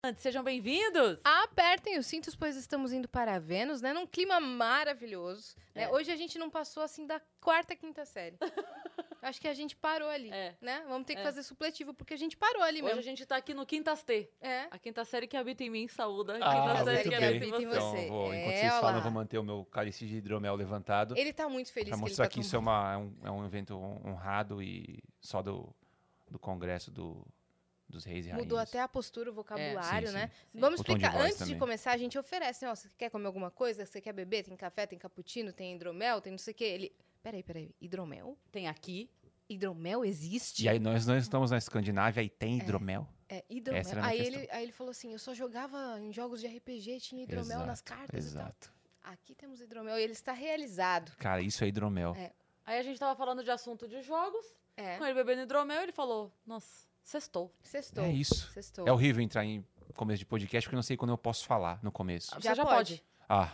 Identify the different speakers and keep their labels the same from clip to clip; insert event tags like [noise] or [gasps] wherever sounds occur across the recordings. Speaker 1: [laughs] Sejam bem-vindos!
Speaker 2: Ah, Apertem os cintos, pois estamos indo para Vênus, né? Num clima maravilhoso. né?
Speaker 1: É.
Speaker 2: Hoje a gente não passou assim da quarta, quinta
Speaker 3: [laughs]
Speaker 2: série. Acho que a gente parou ali,
Speaker 1: É.
Speaker 2: né? Vamos ter que
Speaker 1: É.
Speaker 2: fazer supletivo, porque a gente parou ali
Speaker 1: Hoje a
Speaker 2: mesmo.
Speaker 1: gente tá aqui no Quintas T.
Speaker 2: É.
Speaker 1: A quinta série que habita em mim, saúda. A
Speaker 2: Então,
Speaker 3: Ah,
Speaker 1: quinta série
Speaker 3: muito
Speaker 1: que
Speaker 2: ela
Speaker 3: bem.
Speaker 1: habita em
Speaker 2: acredita em
Speaker 1: você.
Speaker 2: você.
Speaker 3: Então,
Speaker 2: É,
Speaker 3: vou, enquanto
Speaker 2: Ela.
Speaker 3: vocês falam, eu vou manter o meu cálice de hidromel levantado.
Speaker 2: Ele tá muito feliz
Speaker 3: Pra
Speaker 2: que ele
Speaker 3: mostrar
Speaker 2: tá
Speaker 3: que isso é, uma, é um, é um evento hon- honrado e só do, do Congresso do, dos Reis e Rainhas.
Speaker 2: Mudou até a postura, o vocabulário,
Speaker 3: É, Sim,
Speaker 2: né?
Speaker 1: sim.
Speaker 2: Vamos
Speaker 3: O tom de
Speaker 2: explicar.
Speaker 3: voz
Speaker 2: Antes de
Speaker 3: também.
Speaker 2: começar, a gente oferece, né? Ó, você quer comer alguma coisa? Você quer beber? Tem café, tem cappuccino, tem hidromel, tem não sei o quê. Ele. Peraí, peraí. Hidromel?
Speaker 1: Tem aqui.
Speaker 2: Hidromel existe?
Speaker 3: E aí nós não estamos na Escandinávia e tem hidromel.
Speaker 2: É, hidromel.
Speaker 3: Essa era a minha
Speaker 2: aí,
Speaker 3: questão.
Speaker 2: ele, aí ele falou assim: eu só jogava em jogos de RPG, tinha hidromel nas cartas e
Speaker 3: Exato.
Speaker 2: tal. Aqui temos hidromel e ele está realizado.
Speaker 3: Cara, isso é hidromel.
Speaker 2: É.
Speaker 1: Aí a gente tava falando de assunto de jogos.
Speaker 2: É,
Speaker 1: Com ele bebendo hidromel, ele falou: Nossa, sextou.
Speaker 2: sextou.
Speaker 3: É, isso.
Speaker 2: Sextou.
Speaker 3: É horrível entrar em começo de podcast porque eu não sei quando eu posso falar no começo.
Speaker 1: Você
Speaker 2: Já
Speaker 1: já
Speaker 2: pode.
Speaker 1: pode.
Speaker 3: Ah,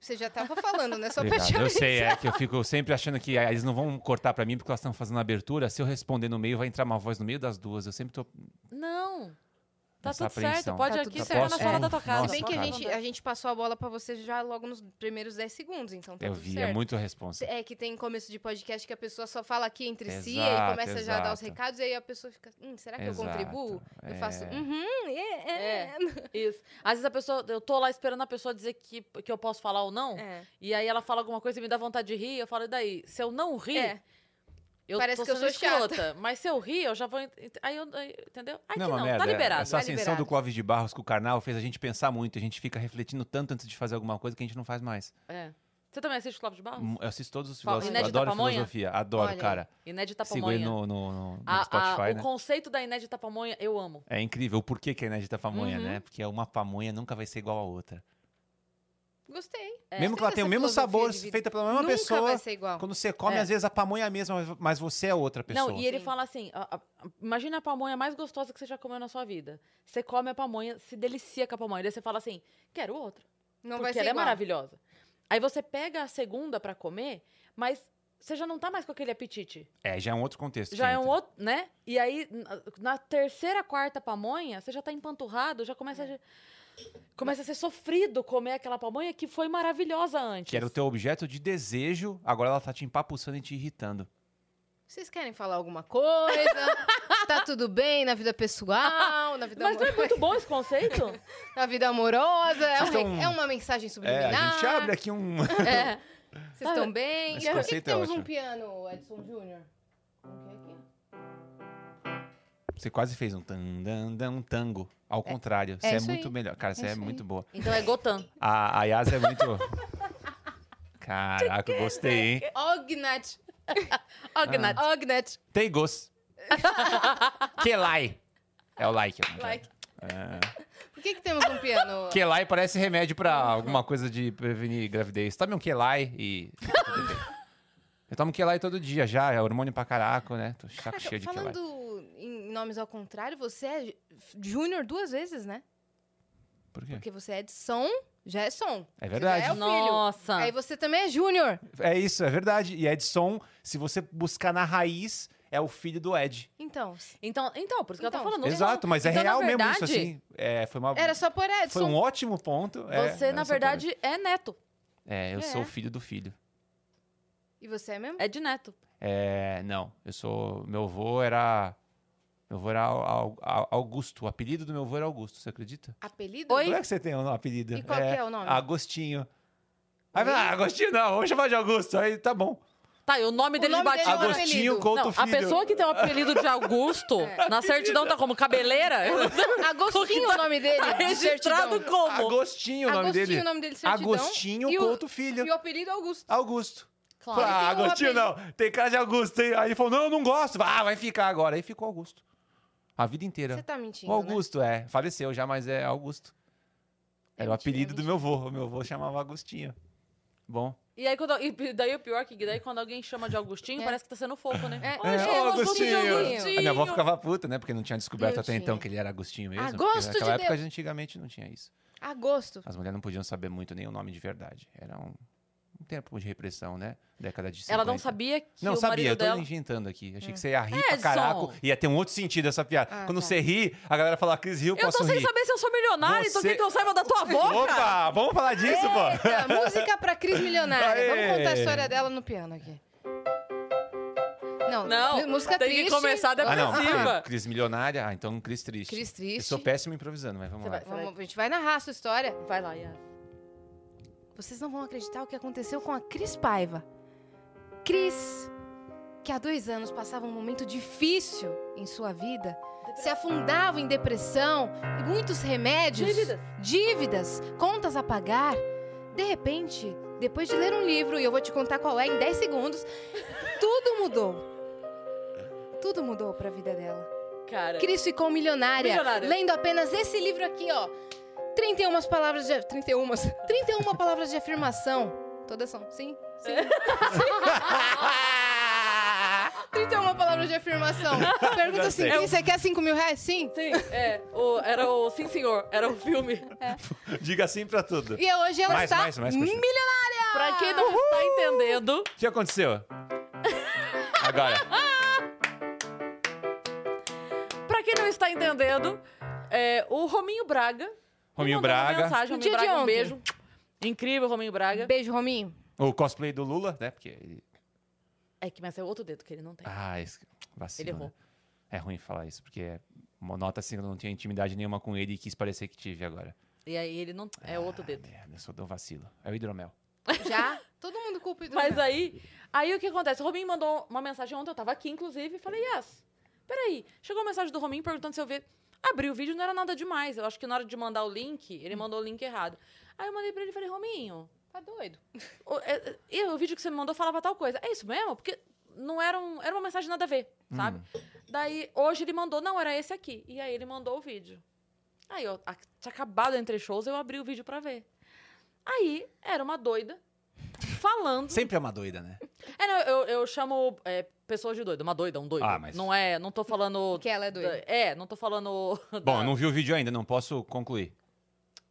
Speaker 2: Você já tava falando, né? Só pra te
Speaker 3: Obrigado. Eu
Speaker 2: avisar.
Speaker 3: sei, é que eu fico sempre achando que ah, eles não vão cortar pra mim porque elas estão fazendo a abertura. Se eu responder no meio, vai entrar uma voz no meio das duas. Eu sempre tô.
Speaker 1: Não. Tá
Speaker 3: Nessa
Speaker 1: tudo certo.
Speaker 3: apreensão.
Speaker 1: Pode
Speaker 2: Tá
Speaker 1: aqui,
Speaker 2: tudo
Speaker 1: você vai na
Speaker 2: certo.
Speaker 1: sala
Speaker 2: É.
Speaker 1: da tua casa.
Speaker 2: Se bem que
Speaker 3: Nossa,
Speaker 2: a
Speaker 3: cara.
Speaker 2: gente, a gente passou a bola pra você já logo nos primeiros 10 segundos, então tá
Speaker 3: eu
Speaker 2: tudo
Speaker 3: vi,
Speaker 2: certo.
Speaker 3: é muito responsa.
Speaker 2: É que tem começo de podcast que a pessoa só fala aqui entre si, aí
Speaker 3: Exato,
Speaker 2: começa já a dar os
Speaker 3: exato.
Speaker 2: recados, e aí a pessoa fica, hum, será que eu
Speaker 3: Exato,
Speaker 2: contribuo? Eu
Speaker 3: é.
Speaker 2: faço, uhum, é, é.
Speaker 1: Isso. Às vezes a pessoa, eu tô lá esperando a pessoa dizer que, que eu posso falar ou não.
Speaker 2: É.
Speaker 1: E aí ela fala alguma coisa e me dá vontade de rir. Eu falo, e daí? Se eu não rir,
Speaker 2: É.
Speaker 1: eu
Speaker 2: Parece
Speaker 1: tô
Speaker 2: que eu
Speaker 1: sendo
Speaker 2: sou chata.
Speaker 1: escrota. Mas se eu rir, eu já vou. ent- Aí eu. aí- entendeu? Aí que
Speaker 3: uma
Speaker 1: não,
Speaker 3: merda. é,
Speaker 1: tá liberado.
Speaker 3: Essa
Speaker 2: tá
Speaker 3: ascensão
Speaker 2: liberado.
Speaker 3: do Clóvis de Barros com o Karnal fez a gente pensar muito. A gente fica refletindo tanto antes de fazer alguma coisa que a gente não faz mais.
Speaker 1: É. Você também assiste Cláudio de
Speaker 2: Ah.
Speaker 1: Barros?
Speaker 3: Hum, Eu assisto todos os
Speaker 1: Fala,
Speaker 3: filósofos.
Speaker 1: Inédita
Speaker 3: adoro
Speaker 1: Pamonha?
Speaker 3: filosofia. Adoro,
Speaker 2: né, Olha aí. Ah,
Speaker 3: cara.
Speaker 1: Inédita
Speaker 3: Sigo ele
Speaker 1: Pamonha.
Speaker 3: no, no- no- no
Speaker 1: A- a-
Speaker 3: Spotify,
Speaker 1: o
Speaker 3: né?
Speaker 1: conceito da Inédita Pamonha eu amo.
Speaker 3: É incrível o porquê que é inédita
Speaker 2: Uhum.
Speaker 3: pamonha, né? Porque uma pamonha nunca vai ser igual a outra.
Speaker 2: Gostei.
Speaker 1: É.
Speaker 3: Mesmo que ela
Speaker 2: Gostei
Speaker 3: tenha
Speaker 2: dessa
Speaker 3: o mesmo sabor,
Speaker 2: filosofia de vida.
Speaker 3: feita pela mesma
Speaker 2: Nunca
Speaker 3: pessoa.
Speaker 2: vai ser igual.
Speaker 3: Quando você come,
Speaker 1: É.
Speaker 3: às vezes a pamonha é a mesma, mas- mas você é outra pessoa.
Speaker 1: Não, e ele
Speaker 2: Sim.
Speaker 1: fala assim: a- a- imagina a pamonha mais gostosa que você já comeu na sua vida. Você come a pamonha, se delicia com a pamonha. Daí você fala assim: quero outra.
Speaker 2: Não vai
Speaker 1: porque
Speaker 2: ser
Speaker 1: ela é
Speaker 2: igual.
Speaker 1: maravilhosa. Aí você pega a segunda pra comer, mas você já não tá mais com aquele apetite.
Speaker 3: É, já é um outro contexto.
Speaker 1: Já
Speaker 3: que
Speaker 1: é um
Speaker 3: entra.
Speaker 1: outro, né? E aí, na- na terceira, quarta pamonha, você já tá empanturrado, já começa a. Começa a ser sofrido comer aquela pamonha que foi maravilhosa antes.
Speaker 3: Que era o teu objeto de desejo, agora ela tá te empapuçando e te irritando.
Speaker 2: Vocês querem falar alguma [laughs] coisa? tá tudo bem na vida pessoal, na vida,
Speaker 1: Mas não é
Speaker 2: amor...
Speaker 1: muito bom esse conceito?
Speaker 2: na vida amorosa? É, um
Speaker 3: Vocês
Speaker 2: re-
Speaker 3: tão-
Speaker 2: é uma mensagem
Speaker 3: É,
Speaker 2: subliminar?
Speaker 3: a gente abre aqui um.
Speaker 1: é.
Speaker 2: Vocês estão bem?
Speaker 3: Esse
Speaker 2: e por que, que
Speaker 3: conceito é
Speaker 2: temos um
Speaker 3: ótimo.
Speaker 2: piano, Edson Júnior? Não quer aqui?
Speaker 3: [laughs] Você quase fez um tandandam tango. Ao contrário. Você
Speaker 2: é
Speaker 3: é,
Speaker 2: isso
Speaker 3: muito
Speaker 2: aí.
Speaker 3: melhor. Cara, você é,
Speaker 2: isso aí.
Speaker 3: muito boa.
Speaker 1: [laughs] Então é Gotan.
Speaker 3: A, a Yas é muito. [laughs] Caraca, eu gostei, hein?
Speaker 2: [laughs] Ognat.
Speaker 1: Ognat.
Speaker 2: Ah. Ognat.
Speaker 3: Teigos. Kelai. É o like.
Speaker 2: Like.
Speaker 3: É.
Speaker 2: Por que, que temos um
Speaker 3: [laughs]
Speaker 2: piano?
Speaker 3: Kelai parece remédio pra alguma coisa de prevenir gravidez. Tome um Kelai e. fica tudo
Speaker 1: [laughs]
Speaker 3: bem. Eu tomo Kelai todo dia já, é hormônio pra caraco, né? Tô saco
Speaker 2: Caraca,
Speaker 3: cheio de Kelai.
Speaker 2: falando em nomes ao contrário, você é Júnior duas vezes, né?
Speaker 3: Por quê?
Speaker 2: Porque você é de som, já é som. Você já é
Speaker 3: É
Speaker 2: o
Speaker 3: verdade.
Speaker 2: filho.
Speaker 1: Nossa.
Speaker 2: Aí você também é Júnior.
Speaker 3: É isso, é verdade. E Edson, se você buscar na raiz, é o filho do Ed.
Speaker 2: Então,
Speaker 1: Então, então, por isso que eu
Speaker 2: Então.
Speaker 1: tô falando. não tem
Speaker 3: Exato,
Speaker 1: como.
Speaker 3: mas é
Speaker 1: Então, na
Speaker 3: real mesmo isso,
Speaker 1: verdade,
Speaker 3: assim. É, foi uma.
Speaker 2: era só por Edson.
Speaker 3: Foi um ótimo ponto. é,
Speaker 1: Você,
Speaker 3: era
Speaker 1: na
Speaker 3: só por-
Speaker 1: verdade, é neto.
Speaker 3: É, eu
Speaker 2: É.
Speaker 3: sou o filho do filho.
Speaker 2: E você é mesmo?
Speaker 1: É de neto.
Speaker 3: É, não, eu sou. Meu avô era. Meu avô era Au- Au- Augusto. O apelido do meu avô era Augusto, você acredita?
Speaker 2: Apelido?
Speaker 1: Oi?
Speaker 3: Como é que você tem um apelido?
Speaker 2: E qual que é o nome?
Speaker 3: Agostinho. Aí fala, ah, Agostinho não, vamos chamar de Augusto. Aí tá bom.
Speaker 1: Tá, e o nome dele
Speaker 2: nome
Speaker 1: de
Speaker 2: dele é
Speaker 1: batismo.
Speaker 2: Agostinho.
Speaker 3: Agostinho
Speaker 2: apelido.
Speaker 3: Couto
Speaker 1: Não,
Speaker 3: Filho.
Speaker 1: a pessoa que tem o apelido de Augusto,
Speaker 2: É.
Speaker 1: na certidão tá como cabeleira. Eu [laughs] não sei.
Speaker 2: Agostinho é o nome dele.
Speaker 1: Tá
Speaker 2: de
Speaker 1: registrado
Speaker 2: certidão.
Speaker 1: como?
Speaker 3: Agostinho, é o nome
Speaker 2: Agostinho,
Speaker 3: dele.
Speaker 2: o nome dele de certidão.
Speaker 3: Agostinho
Speaker 2: E o-
Speaker 3: Couto Filho.
Speaker 2: E o apelido é Augusto.
Speaker 3: Augusto.
Speaker 1: Claro.
Speaker 3: Fala,
Speaker 2: Ele
Speaker 3: ah,
Speaker 2: tem um
Speaker 3: Agostinho não, tem cara de Augusto. Hein? Aí ele falou, não, eu não gosto. Ah, vai ficar agora. Aí ficou Augusto. A vida inteira.
Speaker 2: Você tá mentindo,
Speaker 3: O Augusto, é. Faleceu já, mas é Augusto.
Speaker 2: É
Speaker 3: Era o
Speaker 2: mentira,
Speaker 3: apelido
Speaker 2: é
Speaker 3: do meu avô. O meu avô chamava Agostinho. Bom.
Speaker 1: E aí, quando, e daí o pior é que daí quando alguém chama de Augustinho,
Speaker 2: É.
Speaker 1: parece que tá sendo fofo, né?
Speaker 2: É.
Speaker 1: Olha,
Speaker 2: É,
Speaker 1: chegou
Speaker 2: ô,
Speaker 1: o assunto de
Speaker 2: Agostinho.
Speaker 1: Agostinho.
Speaker 3: A minha avó ficava puta, né? Porque não tinha descoberto
Speaker 2: Não
Speaker 3: até então
Speaker 2: tinha.
Speaker 3: que ele era Agostinho
Speaker 1: Ah,
Speaker 3: mesmo. porque
Speaker 2: Agosto
Speaker 3: naquela
Speaker 2: de
Speaker 3: época,
Speaker 2: Deus.
Speaker 3: antigamente, não tinha isso. [laughs]
Speaker 2: né? Agosto.
Speaker 3: As mulheres não podiam saber muito nem o nome de verdade. Era um, um tempo de repressão, né? Década de 50.
Speaker 1: Ela não sabia que
Speaker 3: Não
Speaker 1: o
Speaker 3: sabia,
Speaker 1: marido
Speaker 3: eu tô
Speaker 1: dela...
Speaker 3: inventando aqui. Achei que você ia rir
Speaker 1: É,
Speaker 3: pra caraco,
Speaker 1: Edson.
Speaker 3: ia ter um outro sentido essa piada.
Speaker 2: Ah,
Speaker 3: Quando
Speaker 2: tá.
Speaker 3: você ri, a galera fala, "Ah, Cris
Speaker 1: Eu
Speaker 3: riu, posso
Speaker 1: tô sem
Speaker 3: rir.
Speaker 1: saber se eu sou milionário, então
Speaker 3: Você-
Speaker 1: quem que eu saiba da tua boca? É,
Speaker 3: Opa, vamos falar disso, pô.
Speaker 2: Eita, É, música pra Cris Milionária.
Speaker 3: Aê.
Speaker 2: Vamos contar a história dela no piano aqui. Não,
Speaker 1: Não,
Speaker 2: música
Speaker 1: tem que
Speaker 2: triste.
Speaker 1: começar
Speaker 3: Ah, não.
Speaker 1: Depressiva.
Speaker 3: Cris milionária. Ah, então Cris triste.
Speaker 2: Cris triste.
Speaker 3: Eu sou péssimo improvisando, mas vamos
Speaker 1: Você
Speaker 3: lá.
Speaker 1: vai-
Speaker 2: Vamos- a gente vai narrar a sua história.
Speaker 1: Vai lá, Yara.
Speaker 2: Vocês não vão acreditar o que aconteceu com a Cris Paiva. Cris, que há dois anos passava um momento difícil em sua vida, se afundava em depressão e muitos remédios,
Speaker 1: Dívidas.
Speaker 2: dívidas, contas a pagar. De repente, depois de ler um livro, e eu vou te contar qual é em 10 segundos, tudo mudou. Tudo mudou para a vida dela.
Speaker 1: Cara,
Speaker 2: Cris ficou milionária,
Speaker 1: Milionária.
Speaker 2: lendo apenas esse livro aqui, ó. 31 palavras de 31 [laughs] 31 palavras de afirmação. Todas são. Sim. Sim.
Speaker 1: É.
Speaker 2: [laughs] 31 palavras de afirmação. Pergunta
Speaker 3: Já
Speaker 2: assim:
Speaker 3: sei.
Speaker 2: Cris, você quer 5 mil reais? Sim.
Speaker 1: sim, é. o- era o Sim Senhor, era o filme.
Speaker 2: É.
Speaker 3: Diga sim pra tudo.
Speaker 2: E hoje ela
Speaker 3: Mais,
Speaker 2: está
Speaker 3: mais, mais, continua.
Speaker 2: milionária!
Speaker 1: Pra quem não está entendendo,
Speaker 3: O
Speaker 1: [laughs]
Speaker 3: que aconteceu? Agora.
Speaker 1: pra quem não está entendendo, é, o Rominho Braga. me mandou
Speaker 3: Rominho
Speaker 1: uma
Speaker 3: Braga.
Speaker 1: Mensagem, Rominho
Speaker 2: No dia de
Speaker 1: Braga, um
Speaker 2: ontem.
Speaker 1: beijo. Incrível, Rominho Braga.
Speaker 2: Beijo, Rominho.
Speaker 3: O cosplay do Lula, né? Porque. ele-
Speaker 1: É que, mas é outro dedo que ele não tem.
Speaker 3: Ah, esse... vacilo.
Speaker 1: Ele errou.
Speaker 3: né? É ruim falar isso, porque é uma nota assim que eu não tinha intimidade nenhuma com ele e quis parecer que tive agora. Ah,
Speaker 1: E aí ele não. É outro dedo.
Speaker 3: Merda, eu só dou vacilo. É o hidromel.
Speaker 2: Já? Todo mundo culpa
Speaker 1: [laughs]
Speaker 2: do
Speaker 1: Mas aí, aí o que acontece? O Rominho mandou uma mensagem ontem, eu tava aqui, inclusive, e falei, Yas, peraí. Chegou uma mensagem do Rominho perguntando se eu ver. Abri o vídeo, não era nada demais. Eu acho que na hora de mandar o link, ele mandou o link errado. Aí eu mandei pra ele e falei, Rominho,
Speaker 2: Tá doido.
Speaker 1: o, é- é- e o vídeo que você me mandou falava tal coisa. É isso mesmo? Porque não era, um, era uma mensagem nada a ver, sabe? Daí, hoje ele mandou, não, era esse aqui. E aí ele mandou o vídeo. Aí eu a- tinha acabado entre shows, eu abri o vídeo pra ver. Aí, era uma doida falando.
Speaker 3: Sempre é uma doida, né?
Speaker 1: É, não, eu, eu chamo é, pessoas de doido. Uma doida, um doido.
Speaker 3: Ah, mas-
Speaker 1: Não é, não tô falando...
Speaker 2: [laughs] Que ela é doida.
Speaker 1: da- É, não tô falando... [laughs]
Speaker 3: Bom,
Speaker 1: da-
Speaker 3: eu não vi o vídeo ainda, não posso concluir.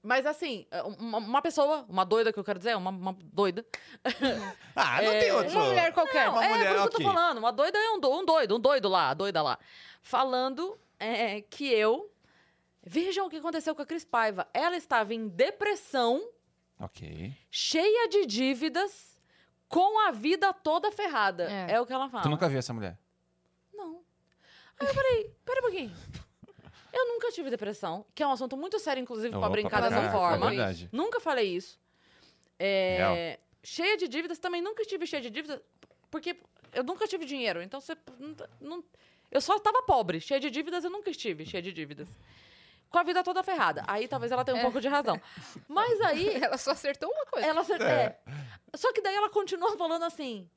Speaker 1: Mas assim, é, uma, uma pessoa, uma doida que eu quero dizer, é uma, uma doida.
Speaker 3: Ah, não
Speaker 1: É,
Speaker 3: tem outro.
Speaker 2: Uma mulher qualquer.
Speaker 1: Não, é,
Speaker 3: mulher,
Speaker 1: por isso que eu
Speaker 3: ok.
Speaker 1: tô falando. Uma doida é um, do- um doido, um doido lá, a doida lá. Falando é, que eu... Vejam o que aconteceu com a Cris Paiva. Ela estava em depressão,
Speaker 3: Ok.
Speaker 1: cheia de dívidas, com a vida toda ferrada.
Speaker 2: É.
Speaker 1: É, o que ela fala.
Speaker 3: Tu nunca viu essa mulher?
Speaker 1: Não. Aí eu falei, pera um pouquinho. Eu nunca tive depressão, que é um assunto muito sério, inclusive, pra
Speaker 3: Opa,
Speaker 1: brincar
Speaker 3: pra
Speaker 1: dessa
Speaker 3: caralho,
Speaker 1: forma.
Speaker 3: É verdade.
Speaker 1: Nunca falei isso. É, cheia de dívidas, também nunca estive cheia de dívidas, porque eu nunca tive dinheiro. Então você. não tá- não- eu só estava pobre. Cheia de dívidas, eu nunca estive cheia de dívidas. Com a vida toda ferrada. Aí talvez ela tenha um pouco de razão. Mas aí
Speaker 2: Ela só acertou uma coisa.
Speaker 1: ela acertou. Só que daí ela continua falando assim.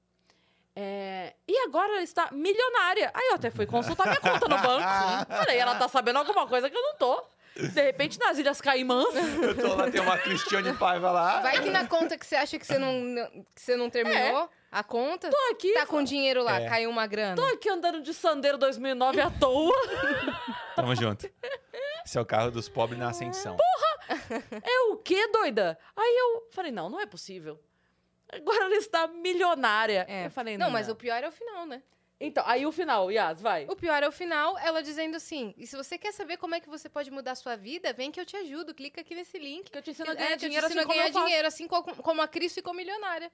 Speaker 1: é, e agora ela está milionária. Aí eu até fui consultar minha conta no banco. Falei, ela tá sabendo alguma coisa que eu não tô. De repente, nas Ilhas Caimã.
Speaker 2: [laughs]
Speaker 3: Eu tô lá, tem uma Cristiane Paiva lá.
Speaker 2: Vai que na conta que você acha que você não, que você não
Speaker 1: É.
Speaker 2: terminou, a conta,
Speaker 1: Tô aqui,
Speaker 2: tá com dinheiro lá,
Speaker 3: É.
Speaker 2: caiu uma grana.
Speaker 1: tô aqui andando de Sandeiro 2009 à toa.
Speaker 2: [laughs]
Speaker 3: Tamo junto. Esse é o carro dos pobres na ascensão.
Speaker 1: É o quê, doida? Aí eu falei, não, não é possível. Agora ela está milionária.
Speaker 2: É.
Speaker 1: Eu falei, não.
Speaker 2: não, mas o pior é o final, né?
Speaker 1: Então, aí o final, Yas, vai.
Speaker 2: O pior é o final, ela dizendo assim: e se você quer saber como é que você pode mudar a sua vida, vem que eu te ajudo, clica aqui nesse link.
Speaker 1: Que eu te ensino a ganhar
Speaker 2: É, te
Speaker 1: dinheiro assim
Speaker 2: ensino a
Speaker 1: como
Speaker 2: ganhar
Speaker 1: eu faço. É.
Speaker 2: dinheiro, assim co- como a Cris ficou milionária.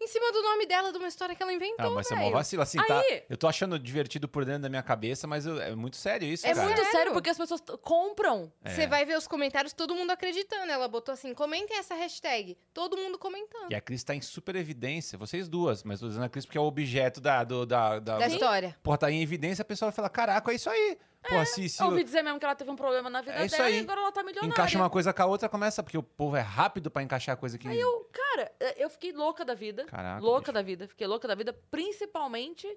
Speaker 2: Em cima do nome dela, de uma história que ela
Speaker 3: Ah,
Speaker 2: inventou.
Speaker 3: mas é mó
Speaker 2: velho.
Speaker 3: vacilo. Assim, tá,
Speaker 1: Então, Aí-
Speaker 3: eu tô achando divertido por dentro da minha cabeça, mas eu- é muito sério isso,
Speaker 1: É
Speaker 3: cara.
Speaker 1: muito sério,
Speaker 2: Sério?
Speaker 1: porque as pessoas t- compram.
Speaker 2: Você vai ver os comentários, todo mundo acreditando. Ela botou assim: comentem essa hashtag. Todo mundo comentando.
Speaker 3: E a Cris tá em super evidência. Vocês duas, mas tô dizendo a Cris porque é o objeto da... Do, da, da,
Speaker 2: Da história.
Speaker 3: Porra, tá em evidência, a pessoa vai falar, caraca, é isso aí. Porra, se, se
Speaker 1: Eu ouvi dizer mesmo que ela teve um problema na vida
Speaker 3: É isso
Speaker 1: dela
Speaker 3: aí.
Speaker 1: e agora ela tá milionária.
Speaker 3: encaixa uma coisa com a outra, começa... Porque o povo é rápido pra encaixar a coisa que...
Speaker 1: Eu, cara, eh, eu fiquei louca da vida.
Speaker 3: Caraca,
Speaker 1: louca
Speaker 3: bicho.
Speaker 1: da vida. Fiquei louca da vida, principalmente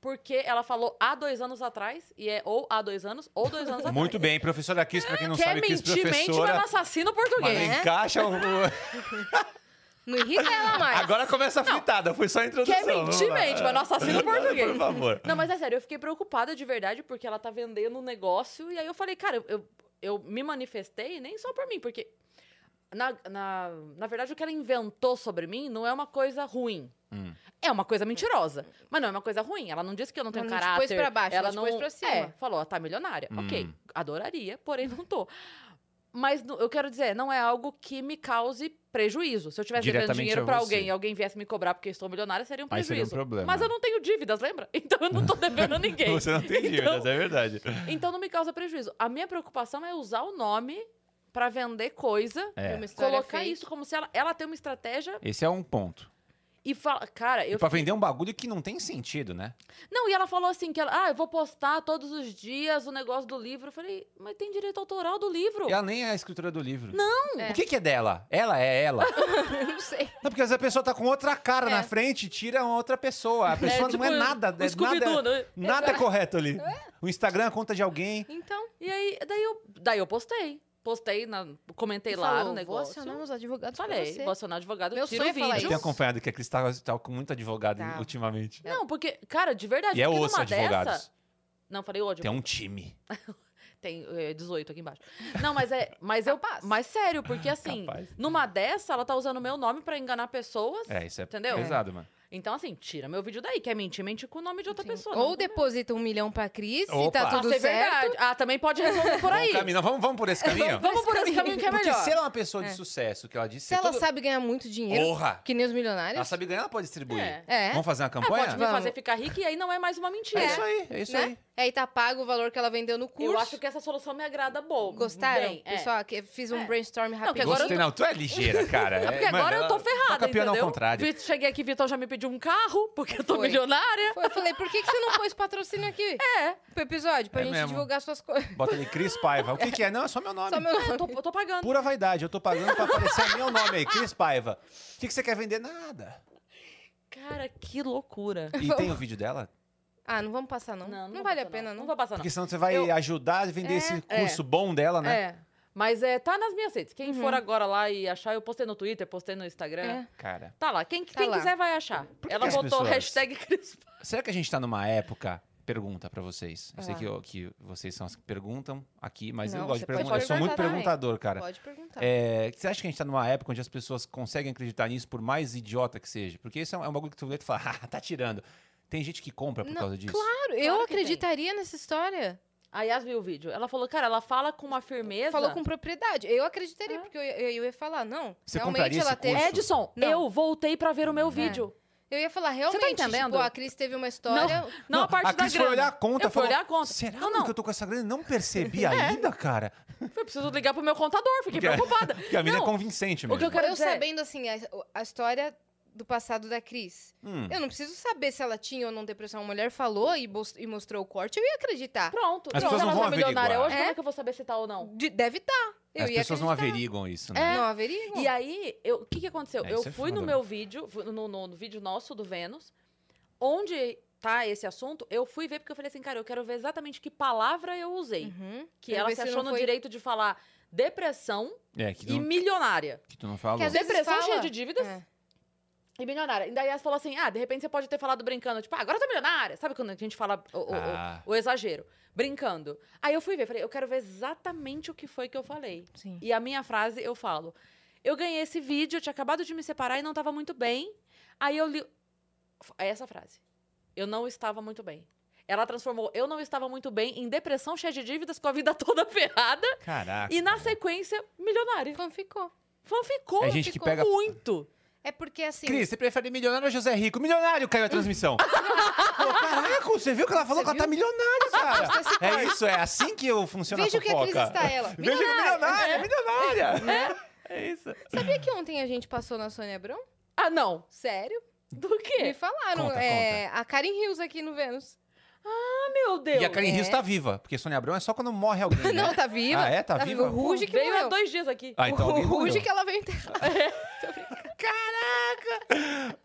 Speaker 1: porque ela falou há dois anos atrás, e é ou há dois anos, ou dois anos atrás.
Speaker 3: [laughs] Muito bem, professora Cris, pra quem não
Speaker 1: Quer
Speaker 3: sabe, Cris
Speaker 1: mentir, mente, mas
Speaker 3: professora...
Speaker 1: é um assassino
Speaker 3: Mas
Speaker 1: português.
Speaker 3: não
Speaker 2: né?
Speaker 3: encaixa o...
Speaker 1: [laughs]
Speaker 3: o-
Speaker 2: Não irrita ela mais.
Speaker 3: Agora começa a fritada, foi só a introdução.
Speaker 1: Quer mentir,
Speaker 3: vamos lá.
Speaker 1: mente, mas não
Speaker 3: [laughs]
Speaker 1: assassino português.
Speaker 3: Por favor.
Speaker 1: Não, mas é sério, eu fiquei preocupada de verdade, porque ela tá vendendo um negócio, e aí eu falei, cara, eu, eu, eu me manifestei nem só por mim, porque Na, na, na verdade, o que ela inventou sobre mim não é uma coisa ruim.
Speaker 3: Hum.
Speaker 1: É uma coisa mentirosa. Mas não é uma coisa ruim. Ela não disse que eu não tenho
Speaker 2: Ela não te
Speaker 1: caráter.
Speaker 2: pôs pra baixo,
Speaker 1: ela
Speaker 2: ela te
Speaker 1: não
Speaker 2: pôs pra cima.
Speaker 1: É, falou, ela tá milionária. Ok,
Speaker 3: Hum.
Speaker 1: adoraria, porém não tô. Mas não- eu quero dizer, não é algo que me cause prejuízo. Se eu estivesse devendo
Speaker 3: Diretamente
Speaker 1: dinheiro
Speaker 3: a
Speaker 1: pra
Speaker 3: você.
Speaker 1: alguém e alguém viesse me cobrar porque eu estou milionária, seria um
Speaker 3: Aí
Speaker 1: prejuízo.
Speaker 3: seria um problema.
Speaker 1: Mas eu não tenho dívidas, lembra? [laughs] Então eu [laughs] não tô devendo a ninguém.
Speaker 3: Você não tem
Speaker 1: Então-
Speaker 3: dívidas, é verdade.
Speaker 1: Então não me causa prejuízo. A minha preocupação é usar o nome pra vender coisa,
Speaker 3: É.
Speaker 1: colocar isso como se ela, ela tem uma estratégia
Speaker 3: Esse é um ponto.
Speaker 1: e fala, cara, eu
Speaker 3: E pra vender um bagulho que não tem sentido, né?
Speaker 1: Não, e ela falou assim que ela, ah, eu vou postar todos os dias o negócio do livro. Eu falei, mas tem direito autoral do livro.
Speaker 3: E ela nem é a escritora do livro.
Speaker 2: Não,
Speaker 3: O que, que é dela? Ela
Speaker 1: [laughs]
Speaker 3: é ela.
Speaker 2: não sei.
Speaker 3: Não, porque às vezes a pessoa tá com outra cara
Speaker 2: É.
Speaker 3: na frente e tira uma outra pessoa. A pessoa
Speaker 1: tipo,
Speaker 3: não é nada.
Speaker 1: o
Speaker 3: é
Speaker 1: Scooby-Doo,
Speaker 3: nada,
Speaker 1: né?
Speaker 3: nada é correto ali. O Instagram é a conta de alguém.
Speaker 2: Então,
Speaker 1: E aí, daí eu, daí eu postei. Postei, na, comentei
Speaker 2: e
Speaker 1: lá
Speaker 2: falou,
Speaker 1: no
Speaker 2: vou
Speaker 1: negócio.
Speaker 2: acionar os advogados pra
Speaker 1: Falei,
Speaker 2: você.
Speaker 1: vou acionar o advogado,
Speaker 2: Meu
Speaker 1: tira o
Speaker 2: sonho é falar
Speaker 1: vídeo.
Speaker 3: Eu
Speaker 2: isso.
Speaker 3: tenho acompanhado que a Cris tá, tá com muito advogado
Speaker 2: Tá.
Speaker 3: ultimamente.
Speaker 1: Não, porque, cara, de verdade,
Speaker 3: E é
Speaker 1: porque
Speaker 3: osso
Speaker 1: numa
Speaker 3: advogados.
Speaker 1: dessa... Não, falei o
Speaker 3: Tem
Speaker 1: advogado.
Speaker 3: um time.
Speaker 1: Tem, é, 18 aqui embaixo. Não, mas é. [laughs] Mas eu.
Speaker 2: Capaz.
Speaker 1: Mas sério, porque assim,
Speaker 3: Capaz.
Speaker 1: numa dessa, ela tá usando meu nome pra enganar pessoas.
Speaker 3: É, isso é
Speaker 1: Entendeu?
Speaker 3: pesado, mano.
Speaker 1: Então, assim, tira meu vídeo daí. Quer mentir, mente com o nome de outra
Speaker 2: Sim.
Speaker 1: pessoa.
Speaker 2: Ou
Speaker 1: não- né?
Speaker 2: deposita um milhão pra Cris e
Speaker 3: Opa.
Speaker 2: tá
Speaker 1: Nossa,
Speaker 2: tudo
Speaker 1: é
Speaker 2: certo.
Speaker 1: verdade. Ah, também pode resolver por aí.
Speaker 3: Vamos, caminho- vamos, vamos por esse
Speaker 1: [laughs]
Speaker 3: caminho?
Speaker 1: Vamos por esse caminho que é
Speaker 3: Porque
Speaker 1: melhor.
Speaker 3: se ela é uma pessoa de sucesso, que ela disse...
Speaker 2: Se ela sabe ganhar muito dinheiro,
Speaker 3: Porra!
Speaker 2: que nem os
Speaker 3: Ela
Speaker 2: milionários,
Speaker 3: sabe ganhar, ela pode distribuir.
Speaker 1: É.
Speaker 2: É.
Speaker 3: Vamos fazer uma
Speaker 1: Ah,
Speaker 3: campanha?
Speaker 1: pode me fazer
Speaker 2: Vamos.
Speaker 1: ficar rica e aí não é mais uma mentira.
Speaker 3: É isso aí, é isso
Speaker 2: né?
Speaker 3: aí.
Speaker 2: Aí tá pago o valor que ela vendeu no curso.
Speaker 1: Eu acho que essa solução me agrada boa.
Speaker 2: Gostaram?
Speaker 1: Bem, é.
Speaker 2: Pessoal, que fiz um
Speaker 1: É.
Speaker 2: brainstorm
Speaker 1: Não, que
Speaker 2: rápido.
Speaker 1: agora eu
Speaker 3: Gostei, não. Tu é
Speaker 1: [laughs]
Speaker 3: ligeira, cara.
Speaker 1: É porque
Speaker 3: mano,
Speaker 1: agora eu tô
Speaker 3: ela-
Speaker 1: ferrada,
Speaker 3: Toca piano
Speaker 1: entendeu?
Speaker 3: ao contrário.
Speaker 1: Vi- Cheguei aqui, Vitor já me pediu um carro, porque eu tô
Speaker 2: Foi.
Speaker 1: milionária.
Speaker 2: Foi, Eu falei, por que, que você não pôs
Speaker 1: [laughs]
Speaker 2: patrocínio aqui? É. Pro episódio, pra
Speaker 3: É
Speaker 2: gente
Speaker 3: mesmo.
Speaker 2: divulgar suas [laughs] coisas.
Speaker 3: Bota ali, Cris Paiva. O que que é? Não, é só meu nome.
Speaker 2: Só meu nome.
Speaker 1: Eu tô, eu tô pagando.
Speaker 3: Pura vaidade. Eu tô pagando pra aparecer meu nome aí, Cris Paiva. O que que você quer vender? Nada.
Speaker 1: Cara, que loucura.
Speaker 3: E tem o vídeo dela?
Speaker 2: Ah, não vamos passar, não. Não,
Speaker 1: vou
Speaker 2: vale a
Speaker 1: passar,
Speaker 2: pena,
Speaker 1: Não
Speaker 2: não.
Speaker 1: vou passar, não.
Speaker 3: Porque senão você vai
Speaker 1: Eu-
Speaker 3: ajudar a vender
Speaker 2: É,
Speaker 3: esse
Speaker 1: é.
Speaker 3: curso bom dela, né?
Speaker 1: É. Mas é, tá nas minhas redes. Quem for agora lá e achar, eu postei no Twitter, postei no Instagram.
Speaker 2: É.
Speaker 3: Cara,
Speaker 1: Tá lá. Quem,
Speaker 2: Tá
Speaker 1: quem
Speaker 2: lá.
Speaker 1: quiser vai achar.
Speaker 3: que
Speaker 1: Ela
Speaker 3: que as
Speaker 1: botou
Speaker 3: pessoas-
Speaker 1: hashtag Cris Paiva.
Speaker 3: será que a gente tá numa época... Pergunta pra vocês. Eu sei
Speaker 2: Ah.
Speaker 3: que, eu- que vocês são as que perguntam aqui, mas eu
Speaker 2: Não,
Speaker 3: gosto de
Speaker 2: você pode
Speaker 3: perguntar. Eu sou muito
Speaker 2: perguntar também.
Speaker 3: perguntador, cara.
Speaker 2: Pode perguntar.
Speaker 3: É, você acha que a gente tá numa época onde as pessoas conseguem acreditar nisso, por mais idiota que seja? Porque isso é um, é um bagulho que tu lê e tu fala, [laughs] ah, tá tirando. Tem gente que compra por
Speaker 2: Não,
Speaker 3: causa disso.
Speaker 2: Claro, eu
Speaker 1: Claro que tem.
Speaker 2: acreditaria nessa história.
Speaker 1: A Yas viu o vídeo. Ela falou, cara, ela fala com uma firmeza.
Speaker 2: Falou com propriedade. Eu acreditaria,
Speaker 1: É.
Speaker 2: porque eu, eu- eu ia falar, não.
Speaker 3: Você
Speaker 2: realmente
Speaker 3: compraria
Speaker 2: ela
Speaker 3: esse
Speaker 2: teve.
Speaker 3: curso?
Speaker 1: Edson,
Speaker 2: Não.
Speaker 1: eu voltei pra ver o meu vídeo.
Speaker 2: Eu ia falar, realmente,
Speaker 1: entendendo?
Speaker 2: tipo, a Cris teve uma história.
Speaker 1: Não, a parte
Speaker 3: a Cris
Speaker 1: da
Speaker 3: foi
Speaker 1: grana.
Speaker 3: olhar a conta
Speaker 1: Eu fui
Speaker 3: falou,
Speaker 1: olhar a conta.
Speaker 3: será
Speaker 1: Não, É. não.
Speaker 3: que eu tô com essa grana? Não percebi
Speaker 1: [laughs]
Speaker 3: ainda, cara?
Speaker 1: Eu preciso ligar pro meu contador, fiquei
Speaker 3: Porque-
Speaker 1: preocupada.
Speaker 3: [laughs] Porque a mina é
Speaker 1: Não,
Speaker 3: convincente mesmo.
Speaker 1: que eu quero
Speaker 2: eu
Speaker 1: dizer-
Speaker 2: sabendo, assim, a, a história do passado da Cris.
Speaker 3: Hum.
Speaker 2: Eu não preciso saber se ela tinha ou não depressão. A mulher falou e, bos- e mostrou o corte, eu ia acreditar.
Speaker 1: Pronto.
Speaker 3: As
Speaker 1: Pronto,
Speaker 3: pessoas não
Speaker 1: ela
Speaker 3: vão
Speaker 1: tá milionária
Speaker 3: averiguar.
Speaker 1: hoje, como
Speaker 2: É.
Speaker 1: é que eu vou saber se tá ou não?
Speaker 2: De- deve estar. Eu
Speaker 3: As
Speaker 2: ia
Speaker 3: pessoas não
Speaker 2: acreditar. É. Uhum.
Speaker 3: averiguam isso, né?
Speaker 2: Não averigam.
Speaker 1: E aí, eu- o que, que aconteceu?
Speaker 3: É,
Speaker 1: eu
Speaker 3: isso é
Speaker 1: fui no
Speaker 3: foda,
Speaker 1: meu
Speaker 2: né?
Speaker 1: vídeo, fui no, no- no vídeo nosso do Vênus, onde tá esse assunto, eu fui ver porque eu falei assim, cara, eu quero ver exatamente que palavra eu usei.
Speaker 2: Uhum.
Speaker 1: Que
Speaker 2: Quero
Speaker 1: ela
Speaker 2: ver
Speaker 1: se
Speaker 2: não
Speaker 1: achou no
Speaker 2: foi-
Speaker 1: direito de falar depressão
Speaker 3: É, que
Speaker 1: e
Speaker 3: tu, não,
Speaker 1: milionária.
Speaker 3: que tu não falou.
Speaker 2: Que às vezes
Speaker 1: Depressão
Speaker 2: fala-
Speaker 1: cheia de dívidas
Speaker 2: É.
Speaker 1: e milionária. E daí elas falou assim, ah, de repente você pode ter falado brincando, tipo, ah, agora eu tô milionária. Sabe quando a gente fala o, o- o-
Speaker 3: Ah.
Speaker 1: o exagero? Brincando. Aí eu fui ver, falei, eu quero ver exatamente o que foi que eu falei.
Speaker 2: Sim.
Speaker 1: E a minha frase, eu falo: Eu ganhei esse vídeo, eu tinha acabado de me separar e não estava muito bem. Aí eu li. É essa frase. Eu não estava muito bem. Ela transformou eu não estava muito bem em depressão cheia de dívidas com a vida [laughs] toda ferrada
Speaker 3: Caraca.
Speaker 1: e na sequência milionária.
Speaker 2: Então ficou.
Speaker 1: Fanficou,
Speaker 3: É gente que
Speaker 1: ficou
Speaker 3: pega-
Speaker 1: muito.
Speaker 2: É porque assim.
Speaker 3: Cris, você prefere milionário ou José Rico? Milionário caiu
Speaker 1: [laughs]
Speaker 3: a transmissão. Pô, Caraca, você viu que ela falou
Speaker 2: Você
Speaker 3: que ela
Speaker 1: [laughs]
Speaker 3: tá milionária, cara?
Speaker 2: Esse
Speaker 3: É isso, é assim que eu funciono
Speaker 2: Veja
Speaker 3: a
Speaker 2: o que a
Speaker 3: fofoca.
Speaker 2: Cris está ela.
Speaker 3: [laughs] Veja que é milionária, é milionária.
Speaker 2: Né?
Speaker 3: É isso.
Speaker 2: [laughs] Sabia que ontem a gente passou na Sônia Abrão?
Speaker 1: Ah, não.
Speaker 2: Sério?
Speaker 1: Do
Speaker 2: Me
Speaker 1: quê?
Speaker 2: falaram.
Speaker 3: Conta,
Speaker 2: é, A Karen Hills aqui no Vênus.
Speaker 1: Ah, meu Deus.
Speaker 3: E a Karen Rios tá viva, porque Sônia Abrão é só quando morre alguém, né?
Speaker 2: [laughs] Não, tá viva.
Speaker 3: Ah, é? Tá viva?
Speaker 2: O Ruge que
Speaker 1: Veio há
Speaker 2: morreu.
Speaker 1: é dois dias aqui.
Speaker 3: Ah, então alguém
Speaker 2: o Ruge
Speaker 3: morreu.
Speaker 2: que ela veio enterrar.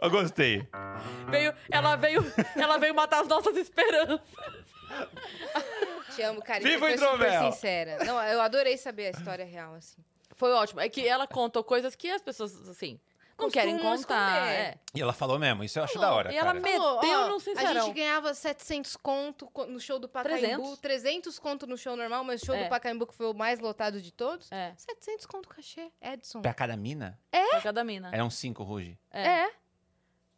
Speaker 3: Eu gostei.
Speaker 1: [laughs] Veio, ela, veio,
Speaker 3: [laughs]
Speaker 1: ela veio matar as nossas esperanças.
Speaker 2: Te amo, Karen.
Speaker 3: Viva
Speaker 2: você foi
Speaker 3: o
Speaker 2: super
Speaker 3: hidromel.
Speaker 2: sincera. Não, eu adorei saber a história real, assim.
Speaker 1: Foi ótimo. É que ela contou coisas que as pessoas, assim. Não querem
Speaker 2: costumam
Speaker 1: contar.
Speaker 2: esconder.
Speaker 1: é.
Speaker 3: E ela falou mesmo, isso eu acho
Speaker 2: Falou.
Speaker 3: da hora,
Speaker 1: E ela
Speaker 3: cara.
Speaker 1: me-
Speaker 2: Falou,
Speaker 1: Meteu
Speaker 2: ó,
Speaker 1: no
Speaker 2: A
Speaker 1: Sincerão.
Speaker 2: gente ganhava 700 conto co- no show do Pacaembu,
Speaker 1: 300.
Speaker 2: 300, conto no show normal, mas o show
Speaker 1: É.
Speaker 2: do Pacaembu que foi o mais lotado de todos.
Speaker 1: É,
Speaker 2: 700 conto cachê, Edson.
Speaker 3: Pra cada mina,
Speaker 1: pra cada mina.
Speaker 3: eram cinco, Ruge.
Speaker 1: É.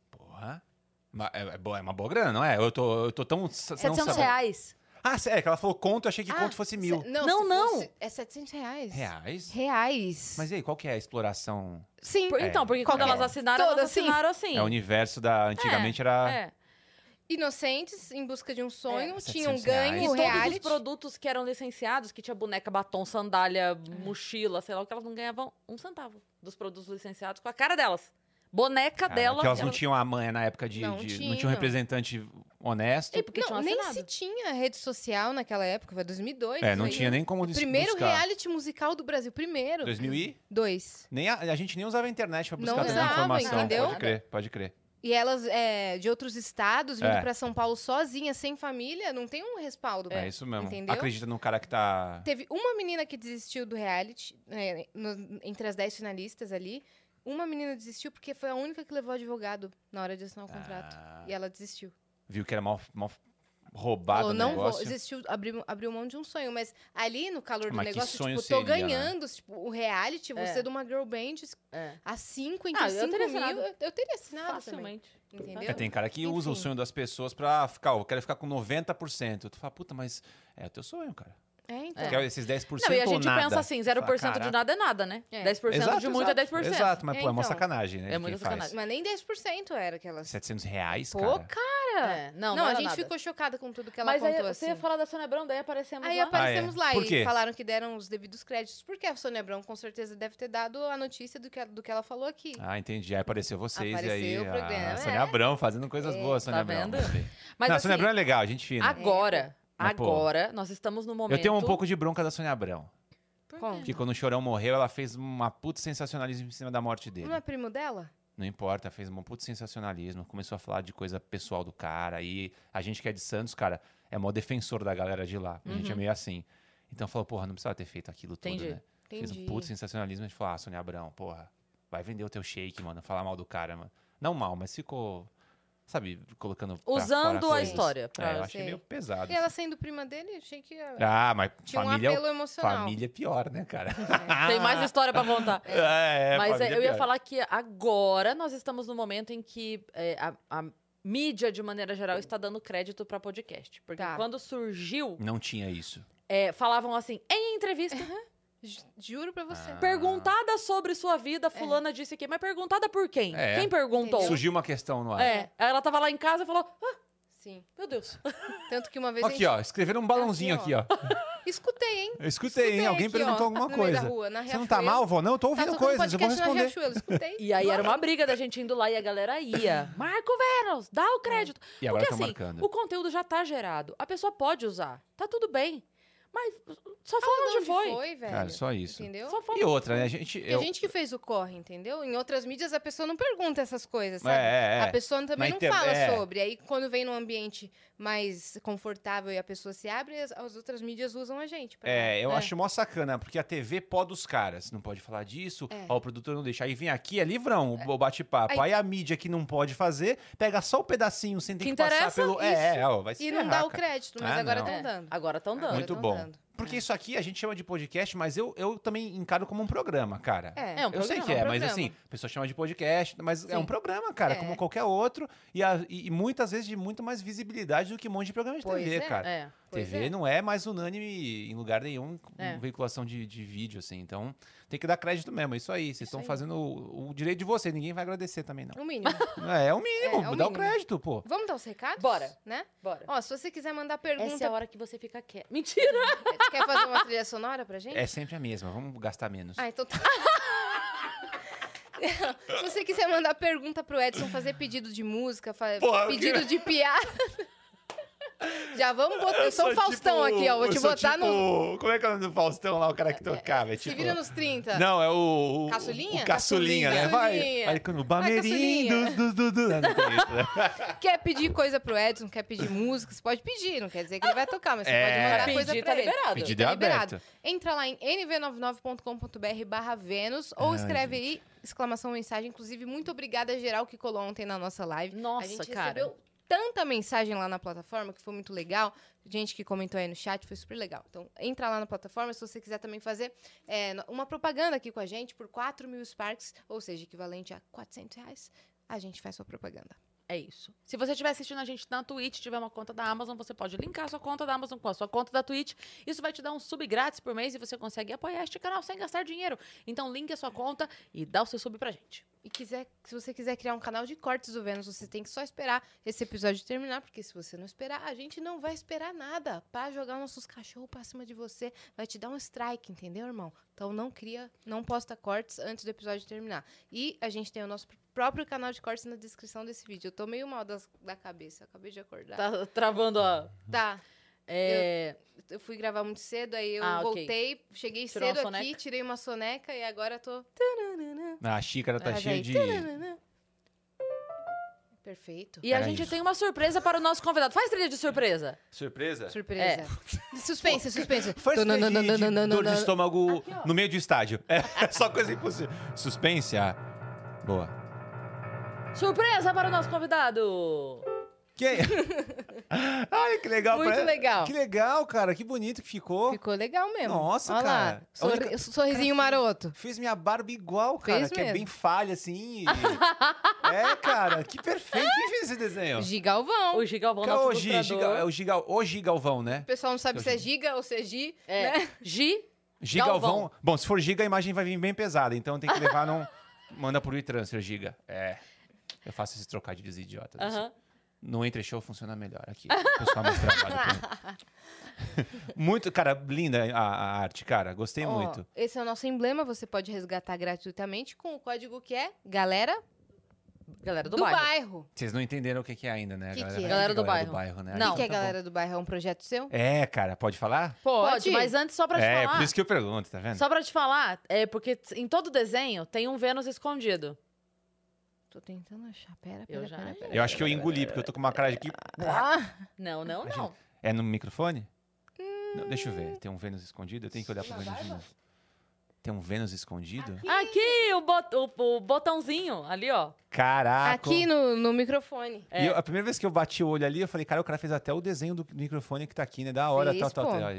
Speaker 3: Porra. Ma- É, é boa- é uma boa grana, não é? Eu tô, eu tô tão... s- não
Speaker 1: 700
Speaker 3: sabendo.
Speaker 1: reais.
Speaker 3: Ah, sério, que ela falou conto, eu achei que
Speaker 2: Ah,
Speaker 3: conto fosse mil.
Speaker 2: Se- não,
Speaker 1: Não,
Speaker 2: se
Speaker 1: não.
Speaker 2: fosse- é 700 reais.
Speaker 3: Reais?
Speaker 2: Reais.
Speaker 3: Mas e aí, qual que é a exploração?
Speaker 2: Sim.
Speaker 1: Por-
Speaker 3: É.
Speaker 1: Então, porque
Speaker 3: Qual
Speaker 1: quando
Speaker 3: que é?
Speaker 1: elas assinaram,
Speaker 2: Todas
Speaker 1: elas
Speaker 2: assim?
Speaker 1: assinaram assim.
Speaker 3: É o universo da... Antigamente era...
Speaker 1: É.
Speaker 2: Inocentes em busca de um sonho
Speaker 3: É,
Speaker 2: tinham
Speaker 3: 700
Speaker 2: ganho
Speaker 1: E todos
Speaker 2: o
Speaker 3: reais.
Speaker 2: Um reality.
Speaker 1: os produtos que eram licenciados, que tinha boneca, batom, sandália, mochila, sei lá o que, elas não ganhavam um centavo dos produtos licenciados com a cara delas. Boneca
Speaker 3: Cara,
Speaker 1: é dela.
Speaker 3: Porque elas não
Speaker 1: ela-
Speaker 3: tinham a manha na época de... de- Não,
Speaker 2: Não
Speaker 3: tinha.
Speaker 2: tinham.
Speaker 3: um representante honesto.
Speaker 1: É, porque
Speaker 2: não,
Speaker 1: tinham
Speaker 2: nem
Speaker 1: assinado.
Speaker 2: se tinha rede social naquela época, foi 2002.
Speaker 3: É,
Speaker 2: isso
Speaker 3: não
Speaker 2: aí. né?
Speaker 3: tinha nem como dis-
Speaker 2: Primeiro
Speaker 3: buscar.
Speaker 2: reality musical do Brasil, primeiro.
Speaker 3: 2000 e...
Speaker 2: Dois.
Speaker 3: Nem a, a gente nem usava a internet pra
Speaker 2: Não
Speaker 3: buscar tanta
Speaker 1: usava,
Speaker 3: informação.
Speaker 1: entendeu?
Speaker 3: Pode crer, pode crer.
Speaker 2: E elas é, de outros estados vindo
Speaker 3: É.
Speaker 2: pra São Paulo sozinha, sem família, não tem um respaldo.
Speaker 3: É, isso mesmo.
Speaker 2: Entendeu?
Speaker 3: Acredita no cara que tá...
Speaker 2: Teve uma menina que desistiu do reality, né, no- entre as dez finalistas ali. Uma menina desistiu porque foi a única que levou advogado na hora de assinar o contrato.
Speaker 3: Ah,
Speaker 2: E ela desistiu.
Speaker 3: Viu que era mal, mal roubado
Speaker 2: Falou,
Speaker 3: o
Speaker 2: não vou.
Speaker 3: negócio.
Speaker 2: Desistiu, abriu, abriu mão de um sonho. Mas ali, no calor do
Speaker 3: Mas que
Speaker 2: negócio,
Speaker 3: sonho
Speaker 2: tipo,
Speaker 3: seria,
Speaker 2: tô
Speaker 3: né?
Speaker 2: ganhando tipo, o reality,
Speaker 1: É.
Speaker 2: você de uma girl band
Speaker 1: É.
Speaker 2: a cinco em
Speaker 1: Ah,
Speaker 2: que
Speaker 1: eu
Speaker 2: cinco
Speaker 1: teria
Speaker 2: mil.
Speaker 1: assinado.
Speaker 2: Eu, eu teria assinado também.
Speaker 1: Facilmente.
Speaker 2: Entendeu?
Speaker 3: É, tem cara que usa o
Speaker 2: Enfim.
Speaker 3: sonho das pessoas pra ficar, ó, eu quero ficar com 90%. Tu fala, puta, mas é o teu sonho, cara.
Speaker 2: É,
Speaker 3: Tu
Speaker 2: então.
Speaker 3: quer esses 10%
Speaker 1: Não, e a
Speaker 3: ou
Speaker 1: gente
Speaker 3: nada?
Speaker 1: pensa assim, 0% de
Speaker 3: Fala,
Speaker 1: nada é nada, né?
Speaker 2: É.
Speaker 1: 10%
Speaker 3: Exato,
Speaker 1: de muito
Speaker 3: exato,
Speaker 1: é 10%.
Speaker 3: Exato, mas
Speaker 2: É,
Speaker 3: pô, é uma
Speaker 2: então.
Speaker 3: sacanagem, né?
Speaker 1: É
Speaker 3: de quem
Speaker 1: muita
Speaker 3: faz.
Speaker 1: sacanagem.
Speaker 2: Ah, Mas nem 10% era aquelas.
Speaker 3: 700 reais,
Speaker 2: Pô,
Speaker 3: cara.
Speaker 2: cara!
Speaker 1: É, Não,
Speaker 2: Não,
Speaker 1: não
Speaker 2: a
Speaker 1: era
Speaker 2: gente
Speaker 1: nada.
Speaker 2: ficou chocada com tudo que ela
Speaker 1: Mas aí,
Speaker 2: contou
Speaker 1: você
Speaker 2: assim.
Speaker 1: ia falar da Sônia Abrão, daí aparecemos
Speaker 2: Aí
Speaker 1: lá.
Speaker 3: Ah,
Speaker 2: aparecemos lá
Speaker 3: é. Por quê?
Speaker 2: e falaram que deram os devidos créditos, porque a Sônia Abrão com certeza deve ter dado a notícia do que, do que ela falou aqui.
Speaker 3: Ah, entendi. Aí apareceu vocês e aí
Speaker 2: Apareceu o programa,
Speaker 3: a Sônia
Speaker 2: é.
Speaker 3: Abrão fazendo coisas
Speaker 2: É,
Speaker 3: boas, Sônia
Speaker 1: tá
Speaker 3: Abrão.
Speaker 1: vendo?
Speaker 3: Não,
Speaker 1: Mas
Speaker 3: a
Speaker 1: assim,
Speaker 3: Sônia Abrão é legal, gente fina.
Speaker 1: agora,
Speaker 3: Mas, É, né? pô.
Speaker 1: agora, nós estamos no momento...
Speaker 3: Eu tenho um pouco de bronca da Sônia Abrão.
Speaker 1: Por quê?
Speaker 2: Como?
Speaker 3: Que quando o Chorão morreu, ela fez uma puta sensacionalismo em cima da morte dele.
Speaker 2: Não é primo dela?
Speaker 3: Não importa, fez um puto sensacionalismo, começou a falar de coisa pessoal do cara. E a gente que é de Santos, cara, é mó defensor da galera de lá. A gente é meio assim. Então falou, porra, não precisava ter feito aquilo tudo,
Speaker 1: Entendi.
Speaker 3: né? Fez
Speaker 2: Uhum. Entendi.
Speaker 3: um puto sensacionalismo, a gente falou, ah, Sônia Abrão, porra, vai vender o teu shake, mano, falar mal do cara, mano. Não mal, mas ficou, sabe, colocando. pra fora
Speaker 1: Usando a
Speaker 3: coisas.
Speaker 1: história. pra-
Speaker 3: É, eu achei
Speaker 2: sei.
Speaker 3: meio pesado.
Speaker 2: E ela sendo prima dele, achei que ela-
Speaker 3: Ah, mas
Speaker 2: tinha
Speaker 3: assim. família,
Speaker 2: um
Speaker 3: é o-
Speaker 2: apelo emocional.
Speaker 3: família é pior, né, cara?
Speaker 1: É. Tem mais
Speaker 3: [laughs]
Speaker 1: história pra contar.
Speaker 3: Ah! É, é,
Speaker 1: Mas é,
Speaker 3: família
Speaker 1: eu ia
Speaker 3: pior.
Speaker 1: falar que agora nós estamos no momento em que é, a, a mídia, de maneira geral, está dando crédito pra podcast. Porque
Speaker 2: Tá.
Speaker 1: quando surgiu,
Speaker 3: Não tinha isso.
Speaker 1: é, falavam assim, em entrevista,
Speaker 2: Ju- Juro pra você.
Speaker 3: [laughs] Ah.
Speaker 1: perguntada sobre sua vida, fulana disse que... Mas perguntada por quem?
Speaker 3: É.
Speaker 1: Quem perguntou?
Speaker 2: Entendeu?
Speaker 3: Surgiu uma questão no ar.
Speaker 1: É, aí ela tava lá em casa e falou, ah,
Speaker 2: Sim.
Speaker 1: meu Deus.
Speaker 2: Tanto que uma vez
Speaker 3: Aqui,
Speaker 2: a
Speaker 3: ó, escreveram um balãozinho
Speaker 2: Aqui,
Speaker 3: aqui, ó.
Speaker 2: gente... Escutei, hein?
Speaker 3: Eu escutei, hein?
Speaker 2: Escutei
Speaker 3: Alguém
Speaker 2: aqui,
Speaker 3: perguntou
Speaker 2: ó, no
Speaker 3: alguma
Speaker 2: meio da
Speaker 3: coisa.
Speaker 2: rua, na
Speaker 3: Você não tá
Speaker 2: Riachuelo.
Speaker 3: mal, vó? Não, eu tô
Speaker 2: Tá
Speaker 3: ouvindo
Speaker 2: tocando
Speaker 3: coisas, eu vou
Speaker 2: podcast na
Speaker 3: responder.
Speaker 2: Riachuelo, escutei.
Speaker 1: E aí era uma briga da gente indo lá e a galera ia.
Speaker 3: [laughs]
Speaker 1: Marco Veros, dá o crédito.
Speaker 3: E agora
Speaker 1: Porque
Speaker 3: estão
Speaker 1: assim,
Speaker 3: marcando.
Speaker 1: o conteúdo já tá gerado. A pessoa pode usar. Tá tudo bem. Ah, Mas só fala
Speaker 2: Onde
Speaker 1: onde foi.
Speaker 2: velho?
Speaker 3: Cara, só isso.
Speaker 2: é Entendeu?
Speaker 1: Só fala
Speaker 3: E outra, né? A gente.
Speaker 2: Tem
Speaker 3: eu-
Speaker 2: gente que fez o corre, entendeu? Em outras mídias a pessoa não pergunta essas coisas, sabe?
Speaker 3: É, é, é.
Speaker 2: A pessoa também não
Speaker 3: Na inter-
Speaker 2: fala
Speaker 3: é.
Speaker 2: sobre. Aí quando vem num ambiente mais confortável e a pessoa se abre, as, as outras mídias usam a gente. pra-
Speaker 3: É, eu
Speaker 1: É.
Speaker 3: acho mó sacana, porque a TV poda os caras. Não pode falar disso,
Speaker 2: É.
Speaker 3: ó, o produtor não deixa. Aí vem aqui, é livrão, o bo- bate-papo. Aí a mídia que não pode fazer, pega só o pedacinho sem ter
Speaker 1: Que
Speaker 3: que, passar
Speaker 1: interessa,
Speaker 3: pelo. É, é, ó, vai se
Speaker 2: E não
Speaker 3: ferrar,
Speaker 2: dá o
Speaker 3: cara.
Speaker 2: crédito, mas
Speaker 3: Ah,
Speaker 2: agora
Speaker 3: não.
Speaker 2: estão
Speaker 1: É,
Speaker 2: dando.
Speaker 1: Agora estão dando.
Speaker 2: Agora
Speaker 3: Muito
Speaker 2: tão
Speaker 3: bom.
Speaker 2: dando.
Speaker 3: Porque isso aqui a gente chama de podcast, mas eu, eu também encaro como um programa, cara.
Speaker 2: É.
Speaker 1: É um
Speaker 3: eu sei
Speaker 1: programa,
Speaker 3: que
Speaker 1: é um
Speaker 3: é, mas
Speaker 2: programa.
Speaker 3: assim, a pessoa chama de podcast, mas é um programa, cara,
Speaker 2: É.
Speaker 3: como qualquer outro, e, a- e- e muitas vezes de muito mais visibilidade do que um monte de programa de
Speaker 2: Pois
Speaker 3: TV,
Speaker 2: é.
Speaker 3: cara.
Speaker 1: É.
Speaker 2: Pois
Speaker 3: TV
Speaker 2: é.
Speaker 3: não é mais unânime em lugar nenhum com
Speaker 1: É.
Speaker 3: veiculação de, de vídeo, assim. Então, tem que dar crédito mesmo. é Isso aí. Vocês estão
Speaker 2: aí.
Speaker 3: fazendo o, o direito de vocês. Ninguém vai agradecer também,
Speaker 2: [gasps]
Speaker 3: não.
Speaker 2: O mínimo.
Speaker 3: É, é o mínimo.
Speaker 2: É, é o
Speaker 3: dá
Speaker 2: mínimo.
Speaker 3: o crédito, pô.
Speaker 2: Vamos dar os recados?
Speaker 1: Bora.
Speaker 2: Né?
Speaker 1: Bora.
Speaker 2: Ó, se você quiser mandar
Speaker 1: Essa é a
Speaker 2: pergunta,
Speaker 1: hora que você fica quieto. Mentira!
Speaker 2: quer fazer uma trilha sonora pra gente?
Speaker 3: É sempre a mesma. Vamos gastar menos.
Speaker 2: Ah, então tá. [laughs] Se você quiser mandar pergunta pro Edson, fazer pedido de música, fa-
Speaker 3: Porra, eu
Speaker 2: pedido de piada. Já vamos botar. Eu sou o Faustão
Speaker 3: tipo-
Speaker 2: aqui, ó. Vou te botar no.
Speaker 3: no. Como é que é o nome do Faustão lá, o cara que tocava? É,
Speaker 2: Se
Speaker 3: tipo-
Speaker 2: vira nos 30.
Speaker 3: Não, é o. o
Speaker 2: Caçulinha?
Speaker 3: O caçulinha, né? Vai.
Speaker 2: Caçulinha.
Speaker 3: Vai com o Bamerinho.
Speaker 2: Caçulinha.
Speaker 3: Du, du, [laughs] du, du. Não tem isso, né?
Speaker 2: Quer pedir coisa pro Edson, quer pedir música, você pode pedir, não quer dizer que ele vai tocar, mas você
Speaker 3: É.
Speaker 2: pode mandar
Speaker 1: Pedir,
Speaker 2: coisa
Speaker 1: tá
Speaker 2: pra ele.
Speaker 1: liberado.
Speaker 3: Pedido
Speaker 2: Tá
Speaker 3: é
Speaker 2: liberado.
Speaker 3: aberto.
Speaker 2: Entra lá em nv99.com.br barra Vênus ou
Speaker 3: Ai,
Speaker 2: escreve aí, exclamação, mensagem. Inclusive, muito obrigada geral que colou ontem na nossa live.
Speaker 1: Nossa,
Speaker 2: a gente
Speaker 1: cara.
Speaker 2: recebeu tanta mensagem lá na plataforma que foi muito legal. Gente que comentou aí no chat, foi super legal. Então, entra lá na plataforma se você quiser também fazer é, no- uma propaganda aqui com a gente por 4 mil Sparks, ou seja, equivalente a 400 reais. A gente faz sua propaganda.
Speaker 1: É isso. Se você estiver assistindo a gente na Twitch, tiver uma conta da Amazon, você pode linkar sua conta da Amazon com a sua conta da Twitch. Isso vai te dar um sub grátis por mês e você consegue apoiar este canal sem gastar dinheiro. Então, link a sua conta e dá o seu sub pra gente.
Speaker 2: E quiser, se você quiser criar um canal de cortes do Vênus, você tem que só esperar esse episódio terminar, porque se você não esperar, a gente não vai esperar nada pra jogar nossos cachorros pra cima de você. Vai te dar um strike, entendeu, irmão? Então não cria, não posta cortes antes do episódio terminar. E a gente tem o nosso próprio canal de cortes na descrição desse vídeo. Eu tô meio mal das- da cabeça, acabei de acordar. Tá.
Speaker 1: Tá travando a. É,
Speaker 2: Eu fui gravar muito cedo, aí eu
Speaker 1: Ah, ok.
Speaker 2: voltei, cheguei
Speaker 1: Tirou uma
Speaker 2: cedo aqui,
Speaker 1: soneca?
Speaker 2: tirei uma soneca e agora tô. Ah, é.
Speaker 3: A xícara tá
Speaker 2: Mas
Speaker 3: cheia
Speaker 2: aí-
Speaker 3: de.
Speaker 2: Perfeito.
Speaker 1: E a
Speaker 3: Era
Speaker 1: gente
Speaker 3: isso.
Speaker 1: tem uma surpresa para o nosso convidado. Faz trilha de surpresa.
Speaker 3: Surpresa?
Speaker 2: Surpresa. É. Suspense, suspense.
Speaker 3: Faz
Speaker 2: Não, não, não, não, não, não,
Speaker 3: dor de
Speaker 2: não.
Speaker 3: estômago no meio do estádio. É [laughs] só coisa impossível. Suspense? Ah, boa.
Speaker 1: Surpresa para o nosso convidado!
Speaker 2: [laughs]
Speaker 3: Quem? Ai, que legal.
Speaker 2: Muito
Speaker 3: pare-
Speaker 2: legal.
Speaker 3: Que legal, cara. Que bonito que ficou.
Speaker 2: Ficou legal mesmo.
Speaker 3: Nossa,
Speaker 2: Olha
Speaker 3: cara.
Speaker 2: Lá,
Speaker 3: A
Speaker 2: sorri-
Speaker 3: única-
Speaker 2: o Sorrisinho maroto.
Speaker 3: Fez minha barba igual, cara.
Speaker 2: Fez
Speaker 3: que é
Speaker 2: mesmo.
Speaker 3: bem
Speaker 2: [laughs]
Speaker 3: falha, assim. e- é, cara. Que perfeito. Quem fez esse desenho?
Speaker 2: Gigalvão.
Speaker 1: O Gigalvão,
Speaker 3: Que é
Speaker 1: nosso
Speaker 3: o Gi, Giga, é
Speaker 1: ilustrador.
Speaker 3: o Gigal, o Gigalvão, né?
Speaker 2: O pessoal não sabe
Speaker 3: Eu
Speaker 2: se é giga ou se é gi.
Speaker 1: É,
Speaker 2: né?
Speaker 1: Gi,
Speaker 3: Gigalvão.
Speaker 1: Galvão.
Speaker 3: Bom, se for Giga, a imagem vai vir bem pesada. Então tem que levar num... Manda por e-transfer, Giga. É. Eu faço esses trocadilhos idiotas. assim.
Speaker 1: aham.
Speaker 3: No Entre Show funciona melhor aqui. O pessoal mais trabalha com ele. Muito, cara, linda a, a arte, cara. Gostei
Speaker 2: Ó,
Speaker 3: muito.
Speaker 2: Esse é o nosso emblema, você pode resgatar gratuitamente com o código que é Galera
Speaker 1: galera do,
Speaker 2: do,
Speaker 1: bairro.
Speaker 2: bairro.
Speaker 3: Vocês não entenderam o que que é ainda, né?
Speaker 2: Que que é?
Speaker 3: vai-
Speaker 1: Galera do
Speaker 3: bairro, né?
Speaker 1: Não,
Speaker 2: o que, que é
Speaker 3: Tá bom.
Speaker 2: Galera do Bairro? É um projeto seu?
Speaker 3: É, cara, pode falar?
Speaker 1: Pode, mas antes, só pra te
Speaker 3: é,
Speaker 1: falar.
Speaker 3: por isso que eu pergunto, tá vendo?
Speaker 1: Só pra te falar, é porque t- em todo desenho tem um Vênus escondido.
Speaker 2: Tô tentando achar. Pera,
Speaker 1: Eu
Speaker 2: pera,
Speaker 1: já-
Speaker 2: pera, pera.
Speaker 3: Eu acho que eu engoli, porque eu tô com uma cara de que.
Speaker 2: Ah,
Speaker 1: Não, não,
Speaker 3: Imagina.
Speaker 1: não.
Speaker 3: É no microfone? Não, deixa eu ver. Tem um Vênus escondido? Eu tenho que olhar pro
Speaker 2: Na
Speaker 3: Vênus de
Speaker 2: barba?
Speaker 3: novo. Tem um Vênus escondido?
Speaker 1: Aqui o, bot- o- o botãozinho ali, ó.
Speaker 3: Caraca!
Speaker 2: aqui no, no microfone.
Speaker 1: É.
Speaker 3: E eu- a primeira vez que eu bati o olho ali, eu falei, cara, o cara fez até o desenho do microfone que tá aqui, né? Da hora,
Speaker 2: Fez,
Speaker 3: tal, tal,
Speaker 2: pô.
Speaker 3: tal.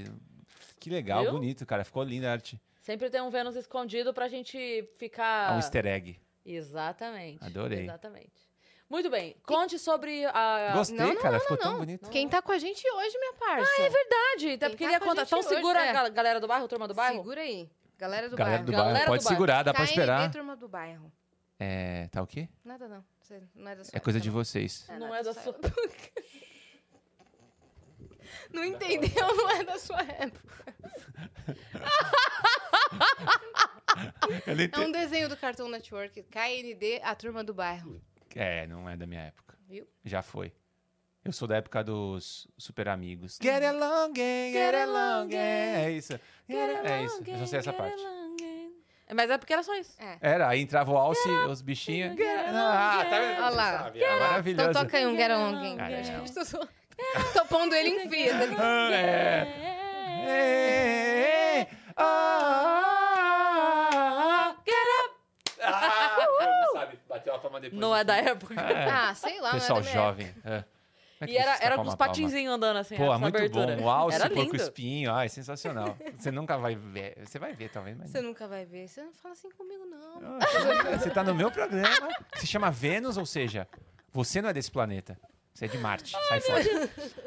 Speaker 3: Que legal,
Speaker 1: Viu?
Speaker 3: bonito, cara. Ficou linda a arte.
Speaker 1: Sempre tem um Vênus escondido pra gente
Speaker 3: É
Speaker 2: Ah.
Speaker 1: ficar.
Speaker 3: um easter egg.
Speaker 1: Exatamente.
Speaker 3: Adorei.
Speaker 1: Exatamente. Muito bem. Conte sobre a.
Speaker 3: Gostei,
Speaker 2: Ah, não, não,
Speaker 3: cara. ficou tão bonito.
Speaker 2: Quem tá com a gente hoje, minha parça? Ah, é verdade.
Speaker 1: Verdade, até
Speaker 2: Quem
Speaker 1: porque
Speaker 2: tá
Speaker 1: ele ia
Speaker 2: com a
Speaker 1: contar.
Speaker 2: gente
Speaker 1: Então
Speaker 2: hoje,
Speaker 1: segura
Speaker 2: é.
Speaker 1: a gal- galera do bairro, turma do bairro.
Speaker 2: Segura aí. Galera do
Speaker 3: Galera
Speaker 2: Bairro.
Speaker 3: do bairro,
Speaker 1: Galera do
Speaker 3: pode
Speaker 1: bairro.
Speaker 3: segurar, dá pra
Speaker 2: KNB,
Speaker 3: esperar.
Speaker 2: turma do bairro.
Speaker 3: É, tá o quê?
Speaker 2: Nada não. Você não é da sua
Speaker 3: É coisa
Speaker 2: época,
Speaker 3: de vocês.
Speaker 2: não.
Speaker 1: Não
Speaker 2: nada
Speaker 1: é da
Speaker 2: da
Speaker 1: sua-
Speaker 2: época. não entendeu, [laughs] não é da sua época.
Speaker 3: Eu não
Speaker 2: É um desenho do Cartoon Network, KND, a turma do bairro.
Speaker 3: É, não é da minha época.
Speaker 2: Viu?
Speaker 3: Já foi. Eu sou da época dos super amigos.
Speaker 2: Hum.
Speaker 3: Get along, gang, get along. gang. É isso. É isso. Eu só sei essa parte.
Speaker 1: Mas é porque era só isso.
Speaker 2: É.
Speaker 3: Era, aí entrava o alce, os bichinhos.
Speaker 1: Get along,
Speaker 3: Ah, tá vendo?
Speaker 1: gang.
Speaker 2: Olha lá.
Speaker 3: Sabe, é
Speaker 2: Então
Speaker 3: Maravilhoso.
Speaker 2: toca aí um Get Along.
Speaker 3: Ah, é.
Speaker 2: Tô zoando. Tô pondo ele em vida.
Speaker 3: Ah, [laughs] é. É. Ah, Get up! Ah, não sabe. Bateu a palma depois.
Speaker 1: Não é da época.
Speaker 2: Ah, sei lá,
Speaker 3: Pessoal
Speaker 2: não é da minha
Speaker 3: jovem. é. Como é que
Speaker 1: E era,
Speaker 3: escapa
Speaker 1: era com
Speaker 3: uma
Speaker 1: os
Speaker 3: palma?
Speaker 1: patinzinhos andando assim.
Speaker 3: Pô,
Speaker 1: essa
Speaker 3: muito
Speaker 1: abertura.
Speaker 3: bom. O alce,
Speaker 1: era
Speaker 3: porco
Speaker 1: lindo.
Speaker 3: espinho. Ai, sensacional. Você nunca vai ver. Você vai ver, talvez, mas.
Speaker 2: Você nunca vai ver. Você não fala assim comigo, não.
Speaker 3: Ah, Você tá no meu programa, que se chama Vênus, ou seja, você não é desse planeta. Você é de Marte. Sai fora.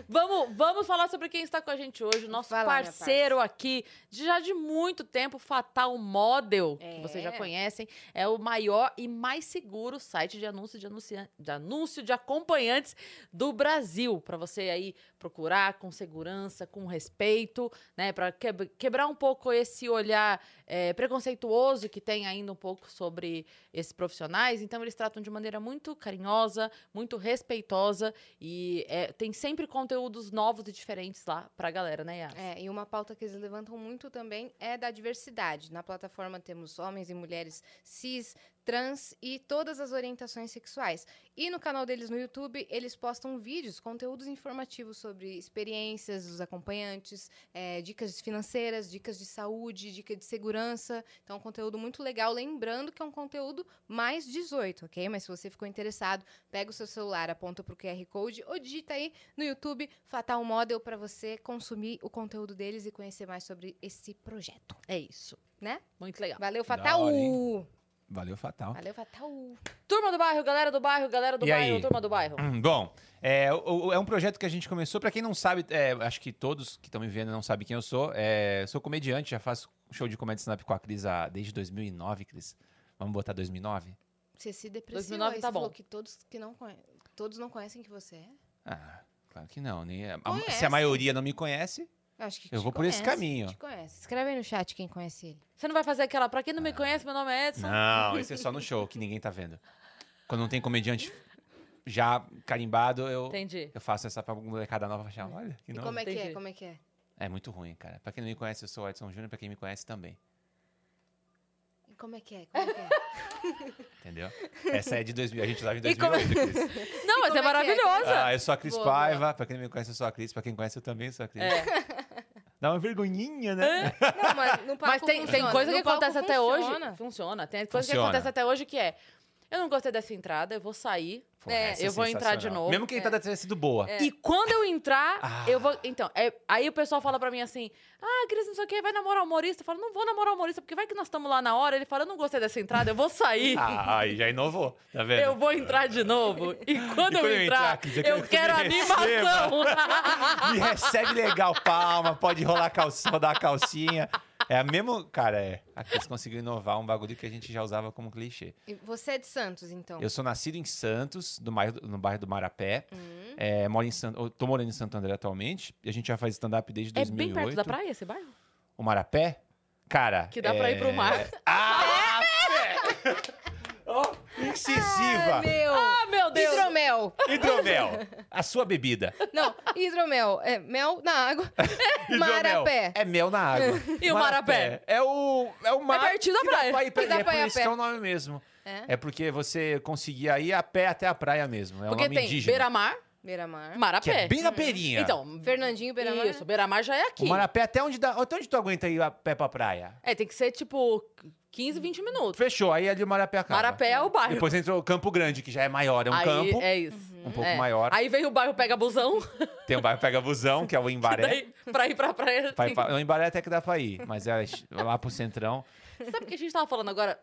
Speaker 1: Vamos, vamos falar sobre quem está com a gente hoje. O nosso
Speaker 2: Vai lá, minha
Speaker 1: parceiro aqui, de já de muito tempo, Fatal Model,
Speaker 2: É.
Speaker 1: que vocês já conhecem. É o maior e mais seguro site de anúncio de, anuncia- de anúncio de acompanhantes do Brasil. Para você aí procurar com segurança, com respeito, né? Para quebrar um pouco esse olhar é, preconceituoso que tem ainda um pouco sobre esses profissionais. Então, eles tratam de maneira muito carinhosa, muito respeitosa E é, tem sempre conteúdos novos e diferentes lá pra galera, né, Yas?
Speaker 2: É, e uma pauta que eles levantam muito também é da diversidade. Na plataforma temos homens e mulheres cis, trans e todas as orientações sexuais. E no canal deles no YouTube, eles postam vídeos, conteúdos informativos sobre experiências dos acompanhantes, é, dicas financeiras, dicas de saúde, dica de segurança. Então, é um conteúdo muito legal. Lembrando que é um conteúdo mais 18, ok? Mas se você ficou interessado, pega o seu celular, aponta pro QR Code ou digita aí no YouTube Fatal Model para você consumir o conteúdo deles e conhecer mais sobre esse projeto,
Speaker 1: É isso.
Speaker 2: né?
Speaker 1: Muito legal.
Speaker 2: Valeu,
Speaker 3: Da
Speaker 2: Fatal!
Speaker 3: hora, hein? Valeu, fatal.
Speaker 2: Valeu, Fatal!
Speaker 1: Turma do bairro, galera do bairro, galera do
Speaker 3: E
Speaker 1: bairro,
Speaker 3: aí?
Speaker 1: turma do bairro.
Speaker 3: Hum, Bom, é, o- o- é um projeto que a gente começou. Pra quem não sabe, é, acho que todos que estão me vendo não sabem quem eu sou. É, sou comediante, já faço show de comédia stand-up com a Cris há- desde 2009, Cris. Vamos botar 2009?
Speaker 2: Você se depreciou.
Speaker 1: 2009
Speaker 2: aí
Speaker 1: tá
Speaker 2: você falou
Speaker 1: bom.
Speaker 2: que todos que não conhe- todos não conhecem que você é.
Speaker 3: Ah, claro que não. Nem, é. a-
Speaker 2: Conhece.
Speaker 3: se a maioria não me conhece,
Speaker 2: Eu Acho que
Speaker 3: Eu
Speaker 2: te
Speaker 3: vou por esse
Speaker 2: conhece,
Speaker 3: caminho.
Speaker 2: Te conhece. Escreve aí no chat quem conhece ele.
Speaker 1: Você não vai fazer aquela, pra quem não me conhece, meu nome é Edson.
Speaker 3: não, isso é só no show que ninguém tá vendo. Quando não tem comediante já carimbado, eu,
Speaker 1: Entendi.
Speaker 3: eu faço essa pra molecada nova achar. Olha, que
Speaker 2: E
Speaker 3: não.
Speaker 2: como é que é?
Speaker 1: Entendi.
Speaker 2: Como é que é?
Speaker 3: É muito ruim, cara. Pra quem não me conhece, eu sou o Edson Júnior, pra quem me conhece também.
Speaker 2: E como é que é? Como é que é?
Speaker 3: [laughs] Entendeu? Essa é de 2000, a gente usava em
Speaker 1: E como-
Speaker 3: 2008, Cris.
Speaker 1: Não, mas é
Speaker 2: como é que é?
Speaker 1: maravilhosa.
Speaker 3: Ah, eu sou a Cris
Speaker 2: Boa,
Speaker 3: Paiva. Pra quem não me conhece, eu sou a Cris. Pra quem conhece, eu também sou a Cris.
Speaker 1: É.
Speaker 3: Dá uma vergonhinha, né?
Speaker 2: Não, mas no palco
Speaker 1: Mas tem, tem
Speaker 2: funciona.
Speaker 1: coisa que
Speaker 2: No palco
Speaker 1: acontece até
Speaker 2: funciona.
Speaker 1: hoje. Funciona. Tem coisa que
Speaker 3: Funciona.
Speaker 1: acontece até hoje que é. Eu não gostei dessa entrada, eu vou sair.
Speaker 3: Pô,
Speaker 2: É,
Speaker 3: essa
Speaker 1: eu vou entrar de
Speaker 3: sensacional.
Speaker 1: novo. É.
Speaker 3: Mesmo que a entrada tenha sido boa.
Speaker 1: E quando eu entrar,
Speaker 3: Ah.
Speaker 1: eu vou. Então, é- aí o pessoal fala pra mim assim: Ah, Cris, não sei o quê, vai namorar o humorista. Eu falo, não vou namorar o humorista, porque vai que nós estamos lá na hora. Ele fala, eu não gostei dessa entrada, eu vou sair.
Speaker 3: [laughs] Ah, aí já inovou, tá vendo?
Speaker 1: Eu vou entrar de novo. E quando,
Speaker 3: quando
Speaker 1: eu
Speaker 3: eu entrar,
Speaker 1: entrar,
Speaker 3: quer dizer que
Speaker 1: eu
Speaker 3: eu
Speaker 1: quero
Speaker 3: receba.
Speaker 1: animação.
Speaker 3: [laughs] Me recebe legal, palma, pode rolar calça, rodar a calcinha. É a mesmo, cara, é. A Cris conseguiu inovar um bagulho que a gente já usava como clichê.
Speaker 2: E Você é de Santos, então.
Speaker 3: Eu sou nascido em Santos, no bairro, no bairro do Marapé.
Speaker 1: Hum.
Speaker 3: É, moro em San... eu Tô morando em Santo André atualmente. E a gente já faz stand-up desde
Speaker 1: É
Speaker 3: 2008.
Speaker 1: bem perto da praia esse bairro?
Speaker 3: O Marapé? Cara.
Speaker 1: Que dá
Speaker 3: é...
Speaker 1: pra ir pro mar.
Speaker 3: Ah! Oh, incisiva!
Speaker 2: Ah, meu!
Speaker 1: Ah, meu Deus!
Speaker 2: hidromel!
Speaker 3: Hidromel, a sua bebida.
Speaker 2: Não, hidromel. É mel na água.
Speaker 3: [laughs] Hidromel.
Speaker 2: Marapé.
Speaker 3: É mel na água.
Speaker 1: [laughs] E o marapé?
Speaker 3: É o, é o mar.
Speaker 1: pertinho da
Speaker 3: que
Speaker 1: praia.
Speaker 3: Dá pra ir pra...
Speaker 2: Que dá
Speaker 3: é
Speaker 2: pra ir
Speaker 3: por
Speaker 2: a
Speaker 3: isso que
Speaker 2: pé.
Speaker 3: é o nome mesmo.
Speaker 2: É.
Speaker 3: É porque você conseguia ir a pé até a praia mesmo. É um
Speaker 1: Porque
Speaker 3: nome
Speaker 1: tem
Speaker 3: indígena.
Speaker 1: Beira-Mar,
Speaker 2: Beira-mar.
Speaker 3: Que é
Speaker 1: Marapé.
Speaker 3: bem na beirinha.
Speaker 1: Então,
Speaker 2: Fernandinho, Beira-Mar.
Speaker 1: Isso, Beira-Mar já é aqui.
Speaker 3: o marapé até onde dá. Até onde tu aguenta ir a pé pra praia?
Speaker 1: É, tem que ser tipo 15, 20 minutos.
Speaker 3: Fechou, aí ali o marapé acaba.
Speaker 1: Marapé é o bairro.
Speaker 3: Depois entrou o Campo Grande, que já é maior, é um
Speaker 1: Aí,
Speaker 3: campo.
Speaker 1: É isso.
Speaker 3: Um pouco
Speaker 1: É.
Speaker 3: maior.
Speaker 1: Aí vem o bairro Pega Busão, [laughs]
Speaker 3: Tem o bairro Pega Busão, que é o Embaré.
Speaker 1: daí pra ir pra praia. assim.
Speaker 3: Vai
Speaker 1: tem-
Speaker 3: pra- Não, em Baré até que dá pra ir, mas é lá pro centrão.
Speaker 1: Sabe o que a gente tava falando agora?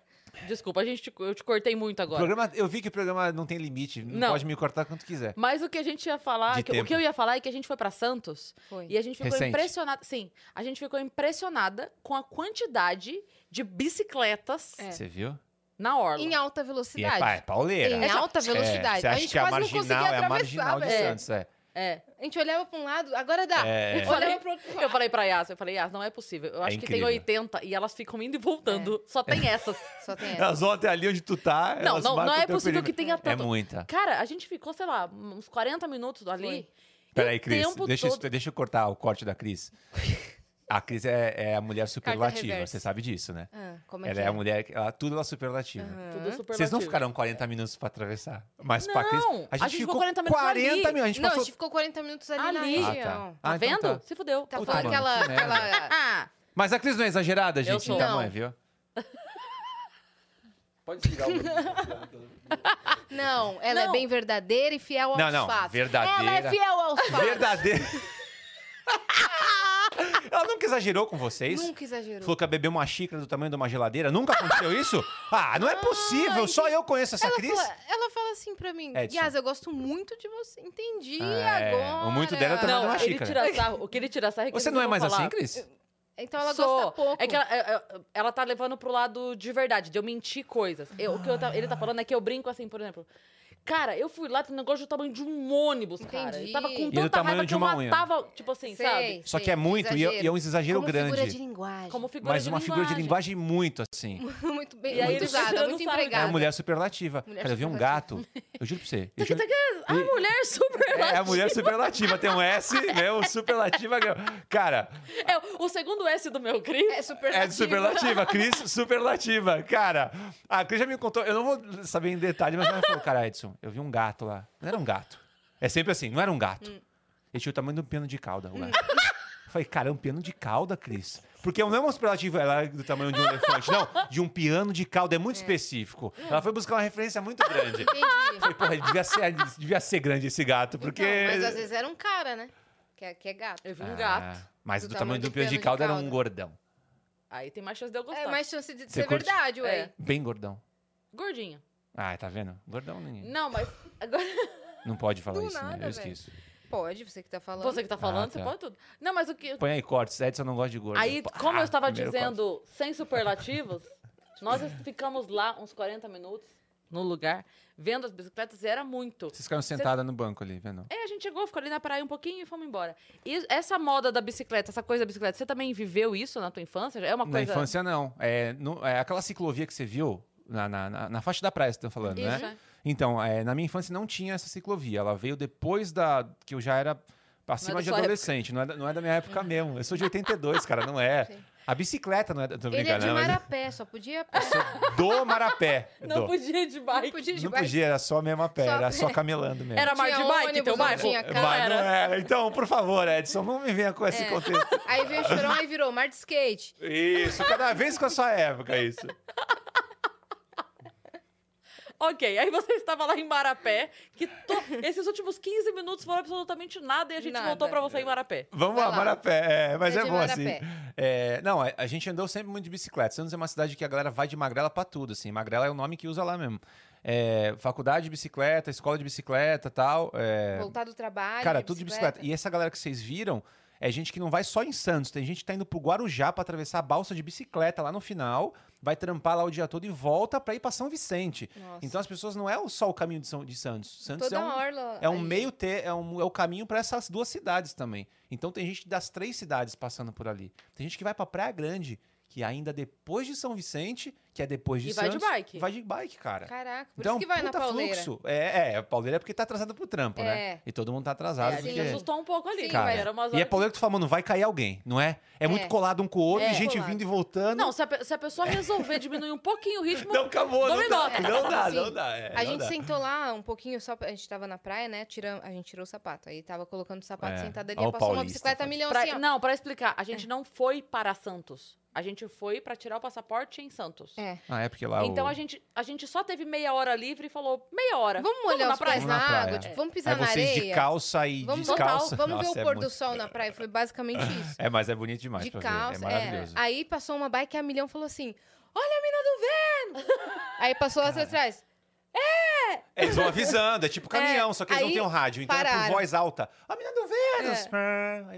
Speaker 1: Desculpa, a gente te- eu te cortei muito
Speaker 3: O
Speaker 1: agora.
Speaker 3: Programa, eu vi que o programa não tem limite, não,
Speaker 1: Não.
Speaker 3: pode me cortar quanto quiser.
Speaker 1: Mas o que a gente ia falar,
Speaker 3: De
Speaker 1: que- o
Speaker 3: tempo.
Speaker 1: que eu ia falar é que a gente foi pra Santos
Speaker 2: Foi.
Speaker 3: é
Speaker 1: e a gente ficou
Speaker 3: Recente.
Speaker 1: impressionada. Sim, a gente ficou impressionada com a quantidade de bicicletas
Speaker 2: É.
Speaker 3: Você viu?
Speaker 1: na orla.
Speaker 2: Em alta
Speaker 3: E é, pá, é
Speaker 2: velocidade.
Speaker 3: pauleira.
Speaker 2: Em alta velocidade.
Speaker 3: É, Você
Speaker 2: a
Speaker 3: acha
Speaker 2: gente
Speaker 3: que é a
Speaker 2: quase não
Speaker 3: marginal,
Speaker 2: conseguia
Speaker 3: é a
Speaker 2: atravessar,
Speaker 3: marginal de
Speaker 2: velho.
Speaker 3: Santos, é.
Speaker 1: É.
Speaker 2: A gente olhava pra um lado, agora dá.
Speaker 3: É.
Speaker 2: Olhava pro outro.
Speaker 1: Eu falei pra Yas, eu falei, Yas, não é possível. Eu
Speaker 3: É
Speaker 1: acho que tem
Speaker 3: incrível.
Speaker 1: 80 e elas ficam indo e voltando. Só tem
Speaker 3: [laughs]
Speaker 1: essas.
Speaker 2: Só tem essa.
Speaker 3: Elas vão até ali onde tu tá.
Speaker 1: não, não, não é possível que tenha
Speaker 3: É
Speaker 1: tanto.
Speaker 3: muita.
Speaker 1: Cara, a gente ficou, sei lá, uns 40 minutos ali.
Speaker 2: Foi.
Speaker 3: Peraí, Cris,
Speaker 1: tempo
Speaker 3: deixa,
Speaker 1: todo-
Speaker 3: eu- deixa eu cortar o corte da Cris. A Cris é, é a mulher superlativa,
Speaker 2: reversa.
Speaker 3: você sabe disso, né?
Speaker 2: Ah, como é
Speaker 3: Ela
Speaker 2: que
Speaker 3: é a mulher, que- ela, tudo ela é superlativa.
Speaker 1: Tudo super
Speaker 3: Vocês não ficaram 40 minutos pra atravessar. Mas pra
Speaker 1: Não,
Speaker 3: Cris.
Speaker 1: a gente ficou 40 minutos ali.
Speaker 3: minutos. A gente
Speaker 2: não,
Speaker 3: passou.
Speaker 2: a gente ficou 40 minutos ali, na
Speaker 1: Ali.
Speaker 3: Ah,
Speaker 2: região.
Speaker 3: tá.
Speaker 1: Tá
Speaker 3: Ah, então
Speaker 1: vendo?
Speaker 3: tá.
Speaker 1: Se fudeu.
Speaker 2: Tá
Speaker 1: otário.
Speaker 2: falando é-
Speaker 3: tomando,
Speaker 2: aquela,
Speaker 3: que merda.
Speaker 2: aquela...
Speaker 1: Ah,
Speaker 3: Mas a Cris não é exagerada,
Speaker 1: Eu
Speaker 3: gente, em
Speaker 1: sou.
Speaker 3: tamanho,
Speaker 2: Não.
Speaker 3: viu? Pode desligar o
Speaker 2: Não, ela
Speaker 1: Não.
Speaker 2: é bem verdadeira e fiel aos
Speaker 3: Não, não,
Speaker 2: fatos. Ela
Speaker 3: verdadeira.
Speaker 2: é fiel aos fatos.
Speaker 3: Verdadeiro. Ela nunca exagerou com vocês?
Speaker 2: Nunca exagerou.
Speaker 3: é Falou que ia beber uma xícara do tamanho de uma geladeira? Nunca aconteceu isso? Ah, não é possível, só eu conheço essa
Speaker 2: Ela
Speaker 3: "Ah, Cris.
Speaker 2: fala, ela fala assim pra mim,
Speaker 3: Edson.
Speaker 2: Yas, eu gosto muito de você. Entendi
Speaker 3: Ah, é.
Speaker 2: agora.
Speaker 3: O muito dela tá-
Speaker 1: não,
Speaker 3: uma
Speaker 1: ele
Speaker 3: xícara.
Speaker 1: tira sarro. O que ele tira sarro é que
Speaker 3: Você
Speaker 1: eles
Speaker 3: não é
Speaker 1: vão
Speaker 3: mais
Speaker 1: falar.
Speaker 3: assim, Cris?
Speaker 2: Então ela
Speaker 1: Sou.
Speaker 2: gosta pouco.
Speaker 1: É que ela, é- é- ela tá levando pro lado de verdade, de eu mentir coisas. Eu- o que eu tá- ele tá falando é que eu brinco assim, por exemplo. Cara, eu fui lá, tem um negócio do tamanho de um ônibus, cara.
Speaker 2: Entendi.
Speaker 1: Eu tava
Speaker 2: E
Speaker 1: com
Speaker 2: do
Speaker 1: tanta
Speaker 3: tamanho
Speaker 1: raiva
Speaker 3: de
Speaker 1: que eu
Speaker 3: uma unha.
Speaker 1: matava, tipo assim, sabe?
Speaker 3: Só que é muito, e é- e é um exagero
Speaker 2: Como
Speaker 3: grande.
Speaker 2: figura de linguagem.
Speaker 1: Como figura
Speaker 3: Mas
Speaker 1: de
Speaker 3: uma
Speaker 1: linguagem.
Speaker 3: figura de linguagem muito assim.
Speaker 2: [laughs] muito bem,
Speaker 1: E aí
Speaker 2: muito
Speaker 1: ele vai
Speaker 2: usada,
Speaker 1: tirando
Speaker 2: muito
Speaker 1: sarro.
Speaker 3: É
Speaker 2: empregada.
Speaker 3: uma mulher superlativa.
Speaker 2: Mulher
Speaker 3: Cara, eu vi um gato. Eu juro pra você. eu juro-
Speaker 1: A "Ah, mulher super
Speaker 3: É a mulher superlativa. Tem um S, né? O superlativa. Cara,
Speaker 1: É, o segundo S do meu Cris.
Speaker 2: É super
Speaker 3: é de superlativa. Cris, superlativa. Cara, a Cris já me contou. Eu não vou saber em detalhe, mas ela falou: Cara, Edson, eu vi um gato lá. Não era um gato. É sempre assim: não era um gato.
Speaker 2: Hum.
Speaker 3: Ele tinha o tamanho de um piano de cauda. O gato. Eu Falei, cara, é um piano de cauda, Cris. Porque não é uma superlativa ela é do tamanho de um elefante, não. De um piano de cauda, é muito específico. Ela foi buscar uma referência muito grande.
Speaker 2: Entendi.
Speaker 3: Falei, porra, ele devia ser, ele devia ser grande esse gato, porque.
Speaker 2: Então, mas às vezes era um cara, né? Que é, que é gato.
Speaker 1: Eu vi um
Speaker 3: Ah,
Speaker 1: gato.
Speaker 3: Mas
Speaker 2: Do
Speaker 3: do, tamanho
Speaker 2: tamanho
Speaker 3: do
Speaker 2: do
Speaker 3: piano de
Speaker 2: piano de
Speaker 3: calda era um
Speaker 2: calda.
Speaker 3: gordão.
Speaker 1: Aí tem mais chance de eu gostar.
Speaker 2: É mais chance de
Speaker 3: Você
Speaker 2: ser
Speaker 3: curte?
Speaker 2: verdade, ué.
Speaker 1: É.
Speaker 3: Bem gordão.
Speaker 1: Gordinha.
Speaker 3: Ah, tá vendo? Gordão ninguém.
Speaker 1: Não, mas agora
Speaker 3: Não pode falar
Speaker 2: Do
Speaker 3: isso, né?
Speaker 2: nada,
Speaker 3: Eu
Speaker 2: velho.
Speaker 3: esqueço.
Speaker 2: Pode, você que tá falando.
Speaker 1: você que tá falando,
Speaker 3: Ah,
Speaker 1: você
Speaker 3: tá.
Speaker 1: pode tudo. Não, mas o que
Speaker 3: Põe aí cortes. Edson não gosta de gordo.
Speaker 1: Aí,
Speaker 3: Pá, ah,
Speaker 1: como eu estava
Speaker 3: primeiro
Speaker 1: dizendo, sem superlativos, [laughs] nós ficamos lá uns 40 minutos no lugar, vendo as bicicletas e era muito.
Speaker 3: corte. Vocês ficaram sentadas no banco ali, vendo?
Speaker 1: É, a gente chegou, ficou ali na praia um pouquinho e fomos embora. E essa moda da bicicleta, essa coisa da bicicleta, você também viveu isso na tua infância? É uma
Speaker 3: Na
Speaker 1: coisa.
Speaker 3: infância, não. É, no- é aquela ciclovia que você viu na, na, na- na faixa da praia, você tá falando, né?
Speaker 1: Isso, é.
Speaker 3: Então, é, na minha infância não tinha essa ciclovia. Ela veio depois da. que eu já era
Speaker 1: Não
Speaker 3: acima
Speaker 1: é da
Speaker 3: de
Speaker 1: sua época.
Speaker 3: adolescente. Não é, da- não é da minha época mesmo. Eu sou de 82, cara,
Speaker 1: [laughs]
Speaker 3: não é.
Speaker 2: Sim.
Speaker 3: A bicicleta não é. da- Tô
Speaker 2: Ele é
Speaker 3: brincando,
Speaker 2: de
Speaker 3: não, mas-
Speaker 2: Marapé, só podia a pé. [laughs]
Speaker 3: Do Marapé.
Speaker 1: [laughs] [laughs] Não
Speaker 3: do.
Speaker 1: podia ir de
Speaker 2: Não
Speaker 1: bike.
Speaker 2: podia de
Speaker 3: Não
Speaker 2: baixo.
Speaker 3: podia, era só mesmo a pé,
Speaker 2: Só a [laughs]
Speaker 3: era
Speaker 2: pé.
Speaker 3: só camelando mesmo.
Speaker 1: Era mar de
Speaker 2: Tinha
Speaker 1: bike,
Speaker 2: ônibus,
Speaker 1: teu
Speaker 2: não
Speaker 1: bairro?
Speaker 2: tinha
Speaker 1: Não
Speaker 2: carro.
Speaker 3: Mas não
Speaker 1: era.
Speaker 3: era. Então, por favor, Edson, não me venha com esse
Speaker 2: É.
Speaker 3: contexto.
Speaker 2: Aí veio o chorão, aí virou mar de skate.
Speaker 3: Isso, cada vez com a sua época, isso.
Speaker 1: Ok, aí você estava lá em Marapé, que to- esses últimos 15 minutos foram absolutamente nada e a gente
Speaker 2: Nada.
Speaker 1: voltou pra você em Marapé.
Speaker 3: Vamos
Speaker 2: Vai
Speaker 3: lá,
Speaker 2: lá.
Speaker 3: Marapé. É, mas
Speaker 2: É
Speaker 3: é,
Speaker 2: de
Speaker 3: bom
Speaker 2: Marapé.
Speaker 3: assim. É, não, a, a gente andou sempre muito de bicicleta. Santos é uma cidade que a galera vai de magrela pra tudo, assim. Magrela é o nome que usa lá mesmo. É, faculdade de bicicleta, escola de bicicleta tal. é,
Speaker 2: Voltar do trabalho.
Speaker 3: Cara, tudo de bicicleta. E essa galera que vocês viram é gente que não vai só em Santos. Tem gente que tá indo pro Guarujá pra atravessar a balsa de bicicleta lá no final, vai trampar lá o dia todo e volta pra ir pra São Vicente.
Speaker 2: Nossa.
Speaker 3: Então as pessoas não é o- só o caminho de, São, de Santos. Santos
Speaker 2: Toda
Speaker 3: é um,
Speaker 2: orla.
Speaker 3: é um
Speaker 2: ali.
Speaker 3: meio ter, é, um, é o caminho pra essas duas cidades também. Então tem gente das três cidades passando por ali. Tem gente que vai pra Praia Grande, que ainda é depois de São Vicente, que é depois de
Speaker 1: E vai de
Speaker 3: Santos,
Speaker 1: bike.
Speaker 3: vai de bike, cara.
Speaker 2: Caraca, por
Speaker 3: Então,
Speaker 2: isso que vai na
Speaker 3: puta
Speaker 2: pauleira.
Speaker 3: fluxo. É, é, a pauleira é porque tá atrasada pro trampo,
Speaker 2: É.
Speaker 3: né? E todo mundo tá atrasado.
Speaker 1: É, a gente
Speaker 3: porque...
Speaker 2: sim.
Speaker 1: assustou um pouco ali,
Speaker 2: Sim,
Speaker 1: cara.
Speaker 2: mas-
Speaker 1: Era umas
Speaker 3: E é
Speaker 1: horas que-
Speaker 3: polêmico que tu fala, mano, vai cair alguém, não é? É, muito
Speaker 2: É.
Speaker 3: colado um com o outro,
Speaker 2: É.
Speaker 3: e gente
Speaker 2: Colado.
Speaker 3: vindo e voltando.
Speaker 1: Não, se a, pe- se a pessoa resolver diminuir um pouquinho o ritmo,
Speaker 3: não acabou, não
Speaker 1: Dominó.
Speaker 3: dá, não dá,
Speaker 2: Assim,
Speaker 3: não dá. é,
Speaker 2: A
Speaker 3: não
Speaker 2: gente
Speaker 3: dá.
Speaker 2: sentou lá um pouquinho só, pra- a gente tava na praia, né? Tiramos, a gente tirou o sapato. Aí tava colocando o sapato
Speaker 3: É.
Speaker 2: sentado ali,
Speaker 3: Ó o
Speaker 2: aí passou uma
Speaker 3: paulista,
Speaker 2: bicicleta
Speaker 3: faz-
Speaker 2: milhão
Speaker 1: pra-
Speaker 2: assim, ó.
Speaker 1: não, pra explicar, a gente não foi para Santos. A gente foi pra tirar o passaporte em Santos.
Speaker 2: É.
Speaker 3: Ah, é porque lá
Speaker 1: Então
Speaker 3: o...
Speaker 1: a gente, a gente só teve meia hora livre e falou, meia hora.
Speaker 2: Vamos molhar
Speaker 1: na
Speaker 2: os pés
Speaker 1: praia?
Speaker 2: na,
Speaker 3: Vamos na
Speaker 2: água,
Speaker 3: praia.
Speaker 2: tipo, vamos pisar
Speaker 3: Aí
Speaker 2: na
Speaker 3: vocês
Speaker 2: areia.
Speaker 3: de calça e
Speaker 2: vamos
Speaker 3: descalça.
Speaker 2: total, vamos ver
Speaker 3: Nossa,
Speaker 2: o
Speaker 3: é
Speaker 2: pôr
Speaker 3: muito-
Speaker 2: do sol na praia. Foi
Speaker 3: [laughs]
Speaker 2: basicamente isso.
Speaker 3: É, mas é bonito demais
Speaker 2: de
Speaker 3: pra
Speaker 2: calça,
Speaker 3: ver, é
Speaker 2: [laughs]
Speaker 3: maravilhoso.
Speaker 2: Aí passou uma bike e a milhão falou assim: Olha a mina do Vênus! aí passou as atrás.
Speaker 3: Eles vão avisando, é tipo caminhão, só que eles não
Speaker 2: aí
Speaker 3: têm um rádio, então é por
Speaker 2: pararam.
Speaker 3: voz alta. A menina do Vênus!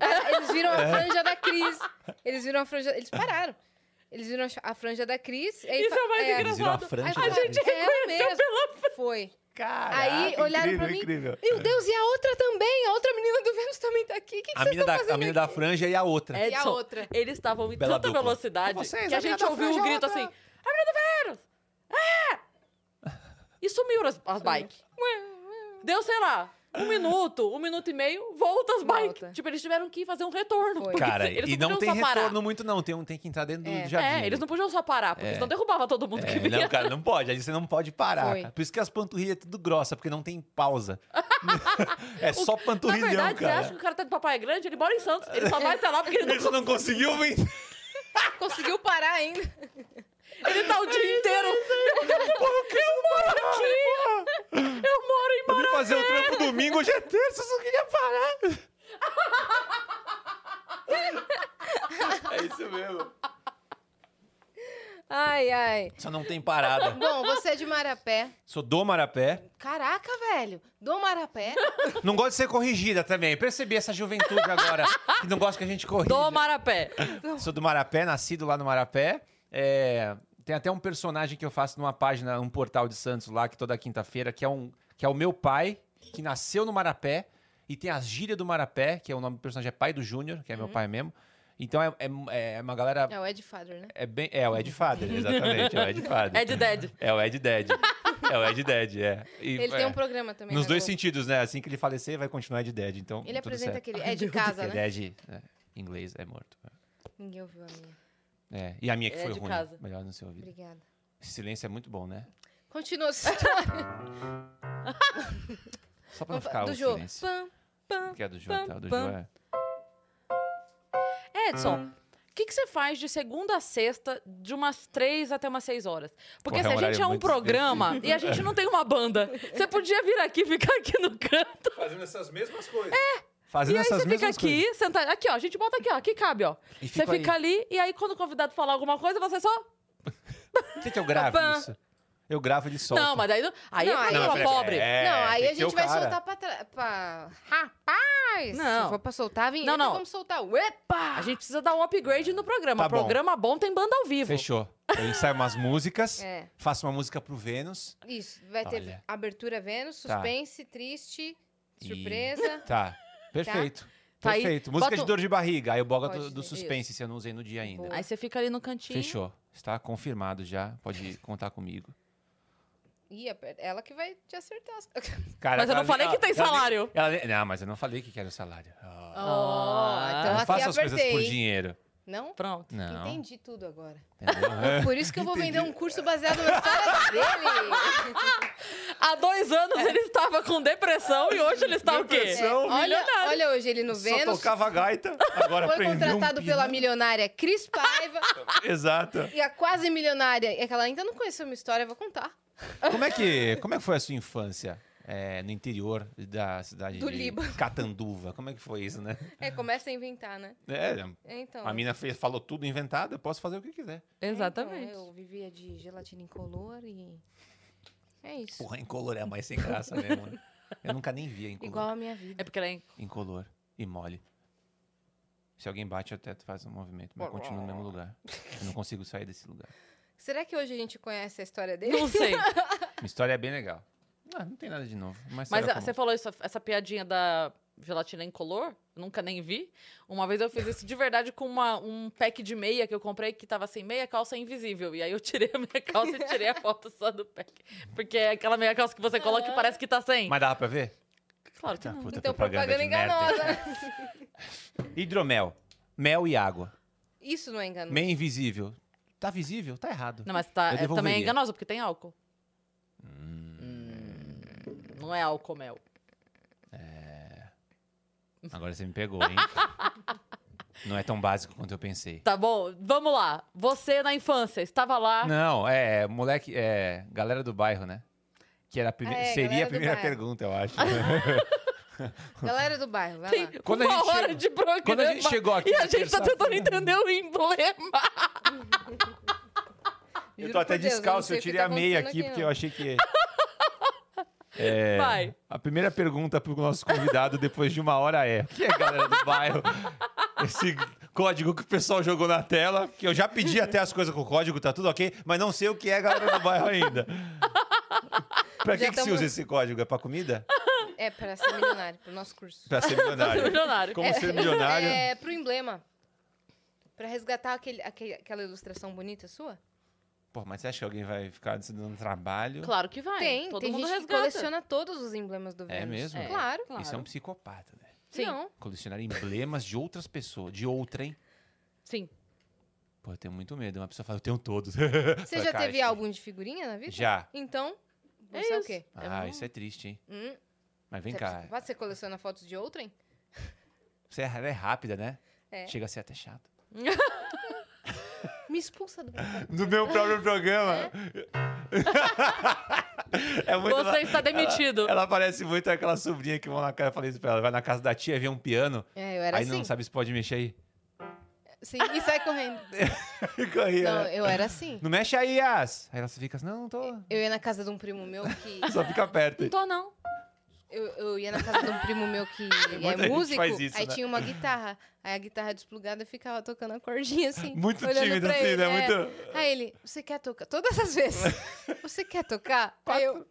Speaker 3: Aí-
Speaker 2: Eles viram
Speaker 3: [laughs] É.
Speaker 2: a franja da Cris. Eles viram a franja. Eles pararam. Eles viram a cha- a franja da Cris. aí
Speaker 1: Isso
Speaker 2: fa-
Speaker 1: é mais
Speaker 3: Eles viram a
Speaker 1: engraçado.
Speaker 3: franja.
Speaker 2: Aí
Speaker 3: da-
Speaker 2: falaram, é mesmo. Foi.
Speaker 3: Caraca,
Speaker 2: aí olharam
Speaker 3: incrível,
Speaker 2: pra mim.
Speaker 3: incrível. É.
Speaker 2: Meu Deus, e a outra também? A outra menina do Vênus também tá aqui. O que, que
Speaker 3: A
Speaker 2: vocês
Speaker 3: menina
Speaker 2: estão
Speaker 3: da, a
Speaker 2: fazendo?
Speaker 3: menina da franja e a outra.
Speaker 1: Edson,
Speaker 2: E a outra?
Speaker 1: Eles estavam em
Speaker 3: Bela
Speaker 1: tanta
Speaker 3: dupla.
Speaker 1: velocidade
Speaker 3: Vocês,
Speaker 1: que a
Speaker 3: a menina
Speaker 1: gente
Speaker 3: da
Speaker 1: ouviu
Speaker 3: franja,
Speaker 1: um
Speaker 3: a
Speaker 1: grito
Speaker 3: outra.
Speaker 1: assim, a menina do Vênus! É! E sumiu as, as bikes. Deu, sei lá, um minuto, um minuto e meio, volta as
Speaker 2: Volta.
Speaker 1: bikes. Tipo, eles tiveram que fazer um retorno.
Speaker 2: Foi.
Speaker 1: porque
Speaker 3: Cara,
Speaker 1: se- eles
Speaker 3: e não
Speaker 1: podiam só
Speaker 3: tem
Speaker 1: parar.
Speaker 3: retorno muito, não. Tem, um- tem que entrar dentro
Speaker 2: É.
Speaker 3: do jardim.
Speaker 1: É, eles não podiam só parar, porque
Speaker 3: É.
Speaker 1: senão derrubava todo mundo que
Speaker 3: É,
Speaker 1: vinha.
Speaker 3: não, cara, não pode. Aí você não pode parar.
Speaker 2: Foi.
Speaker 3: cara. Por isso que as panturrilhas é tudo grossa, porque não tem
Speaker 1: [laughs]
Speaker 3: pausa. é só
Speaker 1: Na
Speaker 3: panturrilhão,
Speaker 1: verdade, você
Speaker 3: cara.
Speaker 1: acha que o cara tá de papai grande? Ele mora em Santos. Ele só vai até lá
Speaker 3: [laughs]
Speaker 1: porque ele,
Speaker 3: Ele só não conseguiu vir.
Speaker 2: Conseguiu parar ainda.
Speaker 1: ele tá o
Speaker 3: É
Speaker 1: dia inteiro. Eu moro em
Speaker 3: Eu vim fazer o trampo domingo, hoje é terça, eu só queria parar. é isso mesmo.
Speaker 2: Ai, ai.
Speaker 3: Só não tem parada.
Speaker 2: Bom, você é de Marapé.
Speaker 3: Sou do Marapé.
Speaker 2: Caraca, velho. Do Marapé.
Speaker 3: Não gosto de ser corrigida também. Percebi essa juventude agora que não gosta que a gente corrija.
Speaker 1: do Marapé.
Speaker 3: Sou do Marapé, nascido lá no Marapé. É, tem até um personagem que eu faço numa página, um portal de Santos lá, que toda quinta-feira, que é um que é o meu pai, que nasceu no Marapé, e tem as gírias do Marapé, que é o nome do personagem, é pai do Júnior, que é meu pai mesmo. Então é, é- é uma galera.
Speaker 2: Uhum. É o Ed Father, né?
Speaker 3: É, bem, é o Ed Fader, exatamente. É o Ed Fader.
Speaker 1: É de dead.
Speaker 3: É o Ed Dead. É o Ed Dead, é. E,
Speaker 2: Ele
Speaker 3: é,
Speaker 2: tem um programa também.
Speaker 3: Nos
Speaker 2: na
Speaker 3: dois
Speaker 2: Globo.
Speaker 3: sentidos, né? Assim que ele falecer, vai continuar Ed Dead. Então,
Speaker 2: Ele
Speaker 3: tudo
Speaker 2: apresenta
Speaker 3: certo. [laughs]
Speaker 2: aquele
Speaker 1: Ai,
Speaker 2: é de
Speaker 1: meu Deus,
Speaker 2: casa,
Speaker 3: Porque
Speaker 2: né?
Speaker 3: Dead, é, em inglês, é morto.
Speaker 2: Ninguém ouviu a minha.
Speaker 3: É. E a minha que
Speaker 1: É
Speaker 3: foi
Speaker 1: de
Speaker 3: ruim.
Speaker 1: casa.
Speaker 3: Melhor não ser ouvido.
Speaker 2: Obrigada.
Speaker 3: Esse silêncio é muito bom, né?
Speaker 2: Continua essa história
Speaker 3: Só pra não ficar
Speaker 2: do
Speaker 3: o
Speaker 2: jogo.
Speaker 3: silêncio. Que é do Jô,
Speaker 1: pam,
Speaker 3: tá? O do
Speaker 1: pam.
Speaker 3: Jô é... Ah.
Speaker 1: Edson, o que, que você faz de segunda a sexta, de umas três até umas seis horas? Porque
Speaker 3: Porra, é um
Speaker 1: se a gente
Speaker 3: horário
Speaker 1: é um
Speaker 3: muito [laughs]
Speaker 1: programa e a gente não tem uma banda, você podia vir aqui e ficar aqui no canto.
Speaker 4: Fazendo essas mesmas coisas.
Speaker 1: É.
Speaker 3: Fazendo
Speaker 1: e aí
Speaker 3: essas
Speaker 1: você fica
Speaker 3: mesmas coisas.
Speaker 1: aqui, senta. Aqui, ó, a gente bota aqui, ó, aqui cabe, ó.
Speaker 3: E
Speaker 1: Você
Speaker 3: fico
Speaker 1: fica
Speaker 3: aí.
Speaker 1: ali e aí quando o convidado falar alguma coisa, você só.
Speaker 3: Por que, que eu gravo
Speaker 1: Pam.
Speaker 3: isso? Eu gravo e ele solta.
Speaker 1: Não, mas daí. não- Aí
Speaker 2: Não,
Speaker 1: é
Speaker 2: aí-
Speaker 1: programa
Speaker 3: pera-
Speaker 1: pobre.
Speaker 3: é,
Speaker 2: não, aí
Speaker 3: tem
Speaker 2: a
Speaker 3: que ter o
Speaker 2: gente vai
Speaker 3: cara.
Speaker 2: soltar pra, tra- pra... Rapaz!
Speaker 1: Não.
Speaker 2: Se for pra soltar, vem.
Speaker 1: Não,
Speaker 2: Então
Speaker 1: não.
Speaker 2: Vamos soltar o... Epa!
Speaker 1: A gente precisa dar um upgrade no programa.
Speaker 3: Tá bom.
Speaker 1: programa bom tem banda ao vivo.
Speaker 3: Fechou. Eu ensaio umas músicas,
Speaker 2: É.
Speaker 3: faço uma música pro Vênus.
Speaker 2: Isso, vai ter
Speaker 3: Olha.
Speaker 2: abertura Vênus,
Speaker 3: Tá.
Speaker 2: suspense, triste,
Speaker 3: E-
Speaker 2: surpresa.
Speaker 3: Tá. Perfeito.
Speaker 1: Tá aí,
Speaker 3: Perfeito. música
Speaker 1: bota
Speaker 3: de
Speaker 1: um-
Speaker 3: dor de barriga. Aí eu boga
Speaker 2: Pode
Speaker 3: do, do
Speaker 2: ser,
Speaker 3: suspense, se eu não usei no dia ainda.
Speaker 2: Boa.
Speaker 1: Aí você fica ali no cantinho.
Speaker 3: Fechou. Está confirmado já. Pode contar comigo.
Speaker 2: Ih, aper- ela que vai
Speaker 1: [laughs]
Speaker 2: te acertar. as-
Speaker 3: Cara, tá
Speaker 1: Mas eu não
Speaker 3: ela-
Speaker 1: falei que
Speaker 3: ela-
Speaker 1: tem
Speaker 3: ela-
Speaker 1: salário.
Speaker 3: ela- não, mas eu não falei que quero salário. Ah,
Speaker 1: Ah,
Speaker 2: então
Speaker 3: não
Speaker 2: aqui
Speaker 3: faço as coisas
Speaker 2: apertei.
Speaker 3: por
Speaker 2: hein?
Speaker 3: dinheiro.
Speaker 2: Não?
Speaker 1: Pronto.
Speaker 3: Não.
Speaker 2: Entendi tudo agora.
Speaker 3: entendeu?
Speaker 2: [laughs] Por isso que eu vou vender um curso baseado na história
Speaker 3: [laughs]
Speaker 2: dele.
Speaker 1: Há dois anos ele estava com depressão e hoje ele
Speaker 3: [laughs]
Speaker 1: está o quê?
Speaker 2: É, olha, olha hoje ele no
Speaker 3: um Só
Speaker 2: Vênus. [laughs]
Speaker 3: tocava gaita, agora
Speaker 2: Foi
Speaker 3: aprendeu um
Speaker 2: contratado pela
Speaker 3: piano.
Speaker 2: milionária Cris Paiva
Speaker 3: Exato.
Speaker 2: e a quase milionária. É que ela ainda não conheceu uma história, eu vou contar.
Speaker 3: Como é que, como é que foi a sua infância é, no interior da cidade
Speaker 2: Do
Speaker 3: de
Speaker 2: Líbano.
Speaker 3: Catanduva? Como é que foi isso, né?
Speaker 2: É, começa a inventar, né?
Speaker 3: É,
Speaker 2: É, Então.
Speaker 3: a mina fez, falou tudo inventado, eu posso fazer o que quiser.
Speaker 2: é, então,
Speaker 1: Exatamente.
Speaker 2: eu vivia de gelatina incolor e. É isso.
Speaker 3: Porra, né? incolor é a mais sem graça mesmo. né? Eu nunca nem via incolor.
Speaker 2: Igual a minha
Speaker 1: É
Speaker 2: vida.
Speaker 1: porque ela é...
Speaker 3: Incolor e mole. Se alguém bate, eu até faz um movimento, mas eu continuo no mesmo lugar. Eu não consigo sair desse lugar.
Speaker 2: Será que hoje a gente conhece a história dele?
Speaker 1: Não [laughs] sei.
Speaker 3: Uma história é bem legal. Ah, não tem nada de novo. Mas,
Speaker 1: Mas a- você falou isso- essa piadinha da gelatina incolor? Nunca nem vi. Uma vez eu fiz isso de verdade com uma- um pack de meia que eu comprei que tava sem meia calça invisível. E aí eu tirei a minha calça e tirei a foto só do pack. Porque é aquela meia calça que você coloca e parece que tá sem.
Speaker 3: mas dava pra ver? Tá,
Speaker 1: claro que não.
Speaker 3: Puta
Speaker 2: Então, propaganda
Speaker 3: de merda, hein?
Speaker 2: enganosa.
Speaker 3: Hidromel. Mel e água.
Speaker 2: Isso não é engano.
Speaker 3: Meio invisível. Tá visível? Tá errado.
Speaker 1: Não, mas tá,
Speaker 3: Eu
Speaker 1: é, também
Speaker 3: devolveria.
Speaker 1: é enganoso, porque tem álcool.
Speaker 3: Hum.
Speaker 1: Não é álcool mel.
Speaker 3: Agora você me pegou,
Speaker 1: [laughs]
Speaker 3: hein? não é tão básico quanto eu pensei.
Speaker 1: Tá bom, vamos lá. Você na infância estava lá.
Speaker 3: Não, é, moleque, é, galera do bairro, né? Que era a prime-
Speaker 2: Ah, é,
Speaker 3: seria
Speaker 2: galera
Speaker 3: a
Speaker 2: do
Speaker 3: primeira
Speaker 2: bairro.
Speaker 3: pergunta, eu
Speaker 1: [laughs]
Speaker 3: acho.
Speaker 2: Galera do bairro, vai
Speaker 1: Tem
Speaker 2: lá.
Speaker 3: Quando a
Speaker 1: uma
Speaker 3: gente
Speaker 1: hora
Speaker 3: chegou-
Speaker 1: de programa.
Speaker 3: Quando a gente chegou aqui né?
Speaker 1: E a
Speaker 3: na
Speaker 1: gente tá
Speaker 3: terça-feira-
Speaker 1: tentando entender o emblema.
Speaker 3: eu
Speaker 2: Juro
Speaker 3: tô
Speaker 2: por
Speaker 3: até
Speaker 2: Deus, eu não
Speaker 3: descalço,
Speaker 2: sei
Speaker 3: eu
Speaker 2: o que
Speaker 3: tirei
Speaker 2: tá
Speaker 3: a meia
Speaker 2: acontecendo
Speaker 3: aqui porque eu
Speaker 2: ó. [laughs]
Speaker 3: achei que. É,
Speaker 1: Vai.
Speaker 3: A primeira pergunta pro nosso convidado depois de uma hora é: o que é galera do bairro? [laughs] Esse código que o pessoal jogou na tela, que eu já pedi até as coisas com o código, tá tudo ok, mas não sei o que é galera do bairro ainda.
Speaker 2: [laughs]
Speaker 3: Pra que,
Speaker 2: Já
Speaker 3: que se
Speaker 2: tamo-
Speaker 3: usa esse código? É pra comida?
Speaker 2: É, para ser milionário, pro nosso
Speaker 3: [laughs]
Speaker 2: curso. [laughs]
Speaker 3: Pra ser milionário.
Speaker 1: [laughs] Milionário.
Speaker 3: Como assim? ser milionário?
Speaker 2: É, pro emblema. Pra resgatar aquele, aquele- aquela ilustração bonita sua?
Speaker 3: Pô, mas você acha que alguém vai ficar se dando um trabalho?
Speaker 1: Claro que vai.
Speaker 2: tem,
Speaker 1: Todo
Speaker 2: tem
Speaker 1: mundo
Speaker 2: gente
Speaker 1: resgata.
Speaker 2: que coleciona todos os emblemas do Vênus.
Speaker 3: mesmo? É.
Speaker 2: Claro.
Speaker 1: Claro.
Speaker 3: Isso é um psicopata, né?
Speaker 1: Sim.
Speaker 2: Não.
Speaker 3: Colecionar emblemas de outras pessoas, de outra, hein?
Speaker 1: Sim.
Speaker 3: Pô, eu tenho muito medo. Uma pessoa fala, eu tenho todos.
Speaker 2: [laughs] Você já teve álbum de figurinha na vida?
Speaker 3: Já.
Speaker 2: Então,
Speaker 1: É
Speaker 2: você é, o
Speaker 1: isso.
Speaker 2: quê?
Speaker 3: Ah,
Speaker 1: bom.
Speaker 3: isso é triste, hein?
Speaker 2: Hum,
Speaker 3: Mas vem
Speaker 2: você é
Speaker 3: cá,
Speaker 2: psicopata? Você coleciona fotos de outrem?
Speaker 3: você é, ela é rápida, né?
Speaker 2: É.
Speaker 3: Chega a ser até chato.
Speaker 2: Me expulsa do programa.
Speaker 3: [laughs] No meu próprio programa. [laughs] É, muito
Speaker 1: Você está demitido.
Speaker 3: Ela, ela parece muito aquela sobrinha que vão na casa, eu falei isso pra ela, vai na casa da tia, vê um piano,
Speaker 2: É, eu era
Speaker 3: aí
Speaker 2: assim.
Speaker 3: não sabe se pode mexer aí.
Speaker 2: Sim, e sai
Speaker 3: [laughs]
Speaker 2: correndo.
Speaker 3: E corria,
Speaker 2: não,
Speaker 3: né?
Speaker 2: eu era assim.
Speaker 3: Não mexe aí, As! Aí ela fica assim, não, não tô.
Speaker 2: Eu ia na casa de um primo meu [laughs] que...
Speaker 3: Só fica perto.
Speaker 1: Não tô, Então, não.
Speaker 2: Eu, eu ia na casa de um primo meu
Speaker 3: [laughs]
Speaker 2: que é
Speaker 3: Muita gente
Speaker 2: músico,
Speaker 3: faz isso,
Speaker 2: aí
Speaker 3: né?
Speaker 2: tinha uma guitarra. Aí a guitarra desplugada ficava tocando a cordinha assim.
Speaker 3: [laughs] Muito
Speaker 2: olhando
Speaker 3: tímido,
Speaker 2: pra
Speaker 3: assim,
Speaker 2: ele,
Speaker 3: né?
Speaker 2: é.
Speaker 3: Muito. [laughs]
Speaker 2: Aí ele, você quer tocar? Todas as vezes. Você quer tocar? Aí eu,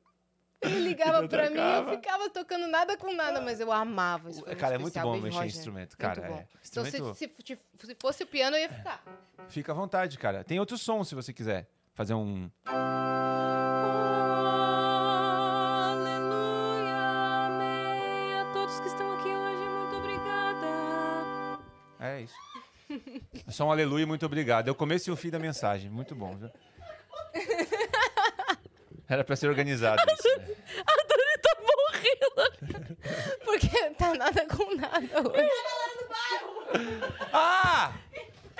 Speaker 2: Ele ligava
Speaker 3: Então
Speaker 2: pra mim, eu
Speaker 3: tocava.
Speaker 2: ficava tocando nada com nada, mas eu amava isso.
Speaker 3: Cara, é muito bom mexer em instrumento, cara. é.
Speaker 2: Então, se,
Speaker 3: Instrumento,
Speaker 2: se- se- se fosse o piano, eu ia ficar. [laughs]
Speaker 3: fica à vontade, cara. Tem outro som, se você quiser. Fazer um...
Speaker 1: Aleluia, amém. A todos que estão aqui hoje, muito obrigada.
Speaker 3: É isso. Só um aleluia e muito obrigado. É o começo e o fim da mensagem. Muito bom, viu? Era pra ser organizado isso, né?
Speaker 1: A Dani tá morrendo.
Speaker 2: Porque tá nada com nada hoje.
Speaker 3: Ah!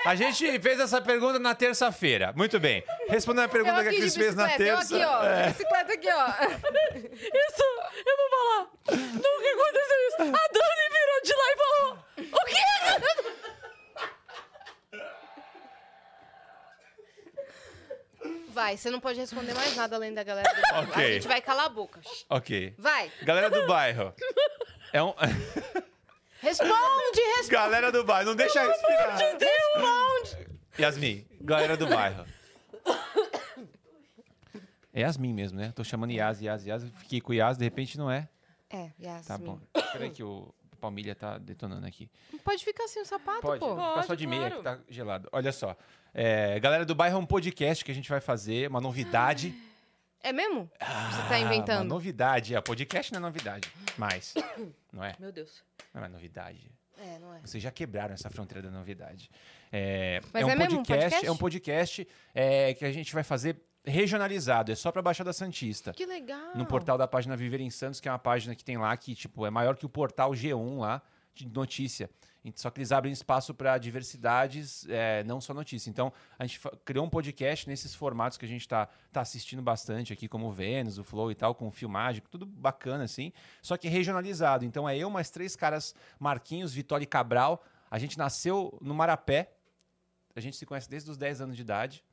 Speaker 3: A gente fez essa pergunta na terça-feira. Muito bem. Respondendo a
Speaker 2: Eu
Speaker 3: pergunta é que a
Speaker 2: aqui de
Speaker 3: Cris fez na
Speaker 2: bicicleta, eu
Speaker 3: terça. É.
Speaker 2: aqui, ó. de Bicicleta aqui, ó.
Speaker 1: Isso, eu vou falar. Nunca aconteceu isso. A Dani virou de lá e falou: O quê?
Speaker 2: Vai, você não pode responder mais nada além da galera
Speaker 3: [laughs]
Speaker 2: do bairro.
Speaker 3: Ok.
Speaker 2: A gente vai calar a boca.
Speaker 3: Ok.
Speaker 2: Vai,
Speaker 3: Galera do bairro. É um...
Speaker 2: responde,
Speaker 3: [laughs]
Speaker 2: responde.
Speaker 3: Galera do bairro, não deixa respirar.
Speaker 2: um Responde!
Speaker 3: Yasmin, galera do bairro. É Yasmin mesmo, né? Tô chamando Yas, Yas, Yas. Fiquei com Yas, de repente não é.
Speaker 2: É, Yasmin.
Speaker 3: Tá bom. Peraí que o Palmilha tá detonando aqui.
Speaker 2: Pode ficar sem o sapato,
Speaker 3: Pode,
Speaker 2: pô.
Speaker 3: ficar só
Speaker 1: Pode,
Speaker 3: de meia
Speaker 1: claro.
Speaker 3: que tá gelado. Olha só. É, galera do bairro é um podcast que a gente vai fazer, uma novidade.
Speaker 2: É mesmo? Você tá
Speaker 3: Ah, Uma
Speaker 2: inventando?
Speaker 3: novidade. É, podcast não é novidade. Mas. Não é?
Speaker 1: Meu Deus.
Speaker 3: Não é novidade.
Speaker 2: É, não é.
Speaker 3: Vocês já quebraram essa fronteira da novidade. É,
Speaker 2: Mas
Speaker 3: é um
Speaker 2: é mesmo um
Speaker 3: podcast,
Speaker 2: podcast?
Speaker 3: é um podcast é, que a gente vai fazer regionalizado, é só pra Baixada Santista.
Speaker 2: Que legal.
Speaker 3: No portal da página Viver em Santos, que é uma página que tem lá que, tipo, é maior que o portal G1 lá de notícia. E- Só que eles abrem espaço pra diversidades, é, não só notícia. Então, a gente fa- criou um podcast nesses formatos que a gente tá, tá assistindo bastante aqui, como o Vênus, o Flow e tal, com filmagem, tudo bacana, assim. Só que regionalizado. Então, é eu mais três caras, Marquinhos, Vitória e Cabral. A gente nasceu no Marapé. A gente se conhece desde os 10 anos de idade.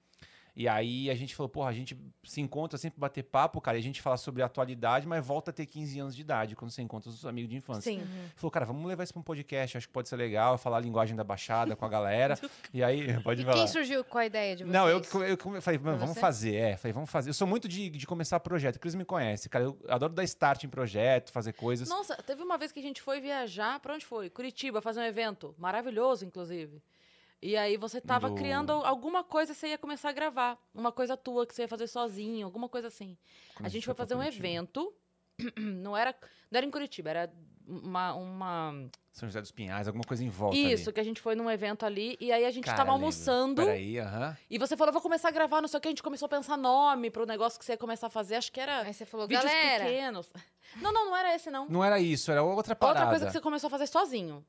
Speaker 3: E aí a gente falou, porra, a gente se encontra sempre pra bater papo, cara, e a gente fala sobre a atualidade, mas volta a ter 15 anos de idade quando você encontra os seus amigos de infância.
Speaker 1: Sim.
Speaker 3: Falou, cara, vamos levar isso pra um podcast, acho que pode ser legal, falar a linguagem da baixada com
Speaker 1: [laughs]
Speaker 3: a galera. e aí, [laughs] pode
Speaker 2: E
Speaker 3: falar.
Speaker 2: quem surgiu com a ideia de vocês?
Speaker 3: Não, eu, que come- eu come- falei, mano,
Speaker 2: Foi
Speaker 3: vamos
Speaker 2: você?
Speaker 3: fazer, é, falei, vamos fazer. Eu sou muito de, de começar projeto, Cris me conhece, cara, eu adoro dar start em projeto, fazer coisas.
Speaker 1: Nossa, teve uma vez que a gente foi viajar, pra onde foi? Curitiba, fazer um evento. Maravilhoso, inclusive. E aí você tava
Speaker 3: Do-
Speaker 1: criando alguma coisa, você ia começar a gravar. Uma coisa tua que você ia fazer sozinho, alguma coisa assim.
Speaker 3: Quando
Speaker 1: a gente foi
Speaker 3: pra
Speaker 1: fazer um
Speaker 3: Curitiba.
Speaker 1: evento. [clears throat] Não era, não era em Curitiba, era uma. uma...
Speaker 3: São José dos Pinhais, alguma coisa em volta
Speaker 1: Isso,
Speaker 3: ali.
Speaker 1: que a gente foi num evento ali. E aí a gente
Speaker 3: Cara,
Speaker 1: tava
Speaker 3: lembro.
Speaker 1: almoçando.
Speaker 3: Peraí, aham.
Speaker 1: E você falou, vou começar a gravar, não sei o que. A gente começou a pensar nome pro negócio que você ia começar a fazer. Acho que era
Speaker 2: Aí você falou,
Speaker 1: vídeos
Speaker 2: galera.
Speaker 1: pequenos. [laughs] Não, não, não era esse, não.
Speaker 3: Não era isso, era outra parada.
Speaker 1: Outra coisa que você começou a fazer sozinho.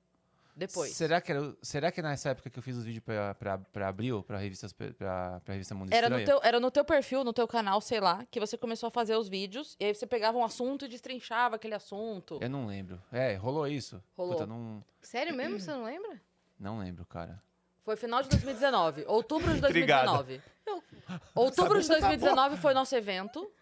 Speaker 1: Depois.
Speaker 3: Será que, era, o- será que nessa época que eu fiz os vídeos pra, pra, pra Abril, pra, revistas, pra, pra revista Mundo
Speaker 1: Era no,
Speaker 3: Estranho?
Speaker 1: teu, era no teu perfil, no teu canal, sei lá, que você começou a fazer os vídeos. E aí você pegava um assunto e destrinchava aquele assunto.
Speaker 3: Eu não lembro. É, rolou isso.
Speaker 1: Rolou.
Speaker 3: Puta, não,
Speaker 2: Sério mesmo? Você não lembra?
Speaker 3: não lembro, cara.
Speaker 1: Foi final de 2019. Outubro
Speaker 3: [laughs]
Speaker 1: de
Speaker 3: Obrigada.
Speaker 1: 2019. Outubro de 2019 foi nosso evento.
Speaker 2: tá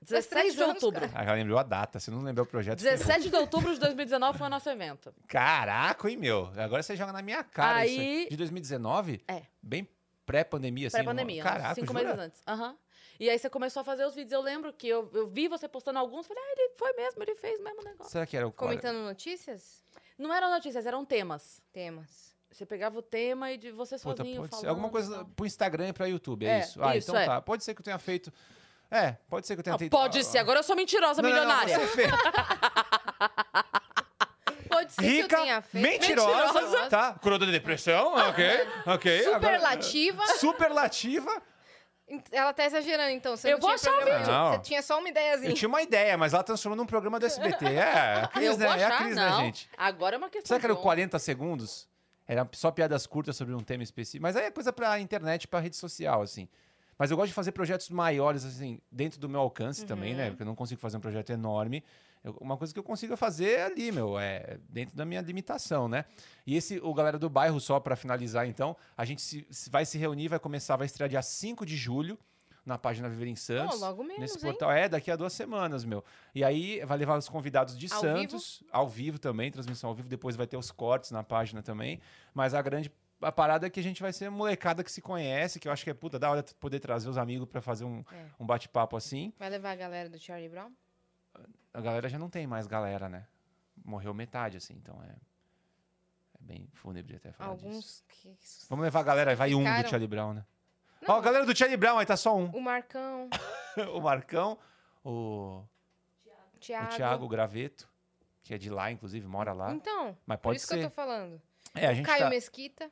Speaker 2: Faz
Speaker 1: 17
Speaker 2: três
Speaker 1: de
Speaker 2: anos,
Speaker 1: outubro.
Speaker 3: Ah, ela lembrou a data. Se não lembrar o projeto... ferrou.
Speaker 1: 17 de outubro de 2019 foi nosso evento.
Speaker 3: Caraca, hein, meu? Agora você joga na minha cara isso
Speaker 1: Aí-
Speaker 3: aí. De 2019?
Speaker 1: É.
Speaker 3: Bem pré-pandemia, assim.
Speaker 1: Pré-pandemia,
Speaker 3: um-
Speaker 1: uns
Speaker 3: Caraca,
Speaker 1: cinco
Speaker 3: jura?
Speaker 1: meses antes. Aham. E aí você começou a fazer os vídeos. Eu lembro que eu, eu vi você postando alguns, falei, ah, ele foi mesmo, ele fez mesmo o negócio.
Speaker 3: Será que era o quadro?
Speaker 2: Comentando notícias?
Speaker 1: Não eram notícias, eram temas.
Speaker 2: Temas.
Speaker 1: Você pegava o tema e de você
Speaker 3: Puta,
Speaker 1: sozinho
Speaker 3: pode ser.
Speaker 1: falando.
Speaker 3: Alguma
Speaker 1: e
Speaker 3: coisa
Speaker 1: tal.
Speaker 3: pro Instagram e pra YouTube, é,
Speaker 1: É,
Speaker 3: isso? Ah,
Speaker 1: isso,
Speaker 3: então
Speaker 1: é.
Speaker 3: tá. Pode ser que eu tenha feito... É, pode ser que eu tenha
Speaker 1: Não,
Speaker 3: feito...
Speaker 1: Ah, pode ser, agora eu sou mentirosa,
Speaker 3: Não, não, não,
Speaker 1: milionária.
Speaker 3: você é fez.
Speaker 1: [laughs]
Speaker 2: Pode ser que
Speaker 3: rica,
Speaker 2: eu tenha feito.
Speaker 3: mentirosa, tá? Curou da depressão, é ok,
Speaker 1: [laughs]
Speaker 3: ok. agora-
Speaker 2: Superlativa.
Speaker 3: Superlativa.
Speaker 2: Ela tá exagerando, então. Você
Speaker 1: Eu
Speaker 2: não
Speaker 1: vou
Speaker 2: tinha
Speaker 1: achar o
Speaker 2: programa
Speaker 3: vídeo.
Speaker 2: nenhum.
Speaker 3: Não.
Speaker 2: Você tinha só uma
Speaker 3: Eu
Speaker 2: ideiazinha.
Speaker 3: tinha uma ideia, mas ela transformou num programa do SBT. É, a Cris,
Speaker 1: eu
Speaker 3: né?
Speaker 1: vou achar,
Speaker 3: é a Cris,
Speaker 1: não.
Speaker 3: né, gente?
Speaker 1: Agora é uma questão
Speaker 3: Será que era o
Speaker 1: de
Speaker 3: 40 segundos? Era só piadas curtas sobre um tema específico. Mas aí é coisa pra internet, pra rede social, assim. Mas eu gosto de fazer projetos maiores, assim, dentro do meu alcance também,
Speaker 2: Uhum.
Speaker 3: né? Porque eu não consigo fazer um projeto enorme. Eu- uma coisa que eu consigo fazer ali, meu, é dentro da minha limitação, né? E esse, o galera do bairro, só pra finalizar, então, a gente se- se- vai se reunir, vai começar, vai estrear dia 5 de julho na página Viver em
Speaker 2: Pô,
Speaker 3: Santos.
Speaker 2: logo menos,
Speaker 3: Nesse
Speaker 2: hein?
Speaker 3: portal. É, daqui a duas semanas, meu. E aí vai levar os convidados de
Speaker 2: Ao
Speaker 3: Santos, ao vivo também, transmissão ao vivo. Depois vai ter os cortes na página também. Mas a grande a parada é que a gente vai ser molecada que se conhece, que eu acho que é puta da hora poder trazer os amigos pra fazer um,
Speaker 2: É.
Speaker 3: um bate-papo assim.
Speaker 2: Vai levar a galera do Charlie Brown?
Speaker 3: A galera já não tem mais galera, né? Morreu metade, assim, então é. É bem fúnebre até falar disso.
Speaker 2: Alguns que...
Speaker 3: Vamos levar a galera, vai um do
Speaker 2: Ficaram.
Speaker 3: Charlie Brown, né?
Speaker 2: Não.
Speaker 3: Ó, a galera do Charlie Brown, aí tá só um. [laughs]
Speaker 2: O Marcão,
Speaker 3: o Marcão, o,
Speaker 2: o
Speaker 3: o
Speaker 2: Thiago.
Speaker 3: Thiago Graveto, que é de lá, inclusive, mora lá.
Speaker 2: Então,
Speaker 3: Mas
Speaker 2: por
Speaker 3: pode
Speaker 2: isso que eu
Speaker 3: ser.
Speaker 2: tô falando.
Speaker 3: É, a gente
Speaker 2: Caio
Speaker 3: tá...
Speaker 2: Mesquita.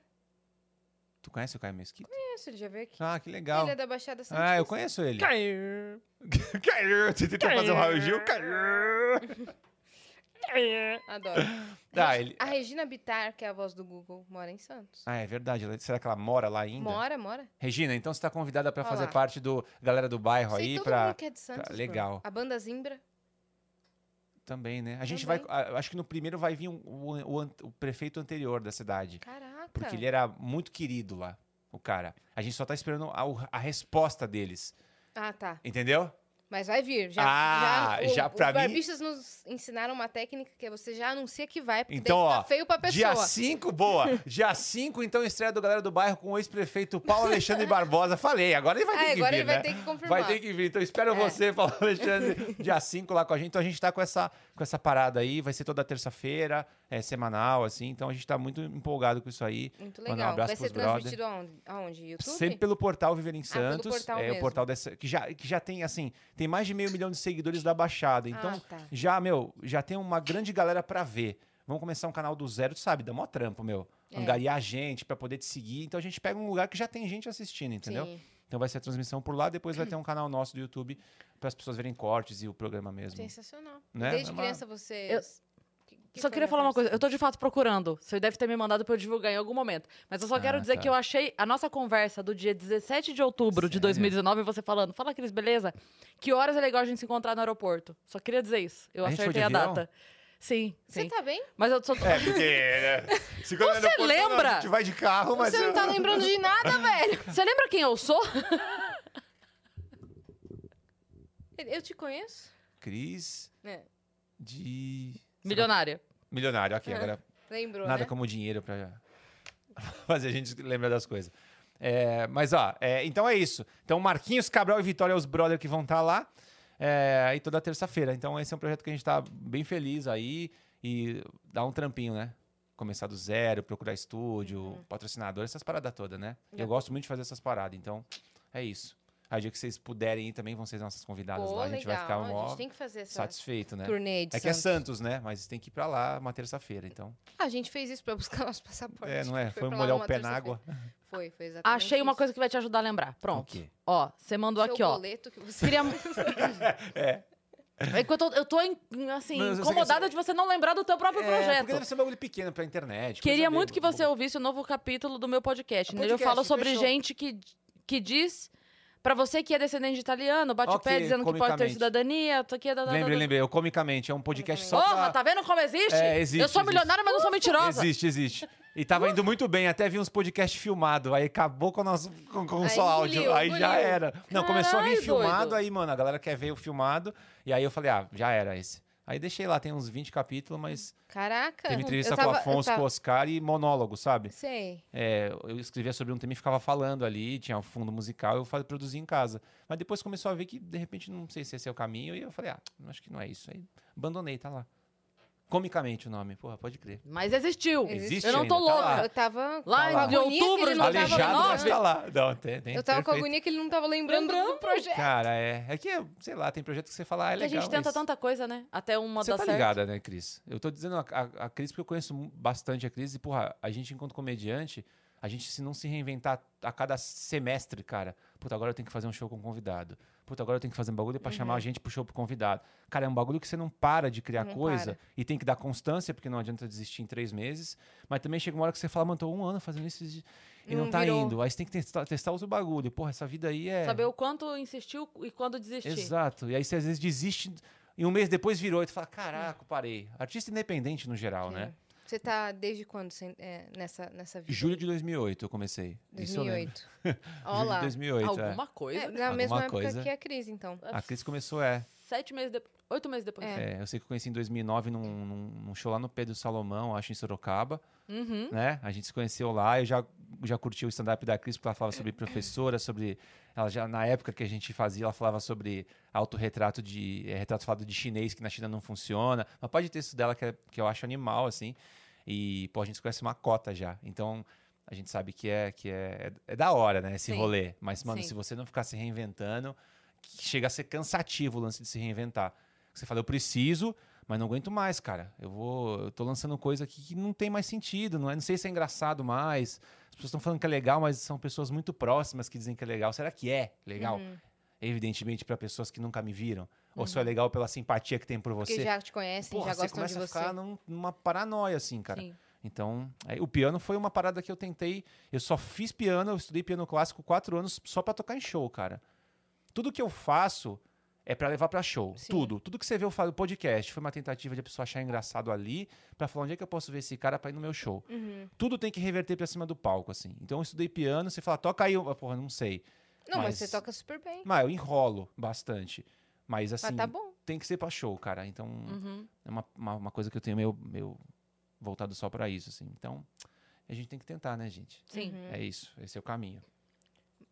Speaker 3: Tu conhece o Caio Mesquita?
Speaker 2: Conheço, ele já veio aqui.
Speaker 3: Ah, que legal.
Speaker 2: Ele é da Baixada Santista.
Speaker 3: Ah, eu conheço ele.
Speaker 2: Caio.
Speaker 3: Caiu, você tentou fazer um Raul Gil? Caiu. [laughs]
Speaker 2: Adoro.
Speaker 3: Tá, ele...
Speaker 2: A Regina Bittar, que é a voz do Google, mora em Santos.
Speaker 3: Ah, é verdade. ela- Será que ela mora lá ainda?
Speaker 2: Mora, mora.
Speaker 3: Regina, então você tá convidada pra
Speaker 2: Olha
Speaker 3: fazer
Speaker 2: lá.
Speaker 3: parte do galera do bairro
Speaker 2: Sei
Speaker 3: aí
Speaker 2: todo
Speaker 3: pra tá
Speaker 2: mundo que é de Santos. pô.
Speaker 3: legal.
Speaker 2: A banda Zimbra.
Speaker 3: também, né? A gente
Speaker 2: Também.
Speaker 3: vai a- acho que no primeiro vai vir um- o, o an- o prefeito anterior da cidade,
Speaker 2: Caraca.
Speaker 3: porque ele é- era muito querido lá, o cara. A gente só tá esperando a, o- a resposta deles,
Speaker 2: Ah, tá.
Speaker 3: entendeu?
Speaker 2: Mas vai vir. Já,
Speaker 3: Ah,
Speaker 2: o-
Speaker 3: já pra
Speaker 2: Os
Speaker 3: mim-
Speaker 2: barbistas nos ensinaram uma técnica que é você já anuncia que vai, porque
Speaker 3: Então,
Speaker 2: daí
Speaker 3: ó,
Speaker 2: fica feio pra pessoa.
Speaker 3: Dia 5, boa. Dia 5, então estreia do galera do bairro com o ex-prefeito Paulo Alexandre
Speaker 2: [laughs]
Speaker 3: Barbosa. Falei, agora ele vai ter
Speaker 2: ah,
Speaker 3: que
Speaker 2: agora
Speaker 3: vir,
Speaker 2: ele vai
Speaker 3: né?
Speaker 2: ter que confirmar.
Speaker 3: Vai ter que vir. Então espero
Speaker 2: É.
Speaker 3: você, Paulo Alexandre, dia 5 lá com a gente. Então a gente tá com essa, com essa parada aí, vai ser toda terça-feira, é semanal, assim. Então a gente tá muito empolgado com isso aí.
Speaker 2: Muito
Speaker 3: Mandar um
Speaker 2: legal.
Speaker 3: abraço
Speaker 2: vai ser
Speaker 3: pros brother.
Speaker 2: transmitido aonde? aonde? YouTube?
Speaker 3: Sempre pelo portal Viver em
Speaker 2: Ah, pelo
Speaker 3: Santos.
Speaker 2: portal
Speaker 3: é o
Speaker 2: mesmo.
Speaker 3: portal dessa. Que já, que já tem, assim, tem mais de meio milhão de seguidores da Baixada. Então,
Speaker 2: Ah, tá.
Speaker 3: já, meu, já tem uma grande galera pra ver. Vamos começar um canal do zero, tu sabe? Dá mó trampo, meu.
Speaker 2: É.
Speaker 3: Angariar gente pra poder te seguir. Então a gente pega um lugar que já tem gente assistindo, entendeu?
Speaker 2: Sim,
Speaker 1: É
Speaker 3: Então vai ser a transmissão por lá, depois vai ter um canal nosso do YouTube para as pessoas verem cortes e o programa mesmo.
Speaker 2: sensacional.
Speaker 3: Né?
Speaker 2: Desde
Speaker 3: É uma-
Speaker 2: criança vocês... Que- que
Speaker 1: só
Speaker 2: foi
Speaker 1: queria
Speaker 2: na
Speaker 1: falar uma
Speaker 2: conversa?
Speaker 1: coisa. Eu tô de fato procurando. Você deve ter me mandado pra eu divulgar em algum momento. Mas eu só quero
Speaker 3: Ah,
Speaker 1: dizer
Speaker 3: tá.
Speaker 1: que eu achei a nossa conversa do dia 17 de outubro de
Speaker 3: Sério?
Speaker 1: 2019, você falando, fala, Cris, beleza? Que horas é legal a gente se encontrar no aeroporto? Só queria dizer isso. Eu
Speaker 3: A gente foi de
Speaker 1: acertei a
Speaker 3: avião?
Speaker 1: data. Sim, sim.
Speaker 2: Você tá bem?
Speaker 1: Mas eu só.
Speaker 3: É, porque. Né? Se quando
Speaker 1: Você
Speaker 3: é no portão,
Speaker 1: lembra?
Speaker 3: A gente vai de carro, mas.
Speaker 2: Você não
Speaker 3: [laughs]
Speaker 2: tá lembrando de nada,
Speaker 1: [laughs]
Speaker 2: velho.
Speaker 1: Você lembra quem eu sou?
Speaker 2: Eu te conheço?
Speaker 3: Cris
Speaker 2: É.
Speaker 3: de.
Speaker 1: Milionária.
Speaker 3: Milionário,
Speaker 2: É.
Speaker 3: ok. Agora,
Speaker 2: Lembrou,
Speaker 3: nada
Speaker 2: né?
Speaker 3: como dinheiro para [laughs] fazer a gente lembrar das coisas. É, mas, ó, é, então é isso. Então, Marquinhos, Cabral e Vitória, os brother que vão estar lá. É, e toda terça-feira. Então, esse é um projeto que a gente tá bem feliz aí. E dá um trampinho, né? Começar do zero, procurar estúdio,
Speaker 2: Uhum.
Speaker 3: patrocinador, essas paradas todas, né?
Speaker 2: Dá.
Speaker 3: Eu gosto muito de fazer essas paradas. Então, é isso. Aí, o dia que vocês puderem ir também, vão ser nossas convidadas
Speaker 2: Pô,
Speaker 3: lá. A gente vai ficar
Speaker 2: legal. A
Speaker 3: mó
Speaker 2: gente tem que fazer essa
Speaker 3: satisfeito, né?
Speaker 2: turnê de
Speaker 3: É que é Santos, né? Mas tem que ir pra lá uma terça-feira, então.
Speaker 2: A gente fez isso pra buscar [laughs] nosso passaporte.
Speaker 3: É, não é?
Speaker 2: Foi
Speaker 3: Foi
Speaker 2: pra
Speaker 3: molhar
Speaker 2: lá
Speaker 3: o pé
Speaker 2: numa
Speaker 3: na água.
Speaker 2: Foi, foi
Speaker 3: Tá
Speaker 2: exatamente
Speaker 3: é
Speaker 1: Achei uma
Speaker 2: isso.
Speaker 1: coisa que vai te ajudar a lembrar. Pronto.
Speaker 3: O quê?
Speaker 1: Ó, você mandou
Speaker 2: Seu
Speaker 1: aqui, ó.
Speaker 2: boleto que você...
Speaker 3: [laughs]
Speaker 1: Queria. É que eu tô, eu tô em- em, assim,
Speaker 3: Não, eu sei-
Speaker 1: incomodada de você não lembrar do teu próprio
Speaker 3: É, porque
Speaker 1: projeto.
Speaker 3: deve ser um bagulho pequeno pra internet.
Speaker 1: Queria
Speaker 3: coisa
Speaker 1: muito que
Speaker 3: meio-
Speaker 1: você ouvisse o novo capítulo do meu podcast.
Speaker 3: É
Speaker 1: Nele eu
Speaker 3: podcast,
Speaker 1: falo sobre
Speaker 3: fechou.
Speaker 1: gente que, que diz. Pra você que é descendente de italiano, bate o pé
Speaker 3: Ok,
Speaker 1: dizendo que pode ter
Speaker 3: comicamente.
Speaker 1: cidadania, tô aqui. da- da- da-
Speaker 3: Lembrei,
Speaker 1: da-
Speaker 3: lembrei. Eu, comicamente, é um podcast só
Speaker 1: Porra,
Speaker 3: pra...
Speaker 1: tá vendo como existe?
Speaker 3: É, existe,
Speaker 1: eu sou
Speaker 3: existe.
Speaker 1: milionária, mas não sou mentirosa.
Speaker 3: Existe, existe. E tava indo muito bem, até vi uns podcasts filmados. Aí acabou com o nosso com, com
Speaker 2: Aí
Speaker 3: só áudio.
Speaker 2: engoliu,
Speaker 3: aí já
Speaker 2: engoliu.
Speaker 3: era. Não, começou a vir
Speaker 1: Caralho,
Speaker 3: filmado,
Speaker 1: doido.
Speaker 3: aí, mano, a galera quer ver o filmado. E aí eu falei, ah, já era esse. Aí deixei lá, tem uns 20 capítulos, mas
Speaker 2: [laughs] Caraca.
Speaker 3: teve
Speaker 2: É,
Speaker 3: entrevista
Speaker 2: eu tava,
Speaker 3: com o Afonso,
Speaker 2: eu
Speaker 3: com o
Speaker 2: tava...
Speaker 3: Oscar e monólogo, sabe?
Speaker 2: Sei.
Speaker 3: É, eu escrevia sobre um tema e ficava falando ali, tinha um fundo musical, eu fazia, produzia em casa. Mas depois começou a ver que, de repente, não sei se esse é o caminho, e eu falei, ah, acho que não é isso. Aí abandonei, tá lá. Comicamente o nome, porra, pode crer.
Speaker 1: Mas existiu.
Speaker 2: Existe
Speaker 1: eu não tô
Speaker 3: ainda, tá
Speaker 1: louca.
Speaker 3: Ah,
Speaker 2: eu tava...
Speaker 1: Lá
Speaker 3: lá.
Speaker 1: em
Speaker 2: Agonia que
Speaker 1: outubro
Speaker 2: ele
Speaker 1: de
Speaker 2: não tava
Speaker 3: Aleijado, mas
Speaker 2: lembrando.
Speaker 3: tá lá. Não, tem, tem,
Speaker 2: Eu tava com
Speaker 3: perfeito.
Speaker 2: agonia que ele não tava lembrando, do projeto.
Speaker 3: Cara, é, é que, sei lá, tem projeto que você fala, ah, é
Speaker 1: Que a
Speaker 3: legal.
Speaker 1: gente tenta
Speaker 3: mas-
Speaker 1: tanta coisa, né? Até uma
Speaker 3: Você
Speaker 1: dá
Speaker 3: tá
Speaker 1: certo.
Speaker 3: ligada, né, Cris? Eu tô dizendo a, a- a Cris porque eu conheço mu- bastante a Cris e, porra, a gente, enquanto comediante, a gente se não se reinventar a cada semestre, cara. Puta, agora eu tenho que fazer um show com um convidado. Puta, agora eu tenho que fazer um bagulho pra chamar a gente pro show pro convidado. Cara, é um bagulho que você não para de criar
Speaker 2: Não
Speaker 3: coisa
Speaker 2: para.
Speaker 3: e tem que dar constância, porque não adianta desistir em três meses. Mas também chega uma hora que você fala, mano, tô um ano fazendo isso e e não,
Speaker 2: Não
Speaker 3: tá
Speaker 2: virou.
Speaker 3: indo. Aí você tem que testar, testar outro bagulho. Porra, essa vida aí é.
Speaker 1: Saber o quanto insistiu e quando desistir.
Speaker 3: Exato. E aí você às vezes desiste e um mês depois virou e tu fala: Caraca, parei. Artista independente no geral, né?
Speaker 2: Você tá desde quando sem- é, nessa, nessa vida?
Speaker 3: Julho de 2008 eu comecei. Isso eu lembro.
Speaker 2: 2008. Ó
Speaker 3: [laughs] Julho de
Speaker 2: lá.
Speaker 3: 2008. é.
Speaker 1: Alguma coisa.
Speaker 2: É, na mesma
Speaker 3: Alguma
Speaker 2: época
Speaker 3: coisa.
Speaker 2: que a crise, então.
Speaker 3: A Cris começou, é.
Speaker 1: Sete meses depois. Oito meses depois.
Speaker 2: É.
Speaker 3: é, Eu sei que eu conheci em 2009 num, num- num show lá no Pedro Salomão, acho em Sorocaba,
Speaker 1: Uhum.
Speaker 3: né? A gente se conheceu lá, eu já já curtia o stand-up da Cris, porque ela falava sobre professora, sobre. Ela já, na época que a gente fazia, ela falava sobre autorretrato de. eh, retrato falado de chinês, que na China não funciona. Mas pode ter isso dela que, é- que eu acho animal, assim. E, pô, a gente conhece uma cota já. Então, a gente sabe que é, que é, é da hora, né? Esse
Speaker 2: Sim.
Speaker 3: rolê. Mas, mano,
Speaker 2: Sim.
Speaker 3: se você não ficar se reinventando, que chega a ser cansativo o lance de se reinventar. Você fala, eu preciso, mas não aguento mais, cara. Eu vou. Eu tô lançando coisa aqui que não tem mais sentido, não é? Não sei se é engraçado mais. As pessoas estão falando que é legal, mas são pessoas muito próximas que dizem que é legal. Será que é legal? Evidentemente, para pessoas que nunca me viram. Ou só é legal pela simpatia que tem por
Speaker 2: Porque
Speaker 3: você.
Speaker 2: já te conhecem,
Speaker 3: Porra,
Speaker 2: já
Speaker 3: você
Speaker 2: gostam de
Speaker 3: começa
Speaker 2: você.
Speaker 3: a ficar num- numa paranoia, assim, cara.
Speaker 2: Sim.
Speaker 3: Então, aí, o piano foi uma parada que eu tentei. Eu só fiz piano, eu estudei piano clássico quatro anos só pra tocar em show, cara. Tudo que eu faço é pra levar pra show.
Speaker 2: Sim.
Speaker 3: Tudo. Tudo que você vê eu falo podcast. Foi uma tentativa de a pessoa achar engraçado ali pra falar onde é que eu posso ver esse cara pra ir no meu show.
Speaker 2: Uhum.
Speaker 3: Tudo tem que reverter pra cima do palco, assim. Então eu estudei piano, você fala, toca aí. Eu, ah, porra, não sei.
Speaker 2: Não, mas...
Speaker 3: Mas-
Speaker 2: você toca super bem.
Speaker 3: Mas eu enrolo bastante. Mas assim,
Speaker 2: mas tá bom.
Speaker 3: tem que ser pra show, cara. Então,
Speaker 1: Uhum.
Speaker 3: é uma, uma, uma coisa que eu tenho meio, meio voltado só pra isso, assim. Então, a gente tem que tentar, né, gente?
Speaker 1: Sim.
Speaker 2: Uhum.
Speaker 3: É isso, esse é o caminho.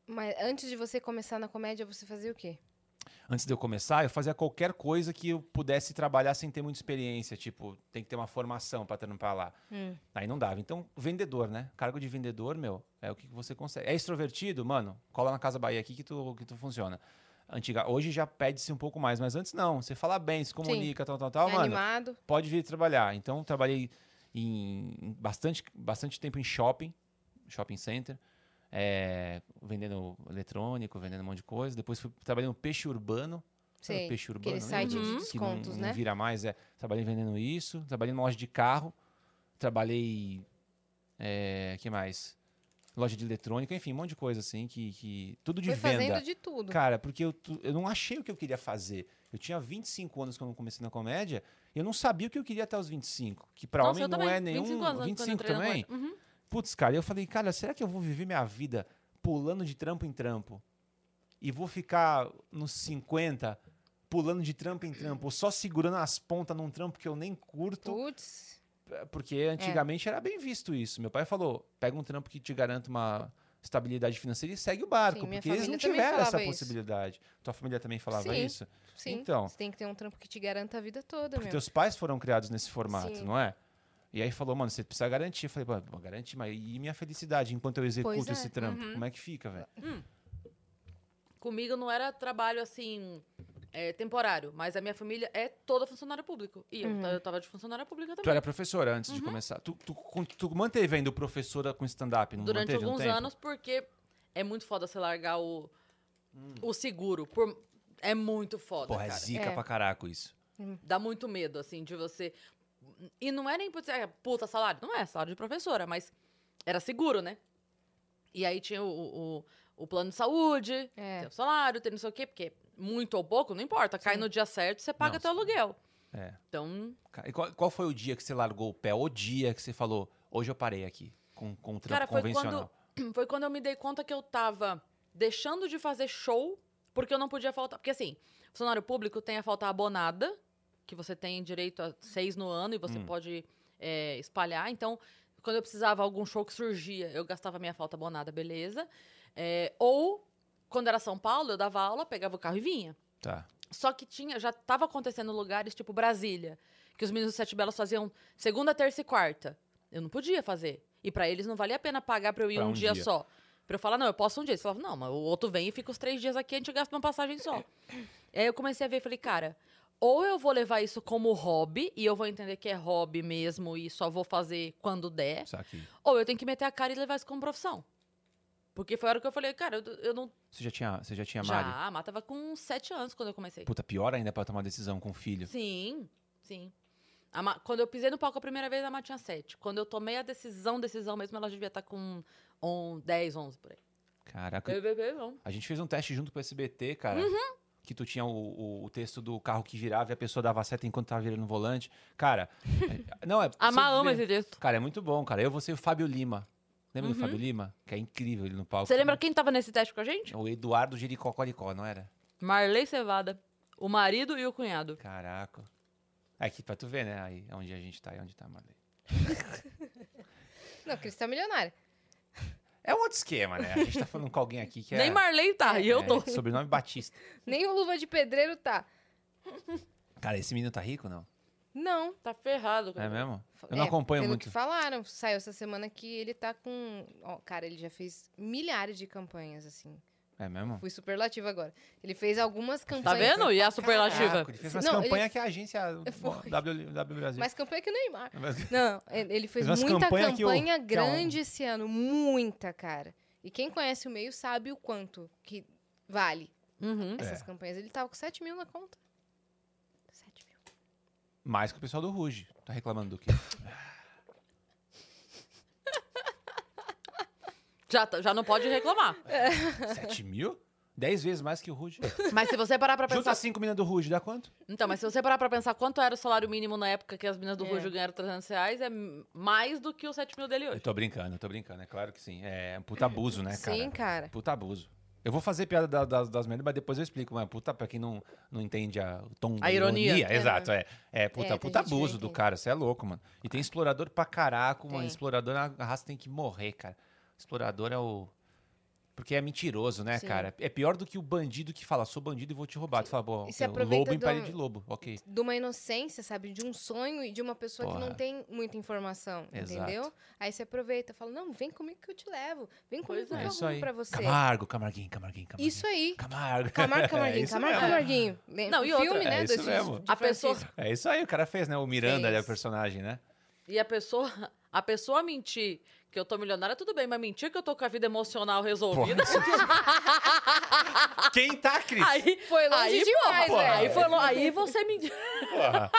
Speaker 2: Mas antes de você começar na comédia, você fazia o quê?
Speaker 3: Antes de eu começar, eu fazia qualquer coisa que eu pudesse trabalhar sem ter muita experiência, tipo, tem que ter uma formação pra trampar lá.
Speaker 2: Hum.
Speaker 3: Aí não dava. Então, vendedor, né? Cargo de vendedor, meu, é o que que você consegue. É extrovertido? Mano, cola na Casa Bahia aqui que tu, que tu funciona. Antiga, hoje já pede-se um pouco mais, mas antes não. Você fala bem, se comunica, tal, tal, tal.
Speaker 2: É
Speaker 3: Ah, mano,
Speaker 2: animado?
Speaker 3: pode vir trabalhar. Então, trabalhei em em bastante, bastante tempo em shopping, shopping center, eh, vendendo eletrônico, vendendo um monte de coisa. Depois fui, trabalhei no peixe urbano. Sabe o
Speaker 2: Sei,
Speaker 3: peixe urbano?
Speaker 2: aquele
Speaker 3: né?
Speaker 2: site
Speaker 1: de
Speaker 3: Que não-
Speaker 2: descontos,
Speaker 3: não,
Speaker 2: né?
Speaker 3: vira mais. É. Trabalhei vendendo isso. Trabalhei numa loja de carro. Trabalhei... eh, que mais? Loja de eletrônica. Enfim, um monte de coisa assim que... que tudo de
Speaker 2: Foi
Speaker 3: venda.
Speaker 2: fazendo de tudo.
Speaker 3: Cara, porque eu, tu- eu não achei o que eu queria fazer. Eu tinha 25 anos quando eu comecei na comédia, e eu não sabia o que eu queria até os 25. Que pra
Speaker 1: Nossa,
Speaker 3: homem
Speaker 1: eu
Speaker 3: não
Speaker 1: também.
Speaker 3: é nenhum.
Speaker 1: 25 anos, quando eu
Speaker 3: 25
Speaker 1: entrei na
Speaker 3: também?
Speaker 1: coisa. Uhum.
Speaker 3: Putz, cara, eu falei, cara, será que eu vou viver minha vida pulando de trampo em trampo? E vou ficar nos 50 pulando de trampo em trampo, ou só segurando as pontas num trampo que eu nem curto?
Speaker 2: Putz.
Speaker 3: Porque
Speaker 2: É.
Speaker 3: antigamente era bem visto isso. Meu pai falou: pega um trampo que te garanta uma estabilidade financeira e segue o barco.
Speaker 2: Sim, minha
Speaker 3: porque eles
Speaker 2: família
Speaker 3: não
Speaker 2: também
Speaker 3: tiveram essa
Speaker 2: falava isso.
Speaker 3: possibilidade. Tua família também falava
Speaker 2: Sim.
Speaker 3: isso?
Speaker 2: Sim.
Speaker 3: Então.
Speaker 2: Você tem que ter um trampo que te garanta a vida toda,
Speaker 3: Porque
Speaker 2: meu.
Speaker 3: teus pais foram criados nesse formato,
Speaker 2: Sim.
Speaker 3: não é? E aí falou, mano, você precisa garantir. Eu falei, pô, vou garantir, mas e minha felicidade enquanto eu executo
Speaker 2: é,
Speaker 3: esse trampo?
Speaker 2: uhum.
Speaker 3: Como é que fica, velho?
Speaker 1: Comigo não era trabalho assim. é, temporário, mas a minha família é toda funcionária pública. E eu,
Speaker 2: Uhum.
Speaker 1: ta- eu tava de funcionária pública
Speaker 3: Tu
Speaker 1: também.
Speaker 3: era professora antes de começar. Tu, tu, con- tu manteve ainda o professora com stand-up, não
Speaker 1: durante
Speaker 3: manteve um
Speaker 1: alguns
Speaker 3: tempo?
Speaker 1: anos, porque é muito foda você largar o, o seguro. por- é muito foda,
Speaker 3: Hum. Porra, é
Speaker 1: cara.
Speaker 3: zica
Speaker 2: É.
Speaker 3: pra caraco isso.
Speaker 1: Dá muito medo, assim, de você. E não é nem por dizer, ah, puta salário. Não é salário de professora, mas era seguro, né? E aí tinha o, o, o plano de saúde,
Speaker 2: É.
Speaker 1: tem o salário, tem não sei o quê, porque é muito ou pouco, não importa. Cai
Speaker 2: Sim.
Speaker 1: no dia certo, você paga
Speaker 3: Não,
Speaker 1: teu
Speaker 3: sim.
Speaker 1: aluguel.
Speaker 3: É.
Speaker 1: Então,
Speaker 3: Cara, e qual, qual foi o dia que você largou o pé? O dia que você falou, hoje eu parei aqui, com, com o trampo
Speaker 1: Cara, foi
Speaker 3: convencional?
Speaker 1: quando, [clears throat] foi quando eu me dei conta que eu tava deixando de fazer show porque eu não podia faltar. Porque assim, funcionário público tem a falta abonada, que você tem direito a seis no ano e você
Speaker 3: Hum.
Speaker 1: pode é, espalhar. Então, quando eu precisava algum show que surgia, eu gastava minha falta abonada, beleza. É, ou, quando era São Paulo, eu dava aula, pegava o carro e vinha.
Speaker 3: Tá.
Speaker 1: Só que tinha, já tava acontecendo lugares tipo Brasília, que os meninos do Sete Belas faziam segunda, terça e quarta. Eu não podia fazer. E pra eles não valia a pena pagar pra eu ir
Speaker 3: Pra
Speaker 1: um,
Speaker 3: um
Speaker 1: dia,
Speaker 3: dia.
Speaker 1: só. Pra eu falar, não, eu posso um dia. Eles falavam, não, mas o outro vem e fica os três dias aqui, a gente gasta uma passagem só. e aí eu comecei a ver e falei, cara, ou eu vou levar isso como hobby, e eu vou entender que é hobby mesmo e só vou fazer quando der,
Speaker 3: Só que
Speaker 1: ou eu tenho que meter a cara e levar isso como profissão. Porque foi a hora que eu falei, cara, eu, eu não.
Speaker 3: você já tinha, você já tinha Mari?
Speaker 1: Já, a Má tava com sete anos quando eu comecei.
Speaker 3: Puta, pior ainda pra tomar decisão com o filho.
Speaker 1: Sim, sim. A Ma- Quando eu pisei no palco a primeira vez, a Má tinha 7. Quando eu tomei a decisão, decisão mesmo, ela devia estar com on, 10, 11 por aí.
Speaker 3: Caraca,
Speaker 1: Bebê, bebê,
Speaker 3: A gente fez um teste junto com o SBT, cara.
Speaker 1: Uhum.
Speaker 3: Que tu tinha o, o- o texto do carro que virava e a pessoa dava seta enquanto tava virando o volante. Cara,
Speaker 1: [laughs]
Speaker 3: é- não é.
Speaker 1: A Má
Speaker 3: você
Speaker 1: ama
Speaker 3: vê-
Speaker 1: esse texto.
Speaker 3: Cara, é muito bom, cara. Eu, você e o Fábio Lima. Lembra do Fábio Lima? Que é incrível ele no palco.
Speaker 1: Você lembra quem tava nesse teste com a gente?
Speaker 3: O Eduardo Jericocoricó, não era?
Speaker 1: Marley Cevada, o marido e o cunhado.
Speaker 3: Caraca. É que pra tu ver, né? Aí, onde a gente tá e onde tá, Marley.
Speaker 2: Não, Cris tá milionária.
Speaker 3: É um outro esquema, né? A gente tá falando com alguém aqui que é.
Speaker 1: Nem Marley tá, e eu tô.
Speaker 3: é, Sobrenome Batista.
Speaker 2: Nem o Luva de Pedreiro tá.
Speaker 3: Cara, esse menino tá rico, não?
Speaker 2: Não.
Speaker 1: Tá ferrado.
Speaker 3: É
Speaker 1: cara.
Speaker 3: mesmo? Eu não
Speaker 2: É,
Speaker 3: acompanho
Speaker 2: pelo
Speaker 3: muito.
Speaker 2: que falaram, saiu essa semana que ele tá com... Ó, cara, ele já fez milhares de campanhas, assim.
Speaker 3: É mesmo?
Speaker 2: Fui superlativa agora. Ele fez algumas
Speaker 1: Tá
Speaker 2: campanhas...
Speaker 1: vendo? E a superlativa.
Speaker 3: Caraca, ele fez umas
Speaker 2: Não, ele-
Speaker 3: campanhas que a agência ah,
Speaker 2: Foi.
Speaker 3: W, w Brasil.
Speaker 2: Mais campanha que o Neymar.
Speaker 3: Mas-
Speaker 2: Não, ele ele fez
Speaker 3: Fez umas
Speaker 2: muita
Speaker 3: campanha
Speaker 2: campanha,
Speaker 3: que o- que é um-
Speaker 2: grande esse ano. Muita, cara. E quem conhece o meio sabe o quanto que vale
Speaker 3: É
Speaker 1: Uhum.
Speaker 2: essas campanhas. Ele tava com 7 mil na conta. 7 mil.
Speaker 3: Mais que o pessoal do Ruge. Tá reclamando do quê?
Speaker 1: Já, tá- já não pode
Speaker 3: [laughs]
Speaker 1: reclamar.
Speaker 3: 7 mil? 10 vezes mais que o Ruge.
Speaker 1: Mas se você parar pra pensar.
Speaker 3: Junta 5 meninas do Ruge, dá quanto?
Speaker 1: Então, mas se você parar pra pensar quanto era o salário mínimo na época que as meninas do
Speaker 2: É.
Speaker 1: Rujo ganharam 300 reais, é mais do que os 7 mil dele
Speaker 3: Eu
Speaker 1: hoje.
Speaker 3: tô brincando, eu tô brincando, é claro que sim. É um puta abuso, né, cara?
Speaker 2: Sim, cara.
Speaker 3: Puta abuso. Eu vou fazer piada da- das, das meninas, mas depois eu explico. Mas puta, pra quem não, não entende a, o tom
Speaker 1: A ironia.
Speaker 3: Exato, é. É, puta,
Speaker 2: tem
Speaker 3: puta
Speaker 2: gente que não
Speaker 3: abuso do
Speaker 2: entende.
Speaker 3: cara, você é louco, mano. E tem explorador pra caraca, mano.
Speaker 2: Tem.
Speaker 3: Explorador na raça tem que morrer, cara. Explorador é o. Porque é mentiroso, né,
Speaker 2: Sim.
Speaker 3: cara? É pior do que o bandido que fala, sou bandido e vou te roubar. Tu fala, bom,
Speaker 2: E se
Speaker 3: o lobo
Speaker 2: aproveita
Speaker 3: em
Speaker 2: do-
Speaker 3: pele de lobo. Ok.
Speaker 2: De uma inocência, sabe? De um sonho e de uma pessoa que
Speaker 3: Porra.
Speaker 2: não tem muita informação,
Speaker 3: Exato.
Speaker 2: entendeu? Aí você aproveita, fala: Não, vem comigo que eu te levo. Vem comigo
Speaker 1: Pois
Speaker 2: que eu
Speaker 1: é.
Speaker 3: É isso
Speaker 2: arrumo
Speaker 3: aí.
Speaker 2: pra você.
Speaker 3: Camargo, Camarguinho, Camarguinho, Camarguinho.
Speaker 2: Isso
Speaker 3: [laughs]
Speaker 2: aí.
Speaker 3: Camargo.
Speaker 2: Camargo,
Speaker 3: É
Speaker 2: Camarguinho,
Speaker 3: isso
Speaker 2: Camargo,
Speaker 3: mesmo.
Speaker 2: Camarguinho.
Speaker 1: Não, e outra-
Speaker 2: Filme, né?
Speaker 3: É isso
Speaker 2: desse-
Speaker 3: mesmo.
Speaker 2: de
Speaker 1: A pessoa-
Speaker 2: Francisco.
Speaker 3: É isso aí, o cara fez, né? O Miranda,
Speaker 2: Fez.
Speaker 3: é o personagem, né?
Speaker 1: E a pessoa, [laughs] a pessoa mentir que eu tô milionária, tudo bem, mas mentir que eu tô com a vida emocional resolvida.
Speaker 3: Quem tá, Cris?
Speaker 1: Aí
Speaker 2: Foi longe
Speaker 1: aí,
Speaker 2: demais,
Speaker 1: porra,
Speaker 2: velho.
Speaker 1: Aí, foi lo- aí você [laughs] mentiu.
Speaker 3: Porra.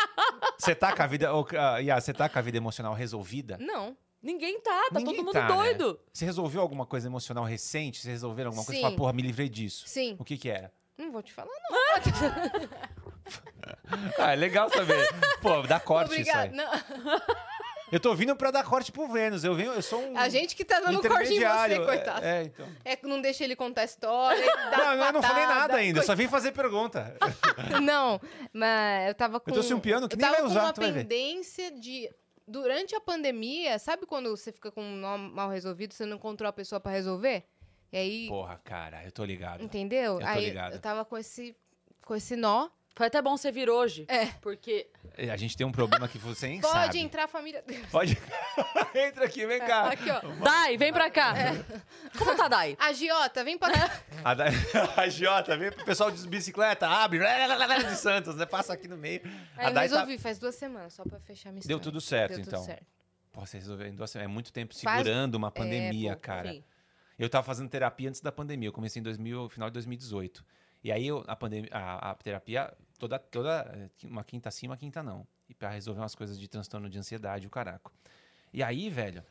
Speaker 3: Você tá com a vida. ô, ah, Iá, você tá com a vida emocional resolvida?
Speaker 2: Não.
Speaker 1: Ninguém tá, tá
Speaker 3: Ninguém
Speaker 1: todo mundo
Speaker 3: tá, né?
Speaker 1: doido.
Speaker 3: Você resolveu alguma coisa emocional recente? Você resolveram alguma coisa e
Speaker 2: Sim.
Speaker 3: fala, porra, me livrei disso.
Speaker 2: Sim.
Speaker 3: O que que era?
Speaker 2: Não vou te falar, não.
Speaker 3: Ah, é legal saber. Pô, dá corte
Speaker 2: Obrigada.
Speaker 3: isso
Speaker 2: Não,
Speaker 3: aí. Eu tô vindo pra dar corte pro Vênus. Eu venho, eu sou
Speaker 2: [laughs]
Speaker 3: um.
Speaker 2: A gente que tá dando corte em
Speaker 3: intermediário.
Speaker 2: você, coitado. É,
Speaker 3: É, é, então.
Speaker 2: que não deixa ele contar a história. ele dá
Speaker 3: Não, eu não falei
Speaker 2: patada.
Speaker 3: nada ainda, eu só vim fazer pergunta.
Speaker 2: Não, mas eu tava com.
Speaker 3: trouxe um [laughs] piano que
Speaker 2: eu
Speaker 3: nem
Speaker 2: tava
Speaker 3: vai usar, tu
Speaker 2: com uma
Speaker 3: vai ver.
Speaker 2: pendência de. Durante a pandemia, sabe quando você fica com um nó mal resolvido, você não encontrou a pessoa pra resolver? E aí.
Speaker 3: Porra, cara, eu tô ligado.
Speaker 2: entendeu?
Speaker 3: Eu tô
Speaker 2: aí
Speaker 3: ligado.
Speaker 2: eu tava com esse. Com esse nó.
Speaker 1: Foi até bom você vir hoje.
Speaker 2: É.
Speaker 1: Porque
Speaker 3: A gente tem um problema que você nem
Speaker 2: Pode
Speaker 3: sabe. Ah.
Speaker 2: entrar a família.
Speaker 3: Pode. [laughs] Entra aqui, vem cá.
Speaker 2: Aqui, ó.
Speaker 1: Dai, vem pra cá. Como tá, Dai?
Speaker 2: A Giota, vem pra.
Speaker 3: A, da... a Jota, vem pro pessoal de bicicleta, abre, [laughs] de Santos, né? Passa aqui no meio.
Speaker 2: Aí
Speaker 3: [laughs] a
Speaker 2: eu
Speaker 3: Dai tá-
Speaker 2: resolvi faz duas semanas, só pra fechar minha
Speaker 3: Deu
Speaker 2: história.
Speaker 3: tudo certo,
Speaker 2: Deu tudo
Speaker 3: então.
Speaker 2: certo.
Speaker 3: Pô, você resolveu em duas semanas. É muito tempo
Speaker 2: Faz-
Speaker 3: segurando uma pandemia,
Speaker 2: É, pô,
Speaker 3: cara.
Speaker 1: enfim.
Speaker 3: Eu tava fazendo terapia antes da pandemia. Eu comecei em 2000, final de 2018. E aí eu- a, pandemia, a, a terapia, toda, toda. eh, qui- Uma quinta sim, uma quinta não. E pra resolver umas coisas de transtorno de ansiedade, o caraco. E aí, velho,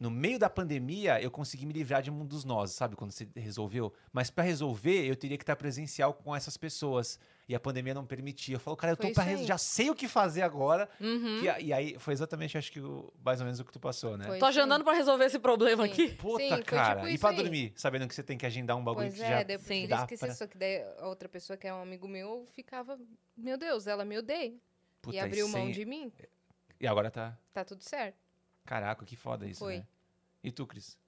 Speaker 3: no meio da pandemia, eu consegui me livrar de um dos nós, sabe? Quando você resolveu. Mas pra resolver, eu teria que estar presencial com essas pessoas. E a pandemia não permitia. Eu falo, cara, eu
Speaker 2: Foi
Speaker 3: tô pra
Speaker 2: isso
Speaker 3: res-
Speaker 2: aí.
Speaker 3: já sei o que fazer agora.
Speaker 1: Uhum.
Speaker 3: Que a- e aí foi exatamente, acho que, o- mais ou menos o que tu passou, né?
Speaker 2: Foi
Speaker 1: Tô
Speaker 2: isso aí.
Speaker 1: agendando pra resolver esse problema
Speaker 2: Sim.
Speaker 1: aqui.
Speaker 3: Puta,
Speaker 2: Sim, foi
Speaker 3: cara.
Speaker 2: tipo
Speaker 3: e
Speaker 2: isso
Speaker 3: pra
Speaker 2: aí.
Speaker 3: dormir, sabendo que você tem que agendar um bagulho
Speaker 2: Pois
Speaker 3: que
Speaker 2: é,
Speaker 3: já
Speaker 2: depois
Speaker 1: Sim.
Speaker 2: ele
Speaker 3: dá
Speaker 2: esqueceu,
Speaker 3: pra-
Speaker 2: só que daí a outra pessoa que é um amigo meu ficava, meu Deus, ela me odeia.
Speaker 3: Puta,
Speaker 2: e abriu mão
Speaker 3: sem-
Speaker 2: de mim,
Speaker 3: E agora tá.
Speaker 2: tá tudo certo.
Speaker 3: Caraca, que foda isso,
Speaker 2: Foi.
Speaker 3: né? E tu, Cris?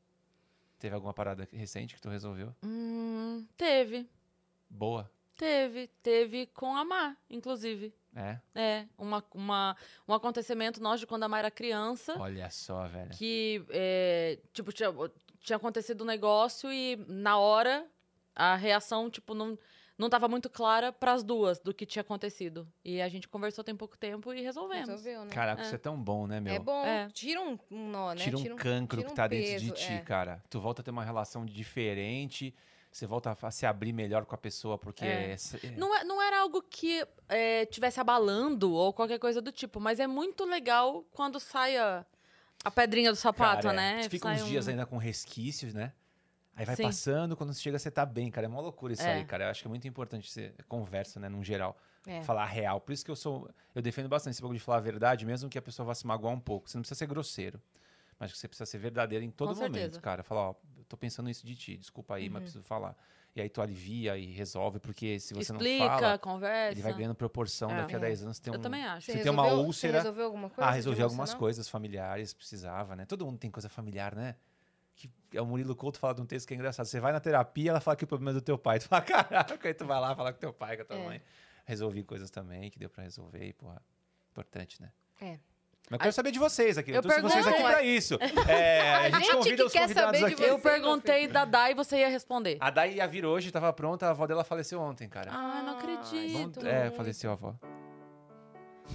Speaker 3: Teve alguma parada recente que tu resolveu?
Speaker 1: Hum, teve,
Speaker 3: Boa.
Speaker 1: teve, teve com a Má, inclusive.
Speaker 3: É?
Speaker 1: É, uma, uma, um acontecimento nós de quando a Má era criança.
Speaker 3: Olha só, velho.
Speaker 1: que é, tipo tinha, tinha acontecido um negócio e na hora a reação tipo não não tava muito clara para as duas do que tinha acontecido e a gente conversou tem pouco tempo e resolvemos
Speaker 2: Resolveu, né?
Speaker 3: Caraca,
Speaker 1: É.
Speaker 3: você é tão bom, né, meu?
Speaker 2: é bom,
Speaker 1: É.
Speaker 2: tira um, um nó, né?
Speaker 3: Tira um cancro
Speaker 2: tira
Speaker 3: que
Speaker 2: um
Speaker 3: tá dentro de
Speaker 2: peso,
Speaker 3: ti,
Speaker 2: é.
Speaker 3: cara. Tu volta a ter uma relação diferente, você volta a se abrir melhor com a pessoa, porque.
Speaker 1: É.
Speaker 3: essa- é-
Speaker 1: não, é- não era algo que é, tivesse abalando ou qualquer coisa do tipo mas é muito legal quando sai a, a pedrinha do sapato
Speaker 3: Cara, é.
Speaker 1: né
Speaker 3: Tu fica
Speaker 1: Sai
Speaker 3: uns dias
Speaker 1: um-
Speaker 3: ainda com resquícios, né? Aí vai
Speaker 1: Sim.
Speaker 3: passando, quando você chega, você tá bem, cara. É uma loucura isso
Speaker 1: É.
Speaker 3: aí, cara. Eu acho que é muito importante você conversa, né, num geral.
Speaker 2: É.
Speaker 3: Falar a real. Por isso que eu sou. Eu defendo bastante esse bagulho de falar a verdade, mesmo que a pessoa vá se magoar um pouco. Você não precisa ser grosseiro. Mas que você precisa ser verdadeiro em todo
Speaker 1: Com
Speaker 3: momento,
Speaker 1: certeza. Uhum.
Speaker 3: cara. Falar, ó, eu tô pensando isso de ti, desculpa aí, mas preciso falar. E aí tu alivia e resolve, porque se você
Speaker 1: explica
Speaker 3: não fala,
Speaker 1: conversa
Speaker 3: ele vai ganhando proporção.
Speaker 1: É.
Speaker 3: Daqui a
Speaker 2: É.
Speaker 3: 10 anos tem
Speaker 1: eu
Speaker 3: um.
Speaker 1: também acho
Speaker 3: Você tem uma
Speaker 2: resolveu-
Speaker 3: úlcera.
Speaker 2: Você resolveu alguma coisa?
Speaker 3: Ah,
Speaker 2: de né?
Speaker 3: resolvi algumas
Speaker 2: emocional?
Speaker 3: coisas familiares, precisava, né? Todo mundo tem coisa familiar, né? que é o Murilo Couto fala de um texto que é engraçado. Você vai na terapia, ela fala que o problema é do teu pai. Tu fala, [laughs] caraca, aí tu vai lá falar com teu pai, com a tua
Speaker 2: É.
Speaker 3: mãe. Resolvi coisas também que deu pra resolver e, porra, importante, né?
Speaker 2: É.
Speaker 3: Mas eu quero saber de vocês aqui. Eu
Speaker 2: Eu
Speaker 3: trouxe vocês
Speaker 2: pergunto-
Speaker 3: aqui
Speaker 2: Não,
Speaker 3: pra isso.
Speaker 2: [laughs]
Speaker 3: É, a, gente
Speaker 2: gente
Speaker 3: convida
Speaker 2: que
Speaker 3: os
Speaker 2: quer saber
Speaker 3: convidados
Speaker 2: de
Speaker 3: aqui.
Speaker 2: você. assim.
Speaker 1: Eu perguntei
Speaker 2: meu filho.
Speaker 1: da Dai e você ia responder.
Speaker 3: A Dai ia vir hoje, tava pronta, a avó dela faleceu ontem, cara.
Speaker 1: Ah, não acredito.
Speaker 3: Vamos- é, faleceu a avó.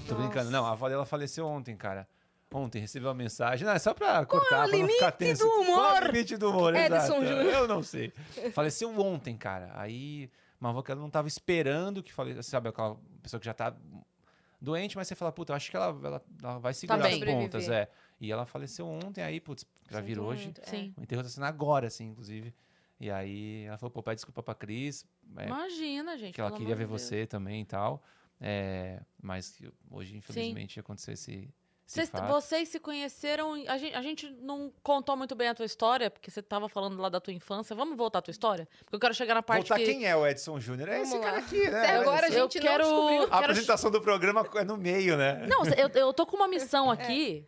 Speaker 3: Tô brincando. Não, a avó dela faleceu ontem, cara. Ontem recebeu uma mensagem. Não, é só pra cortar, pra não ficar
Speaker 2: limite
Speaker 3: tenso.
Speaker 2: do
Speaker 3: Qual é o
Speaker 2: humor?
Speaker 3: limite do humor,
Speaker 2: Edson
Speaker 3: exato.
Speaker 2: Júnior.
Speaker 3: Eu não sei. Faleceu ontem, cara. Aí, uma avó que ela não tava esperando que faleceu. Sabe aquela pessoa que já tá doente, mas você fala, puta, eu acho que ela, ela, ela vai segurar
Speaker 1: bem.
Speaker 3: as pontas.
Speaker 2: Tá Sobreviver.
Speaker 3: É. E ela faleceu ontem, aí, putz, já
Speaker 2: Sinto
Speaker 3: virou hoje.
Speaker 2: muito, é.
Speaker 1: Sim.
Speaker 3: O enterro tá sendo agora, assim, inclusive. E aí, ela falou, pô, pede desculpa pra Cris. É,
Speaker 1: Imagina, gente.
Speaker 3: que ela
Speaker 1: pelo
Speaker 3: queria
Speaker 1: amor
Speaker 3: ver
Speaker 1: de Deus.
Speaker 3: você também e tal. É, mas que hoje, infelizmente, aconteceu esse, esse
Speaker 1: Vocês,
Speaker 3: fato.
Speaker 1: vocês se conheceram. em- A gente, a gente não contou muito bem a tua história, porque você tava falando lá da tua infância. Vamos voltar à tua história? Porque eu quero chegar na parte
Speaker 3: Voltar
Speaker 1: que.
Speaker 3: quem é o Edson Júnior? É esse
Speaker 2: Vamos
Speaker 3: cara
Speaker 2: lá.
Speaker 3: aqui, né?
Speaker 2: Até
Speaker 3: Olha
Speaker 2: agora a
Speaker 3: só.
Speaker 1: Eu
Speaker 2: gente não
Speaker 1: quero-
Speaker 2: descobriu.
Speaker 3: A
Speaker 1: [laughs] quero-
Speaker 3: apresentação do programa é no meio, né?
Speaker 1: Não, eu, eu tô com uma
Speaker 2: [laughs]
Speaker 1: missão
Speaker 2: É.
Speaker 1: aqui.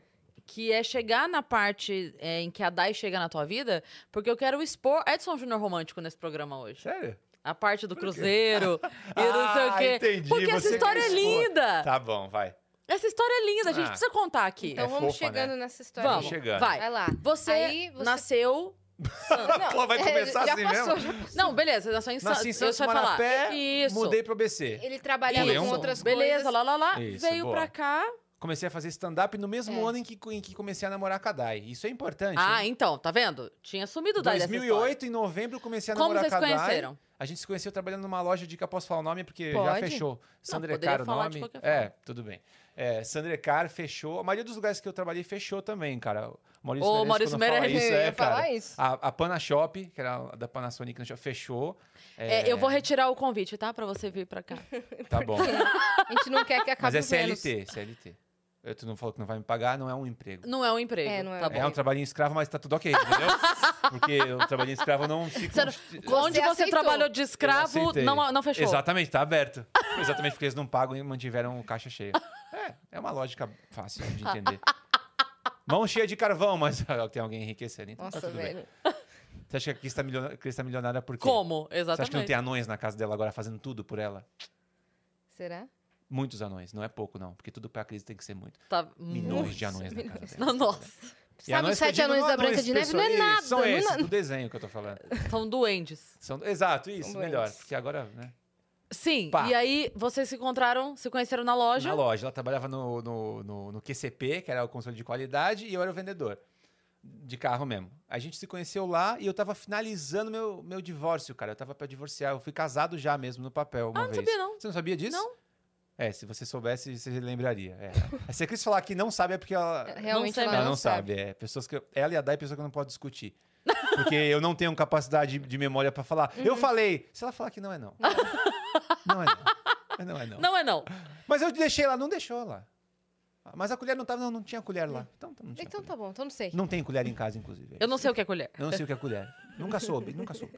Speaker 1: Que é chegar na parte é, em que a Dai chega na tua vida, porque eu quero expor Edson Júnior Romântico nesse programa hoje.
Speaker 3: Sério?
Speaker 1: A parte do
Speaker 3: [laughs]
Speaker 1: Cruzeiro e não sei o
Speaker 3: Ah,
Speaker 1: quê.
Speaker 3: entendi,
Speaker 1: Porque essa
Speaker 3: você
Speaker 1: história é
Speaker 3: quer expor.
Speaker 1: linda!
Speaker 3: Tá bom, vai.
Speaker 1: Essa história é linda, a gente
Speaker 3: Ah.
Speaker 1: precisa contar aqui.
Speaker 2: Então
Speaker 3: É
Speaker 2: vamos
Speaker 3: fofa,
Speaker 2: chegando
Speaker 3: né?
Speaker 2: nessa história.
Speaker 1: Vamos,
Speaker 3: chegando.
Speaker 1: vai.
Speaker 2: Vai lá.
Speaker 1: Você,
Speaker 2: Aí você-
Speaker 1: nasceu.
Speaker 3: Pô, vai
Speaker 2: é,
Speaker 3: começar
Speaker 2: já
Speaker 3: assim
Speaker 2: passou,
Speaker 3: mesmo?
Speaker 2: já passou.
Speaker 1: Não, beleza, nasceu em
Speaker 3: Nasci em
Speaker 1: Santos. Eu
Speaker 3: assim, Santos,
Speaker 1: só ia falar.
Speaker 3: Marapé,
Speaker 1: Isso.
Speaker 3: mudei pro BC.
Speaker 2: Ele trabalhava
Speaker 3: Isso.
Speaker 2: com outras
Speaker 1: Beleza,
Speaker 2: coisas.
Speaker 1: lá, lá, lá.
Speaker 3: Isso,
Speaker 1: veio
Speaker 3: boa.
Speaker 1: pra cá.
Speaker 3: Comecei a fazer stand-up no mesmo
Speaker 2: É.
Speaker 3: ano em que, em que comecei a namorar com a Dai. Isso é importante,
Speaker 1: Ah,
Speaker 3: hein?
Speaker 1: então, tá vendo? Tinha sumido daí dessa história.
Speaker 3: 2008, em novembro, comecei a
Speaker 1: Como
Speaker 3: namorar
Speaker 1: vocês
Speaker 3: com a Dai.
Speaker 1: conheceram?
Speaker 3: A gente se conheceu trabalhando numa loja de que eu posso falar o nome, porque já
Speaker 2: Pode.
Speaker 3: fechou. Sandra é
Speaker 1: poderia
Speaker 3: Caro o
Speaker 1: falar
Speaker 3: nome.
Speaker 1: de qualquer
Speaker 3: É, tudo bem. É, Sandra é Caro fechou. A maioria dos lugares que eu trabalhei fechou também, cara. O Maurício
Speaker 1: Ô,
Speaker 3: Meirelles,
Speaker 1: Maurício
Speaker 3: quando fala
Speaker 1: Meirelles.
Speaker 3: isso,
Speaker 2: Eu ia
Speaker 3: é, cara.
Speaker 2: falar isso.
Speaker 3: A, a Pana Shop, que era da Panasonic, fechou.
Speaker 1: É, eu vou retirar o convite, tá? Pra você vir pra cá.
Speaker 3: Tá bom.
Speaker 2: A gente não quer que acabe
Speaker 3: Mas é
Speaker 2: o Vênus.
Speaker 3: CLT, CLT. Eu, tu não falou que não vai me pagar, não é um emprego.
Speaker 1: Não é um emprego.
Speaker 2: É, não é
Speaker 1: tá
Speaker 2: um
Speaker 1: bom.
Speaker 3: É um trabalhinho escravo, mas tá tudo ok,
Speaker 1: [laughs]
Speaker 3: entendeu? Porque o trabalhinho escravo eu não se
Speaker 1: Você não-
Speaker 3: consti-
Speaker 1: Onde você
Speaker 2: aceitou.
Speaker 1: trabalhou de escravo,
Speaker 3: aceitei.
Speaker 1: não, não fechou.
Speaker 3: Exatamente, tá aberto. Exatamente porque eles não pagam e mantiveram o caixa cheio. É, é uma lógica fácil de
Speaker 1: [laughs]
Speaker 3: entender. Mão cheia de carvão, mas [laughs] tem alguém enriquecendo. Então tá
Speaker 2: Nossa,
Speaker 3: tudo bem.
Speaker 2: velho.
Speaker 3: Você acha que a Cris tá milionária, Cris tá milionária por quê?
Speaker 1: Como?
Speaker 3: Você acha que não
Speaker 1: Exatamente.
Speaker 3: tem anões na casa dela agora fazendo tudo por ela?
Speaker 2: Será?
Speaker 3: Muitos anões, não é pouco não, porque tudo pra Cris tem que ser muito.
Speaker 1: Tá... [laughs]
Speaker 3: Milhões de anões na casa dela.
Speaker 1: Nossa,
Speaker 3: E
Speaker 2: Sabe os
Speaker 3: que eu
Speaker 2: sete
Speaker 3: digo não
Speaker 2: anões da Branca de Neve? Não é
Speaker 3: pessoal,
Speaker 2: nada.
Speaker 3: isso, São
Speaker 2: não é
Speaker 3: esses,
Speaker 2: nada.
Speaker 3: do desenho que eu tô falando.
Speaker 1: são duendes.
Speaker 3: São- exato, isso,
Speaker 2: São
Speaker 3: melhor.
Speaker 2: doentes.
Speaker 3: Porque agora, né?
Speaker 1: Sim,
Speaker 3: Pá.
Speaker 1: e aí vocês se encontraram, se conheceram na loja.
Speaker 3: Na loja. Ela trabalhava no, no, no, no QCP, que era o controle de qualidade, e eu era o vendedor. De carro mesmo. A gente se conheceu lá e eu tava finalizando meu, meu divórcio, cara. Eu tava pra divorciar. Eu fui casado já mesmo no papel uma
Speaker 1: Ah, não
Speaker 3: vez.
Speaker 1: sabia, não.
Speaker 3: Você não sabia disso?
Speaker 1: Não.
Speaker 3: É, se você soubesse, você lembraria. É. [laughs] se a Cris falar que não sabe, é porque ela.
Speaker 2: Realmente
Speaker 1: sei
Speaker 2: ela
Speaker 3: Ela
Speaker 1: mesmo.
Speaker 3: não sabe. É, pessoas que eu- ela e a Dai é pessoa que eu não posso discutir. [laughs] Porque eu não tenho capacidade de memória pra falar.
Speaker 1: Uhum.
Speaker 3: Eu falei. Se ela falar que não é não.
Speaker 1: [laughs]
Speaker 3: Não é não. Não é não.
Speaker 1: Não é não.
Speaker 3: Mas eu deixei lá, não deixou lá. Mas a colher não tava, não, não tinha colher lá. Então, então não tinha.
Speaker 2: Então
Speaker 3: colher.
Speaker 2: tá bom, então não sei.
Speaker 3: Não tem colher em casa, inclusive.
Speaker 1: Eu não sei o que é colher.
Speaker 3: Eu não sei o que é colher. Nunca soube, nunca soube.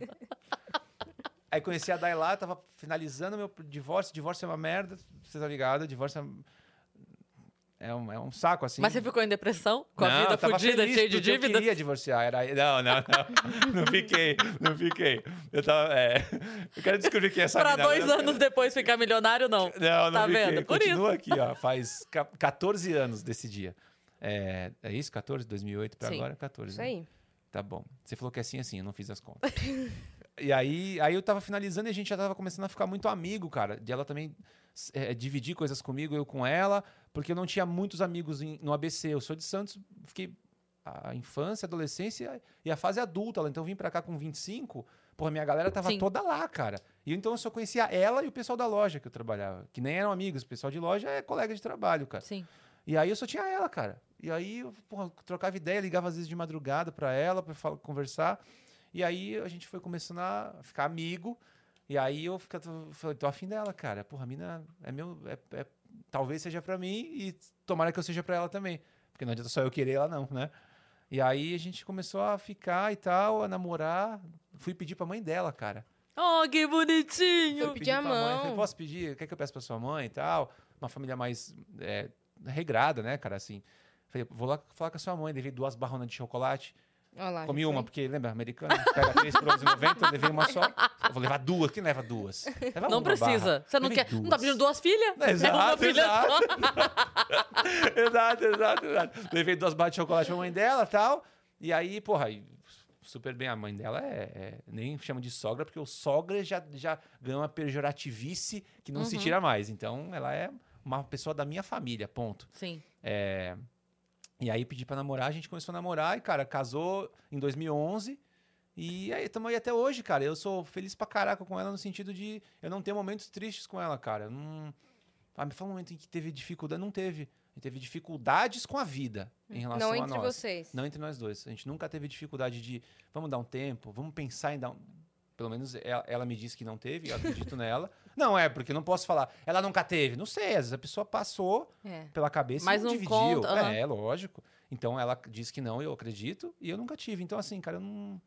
Speaker 3: Aí conheci a Dai lá, tava finalizando meu divórcio. Divórcio é uma merda, você tá ligado? Divórcio é, é um, é um saco, assim.
Speaker 1: Mas você ficou em depressão? Com
Speaker 3: Não,
Speaker 1: a vida
Speaker 3: eu tava
Speaker 1: fodida,
Speaker 3: feliz
Speaker 1: cheia de
Speaker 3: porque Eu
Speaker 1: dívida?
Speaker 3: queria divorciar. Era... Não, não, não. Não fiquei, não fiquei. Eu tava. é, Eu quero descobrir quem é essa
Speaker 1: Pra
Speaker 3: mina, mas
Speaker 1: dois
Speaker 3: eu-
Speaker 1: anos depois ficar milionário, não.
Speaker 3: Não, não
Speaker 1: Tá
Speaker 3: fiquei.
Speaker 1: vendo? Por
Speaker 3: Continua aqui, ó. Faz ca- 14 anos desse dia. É, é isso? 14? 2008 pra
Speaker 1: Sim.
Speaker 3: agora? 14.
Speaker 2: Isso
Speaker 3: né?
Speaker 2: aí.
Speaker 3: Tá bom. Você falou que é assim, assim, eu não fiz as contas. [laughs] e aí, aí eu tava finalizando e a gente já tava começando a ficar muito amigo, cara. De ela também s- eh, dividir coisas comigo, eu com ela, porque eu não tinha muitos amigos em- no ABC. Eu sou de Santos, fiquei a infância, a adolescência e a fase adulta. lá. Então eu vim pra cá com 25, porra, minha galera tava
Speaker 1: Sim.
Speaker 3: toda lá, cara. E então eu só conhecia ela e o pessoal da loja que eu trabalhava, que nem eram amigos, o pessoal de loja é colega de trabalho, cara.
Speaker 1: Sim.
Speaker 3: E aí eu só tinha ela, cara. E aí eu porra, trocava ideia, ligava às vezes de madrugada pra ela, pra fal- conversar. E aí a gente foi começando a ficar amigo. E aí eu fica- tô- falei, tô afim dela, cara. Porra, a mina é meu. é- é- talvez seja pra mim e tomara que eu seja pra ela também. Porque não adianta só eu querer ela, não, né? E aí a gente começou a ficar e tal, a namorar. Fui pedir pra mãe dela, cara.
Speaker 1: Oh, que bonitinho!
Speaker 2: Eu pedi a
Speaker 3: pra mãe.
Speaker 2: mão.
Speaker 3: Falei, posso pedir? O que é que eu peço pra sua mãe e tal? Uma família mais é, regrada, né, cara? Assim. Falei, vou lá falar com a sua mãe. Levei duas barronas de chocolate.
Speaker 2: Olha
Speaker 1: Ah,
Speaker 2: lá.
Speaker 3: Comi
Speaker 2: já
Speaker 3: uma,
Speaker 2: foi.
Speaker 3: porque lembra, americano? Pega três por 11,90, levei uma só. Eu vou levar duas. Quem leva duas?
Speaker 1: [laughs]
Speaker 3: Leva
Speaker 1: Não
Speaker 3: uma tá barra.
Speaker 1: precisa. Você não
Speaker 3: Levei
Speaker 1: quer. Não tá pedindo duas filhas?
Speaker 3: É,
Speaker 1: Leva uma
Speaker 3: exato,
Speaker 1: filha só.
Speaker 3: [laughs] exato, exato, exato. Levei duas barras de chocolate pra mãe dela e tal. E aí, porra, e super bem. A mãe dela é, é- nem chama de sogra, porque o sogra já, já ganhou uma pejorativice que não se tira mais. Então, ela é uma pessoa da minha família, ponto.
Speaker 1: Sim.
Speaker 3: É, E aí, pedi pra namorar, a gente começou a namorar e, cara, casou em 2011. E aí, estamos aí até hoje, cara. Eu sou feliz pra caraca com ela no sentido de eu não ter momentos tristes com ela, cara. Eu Não... Ah, me fala um momento em que teve dificuldade. Não teve. A gente teve dificuldades com a vida em
Speaker 2: Hum.
Speaker 3: relação
Speaker 2: Não
Speaker 3: a
Speaker 2: entre
Speaker 3: nós.
Speaker 2: vocês.
Speaker 3: Não entre nós dois. A gente nunca teve dificuldade de vamos dar um tempo, vamos pensar em dar um. Pelo menos ela, ela me disse que não teve, eu acredito [laughs] nela. Não, é, porque eu não posso falar. Ela nunca teve. Não sei, às vezes a pessoa passou
Speaker 2: É.
Speaker 3: pela cabeça
Speaker 1: Mas
Speaker 3: e não
Speaker 1: não
Speaker 3: dividiu.
Speaker 1: conta, aham.
Speaker 3: É, lógico. Então ela diz que não, eu acredito, e eu nunca tive. Então, assim, cara, eu não,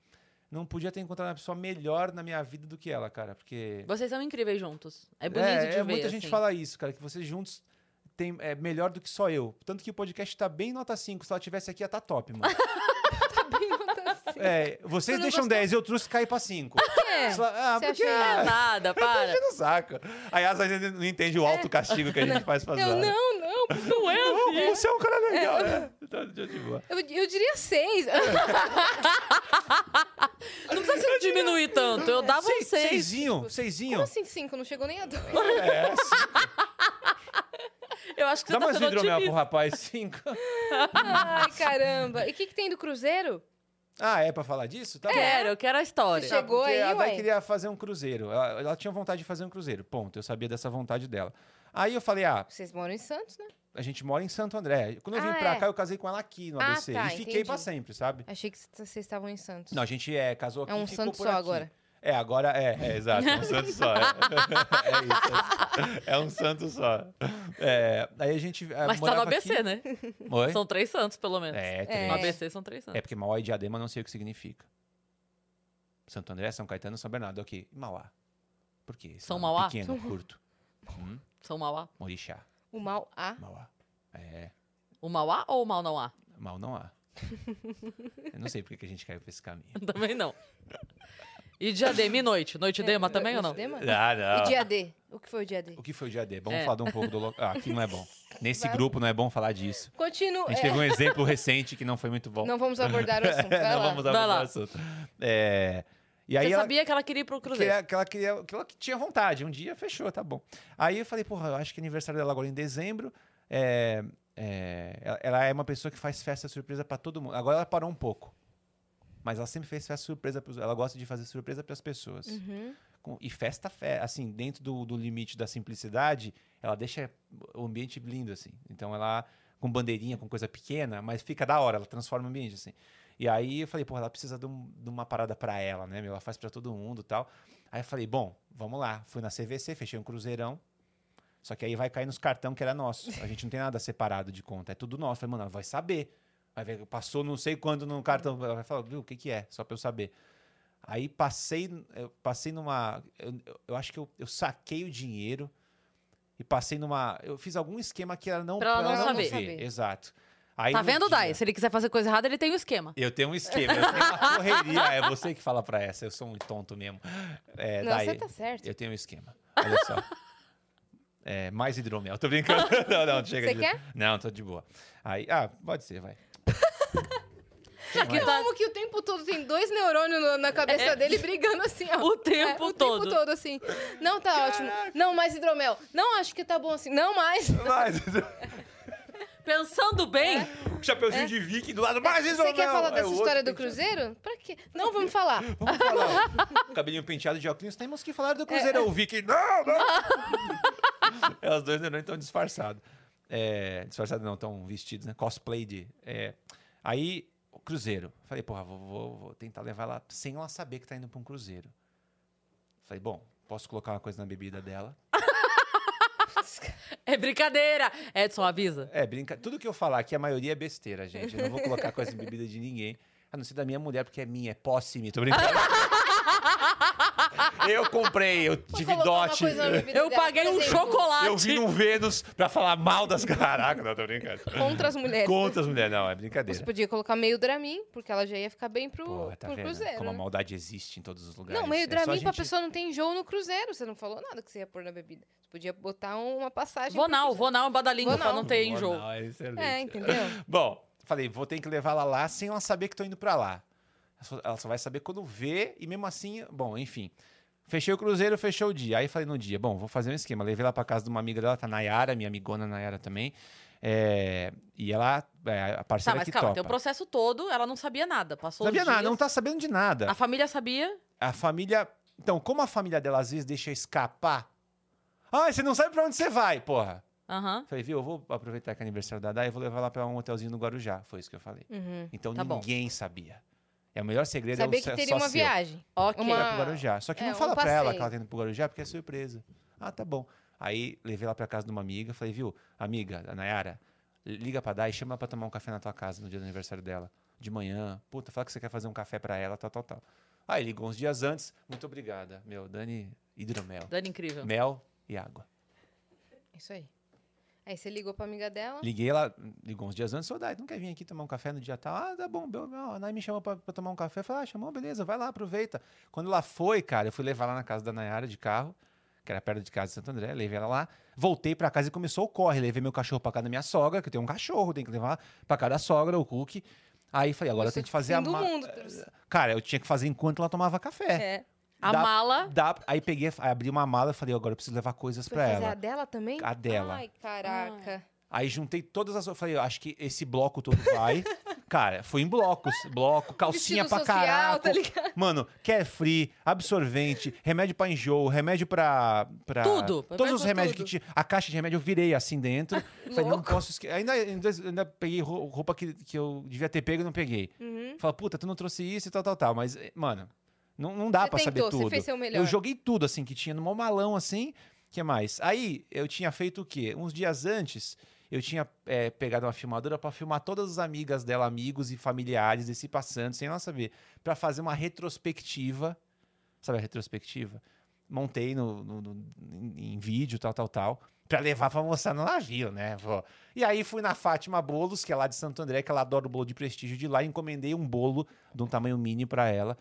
Speaker 3: não podia ter encontrado uma pessoa melhor na minha vida do que ela, cara. Porque.
Speaker 1: Vocês são incríveis juntos. É bonito
Speaker 3: é,
Speaker 1: de
Speaker 3: é,
Speaker 1: ver.
Speaker 3: Muita gente
Speaker 1: assim.
Speaker 3: fala isso, cara, que vocês juntos. Tem, é melhor do que só eu. Tanto que o podcast tá bem nota 5. Se ela tivesse aqui, ia tá top, mano.
Speaker 2: Tá bem, não tá assim. [laughs]
Speaker 3: É, vocês
Speaker 2: Eu não
Speaker 3: deixam
Speaker 2: gostei.
Speaker 3: 10, eu trouxe cair pra 5.
Speaker 2: [laughs]
Speaker 3: [laughs]
Speaker 2: É.
Speaker 3: Ah,
Speaker 2: Você
Speaker 3: porque
Speaker 1: É
Speaker 2: acha-
Speaker 1: nada, para.
Speaker 3: enchendo o saco. Aí as ainda não entende o alto castigo que a gente faz pra
Speaker 2: Eu,
Speaker 3: Zara.
Speaker 2: É. não, não, não é
Speaker 3: Não,
Speaker 2: assim.
Speaker 3: Você é um cara legal, né? Tá de boa.
Speaker 2: Eu, eu diria seis. Ah,
Speaker 1: Não precisa se diminuir
Speaker 3: "Hum,
Speaker 1: tanto. Eu dava um
Speaker 3: Sei-
Speaker 1: seis.
Speaker 3: Seisinho, seisinho.
Speaker 2: Como assim cinco? Não chegou nem a dois. [laughs]
Speaker 3: É, sim.
Speaker 1: Eu acho que você
Speaker 3: Dá
Speaker 1: tá
Speaker 3: mais um
Speaker 1: sendo
Speaker 3: hidromel pro
Speaker 1: otimista.
Speaker 3: rapaz, cinco.
Speaker 2: Ai, caramba. E o que, que tem do cruzeiro?
Speaker 3: Ah, é pra falar disso? Tá
Speaker 1: Eu
Speaker 3: bom.
Speaker 1: Quero, eu quero a história.
Speaker 2: Você chegou
Speaker 3: porque
Speaker 2: aí,
Speaker 3: a Dai
Speaker 2: ué.
Speaker 3: queria fazer um cruzeiro. Ela, ela tinha vontade de fazer um cruzeiro, ponto. Eu sabia dessa vontade dela. Aí eu falei, ah,
Speaker 2: Vocês moram em Santos, né?
Speaker 3: a gente mora em Santo André. Quando eu vim
Speaker 2: Ah,
Speaker 3: pra
Speaker 2: é.
Speaker 3: cá, eu casei com ela aqui no
Speaker 2: Ah,
Speaker 3: ABC.
Speaker 2: tá,
Speaker 3: e fiquei pra
Speaker 2: entendi.
Speaker 3: sempre, sabe?
Speaker 2: Achei que c- vocês estavam em Santos.
Speaker 3: Não, a gente é, casou aqui
Speaker 2: É um
Speaker 3: e ficou
Speaker 2: Santos
Speaker 3: por
Speaker 2: só
Speaker 3: aqui.
Speaker 2: agora.
Speaker 3: É, agora é, é exato, é um santo só. É, [laughs] É isso, é, é um santo só. É, aí a gente. é,
Speaker 1: Mas tá no
Speaker 3: morava
Speaker 1: ABC,
Speaker 3: aqui.
Speaker 1: né?
Speaker 3: Oi?
Speaker 1: São três santos, pelo menos.
Speaker 3: É,
Speaker 1: No
Speaker 3: três.
Speaker 1: ABC são três
Speaker 3: É
Speaker 1: santos.
Speaker 3: porque Mauá e Diadema eu não sei o que significa. Santo André, São Caetano, São Bernardo. Ok, e Mauá. Por quê? Esse
Speaker 1: São
Speaker 3: nome é
Speaker 1: Mauá?
Speaker 3: Pequeno, curto. Hum,
Speaker 1: São Mauá.
Speaker 3: Morixá,
Speaker 2: O mal A.
Speaker 3: Mauá. É,
Speaker 1: O Mauá ou o Mau não há?
Speaker 3: mal não
Speaker 1: [laughs]
Speaker 3: há. Eu não sei por que que a gente caiu pra esse caminho.
Speaker 1: Também não. E diadema e noite? É, Noite dema
Speaker 2: é,
Speaker 1: também ou não?
Speaker 2: Diadema?
Speaker 3: Ah, não.
Speaker 2: E dia D? O que foi o dia D?
Speaker 3: O que foi o dia D? Vamos
Speaker 1: É.
Speaker 3: falar um pouco do local. Ah, aqui não é bom. Nesse
Speaker 2: Vai.
Speaker 3: grupo não é bom falar disso.
Speaker 2: Continua.
Speaker 3: A gente
Speaker 2: é,
Speaker 3: teve um exemplo recente que não foi muito bom.
Speaker 2: Não vamos abordar o assunto. Vai
Speaker 3: [laughs] não
Speaker 2: lá.
Speaker 3: vamos
Speaker 1: Vai
Speaker 3: abordar
Speaker 1: lá.
Speaker 3: o assunto. É, E aí
Speaker 1: Você
Speaker 3: ela,
Speaker 1: sabia que ela queria ir pro Cruzeiro? Tá
Speaker 3: queria- que é ela queria, que ela que tinha vontade. Um dia fechou, tá bom. Aí eu falei, porra, eu acho que é aniversário dela agora em dezembro. É, é, ela- ela é uma pessoa que faz festa surpresa pra todo mundo. Agora ela parou um pouco. Mas ela sempre fez festa surpresa. pros- Ela gosta de fazer surpresa pras pessoas.
Speaker 2: Uhum.
Speaker 3: Com- e festa, fe- assim, dentro do, do limite da simplicidade, ela deixa o ambiente lindo, assim. Então ela, com bandeirinha, com coisa pequena, mas fica da hora, ela transforma o ambiente, assim. E aí eu falei, porra, ela precisa de, um- de uma parada pra ela, né, meu? Ela faz pra todo mundo e tal. Aí eu falei, bom, vamos lá. Fui na CVC, fechei um cruzeirão. Só que aí vai cair nos cartão que era nosso. A gente não tem nada separado de conta, é tudo nosso. Falei, mano, ela vai saber. Vai ver, passou não sei quando no cartão. Ela vai falar, viu, o que que é? Só pra eu saber. Aí passei, eu passei numa. Eu, eu acho que eu, eu saquei o dinheiro e passei numa. Eu fiz algum esquema que ela não,
Speaker 1: Pra ela não
Speaker 3: ver.
Speaker 2: saber.
Speaker 3: Exato. Aí
Speaker 1: Tá
Speaker 3: no
Speaker 1: vendo,
Speaker 3: dia-
Speaker 1: Dai? Se ele quiser fazer coisa errada, ele tem um [laughs] esquema.
Speaker 3: Eu tenho um esquema, eu tenho uma correria. É você que fala pra essa, eu sou um tonto mesmo. É,
Speaker 2: Não,
Speaker 3: Dai,
Speaker 2: você tá certo.
Speaker 3: eu tenho um esquema. Olha só. É, mais hidromel,
Speaker 2: [laughs]
Speaker 3: tô brincando. Não, não, chega
Speaker 2: Você
Speaker 3: de
Speaker 2: quer?
Speaker 3: Não, tô de boa. Aí, ah, pode ser, vai.
Speaker 1: Já que
Speaker 2: Eu
Speaker 1: tá
Speaker 2: amo que o tempo todo tem dois neurônios no- na cabeça dele brigando assim, ó.
Speaker 1: É. [laughs] o tempo
Speaker 2: É, o
Speaker 1: todo.
Speaker 2: tempo todo, assim. Não, tá ótimo. Não, mais hidromel. Não, acho que tá bom assim. Não, mais. [laughs]
Speaker 3: Mais.
Speaker 2: É.
Speaker 1: Pensando bem,
Speaker 3: Chapeuzinho de Vicky do lado, mais hidromel.
Speaker 2: Você quer falar
Speaker 3: É, o
Speaker 2: dessa
Speaker 3: outro
Speaker 2: história do
Speaker 3: tem que-
Speaker 2: Cruzeiro? Pra quê? Não, vamos falar.
Speaker 3: Vamos falar. [laughs] Cabelinho penteado de óculos, temos que falar do Cruzeiro. Eu vi que. Não, não! [laughs] é, os dois neurônios estão disfarçados. É, disfarçados não, estão vestidos, né? Cosplay de. é. Aí, o Cruzeiro. Falei, porra, vou, vou- vou tentar levar ela sem ela saber que tá indo pra um Cruzeiro. Falei, bom, posso colocar uma coisa na bebida dela?
Speaker 1: é brincadeira. Edson, avisa.
Speaker 3: É, brinca. Tudo que eu falar aqui, a maioria é besteira, gente. Eu não vou colocar coisa
Speaker 2: [laughs]
Speaker 3: em bebida de ninguém. A não ser da minha mulher, porque é minha, é posse minha. Tô brincando. Eu comprei, eu tive dote.
Speaker 1: Eu paguei um chocolate.
Speaker 3: Eu vi um Vênus pra falar mal das Caraca, não, tô brincando.
Speaker 2: Contra as mulheres.
Speaker 3: Contra as mulheres, não, é
Speaker 2: Você
Speaker 3: brincadeira.
Speaker 2: podia colocar meio Dramin, porque ela já ia ficar bem pro,
Speaker 3: Porra, tá
Speaker 2: pro
Speaker 3: vendo?
Speaker 2: cruzeiro.
Speaker 3: Como a
Speaker 2: né?
Speaker 3: maldade existe em todos os lugares.
Speaker 2: Não, meio
Speaker 3: É só a
Speaker 2: Dramin pra
Speaker 3: gente-
Speaker 2: pessoa não ter enjoo no cruzeiro. Você não falou nada que você ia pôr na bebida. Você podia botar uma passagem. pro
Speaker 1: Vonal,
Speaker 2: cruzeiro.
Speaker 1: Vonal é um badalinho pra
Speaker 2: Vonal.
Speaker 1: não ter Tá, enjoo.
Speaker 3: Não, é excelente.
Speaker 2: É, entendeu?
Speaker 3: Bom, falei, vou ter que levar ela lá sem ela saber que tô indo pra lá. Ela só- Ela só vai saber quando vê e mesmo assim, bom, enfim. Fechei o cruzeiro, fechou o dia. Aí falei no dia, bom, vou fazer um esquema. Levei ela pra casa de uma amiga dela, tá Nayara, minha amigona Nayara também. É, e ela, é, a
Speaker 1: Tá,
Speaker 3: parceira
Speaker 1: mas
Speaker 3: que
Speaker 1: calma, tem o
Speaker 3: topa.
Speaker 1: processo todo, ela não sabia nada. Passou
Speaker 3: Não sabia
Speaker 1: os
Speaker 3: nada,
Speaker 1: dias,
Speaker 3: não tá sabendo de nada.
Speaker 1: A família sabia.
Speaker 3: A família. Então, como a família dela às vezes deixa escapar. Ah, você não sabe pra onde você vai, porra.
Speaker 1: Aham.
Speaker 3: Falei, viu, eu vou aproveitar que é aniversário da Dai e vou levar ela pra um hotelzinho no Guarujá. Foi isso que eu falei.
Speaker 2: Uhum.
Speaker 3: Então
Speaker 1: Tá bom.
Speaker 3: ninguém sabia. É o melhor segredo
Speaker 2: Saber
Speaker 3: é o se-
Speaker 2: que teria
Speaker 3: só
Speaker 2: uma
Speaker 3: seu.
Speaker 2: viagem.
Speaker 1: Ok.
Speaker 3: Vai
Speaker 2: Uma-
Speaker 3: pro Guarujá. Só que
Speaker 2: é,
Speaker 3: não
Speaker 2: um
Speaker 3: fala pra ela que
Speaker 2: passeio.
Speaker 3: ela tá indo pro Guarujá porque é surpresa. Ah, tá bom. Aí levei ela pra casa de uma amiga, falei, viu, amiga, a Nayara, liga pra Dai e chama ela pra tomar um café na tua casa no dia do aniversário dela. De manhã, puta, fala que você quer fazer um café pra ela, tal, tal, tal. Aí ligou uns dias antes, muito obrigada. Meu, Dani, hidromel.
Speaker 1: Dani incrível.
Speaker 3: Mel e água.
Speaker 2: Isso aí. Aí você ligou pra amiga dela.
Speaker 3: Liguei ela, ligou uns dias antes, ô Dai, tu não quer vir aqui tomar um café no dia tal? Ah, tá bom, be- ó, a Nay me chamou pra, pra tomar um café. Eu falei, ah, chamou, beleza, vai lá, aproveita. Quando ela foi, cara, eu fui levar ela na casa da Nayara de carro, que era perto de casa de Santo André, levei ela lá, voltei pra casa e começou o corre. Levei meu cachorro pra casa da minha sogra, que eu tenho um cachorro, tenho que levar pra casa da sogra, o Cook. Aí falei, agora eu
Speaker 2: Isso é
Speaker 3: tenho que fazer a
Speaker 2: fim do
Speaker 3: ma-
Speaker 2: mundo.
Speaker 3: Cara, eu tinha que fazer enquanto ela tomava café.
Speaker 2: É.
Speaker 1: A
Speaker 3: Dá-
Speaker 1: mala.
Speaker 3: Dá- aí peguei, aí abri uma mala e falei, agora eu preciso levar coisas
Speaker 2: Foi
Speaker 3: pra
Speaker 2: fazer
Speaker 3: ela.
Speaker 2: a dela também?
Speaker 3: A dela.
Speaker 2: Ai, caraca.
Speaker 3: Aí juntei todas as. Eu falei, eu acho que esse bloco todo
Speaker 2: [laughs]
Speaker 3: vai. Cara, fui em blocos. Bloco, calcinha
Speaker 2: Vestido
Speaker 3: pra
Speaker 2: social,
Speaker 3: caraca.
Speaker 2: tá ligado?
Speaker 3: Mano, carefree, absorvente, remédio pra enjoo, remédio pra. pra-
Speaker 1: Tudo,
Speaker 3: Todos os
Speaker 1: remédio
Speaker 3: remédios
Speaker 1: tudo.
Speaker 3: que tinha. A caixa de remédio eu virei
Speaker 2: [laughs]
Speaker 3: assim dentro. falei, não
Speaker 2: Louco.
Speaker 3: posso esquecer. Ainda, ainda, ainda peguei rou- roupa que, que eu devia ter pego e não peguei.
Speaker 2: Uhum.
Speaker 3: Fala, puta, tu não trouxe isso e tal, tal, tal. Mas, eh, mano, não, não dá
Speaker 2: Você
Speaker 3: pra saber
Speaker 2: tentou, você
Speaker 3: tudo.
Speaker 2: fez seu melhor.
Speaker 3: Eu joguei tudo, assim, que tinha no maior malão, assim. que mais? Aí, eu tinha feito o quê? Uns dias antes, eu tinha eh, pegado uma filmadora pra filmar todas as amigas dela, amigos e familiares desse passando, sem ela saber. Pra fazer uma retrospectiva. Sabe a retrospectiva? Montei no, no- no- em, em vídeo, tal, tal, tal. Pra levar pra mostrar no navio, né, vó? E aí fui na Fátima Bolos, que é lá de Santo André, que ela adora o bolo de prestígio de lá, e encomendei um bolo de um tamanho mini pra ela.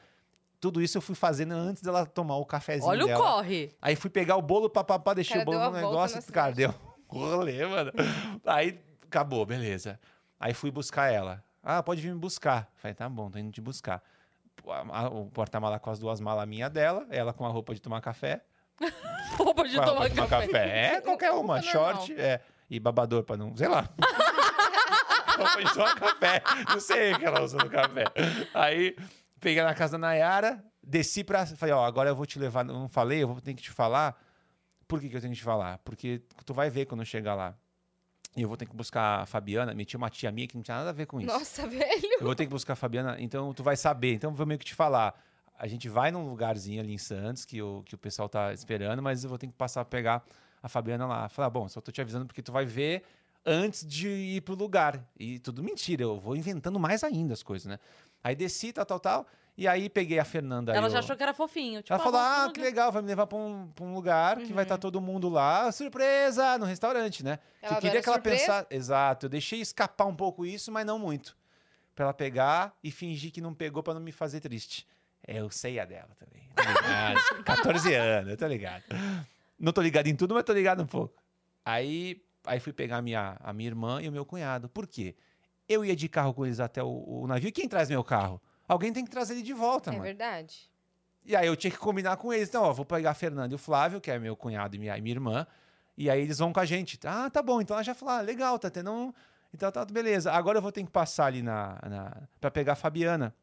Speaker 3: Tudo isso eu fui fazendo antes dela tomar o cafezinho
Speaker 1: Olha o
Speaker 3: dela.
Speaker 1: corre. [laughs]
Speaker 3: Aí fui pegar o bolo, papapá, deixei
Speaker 2: Cara,
Speaker 3: o bolo
Speaker 2: deu a
Speaker 3: no
Speaker 2: volta
Speaker 3: negócio,
Speaker 2: na
Speaker 3: e, cara, deu um rolê, mano. Aí acabou, beleza. Aí fui buscar ela. Ah, pode vir me buscar. Falei, tá bom, tô indo te buscar. A- a- O porta-mala com as duas malas minha dela, ela com a roupa de tomar café.
Speaker 1: Roupa de
Speaker 3: com é a roupa
Speaker 1: tomar
Speaker 3: de tomar
Speaker 1: café.
Speaker 3: café. É, qualquer uma.
Speaker 2: Roupa normal.
Speaker 3: Short, é. E babador pra não, sei lá. [laughs] roupa de tomar café. Não sei o que ela usa no café. Aí, peguei na casa da Nayara, desci pra. Falei, ó, agora eu vou te levar. Não falei, eu vou ter que te falar. Por que, que eu tenho que te falar? Porque tu vai ver quando eu chegar lá. E eu vou ter que buscar a Fabiana. Meti uma tia minha que não tinha nada a ver com isso.
Speaker 2: Nossa, [laughs] velho.
Speaker 3: Eu vou ter que buscar a Fabiana, então tu vai saber. Então eu vou meio que te falar. A gente vai num lugarzinho ali em Santos que o, que o pessoal tá esperando, mas eu vou ter que passar a pegar a Fabiana lá. Falar, bom, só tô te avisando porque tu vai ver antes de ir pro lugar. E tudo mentira, eu vou inventando mais ainda as coisas, né? Aí desci, tal, tal, tal. E aí peguei a Fernanda.
Speaker 1: Ela
Speaker 3: eu-
Speaker 1: já achou que era fofinho. Tipo,
Speaker 3: ela falou:
Speaker 1: vamos
Speaker 3: Ah,
Speaker 1: tomar
Speaker 3: que legal, vai me levar pra um, pra um lugar que vai estar
Speaker 1: Uhum.
Speaker 3: todo mundo lá. Surpresa! No restaurante, né?
Speaker 2: Ela
Speaker 3: que eu queria
Speaker 2: adora
Speaker 3: que ela
Speaker 2: surpresa.
Speaker 3: pensasse. Exato, eu deixei escapar um pouco isso, mas não muito. Pra ela pegar e fingir que não pegou pra não me fazer triste. É, Eu sei a dela também. Tô
Speaker 2: [laughs]
Speaker 3: ligado. 14 anos, eu tô ligado. Não tô ligado em tudo, mas tô ligado um pouco. Aí, aí fui pegar a minha, a minha irmã e o meu cunhado. Por quê? Eu ia de carro com eles até o, o navio. E quem traz meu carro? Alguém tem que trazer ele de volta,
Speaker 2: É
Speaker 3: mano.
Speaker 2: verdade.
Speaker 3: E aí eu tinha que combinar com eles. Então, ó, vou pegar a Fernanda e o Flávio, que é meu cunhado e minha, e minha irmã. E aí eles vão com a gente. Ah, tá bom. Então ela já falou, ah, legal, tá tendo um... Então tá, beleza. Agora eu vou ter que passar ali na... na pra pegar a Fabiana,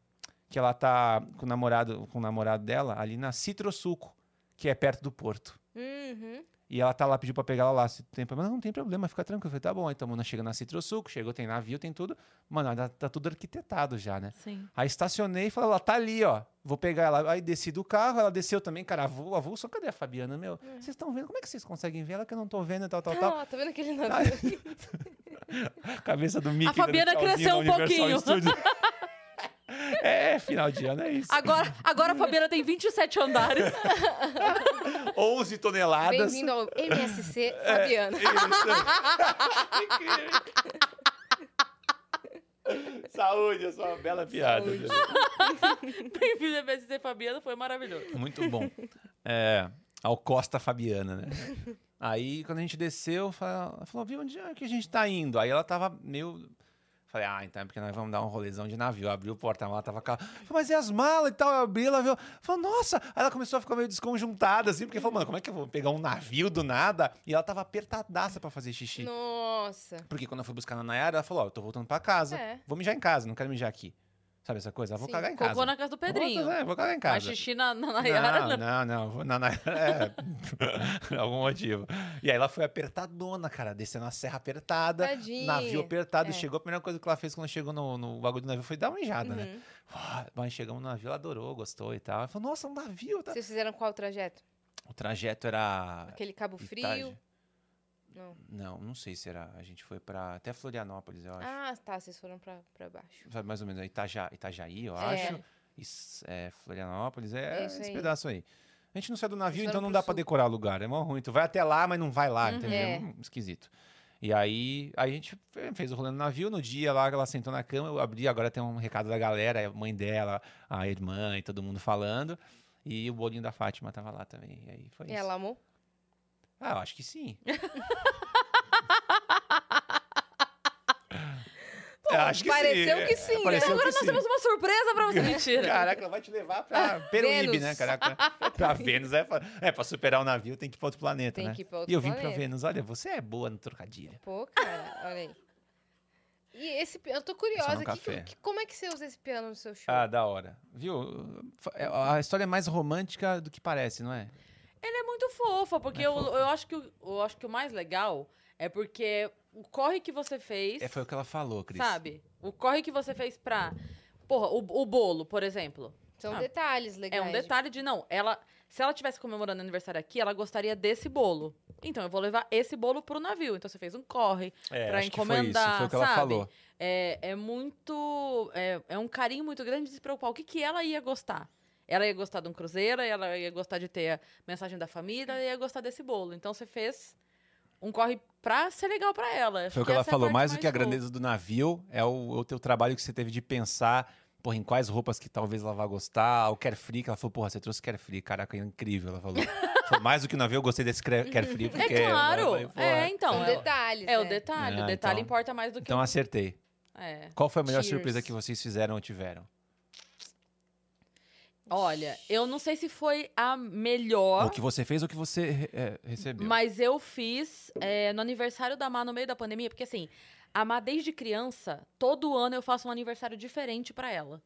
Speaker 3: que ela tá com o namorado, com o namorado dela, ali na Citrosuco, que é perto do Porto.
Speaker 2: Uhum.
Speaker 3: E ela tá lá, pediu pra pegar ela lá. Se tem problema, não tem problema, fica tranquilo. Eu falei, tá bom. Então, mano, chega na Citrosuco, chegou, tem navio, tem tudo. Mano, tá, tá tudo arquitetado já, né?
Speaker 1: um- Sim.
Speaker 3: Aí estacionei e falei, ela tá ali, ó. Vou pegar ela. Aí desci do carro, ela desceu também, cara, avul- avulso. Cadê a Fabiana, meu? Vocês estão vendo? Como é que vocês conseguem ver ela que eu não tô vendo e tal, tal, tal?
Speaker 2: Ah, tá vendo aquele navio?
Speaker 3: [laughs] Cabeça do Mickey.
Speaker 1: A Fabiana
Speaker 3: dando tchauzinho
Speaker 1: cresceu
Speaker 3: no
Speaker 1: um
Speaker 3: Universal
Speaker 1: pouquinho.
Speaker 3: Studios. [laughs] É, final de ano é isso. [laughs]
Speaker 1: Agora, agora a Fabiana tem 27 andares. [laughs]
Speaker 3: 11 toneladas. [laughs]
Speaker 2: Bem-vindo ao MSC
Speaker 3: É.
Speaker 2: Fabiana.
Speaker 3: Saúde, eu sou uma bela piada.
Speaker 2: Saúde.
Speaker 1: Bem-vindo a BSC Fabiana, foi maravilhoso.
Speaker 3: Muito bom. É, ao Costa Fabiana, né? Aí, quando a gente desceu, fala- ela falou, viu, onde é que a gente tá indo? Aí ela tava meio... Falei, ah, então é porque nós vamos dar um rolezão de navio. Abriu o porta-mala, tava com a... Falei, Mas e as malas e tal? Eu abri, ela viu. Falou, nossa! Aí ela começou a ficar meio desconjuntada, assim, porque falou, mano, como é que eu vou pegar um navio do nada? E ela tava apertadaça pra fazer xixi.
Speaker 2: Nossa.
Speaker 3: Porque quando eu fui buscar na Nayara, ela falou, ó, eu tô voltando pra casa.
Speaker 2: É.
Speaker 3: Vou mijar em casa, não quero mijar aqui. Sabe essa coisa? Eu vou
Speaker 2: Sim,
Speaker 3: cagar Tá em casa.
Speaker 1: Cocô na casa do Pedrinho.
Speaker 3: Vou, é, vou cagar em
Speaker 1: Faz
Speaker 3: casa.
Speaker 1: xixi na, na Nayara.
Speaker 3: Não, não, não. [laughs] vou Na, na, é, por [laughs] algum motivo. E aí ela foi apertadona, cara, descendo a serra apertada,
Speaker 2: Tadinha.
Speaker 3: navio apertado.
Speaker 2: É.
Speaker 3: Chegou, a primeira coisa que ela fez quando chegou no, no bagulho do navio foi dar uma mijada, né?
Speaker 2: Uhum.
Speaker 3: Uau, Mas chegamos no navio, ela adorou, gostou e tal. Ela falou, nossa, um navio. Tá...
Speaker 2: Vocês fizeram qual trajeto?
Speaker 3: O trajeto era...
Speaker 2: Aquele Cabo Frio?
Speaker 3: Itagi-
Speaker 2: Não.
Speaker 3: Não, não sei se era. A gente foi pra... Até Florianópolis, eu acho.
Speaker 2: Ah, tá. Vocês foram pra, pra baixo.
Speaker 3: Sabe, mais ou menos, é Itaja, Itajaí, eu
Speaker 2: É.
Speaker 3: acho. Is- é, Florianópolis, é,
Speaker 2: É isso
Speaker 3: esse
Speaker 2: aí.
Speaker 3: pedaço aí. A gente não sai do navio,
Speaker 2: Eles
Speaker 3: então
Speaker 2: foram
Speaker 3: não
Speaker 2: pro
Speaker 3: dá pra
Speaker 2: sul.
Speaker 3: decorar o lugar. É mó ruim. Tu vai até lá, mas não vai lá, entendeu?
Speaker 2: É.
Speaker 3: Hum, Esquisito. E aí, a gente fe- fez o rolê no navio. No dia lá, ela sentou na cama, eu abri. Agora tem um recado da galera, a mãe dela, a irmã e todo mundo falando. E o bolinho da Fátima tava lá também. E aí foi
Speaker 2: E
Speaker 3: isso.
Speaker 2: ela amou?
Speaker 3: Ah, eu acho
Speaker 2: [laughs]
Speaker 3: que sim. Eu acho que
Speaker 2: pareceu
Speaker 3: sim. É,
Speaker 2: que sim, né?
Speaker 3: Pareceu
Speaker 1: Agora
Speaker 3: que
Speaker 1: nós
Speaker 3: sim.
Speaker 1: temos uma surpresa pra
Speaker 3: [laughs]
Speaker 1: você. Mentira.
Speaker 3: Caraca, ela vai te levar pra Peruíbe,
Speaker 2: Ah, Vênus.
Speaker 3: né? Caraca,
Speaker 2: [laughs]
Speaker 3: pra Vênus. É pra, é, pra superar o navio tem que ir pra outro planeta,
Speaker 2: Tem
Speaker 3: né?
Speaker 2: que ir pra outro
Speaker 3: e eu vim
Speaker 2: planeta.
Speaker 3: pra Vênus. Olha, você é boa no trocadilho.
Speaker 2: Pô, cara, olha aí. E esse... pi- Eu tô curiosa. que-
Speaker 3: é café.
Speaker 2: que- como é que você usa esse piano no seu show?
Speaker 3: Ah, da hora. Viu? É, A história é mais romântica do que parece, não é?
Speaker 1: Ele é muito fofa, porque
Speaker 3: É
Speaker 1: eu,
Speaker 3: fofa.
Speaker 1: eu, acho que, o- eu acho que o mais legal é porque o corre que você fez,
Speaker 3: é foi o que ela falou, Cris.
Speaker 1: sabe? O corre que você fez pra... Porra, o, o bolo, por exemplo.
Speaker 2: São
Speaker 1: Ah,
Speaker 2: detalhes legais.
Speaker 1: É um
Speaker 2: de-
Speaker 1: detalhe de, não, ela... Se ela tivesse comemorando aniversário aqui, ela gostaria desse bolo. Então, eu vou levar esse bolo pro navio. Então, você fez um corre
Speaker 3: É,
Speaker 1: pra
Speaker 3: acho que foi isso.
Speaker 1: encomendar,
Speaker 3: Foi o que ela
Speaker 1: sabe?
Speaker 3: falou.
Speaker 1: É, é muito... É, é um carinho muito grande de se preocupar. O que, que ela ia gostar? Ela ia gostar de um cruzeiro, ela ia gostar de ter a mensagem da família, ela ia gostar desse bolo. Então, você fez um corre pra ser legal pra ela. Acho
Speaker 3: Foi o que ela
Speaker 1: essa é
Speaker 3: falou.
Speaker 1: parte
Speaker 3: Mais do que a
Speaker 1: boa.
Speaker 3: grandeza do navio é o, o teu trabalho que você teve de pensar. Porra, em quais roupas que talvez ela vá gostar, o carefree, que ela falou, porra, você trouxe carefree, caraca, é incrível,
Speaker 1: [laughs]
Speaker 3: ela falou. Falou, Mais do que o navio, eu gostei desse cre- carefree, porque...
Speaker 1: É claro.
Speaker 3: Eu falei, "Porra,
Speaker 1: é, então.
Speaker 2: São
Speaker 1: É,
Speaker 2: detalhes,
Speaker 1: é o
Speaker 2: né?
Speaker 1: detalhe.
Speaker 3: Ah,
Speaker 1: o detalhe
Speaker 3: então-
Speaker 1: importa mais do que.
Speaker 3: Então acertei.
Speaker 1: É.
Speaker 3: Qual foi a melhor
Speaker 2: Cheers.
Speaker 3: surpresa que vocês fizeram ou tiveram?
Speaker 1: Olha, eu não sei se foi a
Speaker 3: Ou
Speaker 1: melhor,
Speaker 3: O que você fez ou o que você é, recebeu?
Speaker 1: mas eu fiz é, no aniversário da Má no meio da pandemia, porque assim, a Má desde criança, todo ano eu faço um aniversário diferente pra ela.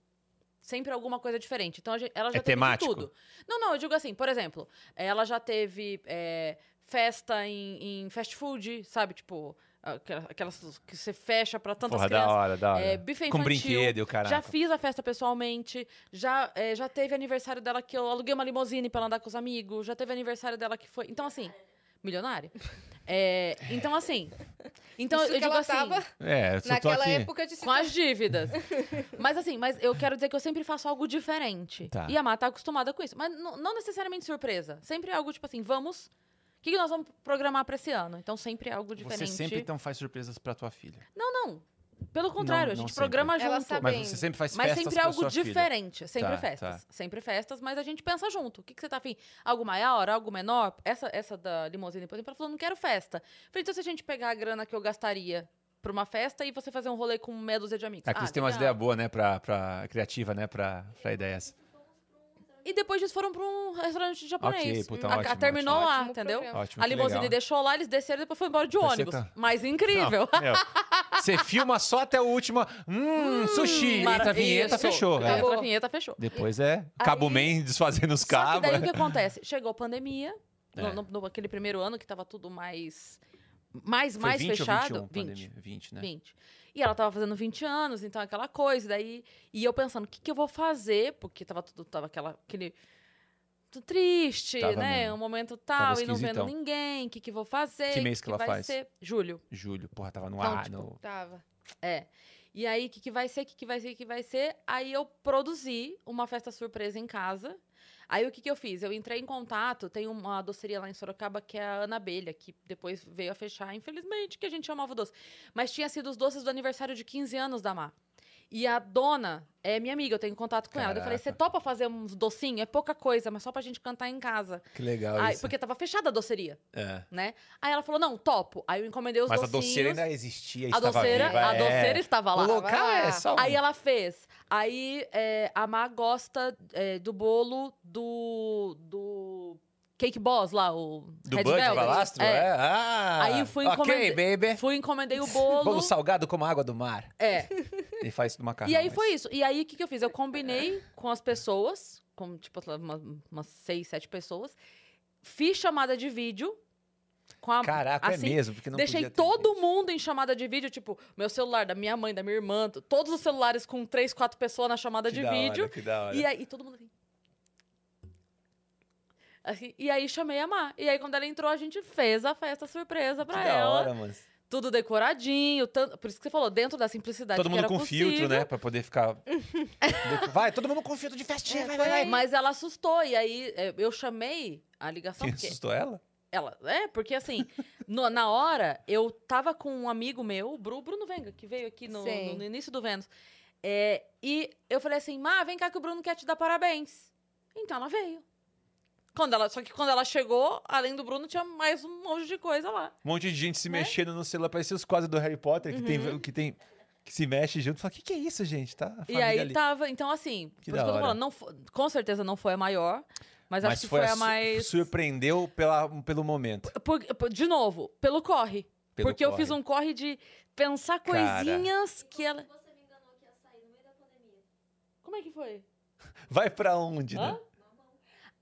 Speaker 1: Sempre alguma coisa diferente. Então a gente- ela já
Speaker 3: É
Speaker 1: teve de
Speaker 3: temático?
Speaker 1: tudo. Não, não, eu digo assim, por exemplo, ela já teve é, festa em, em fast food, sabe? Tipo, aquela- aquelas que você fecha pra tantas
Speaker 3: Porra,
Speaker 1: crianças.
Speaker 3: da hora, da hora.
Speaker 1: É, buffet
Speaker 3: Com
Speaker 1: infantil.
Speaker 3: brinquedo e o caralho.
Speaker 1: Já fiz a festa pessoalmente, já, é, já teve aniversário dela que eu aluguei uma limusine pra ela andar com os amigos, já teve aniversário dela que foi. Então, assim,
Speaker 3: [laughs]
Speaker 1: milionária. É, então, assim. Então,
Speaker 2: Isso
Speaker 1: eu
Speaker 2: que
Speaker 1: digo
Speaker 2: ela
Speaker 1: assim.
Speaker 2: tava
Speaker 3: É, eu só tô
Speaker 2: naquela
Speaker 3: aqui.
Speaker 2: época de
Speaker 1: Com as
Speaker 2: [laughs]
Speaker 1: dívidas. mas assim, mas eu quero dizer que eu sempre faço algo diferente.
Speaker 3: Tá.
Speaker 1: E a Má tá acostumada com isso. Mas não não necessariamente surpresa. Sempre é algo tipo assim, vamos. O que que nós vamos programar pra esse ano? Então sempre é algo diferente.
Speaker 3: Você sempre então faz surpresas pra tua filha.
Speaker 1: Não, não. Pelo contrário, a
Speaker 3: não
Speaker 1: gente
Speaker 3: sempre.
Speaker 1: programa junto.
Speaker 2: Ela sabe
Speaker 3: Mas
Speaker 2: Bem,
Speaker 3: você sempre faz
Speaker 1: Tá Mas
Speaker 3: festas
Speaker 1: sempre
Speaker 3: pra
Speaker 1: algo
Speaker 3: sua filha.
Speaker 1: diferente. Sempre
Speaker 3: Tá,
Speaker 1: festas. Sempre festas, mas a gente pensa junto. O que, que você tá afim? Algo maior, algo menor? Essa, essa da limusine, por exemplo, ela falou, não quero festa. Falei, então se a gente pegar a grana que eu gastaria pra uma festa e você fazer um rolê com meia dúzia de amigos.
Speaker 3: A Cris
Speaker 1: Ah,
Speaker 3: tem umas
Speaker 1: legal.
Speaker 3: ideias boas, né? Pra, pra criativa, né? Pra, pra ideias.
Speaker 1: E depois eles foram pra um restaurante japonês.
Speaker 3: Ok, puta,
Speaker 1: Hum, a, a
Speaker 3: ótimo,
Speaker 1: terminou
Speaker 2: ótimo.
Speaker 1: lá,
Speaker 2: Ótimo
Speaker 1: entendeu?
Speaker 2: programa.
Speaker 3: Ótimo.
Speaker 1: A
Speaker 3: que
Speaker 1: limusine
Speaker 3: legal.
Speaker 1: deixou lá, eles desceram e depois foi embora de
Speaker 3: Você
Speaker 1: ônibus.
Speaker 3: tá-
Speaker 1: Mas incrível. [laughs]
Speaker 3: Não, meu, Você filma só até o último. Hum, sushi.
Speaker 1: [laughs] Mara-
Speaker 3: Entra a vinheta,
Speaker 1: Isso.
Speaker 3: fechou. é.
Speaker 1: Acabou. A vinheta fechou.
Speaker 3: Depois é Cabo
Speaker 1: Aí-
Speaker 3: Man desfazendo os
Speaker 1: Só que
Speaker 3: cabos. né?
Speaker 1: daí o que acontece? Chegou a pandemia, no-
Speaker 3: É.
Speaker 1: no, no- aquele primeiro ano que tava tudo mais. Mais, é
Speaker 3: Foi
Speaker 1: mais
Speaker 3: 20 ou
Speaker 1: fechado.
Speaker 3: 21,
Speaker 1: 20,
Speaker 3: pandemia? 20, né?
Speaker 1: 20. E ela tava fazendo 20 anos, então aquela coisa. Daí, e eu pensando, o que, que eu vou fazer? Porque tava tudo, tava aquela, aquele. tudo triste,
Speaker 3: Tava
Speaker 1: né?
Speaker 3: mesmo.
Speaker 1: Um momento
Speaker 3: Tava
Speaker 1: tal, e não vendo
Speaker 3: esquisitão.
Speaker 1: ninguém, o que, que eu vou fazer?
Speaker 3: Que mês que ela
Speaker 1: vai
Speaker 3: faz?
Speaker 1: Ser? Julho. tipo,
Speaker 3: Julho, porra, tava no
Speaker 2: Então,
Speaker 3: ar.
Speaker 2: tipo,
Speaker 3: no-
Speaker 2: tava.
Speaker 1: É. E aí, o que, que vai ser, o que, que vai ser, o que que vai ser? Aí eu produzi uma festa surpresa em casa. Aí o que, que eu fiz? Eu entrei em contato, tem uma doceria lá em Sorocaba que é a Ana Abelha, que depois veio a fechar, infelizmente, que a gente chamava o doce. Mas tinha sido os doces do aniversário de 15 anos da Má. E a dona é minha amiga, eu tenho contato com ela. Eu falei, você
Speaker 3: Caraca.
Speaker 1: topa fazer uns docinhos? É pouca coisa, mas só pra gente cantar em casa.
Speaker 4: Que legal
Speaker 1: Aí-
Speaker 4: isso.
Speaker 1: porque tava fechada a doceria,
Speaker 4: É.
Speaker 1: né? Aí ela falou, não, topo. Aí eu encomendei os
Speaker 4: Mas a
Speaker 1: docinhos.
Speaker 4: doceira ainda existia,
Speaker 1: A
Speaker 4: estava
Speaker 1: doceira,
Speaker 4: viva.
Speaker 1: a
Speaker 4: é.
Speaker 1: doceira estava lá.
Speaker 4: O local
Speaker 2: Vai lá.
Speaker 4: é só um...
Speaker 1: Aí ela fez. Aí é, a Má gosta é, do bolo do, do Cake Boss lá, o
Speaker 4: Do
Speaker 1: Red
Speaker 4: Bud
Speaker 1: Velvet.
Speaker 4: Balastro?
Speaker 1: É.
Speaker 4: É. Ah,
Speaker 1: Aí eu fui
Speaker 4: Ok,
Speaker 1: encomendei-
Speaker 4: baby.
Speaker 1: Fui encomendei
Speaker 4: [laughs]
Speaker 1: o bolo.
Speaker 4: Bolo salgado como água do mar.
Speaker 1: é.
Speaker 4: Ele faz isso do macarrão.
Speaker 1: E aí
Speaker 4: mas-
Speaker 1: foi isso. E aí o que, que eu fiz? Eu combinei com as pessoas, com tipo sei lá, uma- umas seis, sete pessoas, fiz chamada de vídeo com a
Speaker 4: Caraca,
Speaker 1: assim,
Speaker 4: é mesmo, porque não
Speaker 1: Deixei
Speaker 4: podia ter
Speaker 1: todo
Speaker 4: jeito.
Speaker 1: mundo em chamada de vídeo, tipo, meu celular, da minha mãe, da minha irmã, t- todos os celulares com três, quatro pessoas na chamada
Speaker 4: Que
Speaker 1: de
Speaker 4: da hora,
Speaker 1: vídeo.
Speaker 4: que da hora.
Speaker 1: E aí, todo mundo assim. Assim, E aí chamei a Má. E aí, quando ela entrou, a gente fez a festa surpresa pra
Speaker 4: Que da
Speaker 1: ela.
Speaker 4: hora, mano.
Speaker 1: Tudo decoradinho. tanto- Por isso que você falou, dentro da simplicidade.
Speaker 3: Todo
Speaker 1: que
Speaker 3: mundo
Speaker 1: era
Speaker 3: com
Speaker 1: possível.
Speaker 3: filtro, né? Pra
Speaker 1: [laughs]
Speaker 3: poder ficar.
Speaker 4: Vai, todo mundo com filtro de festinha, vai, vai,
Speaker 1: É, Foi,
Speaker 4: vai.
Speaker 1: Mas ela assustou. E aí é, eu chamei a ligação,
Speaker 4: Quem
Speaker 1: porque
Speaker 4: assustou ela?
Speaker 1: ela. É, porque assim, no- na hora, eu tava com um amigo meu, o Bru, Bruno Venga, que veio aqui no,
Speaker 2: Sim.
Speaker 1: no- no início do Vênus. É, e eu falei assim, Má, vem cá que o Bruno quer te dar parabéns. Então ela veio. Quando ela, só que quando ela chegou, além do Bruno, tinha mais um monte de coisa lá.
Speaker 3: Um monte de gente se
Speaker 1: Né? Uhum.
Speaker 3: mexendo no celular. Parecia os quadros do Harry Potter, que, tem, que tem. Que se mexe junto. Fala, o que, que é isso, gente? Tá? A
Speaker 1: e aí
Speaker 3: família ali.
Speaker 1: tava. Então, assim,
Speaker 3: Que
Speaker 1: por
Speaker 3: da
Speaker 1: isso que eu tô
Speaker 3: hora.
Speaker 1: falando, não fo- com certeza não foi a maior, mas, acho que foi, a
Speaker 3: su-
Speaker 1: mais.
Speaker 3: Surpreendeu pela, pelo momento.
Speaker 1: Por- por- de novo, pelo corre.
Speaker 3: Pelo
Speaker 1: porque eu fiz
Speaker 3: corre.
Speaker 1: um corre de pensar
Speaker 3: Cara.
Speaker 1: coisinhas que ela. Como é que foi?
Speaker 3: Vai pra onde,
Speaker 1: Hã?
Speaker 3: né?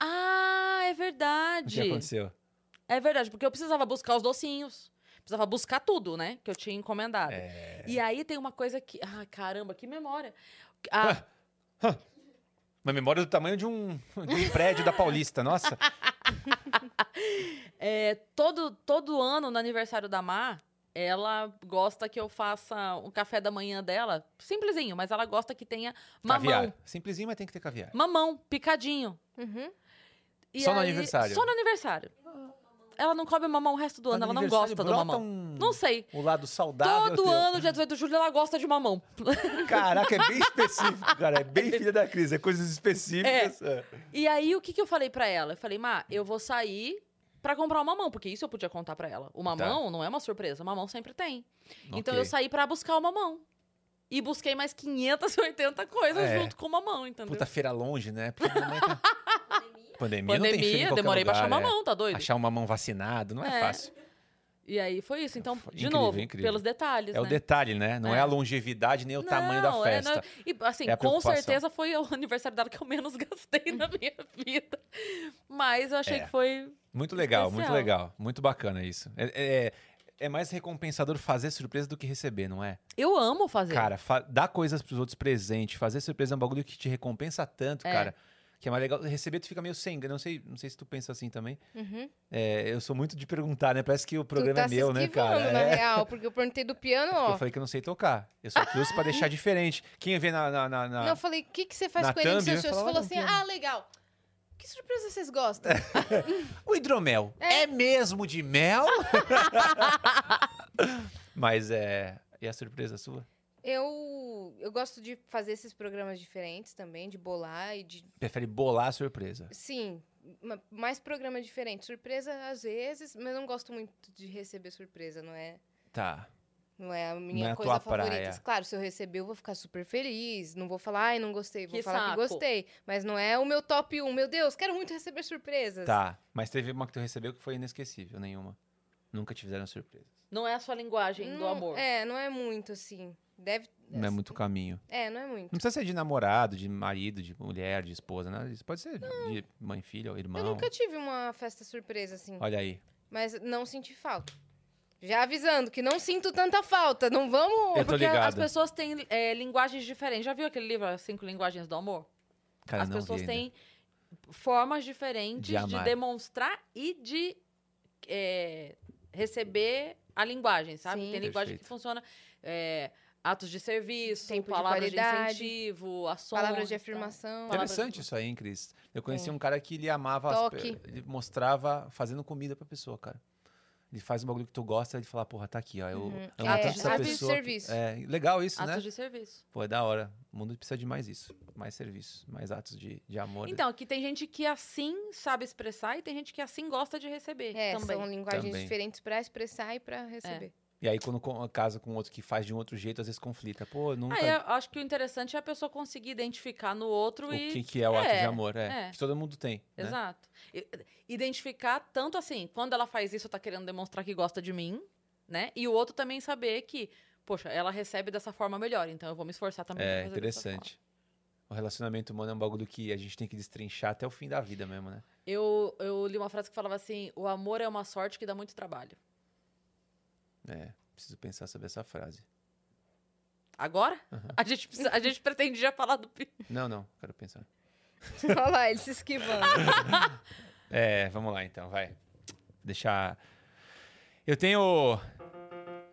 Speaker 1: Ah, é
Speaker 3: O que
Speaker 1: verdade.
Speaker 3: aconteceu?
Speaker 1: É verdade, porque eu precisava buscar os docinhos. Precisava buscar tudo, né? Que eu tinha encomendado.
Speaker 3: É.
Speaker 1: E aí tem uma coisa que. Ah, caramba, que memória. Ah, A-
Speaker 3: Ah. Uma memória do tamanho de um, de um prédio da Paulista, nossa.
Speaker 1: É, todo, todo ano, no aniversário da Mar, ela gosta que eu faça o café da manhã dela, simplesinho, mas ela gosta que tenha [laughs] mamão.
Speaker 3: Caviar. Simplesinho, mas tem que ter caviar.
Speaker 1: Mamão, picadinho.
Speaker 2: Uhum.
Speaker 1: E
Speaker 3: Só no aniversário?
Speaker 1: Só no aniversário. Ela não come mamão o resto do ano, ela não gosta do
Speaker 3: Brota
Speaker 1: mamão.
Speaker 3: um-
Speaker 1: Não sei.
Speaker 3: O lado saudável.
Speaker 1: Todo
Speaker 3: teu.
Speaker 1: ano, dia 18 de julho, ela gosta de mamão.
Speaker 3: Caraca, é bem específico, cara. É bem filha da crise. É coisas específicas. É.
Speaker 1: E aí, o que, que eu falei pra ela? Eu falei, Má, eu vou sair pra comprar o mamão, porque isso eu podia contar pra ela. O mamão não é uma surpresa, o mamão sempre tem. Então
Speaker 3: Tá. Ok.
Speaker 1: eu saí pra buscar o mamão. E busquei mais 580 coisas
Speaker 3: É.
Speaker 1: junto com o mamão, entendeu?
Speaker 3: Puta feira longe, né? Porque a mamãe tá- Pandemia, não tem feira em
Speaker 1: Pandemia,
Speaker 3: qualquer
Speaker 1: demorei pra
Speaker 3: lugar,
Speaker 1: achar
Speaker 3: é.
Speaker 1: mamão, tá doido?
Speaker 3: Achar um mamão vacinado não é,
Speaker 1: É,
Speaker 3: fácil.
Speaker 1: E aí foi isso. Então,
Speaker 3: Foi
Speaker 1: de
Speaker 3: incrível,
Speaker 1: novo,
Speaker 3: incrível.
Speaker 1: pelos detalhes,
Speaker 3: É o
Speaker 1: né?
Speaker 3: detalhe, né? Não é,
Speaker 1: É.
Speaker 3: a longevidade nem o tamanho da
Speaker 1: Não, é,
Speaker 3: festa.
Speaker 1: não- e assim,
Speaker 3: É a
Speaker 1: com
Speaker 3: preocupação.
Speaker 1: certeza foi o [laughs] aniversário dela que eu menos [laughs] gastei na minha vida. Mas eu achei
Speaker 3: É.
Speaker 1: que foi.
Speaker 3: Muito legal, muito
Speaker 1: Especial.
Speaker 3: legal. Muito bacana isso. É, é- é mais recompensador fazer surpresa do que receber, não é?
Speaker 1: Eu amo fazer.
Speaker 3: Cara, fa- dar coisas pros outros presente, fazer surpresa é um bagulho que te recompensa tanto,
Speaker 1: É.
Speaker 3: cara. Que é mais legal. Receber, tu fica meio sem grana. Não sei, não sei se tu pensa assim também.
Speaker 2: Uhum.
Speaker 3: É, eu sou muito de perguntar, né? Parece que o
Speaker 2: Tu
Speaker 3: programa
Speaker 2: tá
Speaker 3: é meu,
Speaker 2: se
Speaker 3: né,
Speaker 2: esquivando,
Speaker 3: cara?
Speaker 2: na
Speaker 3: É.
Speaker 2: real, porque eu perguntei do piano,
Speaker 3: Porque Eu
Speaker 2: ó.
Speaker 3: falei que eu não sei tocar. Eu só trouxe pra deixar diferente. Quem vê na. na, na- na-
Speaker 2: Não, eu falei, o que, que você faz
Speaker 3: ah, Na
Speaker 2: com ele no
Speaker 3: thumb,
Speaker 2: seu
Speaker 3: eu
Speaker 2: show? Você
Speaker 3: falava,
Speaker 2: falou
Speaker 3: "Olha,
Speaker 2: assim,
Speaker 3: um piano."
Speaker 2: ah, legal. Que surpresa vocês
Speaker 3: [laughs]
Speaker 2: gostam?
Speaker 3: O hidromel é. mesmo de mel? [laughs] Mas é. E a surpresa sua?
Speaker 2: eu, eu gosto de fazer esses programas diferentes também, de bolar e de
Speaker 3: Prefere bolar a surpresa.
Speaker 2: Sim, ma- mais programa diferente. Surpresa às vezes, mas eu não gosto muito de receber surpresa, não é?
Speaker 3: Tá.
Speaker 2: Não é a
Speaker 3: Não
Speaker 2: minha
Speaker 3: é a
Speaker 2: coisa
Speaker 3: tua
Speaker 2: favorita.
Speaker 3: praia.
Speaker 2: Claro, se eu receber, eu vou ficar super feliz. Não vou falar, ai, não gostei. Vou
Speaker 1: Que
Speaker 2: falar
Speaker 1: saco.
Speaker 2: que gostei. Mas não é o meu top 1. Meu Deus, quero muito receber surpresas.
Speaker 3: Tá. Mas teve uma que tu recebeu que foi inesquecível, nenhuma. Nunca te fizeram surpresa.
Speaker 1: Não é a sua linguagem do
Speaker 2: Não-
Speaker 1: amor.
Speaker 2: É, não é muito, assim. Deve.
Speaker 3: Não é muito caminho.
Speaker 2: É, não é muito.
Speaker 3: Não precisa ser de namorado, de marido, de mulher, de esposa, nada disso. Pode ser de mãe, filha ou irmão.
Speaker 2: Eu nunca tive uma festa surpresa, assim.
Speaker 3: Olha aí.
Speaker 2: Mas não senti falta. Já avisando que não sinto tanta falta. Não vamos.
Speaker 3: Eu tô
Speaker 1: Porque as
Speaker 3: ligado.
Speaker 1: pessoas têm é, linguagens diferentes. Já viu aquele livro, As Cinco Linguagens do Amor?
Speaker 3: Cara,
Speaker 1: as
Speaker 3: não vi
Speaker 1: pessoas
Speaker 3: ainda.
Speaker 1: têm formas diferentes
Speaker 3: De
Speaker 1: de,
Speaker 3: amar.
Speaker 1: demonstrar e de é, receber a linguagem, sabe?
Speaker 2: Sim.
Speaker 1: Tem linguagem que
Speaker 3: Perfeito.
Speaker 1: funciona. é, a- Atos de serviço,
Speaker 2: Tempo de
Speaker 1: palavras de,
Speaker 2: qualidade,
Speaker 1: incentivo, ações.
Speaker 2: Palavras de
Speaker 1: tá?
Speaker 2: afirmação.
Speaker 3: Interessante isso aí, hein, Cris? Eu conheci
Speaker 2: É.
Speaker 3: um cara que ele amava. as pe-
Speaker 2: Toque.
Speaker 3: Ele mostrava fazendo comida pra pessoa, cara. Ele faz um bagulho que tu gosta, ele fala, porra, tá aqui, ó. Eu amo tanto
Speaker 1: É,
Speaker 3: essa
Speaker 1: ato de
Speaker 3: pessoa.
Speaker 2: serviço.
Speaker 3: É, legal isso,
Speaker 1: Atos
Speaker 3: né?
Speaker 1: de serviço.
Speaker 3: Pô, é da hora. O mundo precisa de mais isso. Mais serviço, mais atos de, de amor.
Speaker 1: Então, aqui tem gente que assim sabe expressar e tem gente que assim gosta de receber
Speaker 2: É,
Speaker 1: também.
Speaker 2: são linguagens
Speaker 3: Também.
Speaker 2: diferentes pra expressar e pra receber.
Speaker 3: E aí, quando co- casa com outro que faz de um outro jeito, às vezes conflita. Pô, nunca.
Speaker 1: Aí Ah, eu acho que o interessante é a pessoa conseguir identificar no outro
Speaker 3: o
Speaker 1: e.
Speaker 3: que, que é o ato
Speaker 1: é,
Speaker 3: de amor? É,
Speaker 1: é.
Speaker 3: Que todo mundo tem. né?
Speaker 1: Exato. I- Identificar tanto assim, quando ela faz isso, tá querendo demonstrar que gosta de mim, né? E o outro também saber que, poxa, ela recebe dessa forma melhor, então eu vou me esforçar também. pra
Speaker 3: É
Speaker 1: fazer dessa forma.
Speaker 3: interessante. O relacionamento humano é um bagulho que a gente tem que destrinchar até o fim da vida mesmo, né?
Speaker 1: Eu, eu li uma frase que falava assim: o amor é uma sorte que dá muito trabalho.
Speaker 3: É, preciso pensar sobre
Speaker 1: [laughs]
Speaker 3: essa frase.
Speaker 1: Agora? [laughs] A, gente, precisa- a gente pretende já falar do. pi-
Speaker 3: Não, não, quero pensar.
Speaker 1: É.
Speaker 2: [laughs] Olha lá, ele se esquivando.
Speaker 3: É, vamos lá então, vai. Deixar. Eu tenho.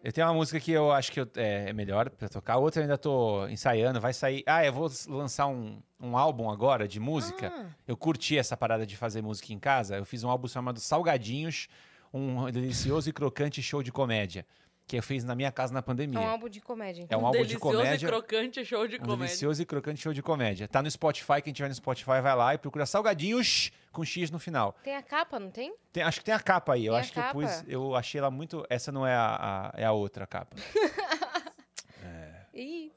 Speaker 3: Eu tenho uma música que eu acho que eu- é, é melhor pra tocar. Outra eu ainda tô ensaiando, vai sair. Ah, eu vou s- lançar um, um álbum agora de música.
Speaker 2: Ah.
Speaker 3: Eu curti essa parada de fazer música em casa. Eu fiz um álbum chamado Salgadinhos, um delicioso e crocante show de comédia. Que eu fiz na minha casa
Speaker 2: é
Speaker 3: na
Speaker 2: um
Speaker 3: pandemia.
Speaker 2: álbum de comédia. então.
Speaker 3: É um álbum de
Speaker 1: delicioso
Speaker 3: comédia.
Speaker 1: e crocante show de
Speaker 3: Um
Speaker 1: comédia.
Speaker 3: delicioso e crocante show de comédia. Tá no Spotify, quem tiver no Spotify vai lá e procura Salgadinhos com X no final.
Speaker 2: Tem a capa, não tem?
Speaker 3: Tem- acho que tem a capa aí. Eu
Speaker 2: Tem a
Speaker 3: acho que eu pus.
Speaker 2: capa.
Speaker 3: Eu achei ela muito. Essa não é a, a- é a outra capa. Não
Speaker 2: Ih,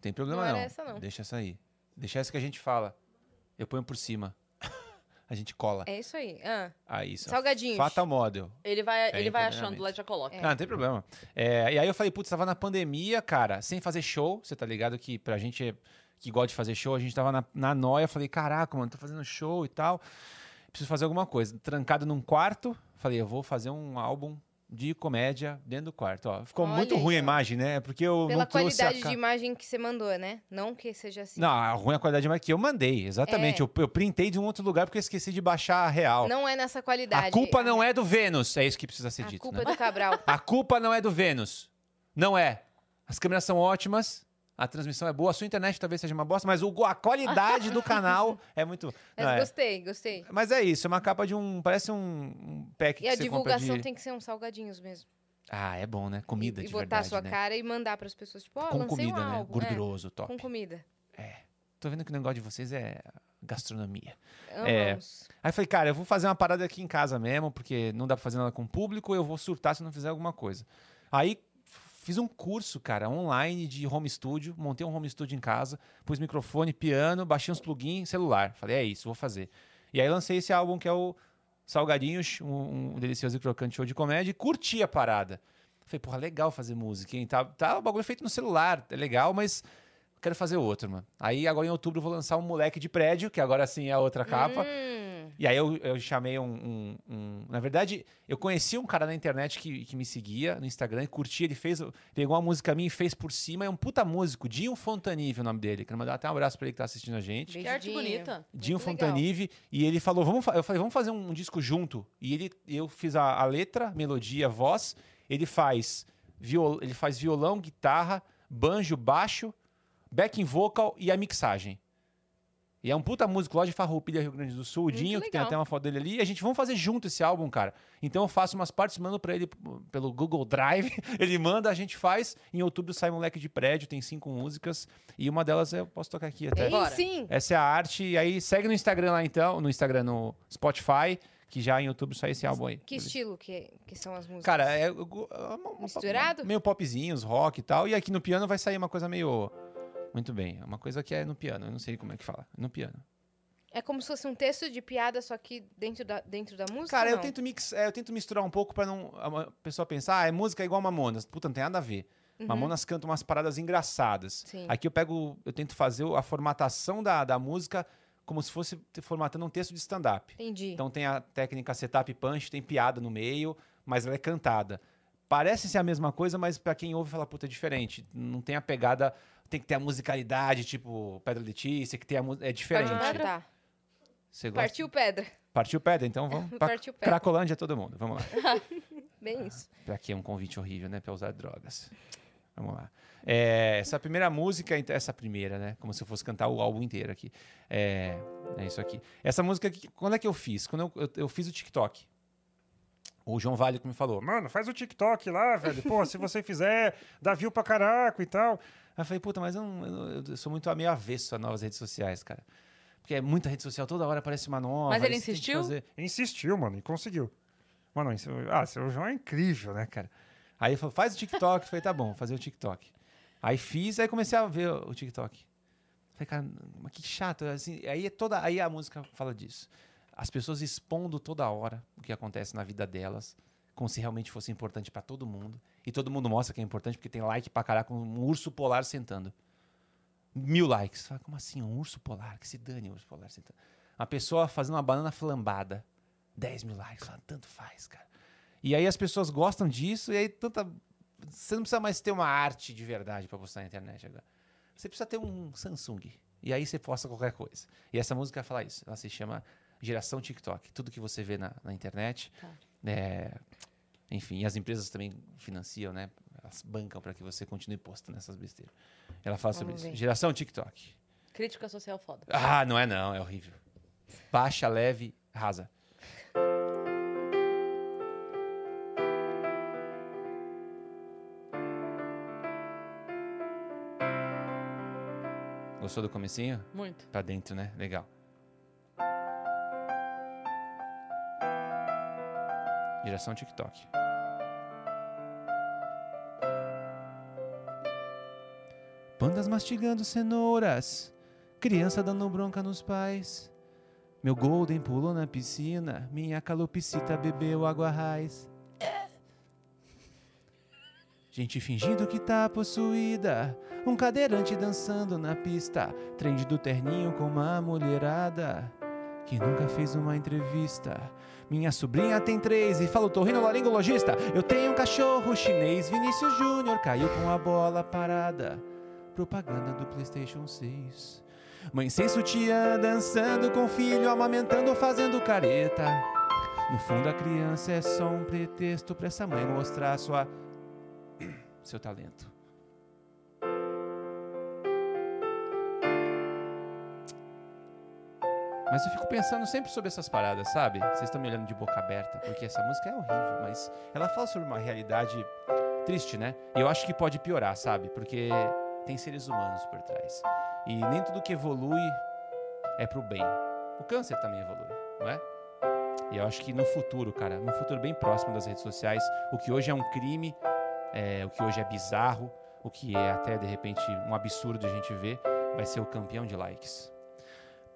Speaker 3: tem problema,
Speaker 2: Não
Speaker 3: não.
Speaker 2: era essa, não.
Speaker 3: Deixa essa aí. Deixa essa que a gente fala. Eu ponho por cima. [laughs] a gente cola.
Speaker 2: é isso aí. Ah,
Speaker 3: Aí, isso.
Speaker 2: Salgadinhos.
Speaker 3: Fatal Model.
Speaker 1: Ele vai,
Speaker 3: É,
Speaker 1: ele vai
Speaker 3: empoderamento.
Speaker 1: achando, lá já
Speaker 2: É.
Speaker 1: coloca.
Speaker 3: Ah, não tem problema. É, e aí eu falei, putz, tava na pandemia, cara, sem fazer show. Você tá ligado que pra gente é, que gosta de fazer show, a gente tava na, na noia. Falei, caraca, mano, tô fazendo show e tal. Preciso fazer alguma coisa. Trancado num quarto, falei, eu vou fazer um álbum de comédia dentro do quarto. Ó, ficou
Speaker 2: Olha
Speaker 3: muito
Speaker 2: aí,
Speaker 3: ruim a
Speaker 2: ó.
Speaker 3: imagem, né? Porque eu
Speaker 2: pela
Speaker 3: não trouxe a
Speaker 2: qualidade
Speaker 3: ca-
Speaker 2: de imagem que você mandou, né? Não que seja assim.
Speaker 3: Não, a ruim é a qualidade de imagem que eu mandei,
Speaker 2: É.
Speaker 3: exatamente. Eu, eu printei de um outro lugar porque eu esqueci de baixar a real.
Speaker 2: Não é nessa qualidade.
Speaker 3: a culpa não é do Vênus, é isso que precisa ser
Speaker 2: A
Speaker 3: dito.
Speaker 2: culpa
Speaker 3: né?
Speaker 2: é do Cabral.
Speaker 3: A culpa não é do Vênus. Não é. As câmeras são ótimas, a transmissão é boa, a sua internet talvez seja uma bosta, mas o- a qualidade do
Speaker 2: [laughs]
Speaker 3: canal é muito. [laughs] não
Speaker 2: Mas
Speaker 3: é.
Speaker 2: gostei, gostei.
Speaker 3: Mas é isso, é uma capa de um. Parece um, um pack
Speaker 2: E
Speaker 3: que
Speaker 2: a
Speaker 3: você compra
Speaker 2: divulgação
Speaker 3: de...
Speaker 2: tem que ser uns salgadinhos mesmo.
Speaker 3: Ah, é bom, né?
Speaker 2: E-
Speaker 3: Comida
Speaker 2: e
Speaker 3: de
Speaker 2: botar a
Speaker 3: verdade,
Speaker 2: sua
Speaker 3: né?
Speaker 2: cara e mandar pras pessoas. Tipo, ó,
Speaker 3: Com
Speaker 2: lancei
Speaker 3: comida,
Speaker 2: um
Speaker 3: né?
Speaker 2: álbum. é,
Speaker 3: Gorduroso, top.
Speaker 2: com comida.
Speaker 3: Tô vendo que o negócio de vocês é gastronomia. É.
Speaker 2: Amamos.
Speaker 3: Aí eu falei, cara, eu vou fazer uma parada aqui em casa mesmo, porque não dá pra fazer nada com o público, eu vou surtar se não fizer alguma coisa. Aí fiz um curso, cara, online de home studio, montei um home studio em casa, pus microfone, piano, baixei uns plugins, celular. Falei, é isso, vou fazer. E aí lancei esse álbum que é o Salgadinhos, um, um delicioso e crocante show de comédia, e curti a parada. Falei, porra, legal fazer música, hein? Tá, tá o bagulho feito no celular, é legal, mas quero fazer outro, mano. Aí agora em outubro eu vou lançar um moleque de prédio, que agora sim é a outra capa.
Speaker 2: Hum,
Speaker 3: E aí eu, eu chamei um, um- um- Na verdade, eu conheci um cara na internet que, que me seguia no Instagram e curtia. Ele fez. Pegou uma música minha e fez por cima. É um puta músico, Dinho Fontanive, o nome dele. Quero mandar até um abraço pra ele que tá assistindo a gente.
Speaker 1: Que arte
Speaker 2: beijinho.
Speaker 1: bonita.
Speaker 3: Dinho
Speaker 2: legal.
Speaker 3: Fontanive. E ele falou: vamos fa- eu falei, vamos fazer um, disco junto. E ele, eu fiz a, a letra, melodia, voz. Ele faz, viol, ele faz violão, guitarra, banjo, baixo, backing vocal e a mixagem. E é um puta músico lá de Farroupilha, Rio Grande do Sul, o
Speaker 2: Muito
Speaker 3: Dinho, que tem
Speaker 2: legal.
Speaker 3: até uma foto dele ali. E a gente, vamos fazer junto esse álbum, cara. Então eu faço umas partes, mando pra ele p- pelo Google Drive. [laughs] Ele manda, a gente faz. Em outubro sai Moleque de Prédio, tem cinco músicas. E uma delas eu posso tocar aqui até.
Speaker 2: Ei,
Speaker 1: Bora.
Speaker 2: sim.
Speaker 3: Essa é a arte. E aí segue no Instagram lá então, no Instagram, no Spotify, que já em outubro sai esse álbum aí.
Speaker 2: Que estilo que, que são as músicas?
Speaker 3: Cara, é. eu go- é uma- uma-
Speaker 2: Misturado?
Speaker 3: Meio popzinhos, rock e tal. E aqui no piano vai sair uma coisa meio. Muito bem, é uma coisa que é no piano. Eu não sei como é que fala. No piano.
Speaker 2: É como se fosse um texto de piada, só que dentro da, dentro da música?
Speaker 3: Cara, eu
Speaker 2: não?
Speaker 3: tento, mix, é, eu tento misturar um pouco pra não a ma- a pessoa pensar, ah, é música igual Mamonas. Puta, não tem nada a ver.
Speaker 1: Uhum.
Speaker 3: Mamonas canta umas paradas engraçadas.
Speaker 2: Uhum. Sim.
Speaker 3: Aqui eu pego, eu tento fazer a formatação da, da música como se fosse formatando um texto de stand-up.
Speaker 2: Entendi.
Speaker 3: Então tem a técnica setup e punch, tem piada no meio, mas ela é cantada. Parece ser a mesma coisa, mas pra quem ouve fala, puta, é diferente. Não tem a pegada, tem que ter a musicalidade, tipo Pedra Letícia, que tem a mu- é diferente.
Speaker 2: Partiu pedra. Tá.
Speaker 3: Você gosta?
Speaker 2: Partiu pedra.
Speaker 3: Partiu Pedra, então
Speaker 2: [laughs]
Speaker 3: vamos pra Ah.
Speaker 2: Partiu pedra.
Speaker 3: Cracolândia todo mundo, vamos lá.
Speaker 2: Bem isso.
Speaker 3: Pra que é um convite horrível, né? Pra usar drogas. Vamos lá. É, essa primeira música, então- essa primeira, né? Como se eu fosse cantar o álbum inteiro aqui. É, é isso aqui. Essa música, aqui, quando é que eu fiz? Quando eu, eu- eu fiz o TikTok. O João Vale que me falou.
Speaker 5: tipo, Mano, faz o TikTok lá, velho. Pô, se você fizer, dá view pra caraca e tal.
Speaker 3: Aí eu falei, puta, mas eu, não- eu não- eu sou muito a meio avesso a novas redes sociais, cara. Porque é muita rede social, toda hora aparece uma nova.
Speaker 1: Mas ele
Speaker 3: aí você tem que
Speaker 1: insistiu?
Speaker 3: fazer-
Speaker 5: E insistiu, mano, e conseguiu. Mano, isso, ah, seu João é incrível, né, cara?
Speaker 3: Aí ele falou, faz o TikTok. Eu falei, tá bom, vou fazer o TikTok. Aí fiz, aí comecei a ver o TikTok. Falei, cara, mas que chato. Assim, aí, é toda, aí a música fala disso. As pessoas expondo toda hora o que acontece na vida delas, como se realmente fosse importante pra todo mundo. E todo mundo mostra que é importante, porque tem like pra caralho com um urso polar sentando. Mil likes. Fala, como assim? Um urso polar? Que se dane um urso polar sentando. Uma pessoa fazendo uma banana flambada. 10 mil likes. Fala, tanto faz, cara. E aí as pessoas gostam disso, e aí tanta. Você não precisa mais ter uma arte de verdade pra postar na internet agora. Você precisa ter um Samsung. E aí você posta qualquer coisa. E essa música fala isso. Ela se chama Geração TikTok. Tudo que você vê na, na internet.
Speaker 1: Tá.
Speaker 3: é, enfim, e as empresas também financiam, né? Elas bancam pra que você continue postando essas besteiras. Ela fala sobre
Speaker 2: Vamos
Speaker 3: isso.
Speaker 2: ver.
Speaker 3: Geração TikTok.
Speaker 1: Crítica social foda.
Speaker 3: Ah, não é não, é horrível. Baixa, leve, rasa. Gostou do comecinho?
Speaker 1: Muito.
Speaker 3: Pra dentro, né? Legal. Geração TikTok. Pandas mastigando cenouras. Criança dando bronca nos pais. Meu golden pulou na piscina. Minha calopsita bebeu água raiz. Gente fingindo que tá possuída. Um cadeirante dançando na pista, trend do terninho com uma mulherada que nunca fez uma entrevista. Minha sobrinha tem três e fala torrino laringologista. Eu tenho um cachorro chinês, Vinícius Júnior caiu com a bola parada. Propaganda do PlayStation 6. Mãe sem sutiã dançando com o filho, amamentando, fazendo careta. No fundo, a criança é só um pretexto pra essa mãe mostrar sua [clears throat] seu talento. Mas eu fico pensando sempre sobre essas paradas, sabe? Vocês estão me olhando de boca aberta, porque essa música é horrível, mas ela fala sobre uma realidade triste, né? E eu acho que pode piorar, sabe? Porque tem seres humanos por trás. E nem tudo que evolui é pro bem. O câncer também evolui, não é? E eu acho que no futuro, cara, no futuro bem próximo das redes sociais, o que hoje é um crime, é, o que hoje é bizarro, o que é até de repente um absurdo a gente ver, vai ser o campeão de likes.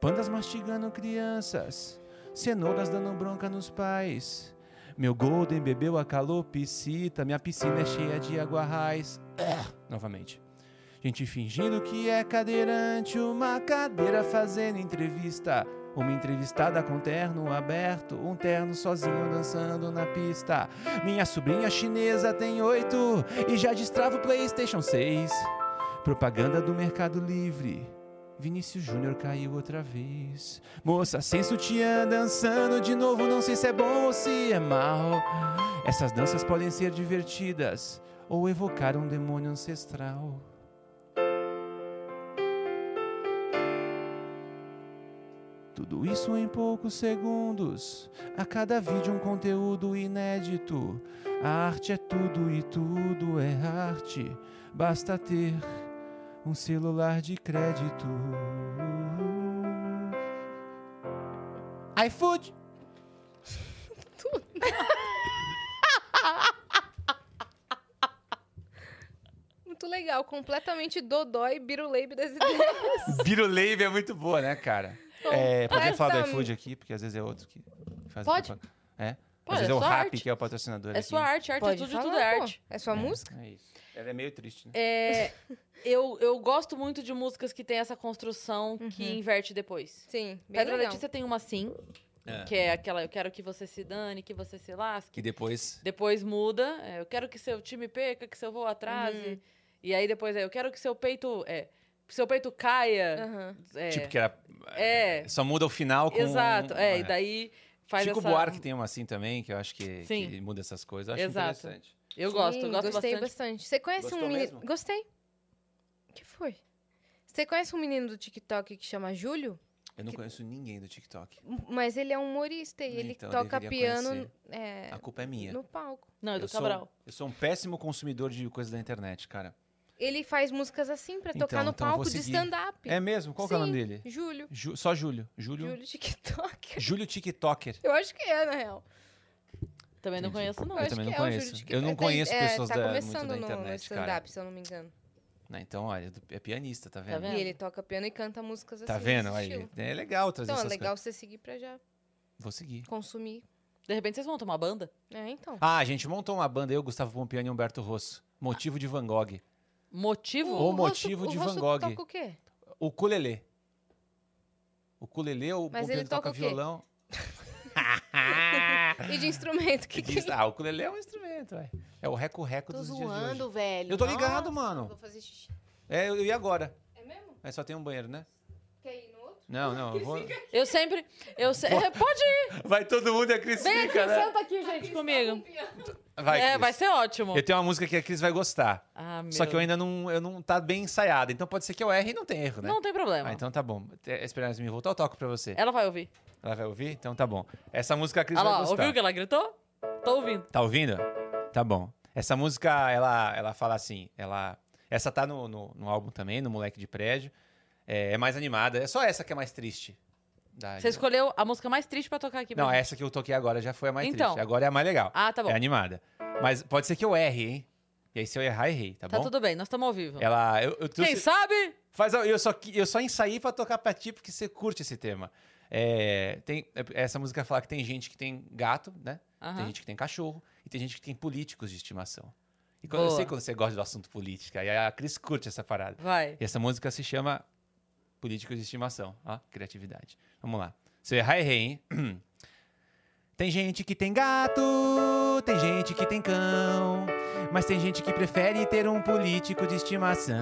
Speaker 3: Pandas mastigando crianças, cenouras dando bronca nos pais. Meu golden bebeu a calopsita, minha piscina é cheia de água raiz. Ah, Novamente. Gente fingindo que é cadeirante, uma cadeira fazendo entrevista. Uma entrevistada com terno aberto, um terno sozinho dançando na pista. Minha sobrinha chinesa tem oito e já destrava o PlayStation 6. Propaganda do Mercado Livre. Vinícius Júnior caiu outra vez. Moça sem sutiã dançando de novo, não sei se é bom ou se é mal. Essas danças podem ser divertidas ou evocar um demônio ancestral. Tudo isso em poucos segundos. A cada vídeo um conteúdo inédito. A arte é tudo e tudo é arte. Basta ter um celular de crédito. iFood!
Speaker 2: Muito legal, completamente dodói, biruleibe das
Speaker 3: [laughs]
Speaker 2: ideias.
Speaker 3: Biruleibe é muito boa, né, cara? É, podia falar do iFood aqui, porque às vezes é outro que faz
Speaker 2: Pode?
Speaker 3: propaganda. É?
Speaker 1: hum. Pô,
Speaker 3: às vezes
Speaker 1: é
Speaker 3: é o
Speaker 1: sua
Speaker 3: Rap,
Speaker 1: arte.
Speaker 3: que é o patrocinador
Speaker 1: É
Speaker 3: aqui.
Speaker 1: sua arte, arte é tudo, de tudo é
Speaker 2: pô.
Speaker 1: arte.
Speaker 2: É sua música?
Speaker 3: É isso. Ela é meio triste, né?
Speaker 1: É, eu, eu gosto muito de músicas que tem essa construção que
Speaker 2: Uhum.
Speaker 1: inverte depois.
Speaker 2: Sim, bem
Speaker 1: Pedra
Speaker 2: legal.
Speaker 1: Letícia tem uma sim,
Speaker 3: É.
Speaker 1: que é aquela eu quero que você se dane, que você se lasque.
Speaker 3: Que depois...
Speaker 1: Depois muda, é, eu quero que seu time peca, que seu voo atrase.
Speaker 2: Uhum.
Speaker 1: E aí depois é, eu quero que seu peito, é, que seu peito caia.
Speaker 2: Aham.
Speaker 1: É,
Speaker 3: Tipo, que era...
Speaker 1: é,
Speaker 3: Só muda o final com... um,
Speaker 1: exato. É, e daí faz
Speaker 3: Chico
Speaker 1: essa...
Speaker 3: Buarque tem uma assim também, que eu acho que,
Speaker 1: Sim.
Speaker 3: que muda essas coisas. Eu acho
Speaker 1: Exato.
Speaker 3: interessante.
Speaker 1: Eu gosto,
Speaker 2: Sim,
Speaker 1: eu gosto
Speaker 2: gostei
Speaker 1: bastante.
Speaker 2: bastante. Você conhece
Speaker 4: Gostou
Speaker 2: um menino.
Speaker 4: mesmo?
Speaker 2: Gostei. O que foi? Você conhece um menino do TikTok que chama Júlio?
Speaker 3: Eu não conheço ninguém do TikTok.
Speaker 2: Mas ele é humorista e ele
Speaker 3: Então, eu
Speaker 2: toca
Speaker 3: deveria
Speaker 2: piano
Speaker 3: conhecer.
Speaker 2: é,
Speaker 3: A culpa é minha.
Speaker 2: no palco.
Speaker 1: Não, é do
Speaker 3: eu, sou,
Speaker 1: Cabral.
Speaker 3: eu sou um péssimo consumidor de coisas da internet, cara.
Speaker 2: Ele faz músicas assim pra
Speaker 3: Então,
Speaker 2: tocar no
Speaker 3: então eu vou
Speaker 2: palco de
Speaker 3: seguir.
Speaker 2: stand-up.
Speaker 3: É mesmo? Qual que é o nome
Speaker 2: Sim,
Speaker 3: dele?
Speaker 2: Júlio.
Speaker 3: Ju- só Júlio. Júlio. Júlio,
Speaker 2: Júlio [laughs] TikTok.
Speaker 3: TikToker.
Speaker 2: Eu acho que é, na real.
Speaker 1: Também não
Speaker 3: Entendi.
Speaker 1: conheço, não.
Speaker 3: Eu
Speaker 2: acho
Speaker 3: também
Speaker 2: que
Speaker 3: não
Speaker 2: é o
Speaker 3: conheço.
Speaker 2: Júlio
Speaker 3: Eu não
Speaker 2: TikTok.
Speaker 3: conheço
Speaker 2: É,
Speaker 3: pessoas
Speaker 2: tá
Speaker 3: da- muito
Speaker 2: começando
Speaker 3: da
Speaker 2: no- no
Speaker 3: internet,
Speaker 2: stand-up,
Speaker 3: cara.
Speaker 2: se eu não me engano.
Speaker 3: Né, Então, olha, é pianista, tá vendo?
Speaker 1: Tá vendo?
Speaker 2: E ele toca piano e canta músicas assim.
Speaker 3: Tá vendo?
Speaker 2: nesse
Speaker 3: Aí,
Speaker 2: estilo.
Speaker 3: é legal trazer
Speaker 2: Então, é
Speaker 3: essas
Speaker 2: legal você seguir pra já
Speaker 3: coisas. Vou seguir.
Speaker 2: consumir.
Speaker 1: De repente vocês montam uma banda?
Speaker 2: É, então.
Speaker 3: Ah, a gente montou uma banda, eu, Gustavo Pompiani e Humberto Rosso. Motivo de Van Gogh.
Speaker 1: Motivo?
Speaker 3: O
Speaker 2: Rosso-
Speaker 3: motivo de
Speaker 2: o Rosso
Speaker 3: Van Gogh.
Speaker 2: toca o quê?
Speaker 3: O ukulele. O ukulele, o
Speaker 2: Mas
Speaker 3: Pompiani
Speaker 2: ele toca o quê?
Speaker 3: violão.
Speaker 2: E de instrumento, [laughs] que
Speaker 3: Que
Speaker 2: que...
Speaker 3: diz, ah, o ukulele é um instrumento, ué. É o reco-reco
Speaker 2: Tô
Speaker 3: dos dias de hoje.
Speaker 2: zoando, velho.
Speaker 3: Eu tô
Speaker 2: Nossa,
Speaker 3: ligado, mano.
Speaker 2: Vou fazer xixi.
Speaker 3: É, eu eu ia agora.
Speaker 2: É mesmo?
Speaker 3: É, só tem um banheiro, né?
Speaker 2: Quer ir no outro?
Speaker 3: Não, não, eu vou...
Speaker 1: Eu sempre. Eu se... É, [laughs] Pode ir,
Speaker 3: Vai todo mundo e a Cris
Speaker 1: vem aqui,
Speaker 3: fica, né?
Speaker 1: senta aqui, gente,
Speaker 2: Tá
Speaker 1: comigo.
Speaker 3: Vai,
Speaker 1: é,
Speaker 3: Cris.
Speaker 1: vai ser ótimo.
Speaker 3: Eu tenho uma música que a Cris vai gostar.
Speaker 1: Ah, meu.
Speaker 3: Só que eu ainda não, eu não tá bem ensaiada. Então pode ser que eu erre e não tem erro, né?
Speaker 1: Não tem problema.
Speaker 3: Ah, então tá bom. É, Esperar me voltar, eu toco pra você.
Speaker 1: Ela vai ouvir.
Speaker 3: Ela vai ouvir? Então tá bom. Essa música a Cris
Speaker 1: Olha
Speaker 3: vai
Speaker 1: lá,
Speaker 3: gostar.
Speaker 1: ouviu o que ela gritou? Tô ouvindo.
Speaker 3: Tá ouvindo? Tá bom. Essa música, ela, ela fala assim, ela... Essa tá no, no, no álbum também, no Moleque de Prédio. É, é mais animada. É só essa que é mais triste. Da-
Speaker 1: Você escolheu a música mais triste pra tocar aqui. pra
Speaker 3: Não,
Speaker 1: gente.
Speaker 3: essa que eu toquei agora já foi a mais
Speaker 1: Então.
Speaker 3: triste. Agora é a mais legal.
Speaker 1: Ah, tá bom.
Speaker 3: É animada. Mas pode ser que eu erre, hein? E aí se eu errar, errei, tá,
Speaker 1: tá
Speaker 3: bom? É,
Speaker 1: tudo bem, nós estamos ao vivo.
Speaker 3: Ela... Eu, eu trouxe-
Speaker 1: Quem sabe?
Speaker 3: Faz, a- eu, só, qui- eu só ensaiei pra tocar pra ti, porque você curte esse tema. É, tem, essa música fala que tem gente que tem gato, né? Tem
Speaker 1: Aham.
Speaker 3: gente que tem cachorro e tem gente que tem políticos de estimação. E quando, eu
Speaker 1: Boa.
Speaker 3: sei quando você gosta do assunto política, e a Cris curte essa parada.
Speaker 1: Vai.
Speaker 3: E essa música se chama Políticos de Estimação. Ó, criatividade. Vamos lá. Se eu errar, errei, hein? [clears throat] Tem gente que tem gato, tem gente que tem cão, mas tem gente que prefere ter um político de estimação.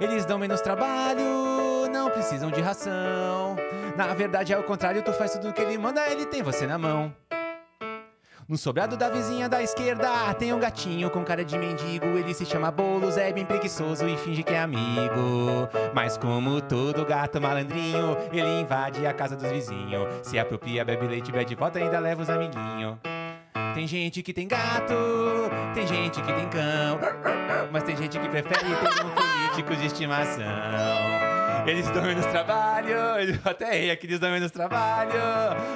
Speaker 3: Eles dão menos trabalho, não precisam de ração. Na verdade é o contrário, tu faz tudo que ele manda, ele tem você na mão. No sobrado da vizinha da esquerda tem um gatinho com cara de mendigo. Ele se chama Boulos, é bem preguiçoso e finge que é amigo. Mas como todo gato malandrinho, ele invade a casa dos vizinhos. Se apropria, bebe leite, bebe volta e ainda leva os amiguinhos. Tem gente que tem gato, tem gente que tem cão, mas tem gente que prefere ter um político de estimação. Eles dão menos trabalho, eu até errei aqui, eles dão menos trabalho,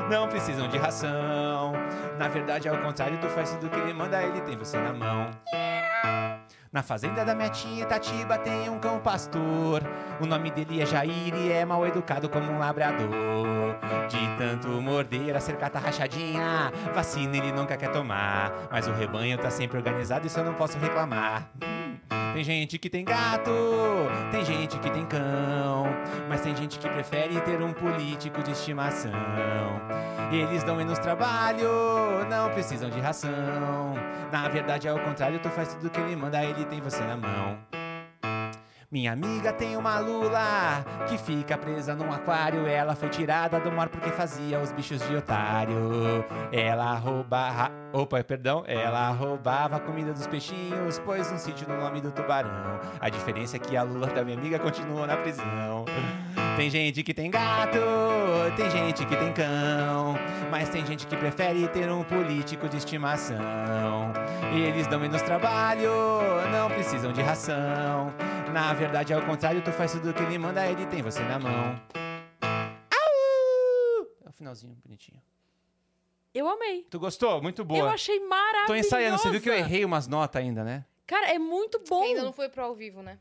Speaker 3: não precisam de ração. Na verdade, ao contrário, tu faz tudo que ele manda, ele tem você na mão. Na fazenda da minha tia Itatiba tem um cão pastor. O nome dele é Jair e é mal educado como um labrador. De tanto morder, a cercata rachadinha. Vacina ele nunca quer tomar. Mas o rebanho tá sempre organizado, isso eu não posso reclamar. Tem gente que tem gato, tem gente que tem cão, mas tem gente que prefere ter um político de estimação. Eles dão menos trabalho, não precisam de ração. Na verdade é o contrário, tu faz tudo que ele manda, ele tem você na mão. Minha amiga tem uma lula que fica presa num aquário. Ela foi tirada do mar porque fazia os bichos de otário. Ela roubava. Opa, perdão. Ela roubava a comida dos peixinhos, pôs um sítio no nome do tubarão. A diferença é que a lula da minha amiga continuou na prisão. Tem gente que tem gato, tem gente que tem cão, mas tem gente que prefere ter um político de estimação. Eles dão menos trabalho, não precisam de ração. Na verdade, ao contrário, tu faz tudo que ele manda, ele tem você na mão. Au! É o finalzinho bonitinho.
Speaker 1: Eu amei.
Speaker 3: Tu gostou? Muito
Speaker 1: Eu
Speaker 3: boa.
Speaker 1: achei maravilhoso.
Speaker 3: Tô ensaiando, você viu que eu errei umas notas ainda, né?
Speaker 1: Cara, é muito bom.
Speaker 2: Ainda não foi pro ao vivo, né?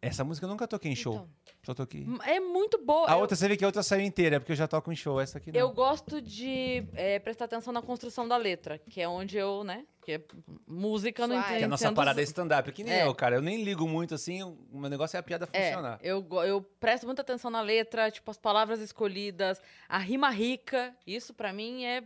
Speaker 3: Essa música eu nunca toquei em show.
Speaker 2: Então.
Speaker 3: Só toquei.
Speaker 1: É muito boa.
Speaker 3: A
Speaker 1: Eu-
Speaker 3: outra, você vê que a outra saiu inteira, porque eu já toco em show. Essa aqui não.
Speaker 1: Eu gosto de é, prestar atenção na construção da letra, que é onde eu, né? Porque música não
Speaker 2: Suave.
Speaker 1: entendo.
Speaker 3: Que a nossa
Speaker 1: entendo-
Speaker 3: parada é stand-up, que nem
Speaker 1: É.
Speaker 3: eu, cara. Eu nem ligo muito assim, o meu negócio é a piada
Speaker 1: É,
Speaker 3: funcionar.
Speaker 1: eu, go- eu presto muita atenção na letra, tipo, as palavras escolhidas, a rima rica. Isso pra mim é.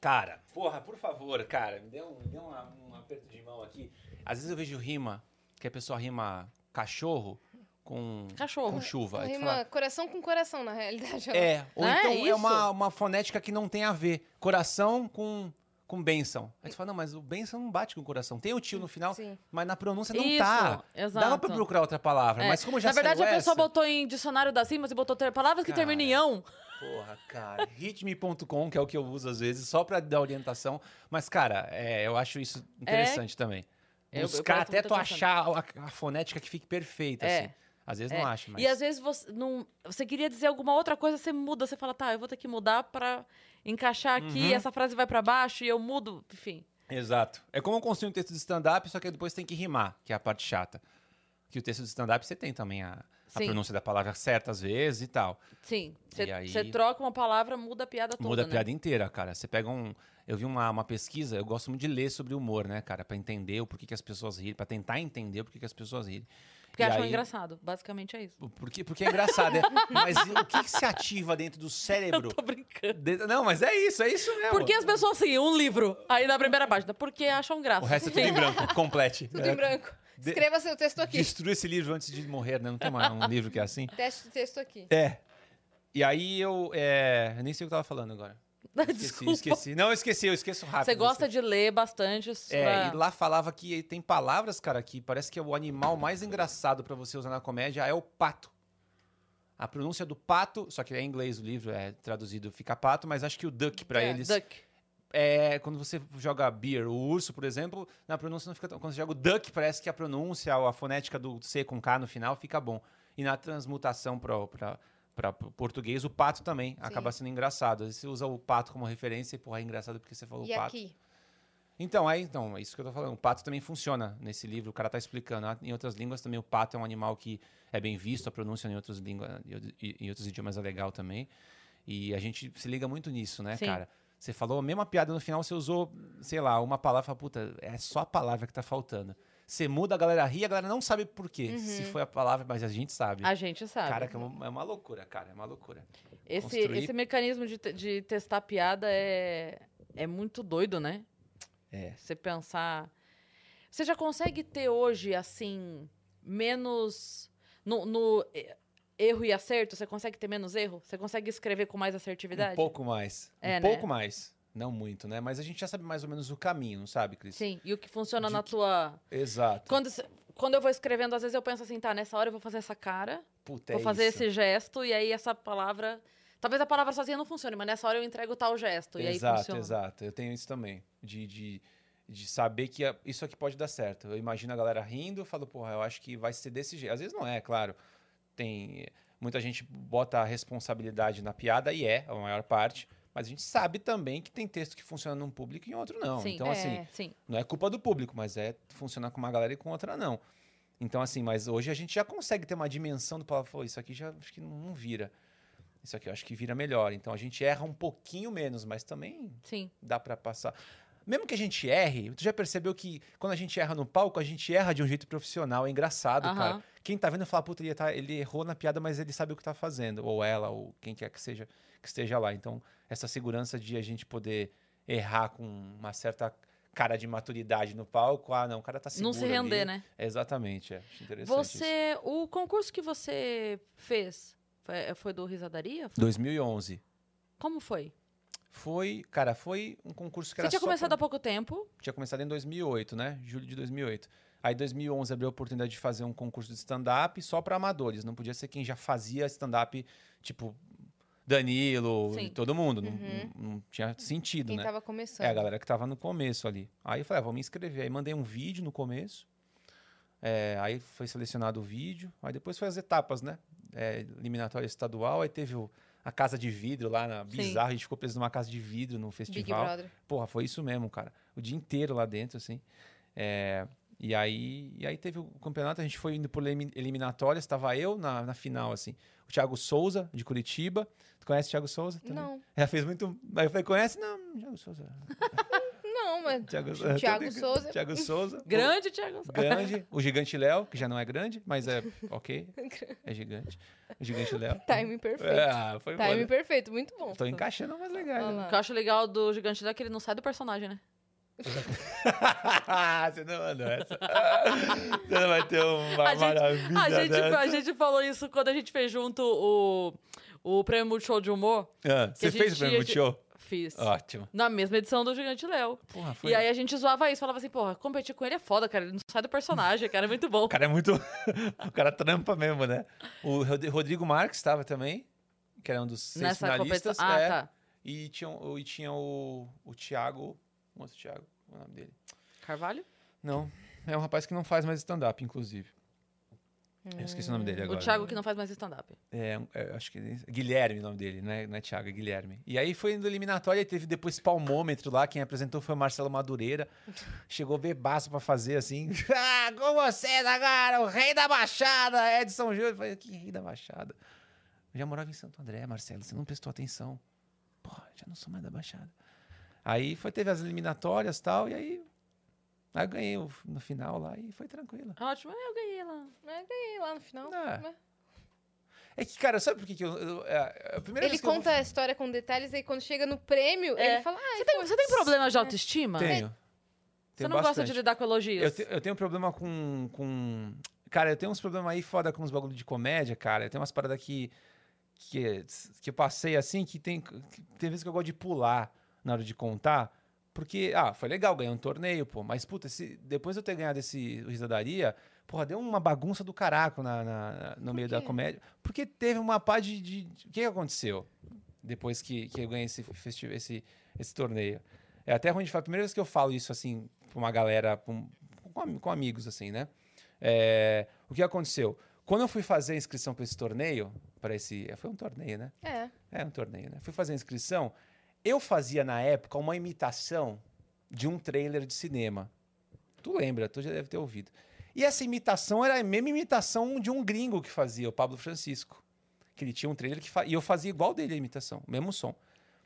Speaker 3: Cara, porra, por favor, cara, me dê, um, me dê uma- um aperto de mão aqui. Às vezes eu vejo rima, que a pessoa rima cachorro com,
Speaker 1: Cachorro.
Speaker 3: com chuva.
Speaker 2: Então,
Speaker 3: Aí tu
Speaker 2: rima
Speaker 3: fala,
Speaker 2: coração com coração, na realidade.
Speaker 3: é, ou
Speaker 1: Ah, é
Speaker 3: então é,
Speaker 1: isso?
Speaker 3: uma, uma fonética que não tem a ver. Coração com com bênção. Aí tu fala, não, mas o bênção não bate com o coração. Tem o tio no final,
Speaker 2: Sim.
Speaker 3: mas na pronúncia não
Speaker 1: Isso,
Speaker 3: tá. Dava
Speaker 1: exato.
Speaker 3: pra procurar outra palavra,
Speaker 1: É,
Speaker 3: mas como já
Speaker 1: Na verdade,
Speaker 3: saiu
Speaker 1: a pessoa
Speaker 3: essa,
Speaker 1: botou em dicionário das rimas e botou ter palavras que
Speaker 3: Cara.
Speaker 1: terminam em um, ão.
Speaker 3: Porra, cara, ritme.com, que é o que eu uso às vezes, só pra dar orientação. Mas, cara, é, eu acho isso interessante também.
Speaker 1: Eu- eu
Speaker 3: Buscar
Speaker 1: presto
Speaker 3: até
Speaker 1: muita
Speaker 3: tu
Speaker 1: atenção.
Speaker 3: achar a, a fonética que fique perfeita,
Speaker 1: É.
Speaker 3: assim. Às vezes
Speaker 1: É.
Speaker 3: não acha, mas...
Speaker 1: E às vezes você, não, você queria dizer alguma outra coisa, você muda, você fala, tá, eu vou ter que mudar pra encaixar aqui,
Speaker 3: Uhum.
Speaker 1: essa frase vai pra baixo e eu mudo, enfim.
Speaker 3: Exato. É como eu construir um texto de stand-up, só que depois tem que rimar, que é a parte chata. Que o texto de stand-up você tem também a, a
Speaker 1: Sim.
Speaker 3: pronúncia da palavra certa às vezes e tal.
Speaker 1: Sim.
Speaker 3: E aí-
Speaker 1: Você troca uma palavra, muda a piada toda.
Speaker 3: Muda a
Speaker 1: né?
Speaker 3: piada inteira, cara. Você pega um. Eu vi uma, uma pesquisa, eu gosto muito de ler sobre humor, né, cara? Pra entender o porquê que as pessoas rirem, pra tentar entender o porquê que as pessoas rirem.
Speaker 1: Porque
Speaker 3: E
Speaker 1: acham
Speaker 3: aí-
Speaker 1: engraçado. Basicamente é isso. [laughs]
Speaker 3: Porque, porque é engraçado, né? Mas o que, que se ativa dentro do cérebro?
Speaker 1: Tô brincando.
Speaker 3: Dentro- Não, mas é isso, é isso mesmo.
Speaker 1: Por que as pessoas assim, um livro? Aí na primeira página. Porque acham graça. [laughs]
Speaker 3: O resto é tudo em branco, complete.
Speaker 2: Tudo em branco.
Speaker 3: De-
Speaker 2: Escreva seu texto aqui.
Speaker 3: Destrua esse livro antes de morrer, né? Não tem mais um livro que é assim.
Speaker 2: Teste de texto aqui.
Speaker 3: É. E aí eu. É... eu Nem sei o que eu tava falando agora. Esqueci,
Speaker 1: [laughs] Desculpa.
Speaker 3: esqueci. Não, eu esqueci, eu esqueço rápido.
Speaker 1: Você gosta né? de ler bastante.
Speaker 3: É,
Speaker 1: sua-
Speaker 3: e lá falava que tem palavras, cara, que parece que é o animal mais engraçado pra você usar na comédia é o pato. A pronúncia do pato, só que é em inglês o livro, é traduzido fica pato, mas acho que o duck pra
Speaker 2: É,
Speaker 3: eles
Speaker 1: Duck.
Speaker 3: é quando você joga beer, o urso, por exemplo, na pronúncia não fica tão. Quando você joga o duck, parece que a pronúncia, a fonética do C com K no final fica bom. E na transmutação para português, o pato também acaba sendo engraçado. Às vezes Você usa o pato como referência e, porra, é engraçado porque você falou
Speaker 2: E
Speaker 3: pato.
Speaker 2: aqui.
Speaker 3: Então, aí, então, é isso que eu tô falando. O pato também funciona nesse livro, o cara tá explicando. Ah, Em outras línguas também o pato é um animal que é bem visto, a pronúncia em outras línguas, em em outros idiomas é legal também. E a gente se liga muito nisso, né,
Speaker 1: Sim.
Speaker 3: cara? Você falou a mesma piada no final, você usou, sei lá, uma palavra, fala, puta, é só a palavra que tá faltando. Você muda, a galera ri, a galera não sabe por quê. Se foi a palavra, mas a gente sabe.
Speaker 1: Uhum. A gente sabe.
Speaker 3: Cara, que é uma, é uma loucura, cara, é uma loucura.
Speaker 1: Esse,
Speaker 3: Construir-
Speaker 1: esse mecanismo de, te- de testar piada é, é muito doido, né?
Speaker 3: É.
Speaker 1: Você pensar. Você já consegue ter hoje, assim, menos. No, no e- erro e acerto, você consegue ter menos erro? Você consegue escrever com mais assertividade?
Speaker 3: Um pouco mais.
Speaker 1: É, né?
Speaker 3: um pouco mais. Não muito, né? Mas a gente já sabe mais ou menos o caminho, não sabe, Cris?
Speaker 1: Sim, e o que funciona
Speaker 3: De
Speaker 1: na
Speaker 3: que-
Speaker 1: tua.
Speaker 3: Exato.
Speaker 1: Quando, cê- quando eu vou escrevendo, às vezes eu penso assim, tá, nessa hora eu vou fazer essa cara,
Speaker 3: Puta,
Speaker 1: vou
Speaker 3: é
Speaker 1: fazer
Speaker 3: isso.
Speaker 1: esse gesto, e aí essa palavra. Talvez a palavra sozinha não funcione, mas nessa hora eu entrego tal gesto, e aí
Speaker 3: Exato,
Speaker 1: funciona.
Speaker 3: exato. Eu tenho isso também. De, de, de saber que a- isso aqui pode dar certo. Eu imagino a galera rindo, eu falo, porra, eu acho que vai ser desse jeito. Às vezes não é, claro. Tem. Muita gente bota a responsabilidade na piada e é, a maior parte. Mas a gente sabe também que tem texto que funciona num público e em outro não.
Speaker 1: Sim,
Speaker 3: então,
Speaker 2: é.
Speaker 3: assim,
Speaker 1: Sim.
Speaker 3: Não é culpa do público, mas é funcionar com uma galera e com outra não. Então, assim, mas hoje a gente já consegue ter uma dimensão do palavra. Pô, isso aqui já acho que não, não vira. Isso aqui eu acho que vira melhor. Então a gente erra um pouquinho menos, mas também
Speaker 1: Sim.
Speaker 3: dá pra passar. Mesmo que a gente erre, tu já percebeu que quando a gente erra no palco, a gente erra de um jeito profissional, é engraçado, cara.
Speaker 1: Aham.
Speaker 3: Quem tá vendo fala, puta, ele, tá- ele errou na piada, mas ele sabe o que tá fazendo, ou ela, ou quem quer que seja que esteja lá. Então, essa segurança de a gente poder errar com uma certa cara de maturidade no palco, ah, não, o cara tá seguro
Speaker 1: Não se render,
Speaker 3: ali.
Speaker 1: né?
Speaker 3: É, Exatamente, é. Acho interessante isso.
Speaker 1: Você. O concurso que você fez foi, foi do Risadaria?
Speaker 3: 2011.
Speaker 1: Como foi?
Speaker 3: Foi, cara, foi um concurso que
Speaker 1: você
Speaker 3: era
Speaker 1: tinha
Speaker 3: só
Speaker 1: começado
Speaker 3: pra-
Speaker 1: há pouco tempo.
Speaker 3: tinha começado em 2008, né? Julho de 2008. Aí, em 2011, abriu a oportunidade de fazer um concurso de stand-up só para amadores. Não podia ser quem já fazia stand-up, tipo Danilo,
Speaker 1: Sim.
Speaker 3: todo mundo. Não-
Speaker 2: Uhum.
Speaker 3: Não, não tinha sentido,
Speaker 2: Quem
Speaker 3: né?
Speaker 2: tava começando.
Speaker 3: É, a galera que tava no começo ali. Aí eu falei, ah, vou me inscrever. Aí mandei um vídeo no começo. É, aí foi selecionado o vídeo. Aí depois foi as etapas, né? É, eliminatória estadual. Aí teve o- a casa de vidro lá, na,
Speaker 1: Sim.
Speaker 3: bizarro. A gente ficou preso numa casa de vidro no
Speaker 2: Big
Speaker 3: festival.
Speaker 2: Brother.
Speaker 3: Porra, foi isso mesmo, cara. O dia inteiro lá dentro, assim. É, e, aí, e aí teve o campeonato, a gente foi indo por elimi- eliminatórias, estava eu na, na final, assim. O Thiago Souza, de Curitiba. Tu conhece o Thiago Souza? também?
Speaker 2: Não,
Speaker 3: Ela fez muito. Aí eu falei, conhece? Não, Thiago Souza.
Speaker 2: não, mas. [laughs]
Speaker 3: Thiago, [laughs]
Speaker 2: Thiago Souza. é um
Speaker 3: Thiago Souza.
Speaker 1: Grande, Thiago.
Speaker 3: O grande. O gigante Léo, que já não é grande, mas é ok. É gigante. O gigante Léo.
Speaker 2: Time perfeito.
Speaker 3: Ah, foi
Speaker 2: Time
Speaker 3: bom.
Speaker 2: perfeito, muito bom.
Speaker 3: Tô encaixando umas legais.
Speaker 2: Olha
Speaker 3: né?
Speaker 1: O [laughs]
Speaker 2: lá.
Speaker 1: que eu acho legal do Gigante Léo é que ele não sai do personagem, né?
Speaker 3: [laughs] Você não mandou essa. Você não vai ter uma
Speaker 1: A gente-
Speaker 3: maravilha
Speaker 1: A gente, tipo,
Speaker 3: dessa.
Speaker 1: a gente falou isso quando a gente fez junto o, o Prêmio Multishow de Humor.
Speaker 3: Ah, você
Speaker 1: a gente
Speaker 3: fez o
Speaker 1: ia
Speaker 3: prêmio
Speaker 1: de-
Speaker 3: Multishow?
Speaker 1: fiz.
Speaker 3: Ótimo.
Speaker 1: Na mesma edição do Gigante Léo.
Speaker 3: Porra, Ah. foi.
Speaker 1: E aí a gente zoava isso, falava assim, porra, competir com ele é foda, cara. Ele não sai do personagem, cara, é muito bom.
Speaker 3: O cara é muito. [laughs] o cara trampa mesmo, né? O Rod- Rodrigo Marques estava também, que era um dos seis
Speaker 1: Nessa competição.
Speaker 3: finalistas.
Speaker 1: Ah,
Speaker 3: é.
Speaker 1: tá.
Speaker 3: E tinha, o- e tinha o, o Thiago. Um outro Thiago, qual é o nome dele?
Speaker 1: Carvalho?
Speaker 3: Não. É um rapaz que não faz mais stand-up, inclusive. Eu esqueci o nome dele agora. né?
Speaker 1: O Thiago que não faz mais stand-up.
Speaker 3: É, um- é, acho que ele- Guilherme é o nome dele, não é, não é Thiago, é Guilherme. E aí foi indo eliminatória e teve depois esse palmômetro lá, quem apresentou foi o Marcelo Madureira. Chegou bebaço pra fazer assim. [laughs] ah, com vocês agora, o rei da Baixada, Edson Júnior. Eu Falei, que rei da Baixada? Eu já morava em Santo André, Marcelo, você não prestou atenção. Pô, já não sou mais da Baixada. Aí foi, teve as eliminatórias e tal, e aí, aí eu ganhei o- no final lá e foi tranquilo.
Speaker 1: É Ótimo, eu ganhei lá.
Speaker 2: Ganhei lá no final.
Speaker 3: É.
Speaker 2: né?
Speaker 3: É que, cara, sabe por que que eu... eu- é, a primeira
Speaker 2: Ele
Speaker 3: vez que eu-
Speaker 2: conta a história com detalhes, aí quando chega no prêmio,
Speaker 1: É.
Speaker 2: ele fala: Ah,
Speaker 1: Você tem, você tem problema de autoestima?
Speaker 3: Tenho.
Speaker 1: Você
Speaker 3: Tenho
Speaker 1: não gosta de
Speaker 3: bastante.
Speaker 1: lidar com elogios?
Speaker 3: Eu, te- eu tenho um problema com, com. Cara, eu tenho uns problemas aí foda com uns bagulho de comédia, cara. Eu tenho umas paradas que. Que, que eu passei assim, que tem. que tem vezes que eu gosto de pular na hora de contar. Porque, ah, foi legal ganhar um torneio, pô. Mas, puta, se, depois de eu ter ganhado esse risadaria, porra, deu uma bagunça do caraco na, na- na- no meio da
Speaker 2: quê?
Speaker 3: comédia. Porque teve uma pá de. de- de- o que que aconteceu depois que, que eu ganhei esse, festi- esse, esse torneio? É até ruim de falar. A primeira vez que eu falo isso, assim, pra uma galera, pra um- com, am- com amigos, assim, né? É, o que aconteceu? Quando eu fui fazer a inscrição pra esse torneio, para esse. Foi um torneio, né?
Speaker 2: é.
Speaker 3: É um torneio, né? Fui fazer a inscrição. Eu fazia na época uma imitação de um trailer de cinema. Tu lembra, tu já deve ter ouvido. E essa imitação era a mesma imitação de um gringo que fazia, o Pablo Francisco. Que ele tinha um trailer que fa- e eu fazia igual dele a imitação, o mesmo som.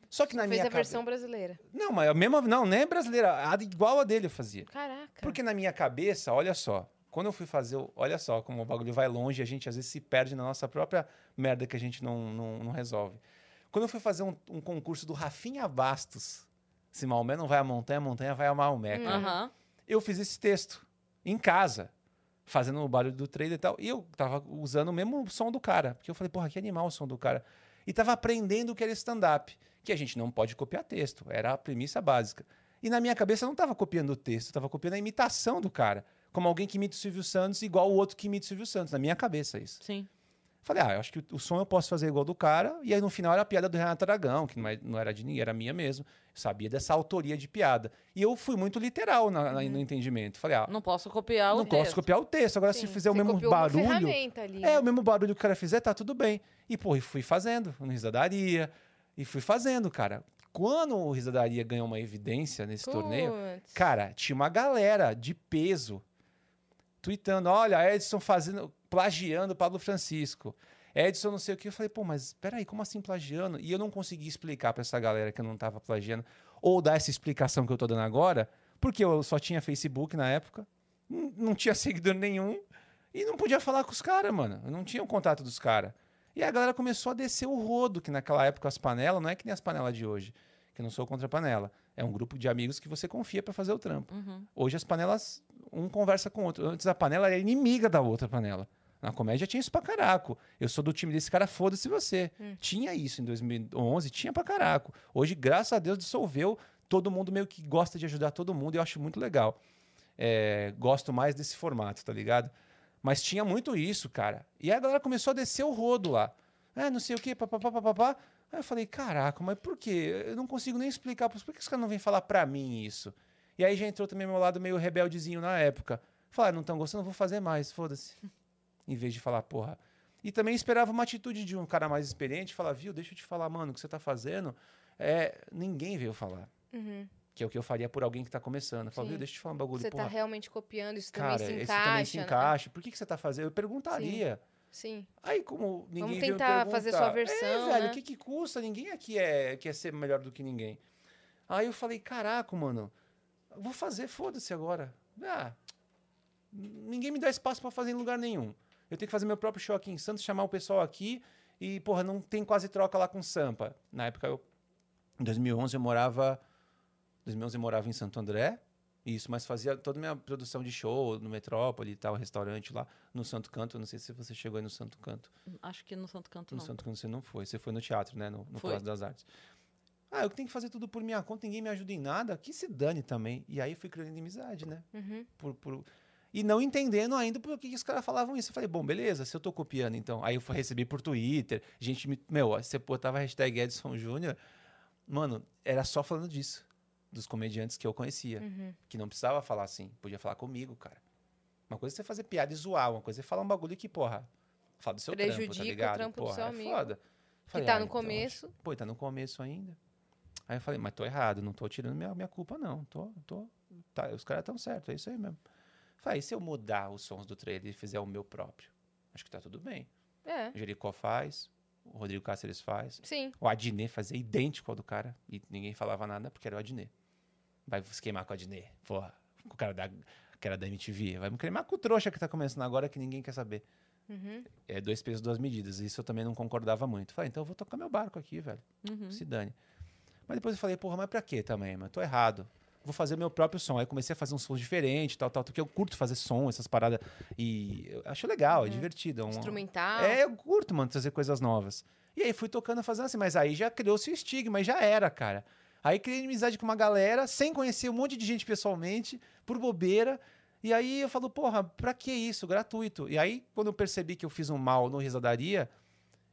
Speaker 3: Só que na
Speaker 2: Fez
Speaker 3: minha
Speaker 2: a
Speaker 3: cabeça.
Speaker 2: versão brasileira.
Speaker 3: Não, mas a mesma, não, nem é brasileira, a- igual a dele eu fazia.
Speaker 2: Caraca.
Speaker 3: Porque na minha cabeça, olha só, quando eu fui fazer, o- olha só como o bagulho vai longe, a gente às vezes se perde na nossa própria merda que a gente não, não, não resolve. Quando eu fui fazer um, um concurso do Rafinha Bastos, se Maomé não vai à montanha, a montanha vai a Maomé, cara.
Speaker 1: Aham.
Speaker 3: Eu fiz esse texto em casa, fazendo o barulho do trailer e tal. E eu tava usando o mesmo som do cara, porque eu falei, porra, que animal o som do cara. E tava aprendendo o que era stand-up, que a gente não pode copiar texto, era a premissa básica. E na minha cabeça eu não tava copiando o texto, eu tava copiando a imitação do cara. Como alguém que imita o Silvio Santos, igual o outro que imita o Silvio Santos. Na minha cabeça, isso.
Speaker 1: Sim.
Speaker 3: Falei, ah, eu acho que o- o som eu posso fazer igual do cara. E aí no final era a piada do Renato Aragão, que não é- não era de ninguém, era minha mesmo. Eu sabia dessa autoria de piada. E eu fui muito literal na- na-
Speaker 2: Uhum.
Speaker 3: no entendimento. Falei, ah,
Speaker 1: Não posso copiar
Speaker 3: não
Speaker 1: o texto.
Speaker 3: posso copiar o texto. Agora, se
Speaker 2: Sim,
Speaker 3: fizer o
Speaker 2: você
Speaker 3: mesmo
Speaker 2: copiou Uma
Speaker 3: barulho.
Speaker 2: ferramenta ali.
Speaker 3: É, o mesmo barulho que o cara fizer, tá tudo bem. E, pô, e fui fazendo no Risadaria. E fui fazendo, cara. Quando o Risadaria ganhou uma evidência nesse torneio,
Speaker 2: Putz.
Speaker 3: Cara, tinha uma galera de peso tweetando: olha, Edson fazendo, plagiando Pablo Francisco. Edson não sei o que. Eu falei, pô, mas peraí, como assim plagiando? E eu não consegui explicar pra essa galera que eu não tava plagiando, ou dar essa explicação que eu tô dando agora, porque eu só tinha Facebook na época, n- não tinha [laughs] seguidor nenhum, e não podia falar com os caras, mano. Eu não tinha o contato dos caras. E a galera começou a descer o rodo, que naquela época as panelas não é que nem as panelas de hoje, que eu não sou contra a panela. É um grupo de amigos que você confia pra fazer o trampo.
Speaker 1: Uhum.
Speaker 3: Hoje as panelas, um conversa com o outro. Antes a panela era inimiga da outra panela. Na comédia tinha isso pra caraco. Eu sou do time desse cara, foda-se você. Tinha isso em 2011, tinha pra caraco. Hoje, graças a Deus, dissolveu. Todo mundo meio que gosta de ajudar todo mundo, e eu acho muito legal. É, gosto mais desse formato, tá ligado? Mas tinha muito isso, cara. E aí a galera começou a descer o rodo lá. Ah, não sei o quê, papapá, papapá. Aí eu falei, caraca, mas por quê? Eu não consigo nem explicar. Por por que os caras não vêm falar pra mim isso? E aí já entrou também meu lado meio rebeldezinho na época. Falar, não estão gostando, vou fazer mais,
Speaker 2: [laughs]
Speaker 3: foda-se. em vez de falar, porra. E também esperava uma atitude de um cara mais experiente, falar, viu, deixa eu te falar, mano, o que você tá fazendo, é, ninguém veio falar.
Speaker 2: Uhum.
Speaker 3: Que é o que eu faria por alguém que tá começando. Falar,
Speaker 2: Sim.
Speaker 3: viu, deixa eu te falar um bagulho,
Speaker 2: Você
Speaker 3: porra.
Speaker 2: tá realmente copiando, isso
Speaker 3: cara,
Speaker 2: também se
Speaker 3: esse
Speaker 2: encaixa.
Speaker 3: também se
Speaker 2: né?
Speaker 3: encaixa. Por que, que você tá fazendo? Eu perguntaria.
Speaker 2: Sim.
Speaker 3: Aí, como ninguém
Speaker 2: Vamos
Speaker 3: veio
Speaker 2: tentar fazer sua
Speaker 3: perguntar,
Speaker 2: versão,
Speaker 3: É, velho,
Speaker 2: né?
Speaker 3: o que, que custa? Ninguém aqui é, quer ser melhor do que ninguém. Aí eu falei, caraca, mano, eu vou fazer, foda-se agora. Ah, ninguém me dá espaço pra fazer em lugar nenhum. Eu tenho que fazer meu próprio show aqui em Santos, chamar o pessoal aqui e, porra, não tem quase troca lá com Sampa. Na época, eu, em 2011, eu morava... 2011 eu morava em Santo André, isso, mas fazia toda a minha produção de show no Metrópole e tal, restaurante lá no Santo Canto. Eu Não sei se você chegou aí no Santo Canto.
Speaker 1: Acho que no Santo Canto
Speaker 3: No
Speaker 1: não.
Speaker 3: Santo Canto você não foi. Você foi no teatro, né? No, no
Speaker 1: Foi.
Speaker 3: Palácio das Artes. Ah, eu que tenho que fazer tudo por minha conta, ninguém me ajuda em nada, que se dane também. E aí fui criando inimizade, né?
Speaker 2: Uhum.
Speaker 3: Por, por... E não entendendo ainda por que, que os caras falavam isso. Eu falei, bom, beleza, se eu tô copiando, então. Aí eu fui- recebi por Twitter, gente me. Meu, você botava a hashtag Edson Júnior, mano, era só falando disso. Dos comediantes que eu conhecia.
Speaker 2: Uhum.
Speaker 3: Que não precisava falar assim, podia falar comigo, cara. Uma coisa é você fazer piada e zoar, uma coisa é falar um bagulho que, porra, fala do seu trampo,
Speaker 2: Prejudica
Speaker 3: tá
Speaker 2: o
Speaker 3: ligado?
Speaker 2: trampo do
Speaker 3: porra,
Speaker 2: seu
Speaker 3: é
Speaker 2: amigo,
Speaker 3: foda.
Speaker 2: Que
Speaker 3: Falei,
Speaker 2: tá
Speaker 3: ah,
Speaker 2: no
Speaker 3: então,
Speaker 2: começo.
Speaker 3: Pô, tá no começo ainda. Aí eu falei, mas tô errado, não tô tirando minha, minha culpa, não. Tô, tô, tá, os caras estão certos, é isso aí mesmo. Falei, e se eu mudar os sons do trailer e fizer o meu próprio? Acho que tá tudo bem.
Speaker 2: É,
Speaker 3: O Jericó faz, o Rodrigo Cáceres faz,
Speaker 2: sim.
Speaker 3: o Adnet fazia idêntico ao do cara e ninguém falava nada porque era o Adnet. Vai se queimar com o Adnet, porra. Com o cara da, que era da MTV. Vai me queimar com o trouxa que tá começando agora que ninguém quer saber.
Speaker 2: Uhum.
Speaker 3: É dois pesos, duas medidas. Isso eu também não concordava muito. Falei, então eu vou tocar meu barco aqui, velho.
Speaker 1: Uhum.
Speaker 3: Se dane. Mas depois eu falei, porra, mas pra quê também, mano? Tô errado. Vou fazer meu próprio som. Aí comecei a fazer um som diferente, tal, tal. Porque eu curto fazer som, essas paradas. E eu acho legal, é divertido. é um-
Speaker 2: Instrumental.
Speaker 3: É, eu curto, mano, trazer coisas novas. E aí fui tocando, fazendo assim. Mas aí já criou-se o estigma, e já era, cara. Aí criei inimizade com uma galera, sem conhecer um monte de gente pessoalmente, por bobeira. E aí eu falo, porra, pra que isso? Gratuito. E aí, quando eu percebi que eu fiz um mal no Risadaria,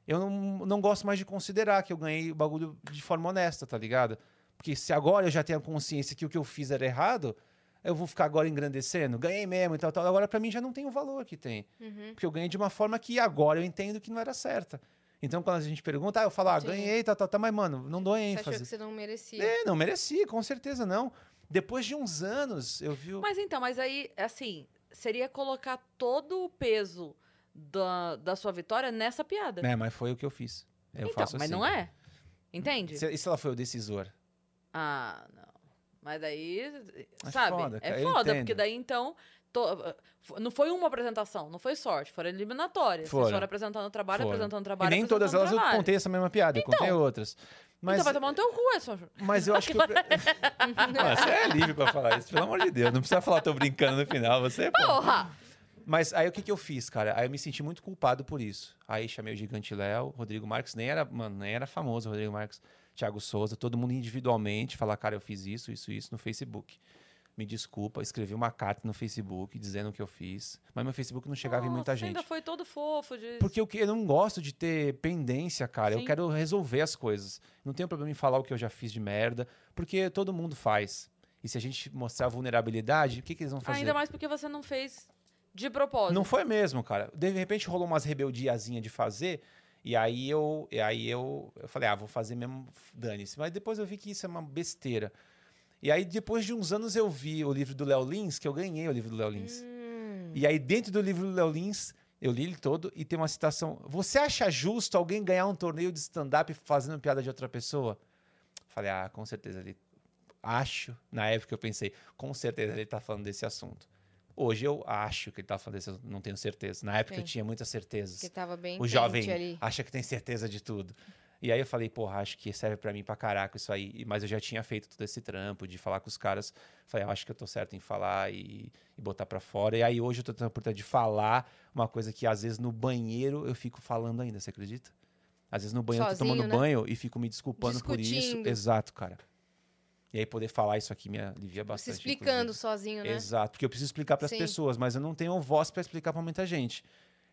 Speaker 3: eu não, não gosto mais de considerar que eu ganhei o bagulho de forma honesta, tá ligado? Porque se agora eu já tenho a consciência que o que eu fiz era errado, eu vou ficar agora engrandecendo, ganhei mesmo e tal, tal. Agora, pra mim, já não tem o valor que tem.
Speaker 2: Uhum.
Speaker 3: Porque eu ganhei de uma forma que agora eu entendo que não era certa. Então, quando a gente pergunta, ah, eu falo, ah,
Speaker 2: Sim.
Speaker 3: ganhei, tal, tal, tal, mas, mano, não dou
Speaker 2: Você achou que
Speaker 3: ênfase.
Speaker 2: você não merecia. [laughs]
Speaker 3: É, não mereci, com certeza não. Depois de uns anos, eu vi o...
Speaker 1: Mas então, mas aí, assim, seria colocar todo o peso da, da sua vitória nessa piada.
Speaker 3: É, mas foi o que eu fiz. Eu
Speaker 1: então,
Speaker 3: faço
Speaker 1: mas
Speaker 3: assim.
Speaker 1: não é. Entende?
Speaker 3: Se- E se ela foi o decisor?
Speaker 1: Ah, não. Mas daí,
Speaker 3: É
Speaker 1: sabe?
Speaker 3: foda, cara,
Speaker 1: é
Speaker 3: eu
Speaker 1: foda,
Speaker 3: entendo.
Speaker 1: porque daí então. to- f- Não foi uma apresentação, não foi sorte, foram eliminatórias. Vocês
Speaker 3: Foram.
Speaker 1: foram apresentando trabalho,
Speaker 3: Foram.
Speaker 1: apresentando
Speaker 3: E
Speaker 1: trabalho.
Speaker 3: nem todas
Speaker 1: apresentando
Speaker 3: elas eu
Speaker 1: trabalho.
Speaker 3: contei essa mesma piada, eu contei outras. Mas,
Speaker 1: Então vai tomar no teu cu, é só. [laughs]
Speaker 3: mas eu acho que. Eu... Ah, você é livre pra falar isso, pelo amor de Deus. Não precisa falar, tô brincando no final. Você, é pô.
Speaker 1: Porra!
Speaker 3: Mas aí o que, que eu fiz, cara? Aí eu me senti muito culpado por isso. Aí chamei o Gigante Léo, Rodrigo Marques, nem era, mano, nem era famoso o Rodrigo Marques, Thiago Souza, todo mundo individualmente, falar, cara, eu fiz isso, isso, isso no Facebook. Me desculpa, escrevi uma carta no Facebook dizendo o que eu fiz, mas meu Facebook não chegava em muita
Speaker 1: Nossa,
Speaker 3: gente.
Speaker 1: Ainda foi todo fofo de.
Speaker 3: Porque eu, que- eu não gosto de ter pendência, cara. Eu
Speaker 1: Sim.
Speaker 3: quero resolver as coisas. Não tenho problema em falar o que eu já fiz de merda, porque todo mundo faz. E se a gente mostrar vulnerabilidade, o que, que eles vão fazer?
Speaker 1: Ainda mais porque você não fez de propósito.
Speaker 3: Não foi mesmo, cara. De repente rolou umas rebeldiazinha de fazer. E aí eu, e aí eu, eu falei, ah, vou fazer mesmo, dane-se. Mas depois eu vi que isso é uma besteira. E aí, depois de uns anos, eu vi o livro do Léo Lins, que eu ganhei o livro do Léo Lins.
Speaker 2: Hum.
Speaker 3: E aí, dentro do livro do Léo Lins, eu li ele todo e tem uma citação. Você acha justo alguém ganhar um torneio de stand-up fazendo piada de outra pessoa? Falei, ah, com certeza ele. Acho, na época eu pensei, com certeza ele tá falando desse assunto. Hoje eu acho que ele tá falando desse assunto, não tenho certeza. Na época
Speaker 2: Sim.
Speaker 3: eu tinha muitas certezas.
Speaker 2: Que tava bem
Speaker 3: O
Speaker 2: quente
Speaker 3: jovem
Speaker 2: ali.
Speaker 3: acha que tem certeza de tudo. E aí eu falei, porra, acho que serve pra mim pra caraca isso aí. E- Mas eu já tinha feito todo esse trampo de falar com os caras. Falei, eu acho que eu tô certo em falar e, e botar pra fora. E aí hoje eu tô tendo a oportunidade de falar uma coisa que às vezes no banheiro eu fico falando ainda, você acredita? Às vezes no banheiro eu tô
Speaker 2: Sozinho,
Speaker 3: tomando
Speaker 2: né?
Speaker 3: banho e fico me desculpando por isso.
Speaker 2: Discutindo.
Speaker 3: Exato, cara. E aí poder falar isso aqui me alivia bastante.
Speaker 2: Se explicando
Speaker 3: inclusive.
Speaker 2: sozinho, né?
Speaker 3: Exato, porque eu preciso explicar para as
Speaker 2: Sim.
Speaker 3: pessoas, mas eu não tenho voz para explicar para muita gente.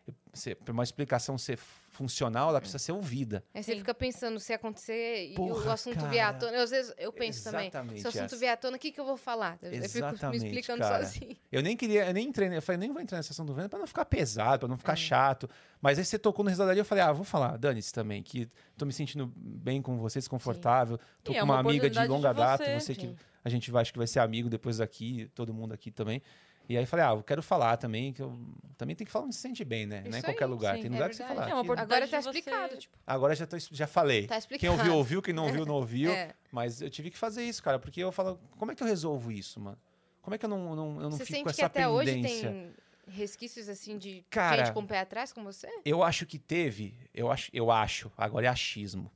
Speaker 3: Eu- se- Pra uma explicação ser funcional, ela precisa ser ouvida.
Speaker 2: Aí você
Speaker 1: Sim.
Speaker 2: fica pensando se acontecer e o
Speaker 3: Porra,
Speaker 2: assunto vier à
Speaker 3: cara.
Speaker 2: tona. Eu, Às vezes eu penso também.
Speaker 3: Exatamente
Speaker 2: Se o assunto
Speaker 3: essa.
Speaker 2: vier à tona, o que, que eu vou falar? Eu- Eu fico me
Speaker 3: Exatamente,
Speaker 2: explicando
Speaker 3: cara.
Speaker 2: sozinho.
Speaker 3: Eu nem queria, eu nem entrei, eu falei, nem vou entrar na sessão do venda para não ficar pesado, para não
Speaker 2: É.
Speaker 3: ficar chato. Mas aí você tocou no risadaria, eu falei, ah, vou falar, dane-se também, que tô me sentindo bem com vocês, confortável. Tô
Speaker 1: E
Speaker 3: com
Speaker 1: é uma
Speaker 3: uma, amiga de
Speaker 1: oportunidade de
Speaker 3: longa data,
Speaker 1: você,
Speaker 3: você que
Speaker 2: sim.
Speaker 3: a gente vai, acho que vai ser amigo depois aqui, todo mundo aqui também. E aí falei, ah, eu quero falar também, que eu também tem que falar onde se sente bem, né?
Speaker 2: Isso
Speaker 3: não é
Speaker 2: aí,
Speaker 3: em qualquer lugar,
Speaker 2: sim,
Speaker 3: tem
Speaker 2: é
Speaker 3: lugar que você
Speaker 2: verdade.
Speaker 3: falar.
Speaker 1: É uma
Speaker 3: aqui não.
Speaker 1: oportunidade.
Speaker 2: Agora tá
Speaker 1: de você-
Speaker 2: explicado, tipo.
Speaker 3: Agora já, tô, já falei.
Speaker 2: Tá
Speaker 3: Quem
Speaker 2: explicado.
Speaker 3: ouviu, ouviu. Quem não ouviu, não ouviu.
Speaker 2: É.
Speaker 3: Mas eu tive que fazer isso, cara. Porque eu falo, como é que eu resolvo isso, mano? Como é que eu não, não- eu não
Speaker 2: Você
Speaker 3: fico
Speaker 2: sente
Speaker 3: com essa
Speaker 2: que até hoje
Speaker 3: pendência?
Speaker 2: tem resquícios assim de
Speaker 3: Cara-
Speaker 2: gente com o pé atrás com você?
Speaker 3: Eu acho que teve, eu acho, eu acho, agora é achismo.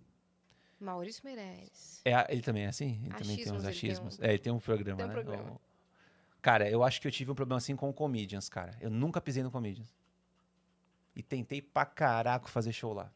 Speaker 2: Maurício Meirelles.
Speaker 3: É, a- ele também é assim? Ele também tem
Speaker 2: Achismos,
Speaker 3: uns
Speaker 2: ele tem um-
Speaker 3: achismos. É, ele tem um programa,
Speaker 2: Tem um
Speaker 3: né?
Speaker 2: programa.
Speaker 3: O- Cara, eu acho que eu tive um problema assim com o comedians, cara. Eu nunca pisei no comedians. E tentei pra caraco fazer show lá.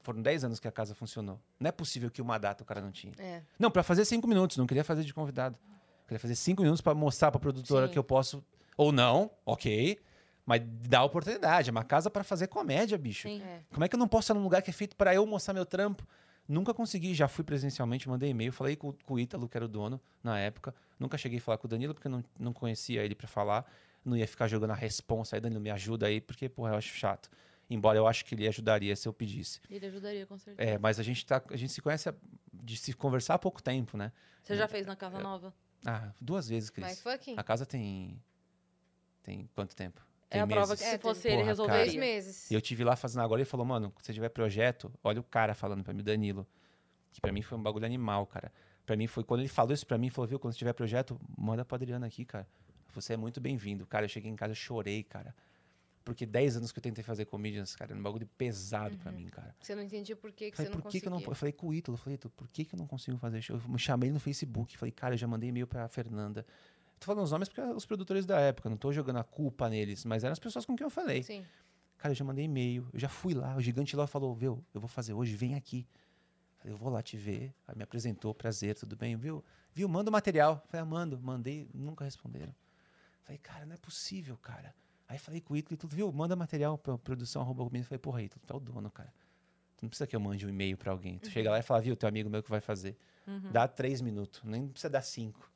Speaker 3: Foram 10 anos que a casa funcionou. Não é possível que uma data o cara não tinha.
Speaker 2: É.
Speaker 3: Não, pra fazer cinco minutos, não queria fazer de convidado. Queria fazer cinco minutos pra mostrar pra produtora
Speaker 2: Sim.
Speaker 3: que eu posso, ou não, ok, mas dá oportunidade. É uma casa pra fazer comédia, bicho.
Speaker 1: Sim.
Speaker 2: É.
Speaker 3: Como é que eu não posso ir num lugar que é feito pra eu mostrar meu trampo? Nunca consegui, já fui presencialmente, mandei e-mail, falei com, com o Ítalo, que era o dono na época. Nunca cheguei a falar com o Danilo, porque eu não, não conhecia ele pra falar. Não ia ficar jogando a responsa aí, Danilo, me ajuda aí, porque, porra, eu acho chato. Embora eu acho que ele ajudaria se eu pedisse.
Speaker 1: Ele ajudaria, com certeza.
Speaker 3: É, mas a gente, tá, a gente se conhece há- de se conversar há pouco tempo, né?
Speaker 1: Você já fez na Casa Nova?
Speaker 3: Ah, duas vezes, Cris.
Speaker 2: Mas fucking
Speaker 3: A casa tem. Tem quanto tempo?
Speaker 1: É
Speaker 3: Tem
Speaker 1: a prova
Speaker 3: meses.
Speaker 1: que
Speaker 2: É,
Speaker 1: se
Speaker 2: tem-
Speaker 1: fosse ele,
Speaker 3: Porra, cara.
Speaker 2: dois
Speaker 1: resolveria.
Speaker 2: meses.
Speaker 3: E eu tive lá fazendo agora e ele falou, mano, se você tiver projeto, olha o cara falando pra mim, Danilo. Que pra mim foi um bagulho animal, cara. Pra mim foi, quando ele falou isso pra mim, falou, viu, quando você tiver projeto, manda pra Adriana aqui, cara. Você é muito bem-vindo. Cara, eu cheguei em casa, eu chorei, cara. Porque 10 anos que eu tentei fazer comedians, cara, era um bagulho pesado pra
Speaker 1: Uhum.
Speaker 3: mim, cara.
Speaker 2: Você não entendia por que, que
Speaker 3: Falei,
Speaker 2: você não
Speaker 3: por que, que eu não. po-
Speaker 2: conseguia.
Speaker 3: Eu falei com o Ítalo, eu falei, Ítalo, por que, que eu não consigo fazer show? Eu me chamei ele no Facebook, falei, cara, eu já mandei e-mail pra Fernanda. Tô falando os nomes porque eram os produtores da época, não tô jogando a culpa neles, mas eram as pessoas com quem eu falei.
Speaker 2: Sim.
Speaker 3: Cara, eu já mandei e-mail, eu já fui lá, o gigante lá falou, viu, eu vou fazer hoje, vem aqui. Falei, eu vou lá te ver. Aí me apresentou, prazer, tudo bem, viu? Viu, manda o material. Falei, ah, mando, mandei, nunca responderam. Falei, cara, não é possível, cara. Aí falei com o Ítalo, Ítalo, viu, manda material pra produção, arroba comigo. Falei, porra, Ítalo, tu é o dono, cara. Tu não precisa que eu mande um e-mail pra alguém.
Speaker 1: Uhum.
Speaker 3: Tu chega lá e fala, viu, teu amigo meu que vai fazer. Dá três minutos, nem precisa dar cinco.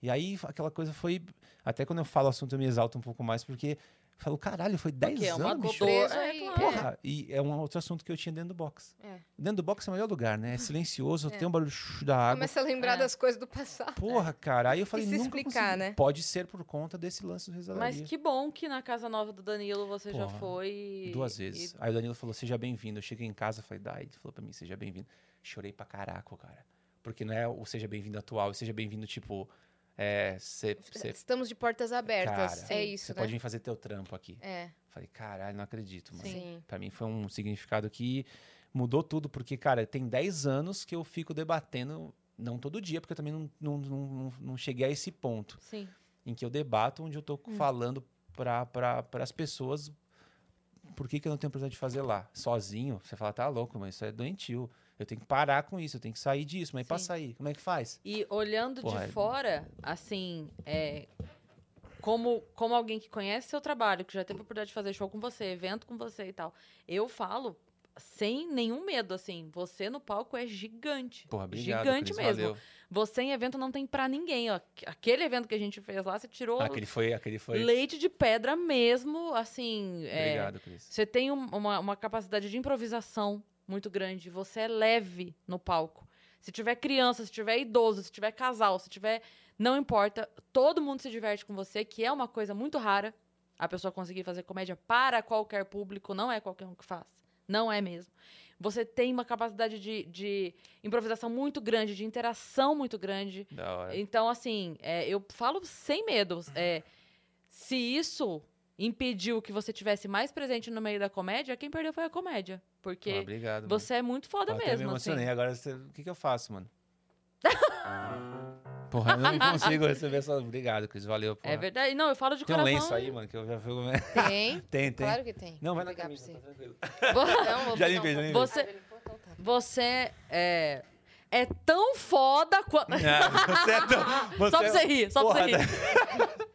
Speaker 3: E aí aquela coisa foi. Até quando eu falo o assunto, eu me exalto um pouco mais, porque eu falo, caralho, foi dez
Speaker 1: Porque é uma
Speaker 3: anos. bicho.
Speaker 1: dor.
Speaker 2: Preso
Speaker 1: É,
Speaker 2: aí.
Speaker 1: claro.
Speaker 3: Porra, e é um outro assunto que eu tinha dentro do box.
Speaker 2: É.
Speaker 3: Dentro do box é o melhor lugar, né? É silencioso,
Speaker 2: É.
Speaker 3: tem um barulho shh da água. Ah.
Speaker 2: Começa a lembrar
Speaker 1: É.
Speaker 2: das coisas do passado.
Speaker 3: Porra, cara. Aí eu falei,
Speaker 2: se
Speaker 3: nunca
Speaker 2: explicar,
Speaker 3: consegui.
Speaker 2: né?
Speaker 3: Pode ser por conta desse lance do risadaria.
Speaker 1: Mas que bom que na Casa Nova do Danilo você já
Speaker 3: Porra,
Speaker 1: foi. e-
Speaker 3: Duas vezes. Aí o Danilo falou, seja bem-vindo. Eu cheguei em casa, falei, dai, ele falou pra mim, seja bem-vindo. Chorei pra caraca, cara. Porque não é o seja bem-vindo atual, é o seja bem-vindo, tipo, é, você
Speaker 2: Estamos de portas abertas.
Speaker 3: Cara,
Speaker 2: é
Speaker 1: Sim.
Speaker 2: isso, né?
Speaker 3: pode vir fazer teu trampo aqui.
Speaker 2: É.
Speaker 3: Falei, caralho, não acredito, mano.
Speaker 2: Sim.
Speaker 3: Pra mim foi um significado que mudou tudo, porque, cara, tem 10 anos que eu fico debatendo, não todo dia, porque eu também não, não, não, não- não cheguei a esse ponto,
Speaker 1: Sim.
Speaker 3: em que eu debato, onde eu tô
Speaker 1: Hum.
Speaker 3: falando pra, pra, pras pessoas por que, que eu não tenho oportunidade de fazer lá. Sozinho, você fala, tá louco, mas isso é doentio. Eu tenho que parar com isso, eu tenho que sair disso, mas e pra
Speaker 1: Sim.
Speaker 3: sair, como é que faz?
Speaker 1: E olhando
Speaker 3: Porra, é-
Speaker 1: de fora, assim, é, como, como alguém que conhece seu trabalho, que já teve a oportunidade de fazer show com você, evento com você e tal, eu falo sem nenhum medo, assim, você no palco é gigante.
Speaker 3: Porra, obrigado,
Speaker 1: gigante
Speaker 3: Cris,
Speaker 1: mesmo.
Speaker 3: valeu.
Speaker 1: Você em evento não tem pra ninguém. ó. Aquele evento que a gente fez lá, você tirou
Speaker 3: Aquele foi, aquele foi.
Speaker 1: leite de pedra mesmo, assim. é,
Speaker 3: Obrigado, Cris.
Speaker 1: você tem um- uma, uma capacidade de improvisação muito grande. Você é leve no palco. Se tiver criança, se tiver idoso, se tiver casal, se tiver. Não importa. Todo mundo se diverte com você, que é uma coisa muito rara. A pessoa conseguir fazer comédia para qualquer público. Não é qualquer um que faz. Não é mesmo. Você tem uma capacidade de, de improvisação muito grande, de interação muito grande.
Speaker 3: Da hora.
Speaker 1: Então, assim, é, eu falo sem medo. é, se isso impediu que você tivesse mais presente no meio da comédia, quem perdeu foi a comédia.
Speaker 3: Porra,
Speaker 1: Porque
Speaker 3: obrigado. mano.
Speaker 1: você é muito foda
Speaker 3: Ah, Eu até me
Speaker 1: mesmo. assim.
Speaker 3: emocionei. Agora, você- o que, que eu faço,
Speaker 2: [laughs]
Speaker 3: mano? porra, eu não consigo receber essa. Obrigado, Cris. Valeu, porra.
Speaker 1: É verdade. Não, eu falo de
Speaker 3: Tem um
Speaker 1: coração.
Speaker 3: lenço aí, mano, que eu já fico...
Speaker 2: Tem.
Speaker 3: [laughs] Tem, tem.
Speaker 2: Claro que tem.
Speaker 3: Não, vai
Speaker 2: Vou
Speaker 3: na
Speaker 2: pegar pra
Speaker 3: camisa,
Speaker 2: você.
Speaker 3: tá tranquilo. [laughs]
Speaker 2: Não, vou
Speaker 3: Já
Speaker 2: não,
Speaker 3: limpei, já
Speaker 2: vou-
Speaker 3: limpei.
Speaker 1: Você, você é, é tão foda quanto.
Speaker 3: Não, [laughs] você é tão- você
Speaker 1: Só pra
Speaker 3: é-
Speaker 1: você rir, só pra você
Speaker 3: Porra,
Speaker 1: rir.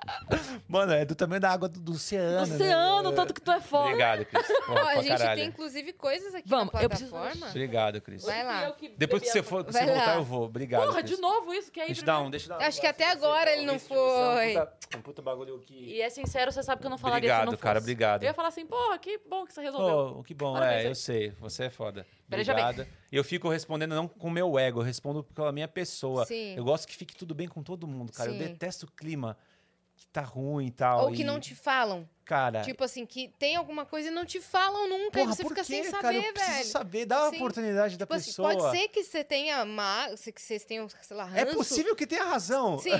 Speaker 3: Mano, é do tamanho da água do, do oceano. né?
Speaker 1: Oceano, tanto que tu é foda.
Speaker 2: [laughs]
Speaker 3: Obrigado, Cris. Porra,
Speaker 2: Ó, a
Speaker 3: pra
Speaker 2: gente
Speaker 3: caralho.
Speaker 2: tem, inclusive, coisas aqui
Speaker 1: Vamos,
Speaker 2: na
Speaker 1: eu preciso-
Speaker 2: plataforma.
Speaker 3: Obrigado, Cris.
Speaker 2: Vai lá.
Speaker 1: Eu que
Speaker 3: Depois que
Speaker 1: bebi
Speaker 3: você,
Speaker 1: a-
Speaker 3: for, que
Speaker 2: Vai
Speaker 3: você voltar,
Speaker 2: lá.
Speaker 3: eu vou. Obrigado,
Speaker 1: Porra,
Speaker 3: Cris.
Speaker 1: de novo isso, que é aí.
Speaker 3: Deixa eu dar um, deixa eu dar um.
Speaker 2: Acho que até agora ele não
Speaker 3: Isso, isso é um
Speaker 2: foi.
Speaker 3: puta- Um puta bagulho que...
Speaker 1: E é sincero, você sabe que eu não falaria se eu
Speaker 3: Obrigado,
Speaker 1: não
Speaker 3: cara,
Speaker 1: fosse.
Speaker 3: obrigado.
Speaker 1: Eu ia falar assim, porra, que bom que você resolveu.
Speaker 3: Oh, que bom,
Speaker 1: Parabéns,
Speaker 3: é,
Speaker 1: hein?
Speaker 3: eu sei, você é foda.
Speaker 1: Peraí, já vem.
Speaker 3: Obrigada. Eu fico respondendo não com o meu ego, eu respondo pela minha pessoa.
Speaker 2: Sim.
Speaker 3: Eu gosto que fique tudo bem com todo mundo, cara.
Speaker 2: Sim.
Speaker 3: Eu detesto o clima que tá ruim e tal.
Speaker 2: Ou que
Speaker 3: e,
Speaker 2: não te falam.
Speaker 3: Cara,
Speaker 2: Tipo assim, que tem alguma coisa e não te falam nunca. e
Speaker 3: É. porra,
Speaker 2: você
Speaker 3: por
Speaker 2: fica
Speaker 3: quê,
Speaker 2: sem
Speaker 3: cara?
Speaker 2: saber,
Speaker 3: eu preciso
Speaker 2: velho.
Speaker 3: saber, dá a
Speaker 2: Sim.
Speaker 3: oportunidade da
Speaker 2: Tipo assim,
Speaker 3: pessoa.
Speaker 2: pode ser que você tenha má, se- que vocês tenham, sei lá, ranço.
Speaker 3: É possível que tenha razão. [laughs]
Speaker 2: Sim,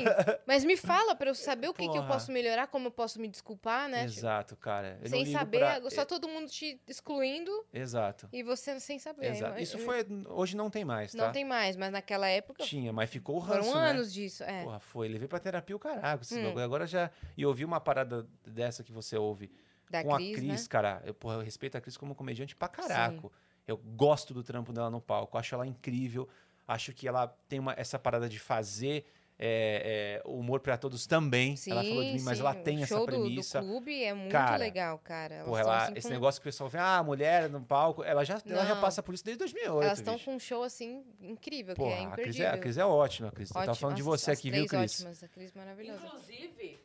Speaker 2: mas me fala pra eu saber o que, que eu
Speaker 3: Porra.
Speaker 2: posso melhorar, como eu posso me desculpar,
Speaker 3: [laughs]
Speaker 2: né? Tipo,
Speaker 3: Exato, cara. Eu não
Speaker 2: sem
Speaker 3: ligo
Speaker 2: saber, é
Speaker 3: pra- é
Speaker 2: só todo mundo te excluindo
Speaker 3: Exato.
Speaker 2: e você sem saber.
Speaker 3: Exato.
Speaker 2: Eu-
Speaker 3: Isso
Speaker 2: É, eu-
Speaker 3: foi. Hoje não tem mais, tá?
Speaker 2: Não tem um mais, mas naquela época
Speaker 3: Tinha, mas ficou o ranço.
Speaker 2: foram
Speaker 3: né?
Speaker 2: anos disso. É.
Speaker 3: Porra, foi. Levei pra terapia o caraca. Esse
Speaker 2: Hum.
Speaker 3: bagulho. Agora já. E eu ouvi uma parada dessa que você ouve
Speaker 2: da
Speaker 3: com
Speaker 2: Cris,
Speaker 3: a Cris,
Speaker 2: né?
Speaker 3: cara. Eu, porra, eu respeito a Cris como comediante pra caraco. Eu gosto do trampo dela no palco, acho ela incrível, acho que ela tem uma, essa parada de fazer é, é, humor pra todos também. ela falou de mim, mas
Speaker 2: né? sim,
Speaker 3: ela
Speaker 2: o
Speaker 3: tem essa
Speaker 2: show do-
Speaker 3: premissa.
Speaker 2: Do, clube é muito
Speaker 3: Cara,
Speaker 2: legal, cara. Elas
Speaker 3: Porra,
Speaker 2: tão,
Speaker 3: ela-
Speaker 2: assim,
Speaker 3: esse
Speaker 2: com-
Speaker 3: negócio que o pessoal vê, ah, mulher no palco, ela já, ela já
Speaker 2: Não.
Speaker 3: passa por isso desde 2008.
Speaker 2: Elas estão
Speaker 3: bicho.
Speaker 2: com um show assim incrível,
Speaker 3: é Porra,
Speaker 2: que é
Speaker 3: a Cris é,
Speaker 2: imperdível.
Speaker 3: a Cris é ótima, Cris. Eu tava
Speaker 2: Ótimo.
Speaker 3: falando de
Speaker 2: Nossa,
Speaker 3: você
Speaker 2: as
Speaker 3: aqui, viu,
Speaker 2: três
Speaker 3: Cris?
Speaker 2: Ótimas. A Cris maravilhosa.
Speaker 1: Inclusive,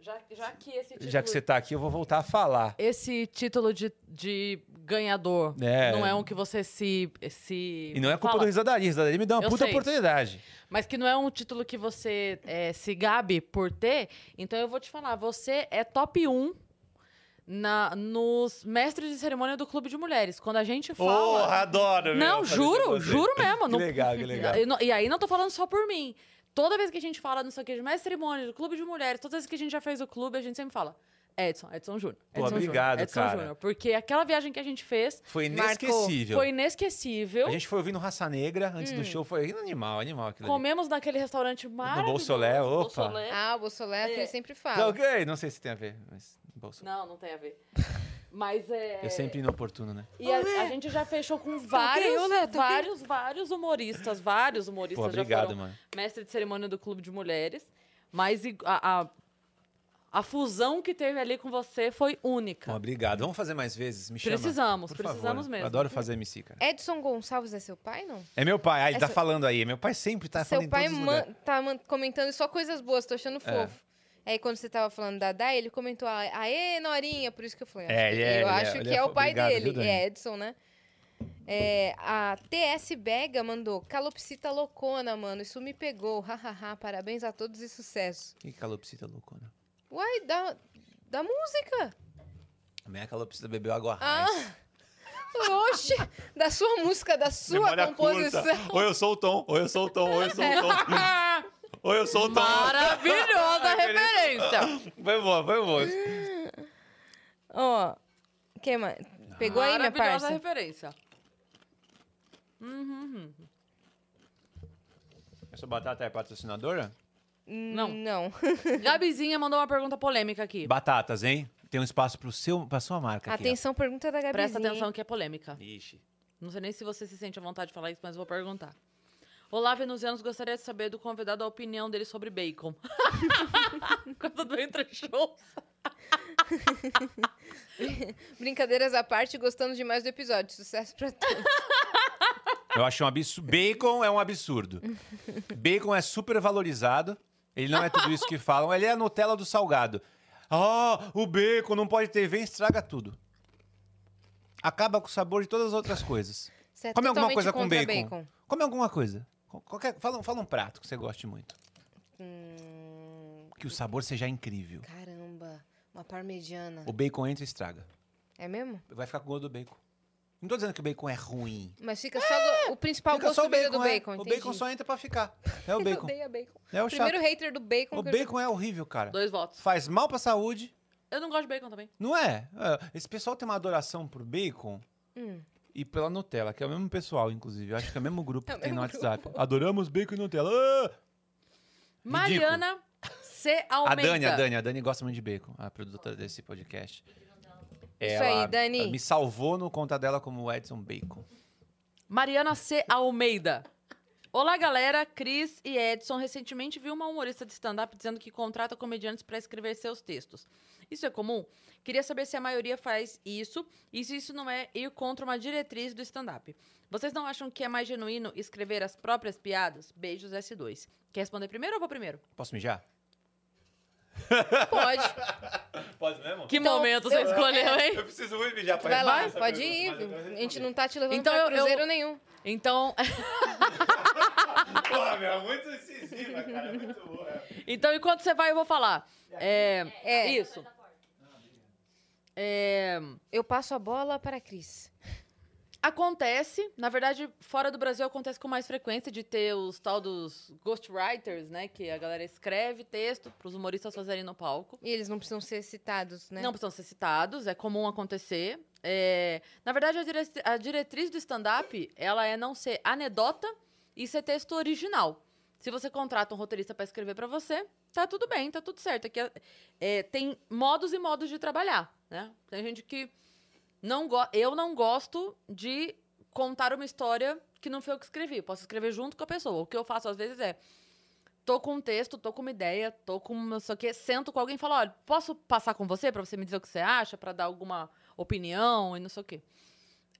Speaker 1: já, já que esse título...
Speaker 3: Já que você tá aqui, eu vou voltar a falar.
Speaker 1: Esse título de, de ganhador
Speaker 3: É.
Speaker 1: não é um que você se... se
Speaker 3: E não é culpa
Speaker 1: fala,
Speaker 3: do Risadaria, Risadaria me deu uma
Speaker 1: Eu
Speaker 3: puta
Speaker 1: sei.
Speaker 3: oportunidade.
Speaker 1: Mas que não é um título que você é, se gabe por ter. Então eu vou te falar, você é top 1 na, nos mestres de cerimônia do Clube de Mulheres. Quando a gente fala...
Speaker 3: adoro,
Speaker 1: Não, juro, juro mesmo.
Speaker 3: Que
Speaker 1: não-
Speaker 3: legal, que legal.
Speaker 1: E, não- e aí não tô falando só por mim. Toda vez que a gente fala, não sei o que, de mais cerimônia, do clube de mulheres, todas as vezes que a gente já fez o clube, a gente sempre fala, Edson, Edson Júnior.
Speaker 3: Pô,
Speaker 1: Edson
Speaker 3: obrigado,
Speaker 1: Júnior, Edson
Speaker 3: cara.
Speaker 1: Júnior. Porque aquela viagem que a gente fez
Speaker 3: Foi
Speaker 2: Marcou.
Speaker 3: inesquecível.
Speaker 1: foi Hum. inesquecível.
Speaker 3: A gente foi ouvindo Raça Negra antes do show, foi animal, animal aquilo ali.
Speaker 1: Comemos naquele restaurante maravilhoso.
Speaker 3: Bolsolé, opa.
Speaker 1: Bolsolé.
Speaker 2: Ah, o Bolsolé, que
Speaker 1: É.
Speaker 2: ele sempre
Speaker 3: Tá
Speaker 2: fala.
Speaker 3: ok, não sei se tem a ver, mas... bolso.
Speaker 1: Não, não tem a ver. Mas é...
Speaker 3: Eu sempre inoportuno, né?
Speaker 1: E a, a gente já fechou com vários, vários, vários humoristas. Vários humoristas
Speaker 3: Pô,
Speaker 1: já
Speaker 3: obrigado,
Speaker 1: foram
Speaker 3: mano.
Speaker 1: mestre de cerimônia do Clube de Mulheres, mas i- a, a, a fusão que teve ali com você foi
Speaker 3: Bom,
Speaker 1: única.
Speaker 3: obrigado. Vamos fazer mais vezes, me chama.
Speaker 1: Precisamos,
Speaker 3: Por favor.
Speaker 1: precisamos
Speaker 3: Eu
Speaker 1: mesmo.
Speaker 3: adoro fazer MC, cara.
Speaker 2: Edson Gonçalves é seu pai, não?
Speaker 3: É meu pai, ah, ele tá
Speaker 2: Essa-
Speaker 3: falando aí. Meu pai sempre tá falando
Speaker 2: seu
Speaker 3: em
Speaker 2: pai
Speaker 3: todos os
Speaker 2: man-
Speaker 3: lugares. É.
Speaker 2: tá man- comentando só coisas boas, tô achando fofo. Aí quando você tava falando da Dai, ele comentou, "Ah, aê, Norinha, por isso que eu falei.
Speaker 3: É, ele é-
Speaker 2: eu
Speaker 3: ele é-
Speaker 2: acho
Speaker 3: ele
Speaker 2: que é,
Speaker 3: é
Speaker 2: o
Speaker 3: fo-
Speaker 2: pai
Speaker 3: obrigado, viu,
Speaker 2: dele,
Speaker 3: Dani?
Speaker 2: é Edson, né? É, a TS Bega mandou, calopsita loucona, mano, isso me pegou, hahaha, parabéns a todos e sucesso.
Speaker 3: Que calopsita loucona.
Speaker 2: Uai, da, da música.
Speaker 3: A minha calopsita bebeu água
Speaker 2: Ah,
Speaker 3: raiz.
Speaker 2: oxe, [laughs] da sua música, da sua composição. É.
Speaker 3: Ou eu sou o Tom, ou eu sou o Tom, ou eu sou
Speaker 2: [laughs]
Speaker 3: o Tom, ou eu sou o Tom.
Speaker 1: Maravilhosa referência!
Speaker 3: Foi boa, foi boa.
Speaker 2: Ó, que mais? Pegou aí, minha
Speaker 1: Maravilhosa
Speaker 2: parça?
Speaker 1: referência. Uhum,
Speaker 3: Essa batata é patrocinadora?
Speaker 1: Não.
Speaker 2: Não. [laughs]
Speaker 1: Gabizinha mandou uma pergunta polêmica aqui.
Speaker 3: Batatas, hein? Tem um espaço pro seu, pra sua marca aqui. ó.
Speaker 2: Atenção, pergunta da Gabizinha.
Speaker 1: Presta atenção que é polêmica.
Speaker 3: Ixi.
Speaker 1: Não sei nem se você se sente à vontade de falar isso, mas vou perguntar. Olá, venusianos, gostaria de saber do convidado a opinião dele sobre bacon. [laughs] Coisa do entre-show.
Speaker 2: Brincadeiras à parte, gostando demais do episódio. Sucesso pra [laughs] todos.
Speaker 3: Eu acho um absurdo. Bacon é um
Speaker 2: [laughs]
Speaker 3: absurdo. Bacon é super valorizado. Ele não é tudo isso que falam. Ele é a Nutella do salgado. Ah, o bacon não pode ter, vem estraga tudo. Acaba com o sabor de todas as outras coisas.
Speaker 2: Você é
Speaker 3: Come alguma
Speaker 2: totalmente
Speaker 3: coisa com
Speaker 2: contra
Speaker 3: bacon. Come alguma coisa. Qual- Qualquer, fala, um- fala um prato que você goste muito.
Speaker 2: Hum,
Speaker 3: Que o sabor seja incrível.
Speaker 2: caramba, uma parmegiana.
Speaker 3: O bacon entra e estraga.
Speaker 2: É mesmo?
Speaker 3: Vai ficar com o gosto do bacon. Não tô dizendo que o bacon é ruim.
Speaker 2: Mas fica só do- o principal
Speaker 3: É, Fica
Speaker 2: gosto
Speaker 3: só o bacon,
Speaker 2: do
Speaker 3: é.
Speaker 2: bacon,
Speaker 3: O
Speaker 2: entendi.
Speaker 3: bacon só entra pra
Speaker 2: [laughs]
Speaker 3: ficar. É o
Speaker 2: Eu
Speaker 3: bacon.
Speaker 2: odeio bacon.
Speaker 3: É o chato.
Speaker 2: Primeiro hater do bacon.
Speaker 3: O
Speaker 2: que eu já-
Speaker 3: bacon é horrível, cara.
Speaker 1: Dois votos.
Speaker 3: Faz mal pra saúde,
Speaker 1: Eu não gosto de bacon também.
Speaker 3: não é? É, Esse pessoal tem uma adoração por bacon
Speaker 2: Hum.
Speaker 3: e pela Nutella, que é o mesmo pessoal, inclusive. Eu acho que é o mesmo grupo
Speaker 2: É o
Speaker 3: que tem no
Speaker 2: mesmo
Speaker 3: WhatsApp. Adoramos bacon e Nutella. Ah!
Speaker 1: Mariana C.
Speaker 3: A
Speaker 1: Almeida.
Speaker 3: Dani, a Dani, a Dani gosta muito de bacon, a produtora desse podcast.
Speaker 2: Isso aí, Dani.
Speaker 3: ela Me salvou no conta dela como Edson Bacon.
Speaker 1: Mariana C. Almeida. Olá, galera. Cris e Edson. Recentemente vi uma humorista de stand-up dizendo que contrata comediantes para escrever seus textos. Isso é comum? Queria saber se a maioria faz isso e se isso não é ir contra uma diretriz do stand-up. Vocês não acham que é mais genuíno escrever as próprias piadas? Beijos S2. Quer responder primeiro ou vou primeiro?
Speaker 3: Posso mijar?
Speaker 2: Pode.
Speaker 3: Pode mesmo?
Speaker 1: Que
Speaker 2: Então,
Speaker 1: momento você
Speaker 2: eu-
Speaker 1: escolheu, hein?
Speaker 3: Eu preciso muito mijar
Speaker 2: Vai lá, pode ir. A gente não tá te levando
Speaker 1: Então
Speaker 2: pra
Speaker 1: eu- eu-
Speaker 2: cruzeiro nenhum.
Speaker 1: Então,
Speaker 3: [laughs] Porra, meu, é muito incisiva, cara. É muito boa.
Speaker 1: então enquanto você vai, eu vou falar. É,
Speaker 2: É.
Speaker 1: isso. É,
Speaker 2: Eu passo a bola para a Cris.
Speaker 1: acontece, na verdade, fora do Brasil acontece com mais frequência de ter os tal dos ghostwriters, né? Que a galera escreve texto pros humoristas fazerem no palco.
Speaker 2: E eles não precisam ser citados, né?
Speaker 1: Não precisam ser citados, é comum acontecer. É, Na verdade, a, dire- a diretriz do stand-up, ela é não ser anedota e ser texto original. Se você contrata um roteirista para escrever para você, tá tudo bem, tá tudo certo. Aqui é- é, tem modos e modos de trabalhar, né? Tem gente que Não go eu não gosto de contar uma história que não foi eu que escrevi. Posso escrever junto com a pessoa. O que eu faço às vezes é. Tô com um texto, tô com uma ideia, tô com não sei o quê, sento com alguém e falo: olha, posso passar com você pra você me dizer o que você acha, pra dar alguma opinião e não sei o quê.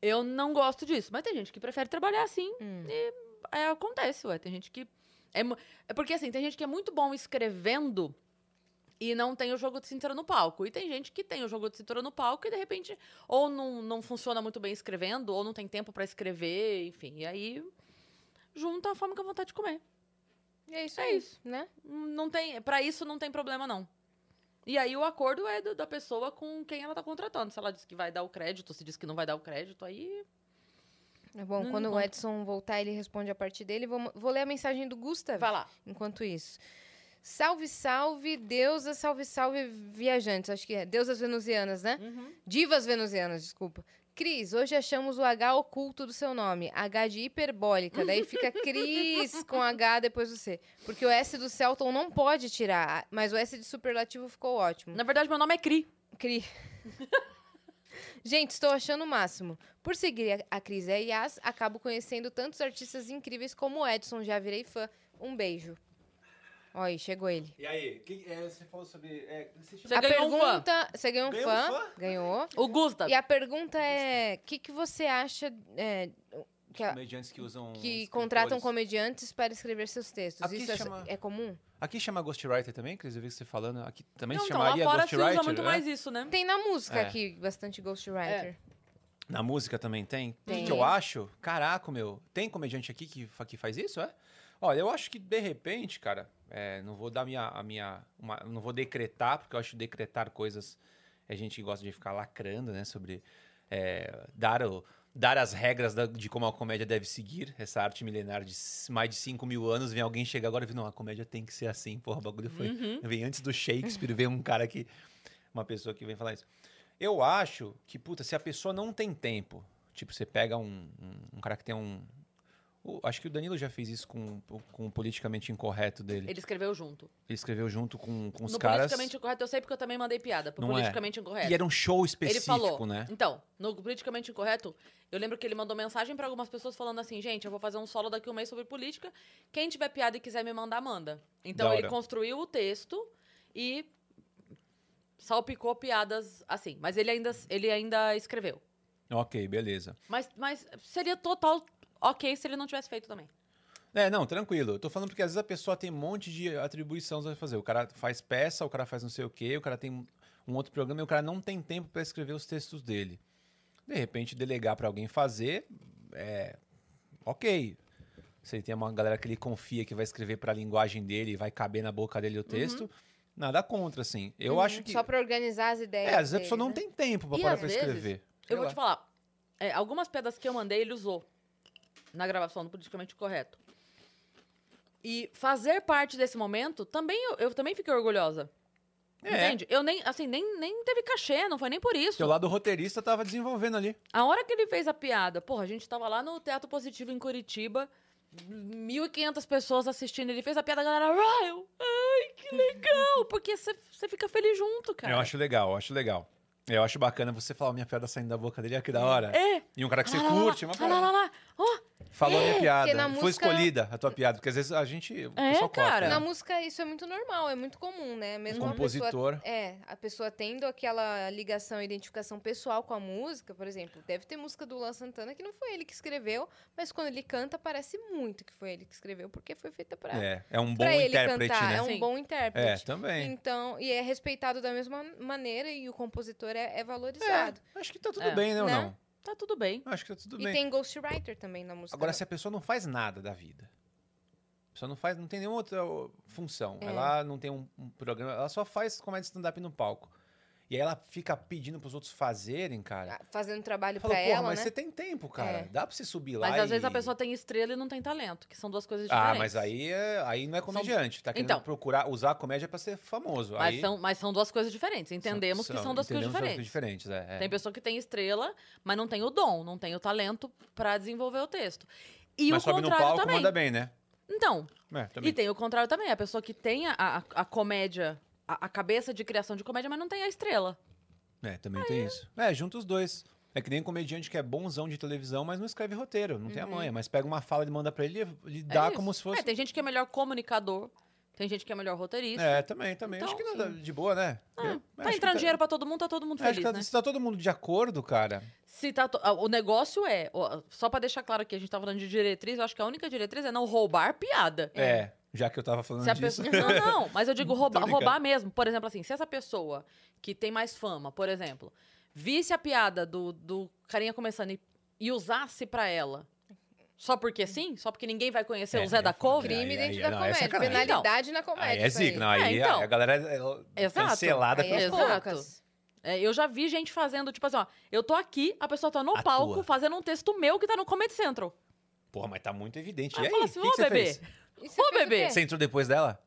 Speaker 1: Eu não gosto disso. Mas tem gente que prefere trabalhar assim e é, acontece, ué. Tem gente que. É, mu- é porque assim, tem gente que é muito bom escrevendo e não tem o jogo de cintura no palco. E tem gente que tem o jogo de cintura no palco e de repente ou não, não funciona muito bem escrevendo, ou não tem tempo pra escrever, enfim. E aí junta a fome com a vontade de comer.
Speaker 2: É isso
Speaker 1: É
Speaker 2: aí,
Speaker 1: isso.
Speaker 2: né?
Speaker 1: Não tem, para isso não tem problema não. E aí o acordo é do- da pessoa com quem ela tá contratando. Se ela diz que vai dar o crédito, se diz que não vai dar o crédito, aí
Speaker 2: É bom,
Speaker 1: Não
Speaker 2: quando o
Speaker 1: conta.
Speaker 2: Edson voltar, ele responde a parte dele. Vou, vou ler a mensagem do Gustav.
Speaker 1: vai lá.
Speaker 2: Enquanto isso. Salve, salve, deusa, salve, salve, viajantes. Acho que é. Deusas venusianas, né? Divas venusianas, desculpa. Cris, hoje achamos o H oculto do seu nome. H de hiperbólica. Daí fica Cris com H depois do C. Porque o S do Celton não pode tirar, mas o S de superlativo ficou ótimo.
Speaker 1: Na verdade, meu nome é Cri.
Speaker 2: Cri. [laughs] Gente, estou achando o máximo. Por seguir a, a Cris e a Yas, acabo conhecendo tantos artistas incríveis como o Edson. Já virei fã. Um beijo. Ó, aí, chegou ele.
Speaker 3: E aí, quem- é, você falou sobre. é, você chama-
Speaker 1: Você
Speaker 2: a
Speaker 1: ganhou um fã. Tá.
Speaker 2: pergunta. Você ganhou um
Speaker 3: Ganhou
Speaker 2: fã?
Speaker 3: um fã?
Speaker 2: Ganhou.
Speaker 1: O Gustav.
Speaker 2: E a pergunta é: o que, que você acha é, que, a-
Speaker 3: comediantes que usam.
Speaker 2: que
Speaker 3: escritores.
Speaker 2: contratam comediantes para escrever seus textos?
Speaker 3: Aqui
Speaker 2: Isso é,
Speaker 3: chama-
Speaker 2: é comum?
Speaker 3: Aqui chama Ghostwriter também, Cris? Eu vi você falando. Aqui também
Speaker 1: Não,
Speaker 3: se
Speaker 1: então, lá
Speaker 3: chamaria
Speaker 1: fora se
Speaker 3: Ghostwriter.
Speaker 1: usa muito
Speaker 3: né?
Speaker 1: mais isso, né?
Speaker 2: Tem na música
Speaker 3: É.
Speaker 2: aqui bastante ghostwriter.
Speaker 3: Na música também tem?
Speaker 2: Tem.
Speaker 3: O que eu acho? Caraca, meu. Tem comediante aqui que, fa- que faz isso, é? Olha, eu acho que de repente, cara, é, não vou dar minha. A minha uma- não vou decretar, porque eu acho que decretar coisas. A gente gosta de ficar lacrando, né? Sobre é, dar, o- dar as regras da- de como a comédia deve seguir. Essa arte milenar de s- mais de 5 mil anos. Vem alguém chegar agora e fala: não, a comédia tem que ser assim. Porra, o bagulho foi. Vem antes do Shakespeare, vem um cara que. Uma pessoa que vem falar isso. Eu acho que, puta, se a pessoa não tem tempo, tipo, você pega um, um, um cara que tem um. o- acho que o Danilo já fez isso com, com o politicamente incorreto dele. Ele
Speaker 1: Ele escreveu junto.
Speaker 3: escreveu junto com, com os
Speaker 1: no
Speaker 3: caras.
Speaker 1: politicamente incorreto, eu sei porque eu também mandei piada. Pro
Speaker 3: Não é.
Speaker 1: politicamente incorreto.
Speaker 3: E era um show
Speaker 1: ele
Speaker 3: específico,
Speaker 1: falou.
Speaker 3: né?
Speaker 1: Então, no politicamente incorreto, eu lembro que ele mandou mensagem pra algumas pessoas falando assim: gente, eu vou fazer um solo daqui a um mês sobre política. Quem tiver piada e quiser me mandar, manda. Então
Speaker 3: Da
Speaker 1: ele
Speaker 3: hora.
Speaker 1: construiu o texto e salpicou piadas assim. Mas ele ainda, ele ainda escreveu.
Speaker 3: Ok, beleza.
Speaker 1: Mas, mas seria total ok se ele não tivesse feito também.
Speaker 3: É, não, tranquilo. Eu tô falando porque às vezes a pessoa tem um monte de atribuição a fazer. O cara faz peça, o cara faz não sei o quê, o cara tem um- um outro programa e o cara não tem tempo pra escrever os textos dele. De repente, delegar pra alguém fazer, é. Ok. Se ele tem uma galera que ele confia que vai escrever pra linguagem dele e vai caber na boca dele o
Speaker 1: Uhum.
Speaker 3: texto, nada contra, assim. Eu
Speaker 2: Uhum,
Speaker 3: acho que.
Speaker 2: Só para organizar as
Speaker 3: É,
Speaker 2: ideias.
Speaker 3: às vezes a
Speaker 2: dele,
Speaker 3: pessoa não
Speaker 2: né?
Speaker 3: tem tempo pra
Speaker 1: E
Speaker 3: parar
Speaker 1: às
Speaker 3: pra
Speaker 1: vezes,
Speaker 3: escrever.
Speaker 1: Eu
Speaker 3: Sei
Speaker 1: vou
Speaker 3: lá.
Speaker 1: te falar. é, algumas pedras que eu mandei, ele usou. Na gravação do Politicamente Correto. E fazer parte desse momento, também eu, eu também fiquei orgulhosa.
Speaker 3: É.
Speaker 1: Entende? Eu nem, assim, nem, nem teve cachê, não foi nem por isso.
Speaker 3: Seu lado roteirista tava desenvolvendo ali.
Speaker 1: A hora que ele fez a piada, porra, a gente tava lá no Teatro Positivo em Curitiba, 1.500 pessoas assistindo, ele fez a piada, a galera, "Ah, eu- ai, que legal, porque você fica feliz junto, cara.
Speaker 3: Eu acho legal, eu acho legal. Eu acho bacana você falar "Oh, minha piada saindo da boca dele, olha que da hora.
Speaker 1: É.
Speaker 3: E um cara que você
Speaker 1: Ah lá, lá,
Speaker 3: curte,
Speaker 1: lá,
Speaker 3: uma
Speaker 1: lá, lá,
Speaker 3: parada.
Speaker 1: lá. Ó,
Speaker 3: Falou minha piada.
Speaker 2: É, porque na
Speaker 3: Foi
Speaker 2: música-
Speaker 3: escolhida a tua piada, porque às vezes a gente. o
Speaker 1: É,
Speaker 3: pessoal copia,
Speaker 1: cara.
Speaker 3: né?
Speaker 2: Na música isso é muito normal, é muito comum, né? Mesmo
Speaker 3: Um
Speaker 2: a pessoa-
Speaker 3: compositor.
Speaker 2: é, a pessoa tendo aquela ligação, identificação pessoal com a música, por exemplo, deve ter música do Luan Santana que não foi ele que escreveu, mas quando ele canta parece muito que foi ele que escreveu, porque foi feita pra,
Speaker 3: É, é um bom
Speaker 2: pra ele
Speaker 3: intérprete,
Speaker 2: cantar, é
Speaker 3: né?
Speaker 2: um
Speaker 1: Sim.
Speaker 2: bom
Speaker 3: É,
Speaker 2: intérprete.
Speaker 3: também.
Speaker 2: Então, e é respeitado da mesma maneira e o compositor é, é valorizado.
Speaker 3: Acho que tá tudo
Speaker 1: É.
Speaker 3: bem, né, ou
Speaker 2: Né?
Speaker 3: não?
Speaker 1: tá tudo bem.
Speaker 3: Acho que tá tudo
Speaker 2: e
Speaker 3: bem.
Speaker 2: tem ghostwriter também na música.
Speaker 3: Agora, se a pessoa não faz nada da vida, a pessoa não faz, não tem nenhuma outra ó, função.
Speaker 2: É.
Speaker 3: Ela não tem um, um programa, ela só faz comédia stand-up no palco. E aí ela fica pedindo pros outros fazerem, cara.
Speaker 2: fazendo trabalho
Speaker 3: Fala,
Speaker 2: pra
Speaker 3: porra,
Speaker 2: ela,
Speaker 3: mas
Speaker 2: né?
Speaker 3: você tem tempo, cara.
Speaker 2: É.
Speaker 3: Dá pra você subir lá
Speaker 1: Mas às vezes a
Speaker 3: e-
Speaker 1: pessoa tá tem estrela e não tem talento, que são duas coisas diferentes.
Speaker 3: Ah, mas aí, é- aí não é comediante. Tá querendo
Speaker 1: Então.
Speaker 3: procurar usar a comédia pra ser famoso.
Speaker 1: Mas,
Speaker 3: aí...
Speaker 1: são, mas são duas coisas diferentes. Entendemos que são duas coisas
Speaker 3: entendemos
Speaker 1: diferentes.
Speaker 3: diferentes. é, é.
Speaker 1: Tem pessoa que tem estrela, mas não tem o dom, não tem o talento pra desenvolver o texto. E
Speaker 3: mas
Speaker 1: o
Speaker 3: sobe no
Speaker 1: contrário
Speaker 3: palco
Speaker 1: também.
Speaker 3: manda bem, né?
Speaker 1: Então,
Speaker 3: É, também.
Speaker 1: e tem o contrário também. A pessoa que tem a, a, a comédia, a, a cabeça de criação de comédia, mas não tem a estrela.
Speaker 3: É, também tem isso. É, junta os dois. É que nem um comediante que é bonzão de televisão, mas não escreve roteiro, não tem a manha. Mas pega uma fala e manda pra ele, ele
Speaker 1: Uhum. É
Speaker 3: dá
Speaker 1: isso.
Speaker 3: como se fosse.
Speaker 1: É, tem gente que é melhor comunicador, tem gente que é melhor roteirista.
Speaker 3: É, também, também.
Speaker 1: Então,
Speaker 3: acho que nada de boa, né?
Speaker 1: Ah,
Speaker 3: Eu- acho
Speaker 1: tá
Speaker 3: que
Speaker 1: entrando dinheiro pra todo mundo, tá todo mundo
Speaker 3: Acho
Speaker 1: feliz,
Speaker 3: que tá,
Speaker 1: né?
Speaker 3: se tá todo mundo de acordo, cara.
Speaker 1: Se tá to- ah, O negócio é, ó, só pra deixar claro aqui, a gente tá falando de diretriz, eu acho que a única diretriz é não roubar piada.
Speaker 3: É. já que eu tava falando
Speaker 1: Se a
Speaker 3: disso.
Speaker 1: pessoa- Não, não, mas eu
Speaker 3: [laughs]
Speaker 1: digo roubar,
Speaker 3: ligado.
Speaker 1: roubar mesmo. Por exemplo, assim, se essa pessoa que tem mais fama, por exemplo, visse a piada do, do carinha começando e, e usasse pra ela, só porque sim? Só porque ninguém vai conhecer
Speaker 3: É,
Speaker 1: o Zé
Speaker 3: é
Speaker 1: da
Speaker 3: foda.
Speaker 1: Couve?
Speaker 2: Crime
Speaker 3: Aí-
Speaker 2: dentro
Speaker 3: aí-
Speaker 2: da
Speaker 3: não, é
Speaker 2: comédia.
Speaker 3: sacanagem.
Speaker 2: Penalidade na comédia.
Speaker 3: Aí é
Speaker 2: isso aí.
Speaker 3: zico, não. Aí
Speaker 1: É,
Speaker 3: a-
Speaker 1: então.
Speaker 3: a galera é ela-
Speaker 1: Exato.
Speaker 3: cancelada
Speaker 2: Aí é
Speaker 3: pelas
Speaker 1: Exato.
Speaker 2: poucas.
Speaker 1: É, eu já vi gente fazendo, tipo assim, ó, eu tô aqui, a pessoa tá no
Speaker 3: Atua.
Speaker 1: palco fazendo um texto meu que tá no Comedy Central.
Speaker 3: Porra, mas tá muito evidente.
Speaker 1: Aí
Speaker 3: e
Speaker 1: eu
Speaker 3: aí?
Speaker 1: falo assim,
Speaker 3: O que
Speaker 1: ô
Speaker 3: que você
Speaker 1: bebê.
Speaker 3: fez?
Speaker 2: E você
Speaker 1: Ô,
Speaker 2: fez o
Speaker 1: bebê.
Speaker 2: quê?
Speaker 3: Você entrou depois dela?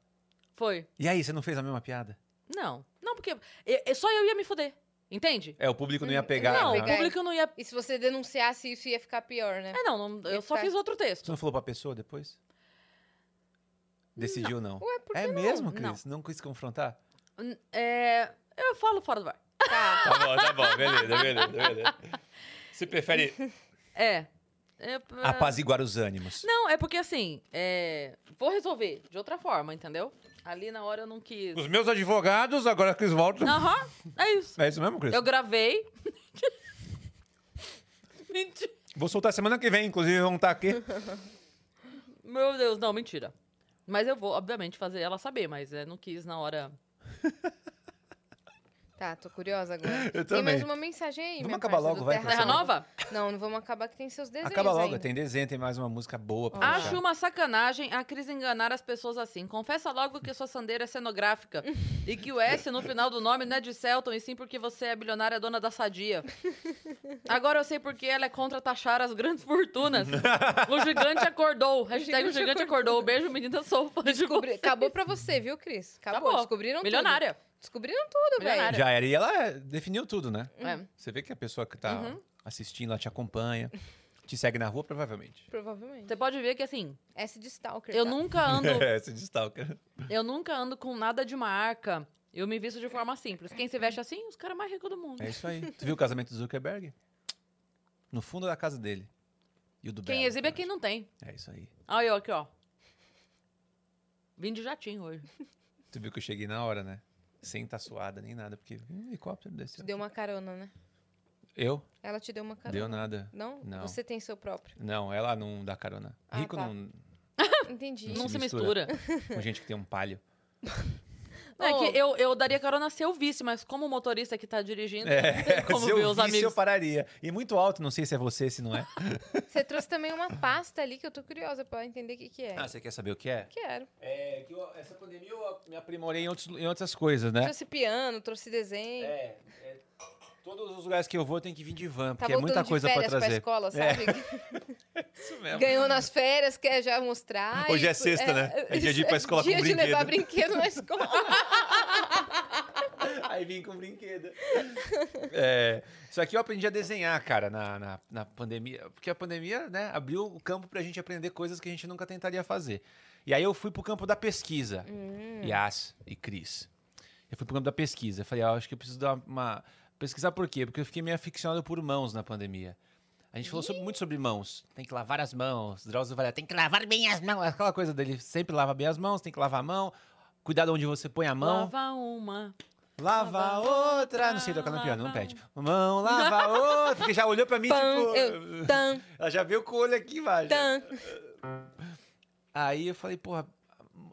Speaker 1: Foi.
Speaker 3: E aí, você não fez a mesma piada?
Speaker 1: Não. Não, porque é- é só eu ia me fuder. Entende?
Speaker 3: É, o público não ia
Speaker 2: Hum,
Speaker 3: pegar.
Speaker 1: não,
Speaker 3: né?
Speaker 1: o público não ia.
Speaker 2: E se você denunciasse isso, ia ficar pior, né?
Speaker 1: É, não, não, eu
Speaker 2: Ia
Speaker 1: só
Speaker 2: ficar-
Speaker 1: fiz outro texto.
Speaker 3: Você não falou pra pessoa depois? Decidiu não.
Speaker 2: Ué, por
Speaker 3: é mesmo,
Speaker 1: Não.
Speaker 3: Cris? Não. quis confrontar?
Speaker 1: N- É, eu falo fora do bar.
Speaker 2: Tá.
Speaker 3: Tá bom, tá bom. Beleza, beleza, beleza.
Speaker 1: [laughs]
Speaker 3: Você prefere
Speaker 1: É. É, pra-
Speaker 3: Ah, apaziguar os ânimos.
Speaker 1: Não, é porque assim, é, vou resolver de outra forma, entendeu? Ali na hora eu não
Speaker 3: [laughs]
Speaker 1: quis.
Speaker 3: Os meus advogados, agora Cris volta.
Speaker 1: Aham, é isso.
Speaker 3: É isso mesmo, Cris?
Speaker 1: Eu gravei. [laughs] mentira.
Speaker 3: Vou soltar semana que vem, inclusive, vão estar aqui.
Speaker 1: Meu Deus, não, mentira. Mas eu vou, obviamente, fazer ela saber, mas é, não quis na hora.
Speaker 2: Tá, tô curiosa agora.
Speaker 3: [laughs] Eu
Speaker 2: Tem mais uma
Speaker 3: também.
Speaker 2: mensagem aí,
Speaker 3: Vamos
Speaker 2: minha
Speaker 3: acabar
Speaker 2: parça,
Speaker 3: logo,
Speaker 2: do
Speaker 3: vai,
Speaker 2: Terra
Speaker 1: Terra Nova?
Speaker 2: Não, não vamos acabar que tem seus desenhos
Speaker 3: Acaba logo,
Speaker 2: ainda.
Speaker 3: tem desenho, tem mais uma música boa pra
Speaker 1: Acho
Speaker 3: fechar.
Speaker 1: uma sacanagem a Cris enganar as pessoas assim. Confessa logo que sua sandeira é cenográfica e que o S no final do nome não é de Celton, e sim porque você é bilionária dona da sadia. Agora eu sei porque ela é contra taxar as grandes fortunas. O gigante acordou. Hashtag o
Speaker 2: gigante
Speaker 1: gigante acordou. Beijo, menina, sou fã de
Speaker 2: Descobri-
Speaker 1: você.
Speaker 2: Acabou pra você, viu, Cris? Acabou.
Speaker 1: Acabou.
Speaker 2: Descobriram
Speaker 1: Milionária.
Speaker 2: tudo. Descobriram tudo, velho.
Speaker 1: Milionária.
Speaker 3: Já era. E ela é, definiu tudo, né?
Speaker 1: É.
Speaker 3: Você vê que a pessoa que tá assistindo, ela te acompanha, te segue na rua, provavelmente.
Speaker 2: Provavelmente.
Speaker 1: Você pode ver que assim,
Speaker 2: S de Stalker.
Speaker 1: eu
Speaker 2: tá?
Speaker 1: nunca
Speaker 3: [laughs]
Speaker 1: ando
Speaker 3: É, se destaca.
Speaker 1: Eu nunca ando com nada de marca. Eu me visto de forma simples. Quem se veste assim, os caras mais ricos do mundo.
Speaker 3: É isso aí. Tu viu o casamento do Zuckerberg? No fundo da casa dele. E o do
Speaker 1: Quem
Speaker 3: Belo,
Speaker 1: exibe é
Speaker 3: né?
Speaker 1: quem não tem.
Speaker 3: É isso aí.
Speaker 1: Olha eu aqui, ó. Vim de jatinho hoje.
Speaker 3: Tu viu que eu cheguei na hora, né? Sem tá suada nem nada, porque um helicóptero
Speaker 2: Te
Speaker 3: desceu.
Speaker 2: deu uma carona, né?
Speaker 3: Eu?
Speaker 2: Ela te deu uma carona.
Speaker 3: Deu nada.
Speaker 2: Não?
Speaker 3: Não.
Speaker 2: Você tem
Speaker 1: [laughs]
Speaker 2: seu próprio.
Speaker 3: Não, ela não dá carona.
Speaker 2: Ah,
Speaker 3: Rico
Speaker 2: tá.
Speaker 3: não.
Speaker 2: Entendi.
Speaker 1: Não se mistura.
Speaker 3: mistura. Com gente que tem um palho.
Speaker 1: Não, É
Speaker 2: Oh.
Speaker 1: que eu, eu daria carona se eu visse, mas como o motorista que tá dirigindo, não [laughs] tem como
Speaker 3: se eu
Speaker 1: ver os
Speaker 3: visse, É, eu
Speaker 1: amigos.
Speaker 3: pararia. E muito alto, não sei se é você, se não é.
Speaker 2: Você trouxe também uma pasta ali que eu tô curiosa pra entender o que, que é.
Speaker 3: ah, você quer saber o que é?
Speaker 2: Quero.
Speaker 3: É que eu- essa pandemia eu me aprimorei em, outros- em outras coisas, né?
Speaker 2: Trouxe piano, trouxe desenho.
Speaker 3: É, é, Todos os lugares que eu vou eu tenho que vir de
Speaker 2: Tá
Speaker 3: van, porque é
Speaker 2: voltando
Speaker 3: muita
Speaker 2: de
Speaker 3: coisa pra
Speaker 2: férias pra
Speaker 3: trazer. É.
Speaker 2: escola, sabe?
Speaker 3: [laughs] Isso mesmo.
Speaker 2: Ganhou nas férias, quer já mostrar.
Speaker 3: [laughs] Hoje
Speaker 2: e-
Speaker 3: é sexta, né? É dia de ir pra escola com
Speaker 2: dia de levar
Speaker 3: brinquedo.
Speaker 2: brinquedo na
Speaker 3: [laughs]
Speaker 2: escola.
Speaker 3: Aí vim com brinquedo. É, isso aqui eu aprendi a desenhar, cara, na, na, na pandemia. Porque a pandemia, né, abriu o campo pra gente aprender coisas que a gente nunca tentaria fazer. E aí eu fui pro campo da pesquisa. Yas e Cris. Eu fui pro campo da pesquisa. Falei, ah, acho que eu preciso dar uma. Pesquisar por quê? Porque eu fiquei meio aficionado por mãos na pandemia. A gente falou sobre- muito sobre mãos. Tem que lavar as mãos. Drauzio vai lá, tem que lavar bem as mãos. Aquela coisa dele, sempre lava bem as mãos, tem que lavar a mão. Cuidado onde você põe a mão.
Speaker 1: Lava uma.
Speaker 3: Lava outra. Não sei tocar no piano, não pede. Mão, lava outra. Porque já olhou pra mim,
Speaker 2: Pam,
Speaker 3: tipo.
Speaker 2: eu, Então, tan,
Speaker 3: Ela já veio com o olho aqui embaixo.
Speaker 2: tan.
Speaker 3: Aí eu falei, porra.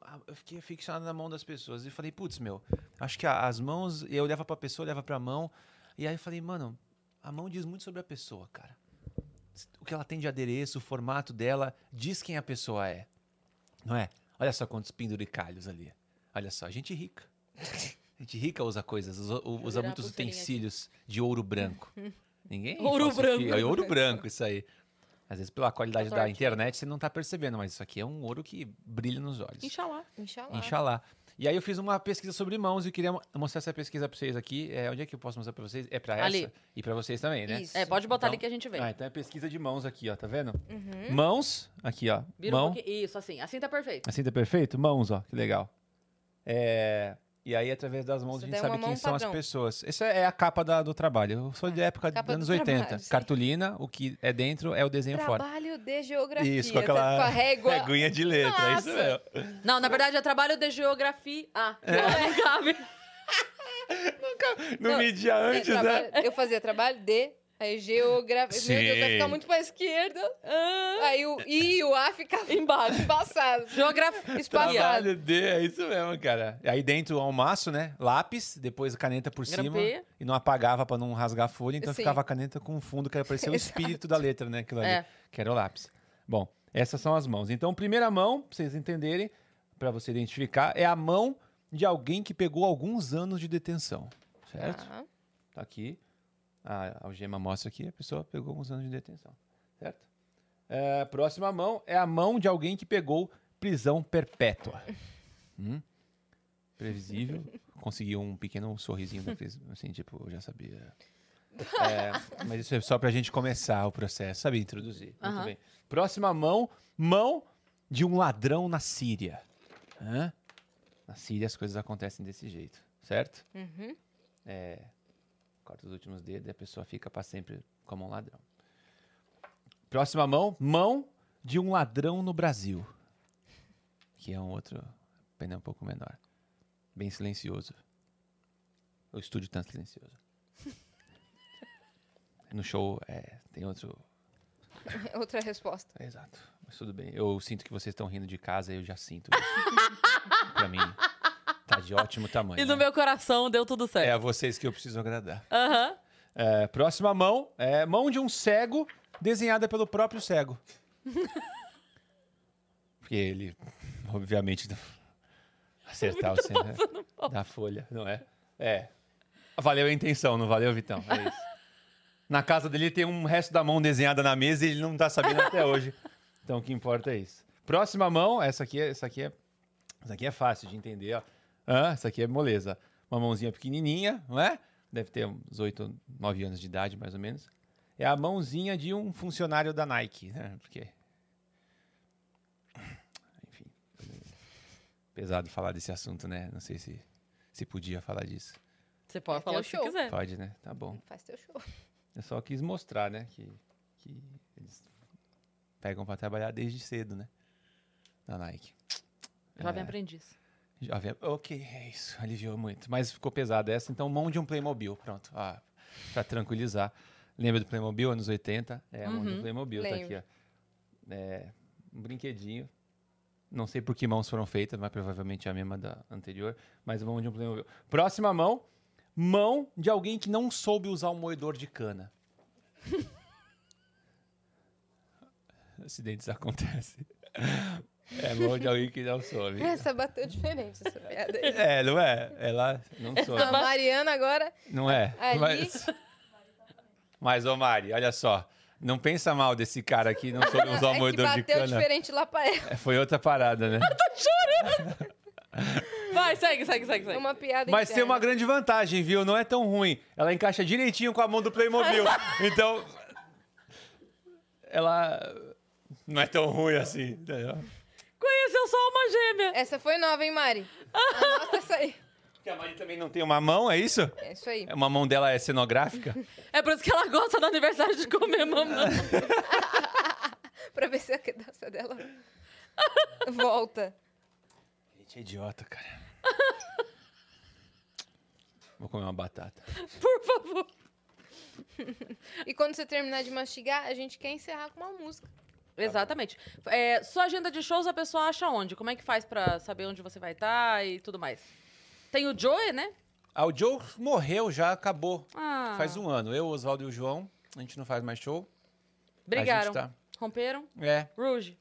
Speaker 3: a- Eu fiquei ficcionado na mão das pessoas. E falei, putz, meu, acho que a- as mãos. Eu olhava pra pessoa, olhava pra mão. E aí eu falei, mano, a mão diz muito sobre a pessoa, cara. O que ela tem de adereço, o formato dela, diz quem a pessoa é. Não é? Olha só quantos penduricalhos ali. Olha só,
Speaker 1: [laughs]
Speaker 3: gente rica. Gente rica usa coisas, usa, usa
Speaker 1: virar
Speaker 3: muitos
Speaker 1: a pulseirinha aqui.
Speaker 3: utensílios de
Speaker 1: [laughs]
Speaker 3: ouro branco. Ninguém.
Speaker 1: Ouro
Speaker 3: falsifica-
Speaker 1: branco.
Speaker 3: É ouro branco, isso aí. Às vezes, pela qualidade da
Speaker 1: sorte.
Speaker 3: internet, você não tá percebendo, mas isso aqui é um ouro que brilha nos olhos.
Speaker 1: Inxalá.
Speaker 2: Inxalá.
Speaker 3: Inxalá. E aí eu fiz uma pesquisa sobre mãos e eu queria mo- mostrar essa pesquisa pra vocês aqui. É, onde é que eu posso mostrar pra vocês? É pra essa
Speaker 1: Ali.
Speaker 3: e pra vocês também, né?
Speaker 2: Isso.
Speaker 1: É, pode botar
Speaker 3: Então-
Speaker 1: ali que a gente vê.
Speaker 3: Ah, então é pesquisa de mãos aqui, ó, tá vendo?
Speaker 2: Uhum.
Speaker 3: Mãos, aqui, ó.
Speaker 1: Vira um
Speaker 3: mão. tá
Speaker 1: pouquinho. Isso, assim. Assim tá perfeito.
Speaker 3: assim tá perfeito? Mãos, ó, que legal. É, E aí, através das mãos,
Speaker 2: Isso
Speaker 3: a gente
Speaker 2: daí é
Speaker 3: sabe
Speaker 2: uma
Speaker 3: quem
Speaker 2: mão
Speaker 3: são as
Speaker 2: padrão. É.
Speaker 3: pessoas. Essa é a capa da- do trabalho. Eu sou de época dos
Speaker 2: Capa do
Speaker 3: anos 80.
Speaker 2: trabalho, sim.
Speaker 3: Cartolina, o que é dentro é o desenho fora.
Speaker 2: Trabalho de geografia.
Speaker 3: Isso, com aquela
Speaker 2: tá? Com a régua.
Speaker 3: Reguinha de letra, é isso
Speaker 2: Nossa.
Speaker 3: mesmo.
Speaker 1: Não, na verdade, eu trabalho de geografia. Ah, é. Gabi.
Speaker 3: [laughs] Não,
Speaker 2: Não,
Speaker 3: media
Speaker 2: Eu,
Speaker 3: antes, né?
Speaker 2: trabalho- eu fazia trabalho de, aí geografia. Meu Deus, vai
Speaker 3: Sim.
Speaker 2: ficar muito pra esquerda.
Speaker 1: Ah,
Speaker 2: Aí o I e o A ficavam [laughs] embaixo, embaçado.
Speaker 1: geografia.
Speaker 2: Espaçado.
Speaker 3: Trabalho de, é isso mesmo, cara. Aí dentro é um maço, né? Lápis, depois a caneta por
Speaker 1: Grampeia.
Speaker 3: cima. E não apagava pra não rasgar a folha, então
Speaker 2: Sim.
Speaker 3: ficava a caneta com o fundo, que era
Speaker 2: [laughs]
Speaker 3: parecia o espírito da letra, né? Aquilo ali,
Speaker 1: É.
Speaker 3: que era o lápis. Bom, essas são as mãos. Então, primeira mão, pra vocês entenderem, pra você identificar, é a mão de alguém que pegou alguns anos de detenção, certo?
Speaker 2: Tá.
Speaker 3: Tá aqui. A algema mostra aqui, a pessoa pegou alguns anos de detenção, certo? É, próxima mão é a mão de alguém que pegou prisão perpétua. Hum? Previsível. Conseguiu um pequeno sorrisinho daqueles, assim, tipo, eu já sabia. É, mas isso é só pra gente começar o processo, sabe? Introduzir. Muito
Speaker 1: Aham.
Speaker 3: bem. Próxima mão, mão de um ladrão na Síria. Hã? Na Síria as coisas acontecem desse jeito, certo? É,
Speaker 2: Uhum.
Speaker 3: corta os últimos dedos e a pessoa fica para sempre como um ladrão. Próxima mão, mão de um ladrão no Brasil. Que é um outro painel um pouco menor. Bem silencioso. O estúdio tá
Speaker 1: [laughs]
Speaker 3: silencioso. No show, é, tem outro...
Speaker 2: Ah, Outra resposta.
Speaker 3: é, exato. Mas tudo bem. Eu sinto que vocês estão rindo de casa e eu já sinto isso.
Speaker 1: [laughs]
Speaker 3: pra mim, tá de ótimo tamanho.
Speaker 1: E no
Speaker 3: né?
Speaker 1: meu coração deu tudo
Speaker 3: É
Speaker 1: certo.
Speaker 3: a vocês que eu preciso agradar.
Speaker 1: Aham.
Speaker 3: É, próxima mão é mão de um cego desenhada pelo próprio cego. Porque ele, obviamente, não- acertar o cego né? da folha, não é? É. Valeu a intenção, não valeu, Vitão? É isso. Na casa dele tem um resto da mão desenhada na mesa e ele não tá sabendo até hoje. Então o que importa é isso. Próxima mão, essa aqui, é- essa aqui é, essa aqui é fácil de entender, ó. Ah, essa aqui é moleza. Uma mãozinha pequenininha, não é? Deve ter uns 8, 9 anos de idade, mais ou menos. É a mãozinha de um funcionário da Nike, né? Porque enfim, pesado falar desse assunto, né? Não sei se se podia falar disso.
Speaker 1: Você pode
Speaker 2: É
Speaker 1: falar
Speaker 2: teu
Speaker 1: o que você
Speaker 2: show.
Speaker 1: quiser.
Speaker 3: Pode, né? Tá bom.
Speaker 2: Faz teu show.
Speaker 3: Eu só quis mostrar, né? Que, que eles pegam pra trabalhar desde cedo, né? Na Nike. É.
Speaker 1: Jovem aprendiz.
Speaker 3: Jovem. Ok, é isso. Aliviou muito. Mas ficou pesada essa, então mão de um Playmobil. Pronto. Ah, pra tranquilizar. Lembra do Playmobil, anos 80? É, a mão de um Playmobil. Tá aqui, ó.
Speaker 2: Lembro.
Speaker 3: É, um brinquedinho. Não sei por que mãos foram feitas, mas provavelmente é a mesma da anterior. Mas mão de um Playmobil. Próxima mão. Mão de alguém que não soube usar um moedor de cana. [laughs] Acidentes acontecem. [laughs] É mão de alguém que não soube.
Speaker 2: Essa bateu diferente, essa piada aí.
Speaker 3: É, não é? Ela não soube.
Speaker 2: A Mariana agora.
Speaker 3: Não é?
Speaker 2: Ali.
Speaker 3: Mas, mas ô Mari, olha só. Não pensa mal desse cara aqui, não soube usar
Speaker 2: [laughs]
Speaker 3: o
Speaker 2: é que
Speaker 3: moedor de
Speaker 2: bateu
Speaker 3: cana.
Speaker 2: diferente lá pra ela.
Speaker 3: É, Foi outra
Speaker 2: [laughs]
Speaker 3: parada, né?
Speaker 1: Vai, segue, segue, segue,
Speaker 2: É
Speaker 1: segue.
Speaker 2: uma piada
Speaker 3: Mas tem uma
Speaker 2: interna.
Speaker 3: grande vantagem, viu? Não é tão ruim. Ela encaixa direitinho com a mão
Speaker 2: [laughs]
Speaker 3: do Playmobil. Então. Ela. Não é tão ruim assim. entendeu?
Speaker 1: Conheceu só uma gêmea.
Speaker 2: Essa foi nova, hein, Mari? Anota essa aí.
Speaker 3: Porque a Mari também não tem uma mão, é isso?
Speaker 2: É isso aí.
Speaker 3: Uma mão dela é cenográfica?
Speaker 1: É por isso que ela gosta do aniversário de comer mamão.
Speaker 2: Pra ver se a dança dela volta.
Speaker 3: [laughs] Gente, é idiota, cara. Vou comer uma batata.
Speaker 1: Por favor.
Speaker 2: E quando você terminar de mastigar, a gente quer encerrar com uma música.
Speaker 1: Exatamente. É, sua agenda de shows a pessoa acha onde? Como é que faz pra saber onde você vai estar e tudo mais? Tem o Joey, né?
Speaker 3: Ah, o Joe morreu já, acabou.
Speaker 1: Ah,
Speaker 3: Faz um ano. Eu, o Oswaldo e o João, a gente não faz mais show.
Speaker 1: Brigaram.
Speaker 3: A gente
Speaker 1: Romperam.
Speaker 3: tá... É.
Speaker 1: Ruge.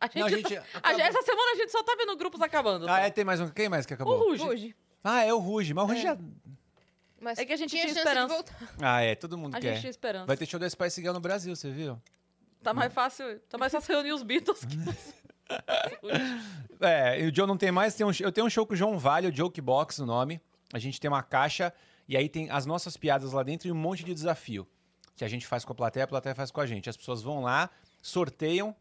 Speaker 1: A gente,
Speaker 3: Não, a
Speaker 1: tá- [laughs]
Speaker 3: gente
Speaker 1: a gente-
Speaker 3: acabou.
Speaker 1: Essa semana a gente só tá vendo grupos acabando.
Speaker 3: Ah,
Speaker 1: só.
Speaker 3: é, tem mais um. Quem mais que
Speaker 1: O
Speaker 3: acabou?
Speaker 1: Ruge.
Speaker 2: Hoje.
Speaker 3: Ah, é o Ruge. Mas o Ruge já...
Speaker 2: Mas
Speaker 1: É que a gente tinha
Speaker 2: chance
Speaker 1: esperança.
Speaker 2: de voltar.
Speaker 3: Ah, é. Todo mundo
Speaker 1: A
Speaker 3: quer.
Speaker 1: gente tinha esperança.
Speaker 3: Vai ter show da Spice Girl no Brasil, você viu?
Speaker 1: Tá mais fácil. Tá mais fácil reunir os Beatles que
Speaker 3: [laughs]
Speaker 1: os-
Speaker 3: É, e o Joe não tem mais. Tem um- eu tenho um show com o João Vale, o Joke Box, o nome. A gente tem uma caixa e aí tem as nossas piadas lá dentro e um monte de desafio. Que a gente faz com a plateia, a plateia faz com a gente. As pessoas vão lá, sorteiam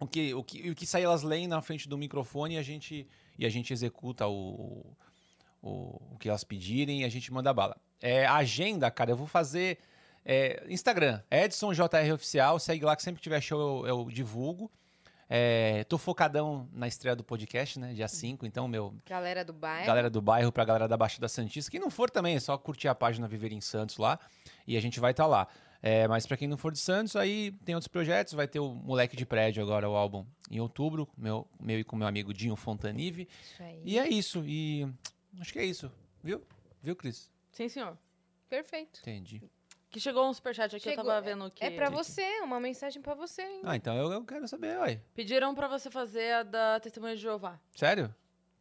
Speaker 3: o que, o que, o que sair elas leem na frente do microfone e a gente, e a gente executa o, o, o que elas pedirem e a gente manda bala. É, a agenda, cara, eu vou fazer. é, Instagram, EdsonJR Oficial, segue lá que sempre que tiver show eu, eu divulgo. É, tô focadão na estreia do podcast, né? Dia 5, então, meu,
Speaker 2: Galera do bairro.
Speaker 3: galera do bairro pra galera da Baixada Santista. Quem não for também, é só curtir a página Viver em Santos lá e a gente vai estar lá. É, mas pra quem não for de Santos, aí tem outros projetos. Vai ter o Moleque de Prédio agora, o álbum em outubro, meu, meu e com meu amigo Dinho Fontanive.
Speaker 2: Isso aí.
Speaker 3: E é isso. E acho que é isso. Viu? Viu, Cris?
Speaker 1: Sim, senhor.
Speaker 2: Perfeito.
Speaker 3: Entendi.
Speaker 1: Que chegou um superchat aqui,
Speaker 2: Chegou.
Speaker 1: eu tava vendo que...
Speaker 2: É pra você, uma mensagem pra você, hein?
Speaker 3: Ah, então eu, eu quero saber, ué.
Speaker 1: Pediram pra você fazer a da Testemunha de Jeová.
Speaker 3: Sério?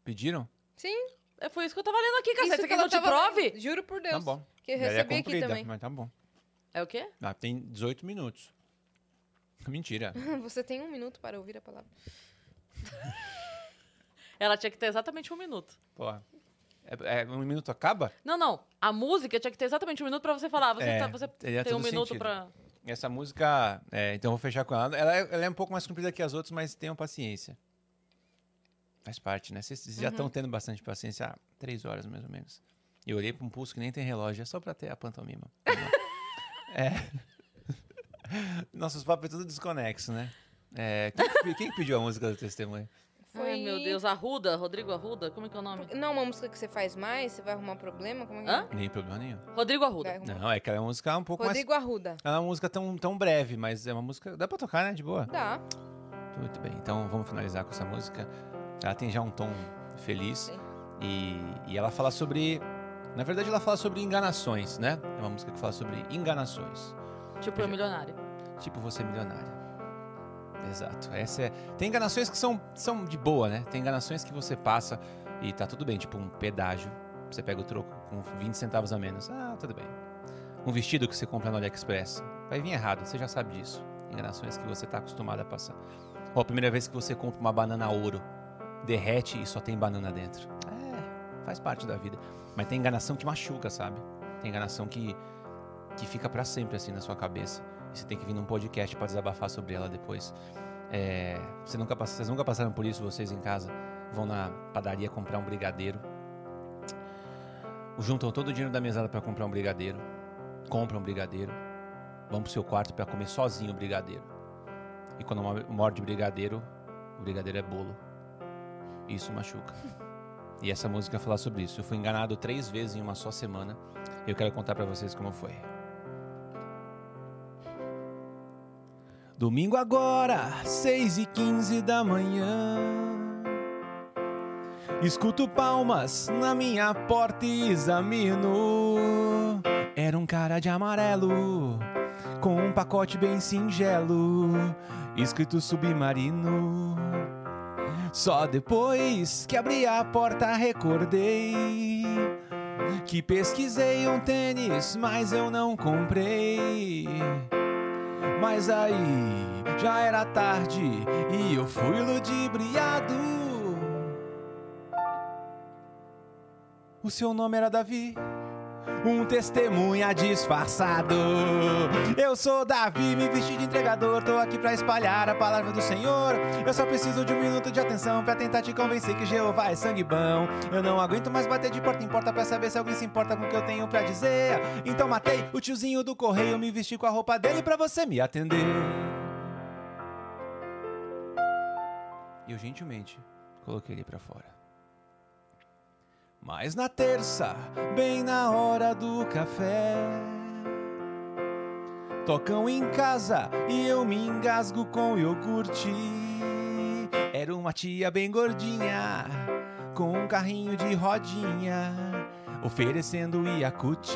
Speaker 3: Pediram?
Speaker 2: Sim.
Speaker 1: É, Foi isso que eu tava lendo aqui, cara. Você
Speaker 2: isso
Speaker 1: quer que eu te
Speaker 2: tava
Speaker 1: prove?
Speaker 2: lendo, Juro por Deus.
Speaker 3: Tá bom.
Speaker 2: Que eu
Speaker 3: Ela é
Speaker 2: recebi aqui
Speaker 3: comprida,
Speaker 2: também.
Speaker 3: Mas tá bom.
Speaker 1: É o quê?
Speaker 3: Ah, tem 18 minutos. Mentira.
Speaker 2: [laughs] Você tem um minuto para ouvir a palavra.
Speaker 1: Ela tinha que ter exatamente um minuto.
Speaker 3: Porra. É- é, um minuto acaba?
Speaker 1: Não, não. A música tinha que ter exatamente um minuto pra você falar. Você,
Speaker 3: É,
Speaker 1: tá- você
Speaker 3: teria
Speaker 1: tem um
Speaker 3: todo
Speaker 1: minuto
Speaker 3: sentido.
Speaker 1: pra...
Speaker 3: Essa música, é, então eu vou fechar com ela. Ela é, ela é um pouco mais comprida que as outras, mas tenham paciência. Faz parte, né? Vocês vocês
Speaker 1: Uhum.
Speaker 3: já estão tendo bastante paciência há três horas, mais ou menos. Eu olhei para um pulso que nem tem relógio, é só para ter a
Speaker 1: [laughs]
Speaker 3: pantomima. Vamos lá. é. [laughs] Nossos papos é tudo desconexo, né? É, quem, que pe- quem que pediu a música do testemunho?
Speaker 1: Ai, meu Deus. Arruda? Rodrigo Arruda? Como é que é o nome?
Speaker 2: Não, uma música que você faz mais, você vai arrumar problema? Como é que
Speaker 1: Hã?
Speaker 3: Nem problema nenhum.
Speaker 1: Rodrigo
Speaker 2: é? Vai
Speaker 1: Arruda.
Speaker 2: arrumar.
Speaker 3: Não, é que ela é uma música um pouco mais.
Speaker 2: Rodrigo Arruda.
Speaker 3: Ela é uma música tão, tão breve, mas é uma música. Dá pra tocar, né? De boa.
Speaker 2: Dá.
Speaker 3: Muito bem, então vamos finalizar com essa música. Ela tem já um tom feliz
Speaker 2: Sim.
Speaker 3: e, e ela fala sobre. Na verdade, ela fala sobre enganações, né? É uma música que fala sobre enganações.
Speaker 1: Tipo, eu milionário.
Speaker 3: Tipo, você é milionário. Exato. Essa é... Tem enganações que são, são de boa, né? Tem enganações que você passa e tá tudo bem. Tipo, um pedágio. Você pega o troco com 20 centavos a menos. Ah, tudo bem. Um vestido que você compra no AliExpress. Vai vir errado, você já sabe disso. Enganações que você tá acostumado a passar. Ou a primeira vez que você compra uma banana ouro, derrete e só tem banana dentro. É, faz parte da vida. Mas tem enganação que machuca, sabe? Tem enganação que, que fica pra sempre assim na sua cabeça. E você tem que vir num podcast pra desabafar sobre ela depois. É, você nunca, pass- vocês nunca passaram por isso, vocês em casa vão na padaria comprar um brigadeiro. Juntam todo o dinheiro da mesada pra comprar um brigadeiro. Compram um brigadeiro. Vão pro seu quarto pra comer sozinho o brigadeiro. E quando mo- morde o brigadeiro, o brigadeiro é bolo. Isso machuca. E essa música fala sobre isso. Eu fui enganado três vezes em uma só semana. E eu quero contar pra vocês como foi. Domingo agora, 6 e 15 da manhã. Escuto palmas na minha porta e examino. Era um cara de amarelo, com um pacote bem singelo, escrito submarino. Só depois que abri a porta recordei que pesquisei um tênis, mas eu não comprei. Mas aí já era tarde e eu fui ludibriado. O seu nome era Davi, um testemunha disfarçado. Eu sou Davi, me vesti de entregador, tô aqui pra espalhar a palavra do Senhor. Eu só preciso de um minuto de atenção pra tentar te convencer que Jeová é sangue bom. Eu não aguento mais bater de porta em porta pra saber se alguém se importa com o que eu tenho pra dizer. Então matei o tiozinho do correio, me vesti com a roupa dele pra você me atender. Eu gentilmente coloquei ele pra fora. Mas na terça, bem na hora do café, tocam em casa e eu me engasgo com iogurte. Era uma tia bem gordinha, com um carrinho de rodinha, oferecendo Yakut.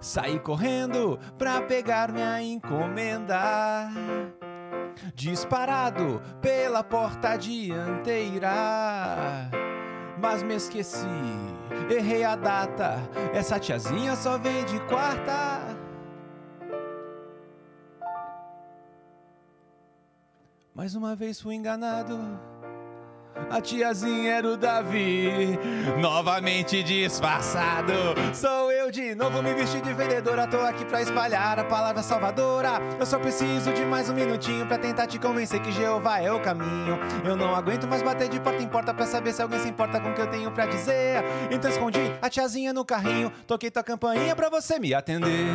Speaker 3: Saí correndo pra pegar minha encomenda. Disparado pela porta dianteira mas me esqueci. Errei a data, essa tiazinha só vem de quarta. Mais uma vez fui enganado. a tiazinha era o Davi. Novamente disfarçado, sou eu de novo, me vesti de vendedora. Tô aqui pra espalhar a palavra salvadora. Eu só preciso de mais um minutinho pra tentar te convencer que Jeová é o caminho. Eu não aguento mais bater de porta em porta pra saber se alguém se importa com o que eu tenho pra dizer. Então escondi a tiazinha no carrinho, toquei tua campainha pra você me atender.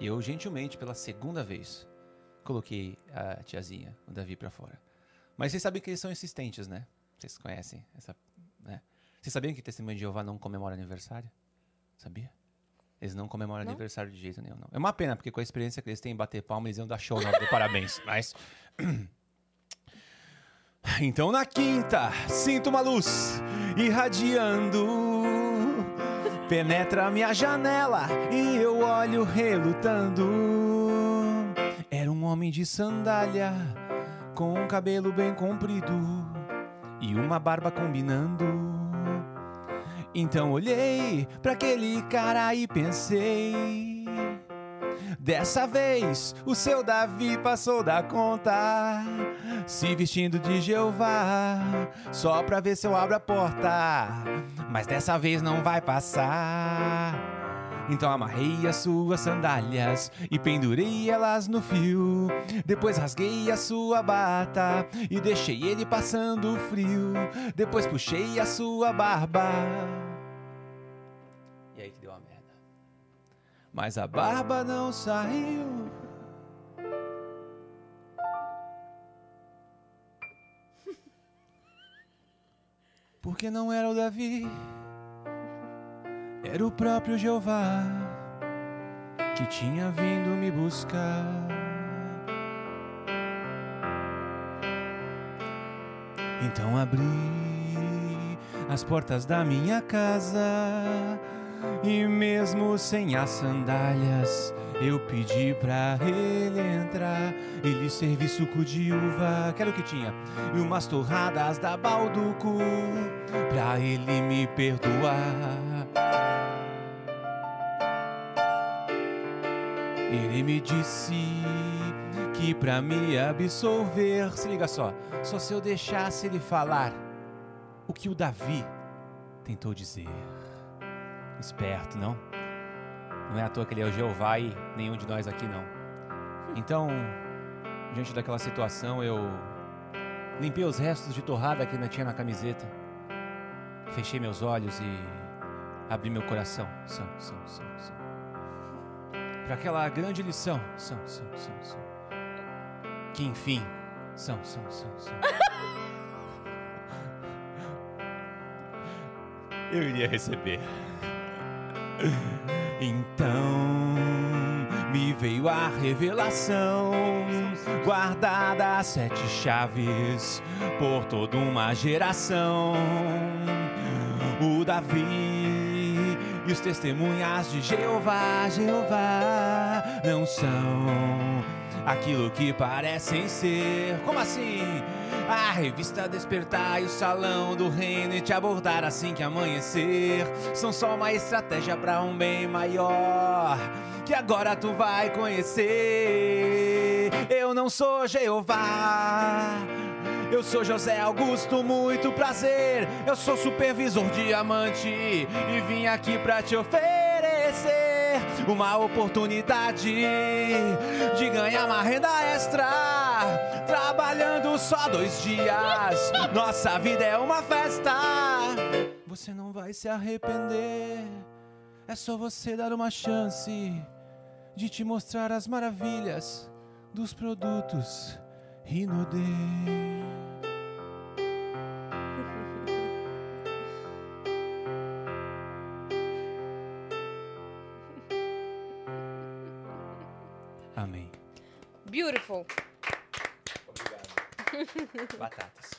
Speaker 3: E eu, gentilmente, pela segunda vez, coloquei a tiazinha, o Davi, pra fora. Mas vocês sabem que eles são insistentes, né? Vocês conhecem essa. Né? Vocês sabiam que Testemunho de Jeová não comemora aniversário? Sabia? Eles não comemoram aniversário de jeito nenhum, não. É uma pena, porque com a experiência que eles têm em bater palma, eles iam dar show na hora do parabéns. [laughs] Mas. [clears throat] Então, na quinta, sinto uma luz irradiando Penetra minha janela e eu olho relutando. Era um homem de sandália, com um cabelo bem comprido e uma barba combinando. Então olhei pra aquele cara e pensei: Dessa vez o seu Davi passou da conta, se vestindo de Jeová, só pra ver se eu abro a porta. Mas dessa vez não vai passar. Então amarrei as suas sandálias e pendurei elas no fio. Depois rasguei a sua bata e deixei ele passando frio. Depois puxei a sua barba. E aí que deu a merda. Mas a barba não saiu. [laughs] Porque não era o Davi, era o próprio Jeová que tinha vindo me buscar. Então abri as portas da minha casa e, mesmo sem as sandálias, eu pedi pra ele entrar. Ele servi suco de uva, que era o que tinha, e umas torradas da Balduco pra ele me perdoar. Ele me disse que pra me absolver, se liga só, só se eu deixasse ele falar o que o Davi tentou dizer. Esperto, não? Não é à toa que ele é o Jeová e nenhum de nós aqui não. Então, diante daquela situação, eu limpei os restos de torrada que ainda tinha na camiseta. Fechei meus olhos e abri meu coração. São, são, são, são. Para aquela grande lição. São, são, são, são. Que enfim. São, são, são, são. Eu iria receber. Então me veio a revelação, guardada as sete chaves por toda uma geração. O Davi e os testemunhas de Jeová, Jeová, não são aquilo que parecem ser. Como assim? A revista despertar e o salão do reino e te abordar assim que amanhecer são só uma estratégia pra um bem maior que agora tu vai conhecer. Eu não sou Jeová. Eu sou José Augusto, muito prazer. Eu sou supervisor diamante e vim aqui pra te oferecer uma oportunidade de ganhar uma renda extra. Trabalhando só dois dias, nossa vida é uma festa. Você não vai se arrepender, é só você dar uma chance de te mostrar as maravilhas dos produtos Rinode. Amém.
Speaker 2: Beautiful.
Speaker 3: Batatas.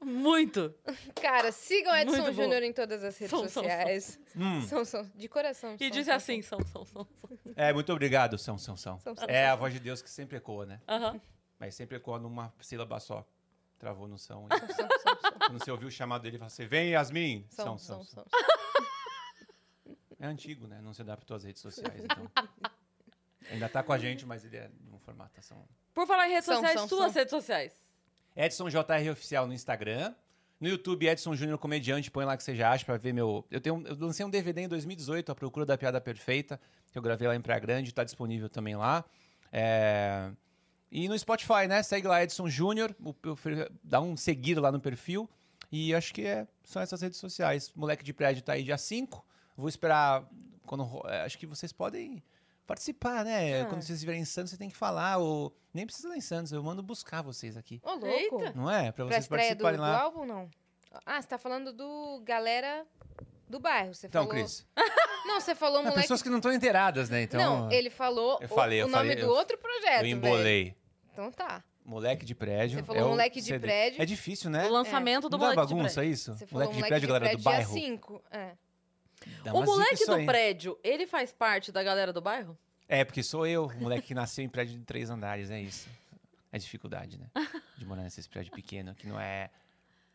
Speaker 1: Muito.
Speaker 2: Cara, sigam Edson
Speaker 1: Muito bom.
Speaker 2: Júnior em todas as redes
Speaker 1: Som, som, som.
Speaker 2: sociais.
Speaker 3: Hum.
Speaker 2: São, são, de coração.
Speaker 1: E
Speaker 2: são,
Speaker 1: diz
Speaker 2: são,
Speaker 1: assim, são, são, são. são.
Speaker 3: É, muito obrigado, São, São, São.
Speaker 2: São, São,
Speaker 3: É a voz de Deus que sempre ecoa, né?
Speaker 1: Aham.
Speaker 3: Mas sempre ecoa numa sílaba só. Travou no São.
Speaker 2: são, são, são, são.
Speaker 3: Quando você ouviu o chamado dele, você assim, vem, Yasmin.
Speaker 2: São, são, são. [laughs]
Speaker 3: É antigo, né? Não se adaptou às redes sociais, então. Ainda tá com a gente, mas ele é- não formatação.
Speaker 1: Por falar em redes
Speaker 2: São,
Speaker 1: sociais,
Speaker 2: são,
Speaker 1: suas
Speaker 2: são.
Speaker 1: redes sociais.
Speaker 3: Edson JR Oficial no Instagram. No YouTube, Edson Júnior Comediante, põe lá que você já acha pra ver meu. Eu, tenho, eu lancei um DVD em 2018, A Procura da Piada Perfeita, que eu gravei lá em Praia Grande, tá disponível também lá. É, E no Spotify, né? Segue lá Edson Júnior, o perfil- dá um seguir lá no perfil. E acho que é, são essas redes sociais. Moleque de prédio tá aí dia 5. Vou esperar. quando ro- é, Acho que vocês podem participar, né?
Speaker 2: Ah.
Speaker 3: Quando vocês estiverem em Santos, você tem que falar. Ou... Nem precisa lá em Santos, eu mando buscar vocês aqui.
Speaker 2: Ô, louco.
Speaker 1: Eita.
Speaker 3: Não é?
Speaker 2: Pra
Speaker 3: Pra vocês
Speaker 2: estreia do,
Speaker 3: participarem
Speaker 2: do
Speaker 3: lá.
Speaker 2: álbum, não? Ah, você tá falando do galera do bairro. Você
Speaker 3: Então,
Speaker 2: falou...
Speaker 3: Cris.
Speaker 1: Ah,
Speaker 2: Não, você falou
Speaker 3: há
Speaker 2: moleque...
Speaker 3: pessoas que não estão inteiradas, né? Então,
Speaker 2: não, ele falou
Speaker 3: Eu
Speaker 2: o-
Speaker 3: falei,
Speaker 2: o,
Speaker 3: eu
Speaker 2: nome
Speaker 3: falei,
Speaker 2: do
Speaker 3: eu-
Speaker 2: outro projeto,
Speaker 3: eu
Speaker 2: velho.
Speaker 3: embolei.
Speaker 2: Então tá.
Speaker 3: Moleque de prédio.
Speaker 2: Você falou
Speaker 3: é o
Speaker 2: moleque de
Speaker 3: CD.
Speaker 2: prédio.
Speaker 3: É difícil, né?
Speaker 1: O lançamento do
Speaker 3: não dá
Speaker 1: moleque de
Speaker 3: bagunça
Speaker 1: prédio.
Speaker 3: isso?
Speaker 2: Você falou
Speaker 3: moleque de prédio, galera
Speaker 2: é
Speaker 3: do bairro.
Speaker 2: dia 5. É.
Speaker 3: Dá
Speaker 1: O
Speaker 3: uma zica
Speaker 1: moleque
Speaker 3: isso
Speaker 1: do
Speaker 3: aí.
Speaker 1: prédio, ele faz parte da galera do bairro?
Speaker 3: É, porque sou eu, o moleque que nasceu em prédio de três andares, é isso. É
Speaker 1: [laughs]
Speaker 3: dificuldade, né? De morar nesses prédios pequenos, que não é,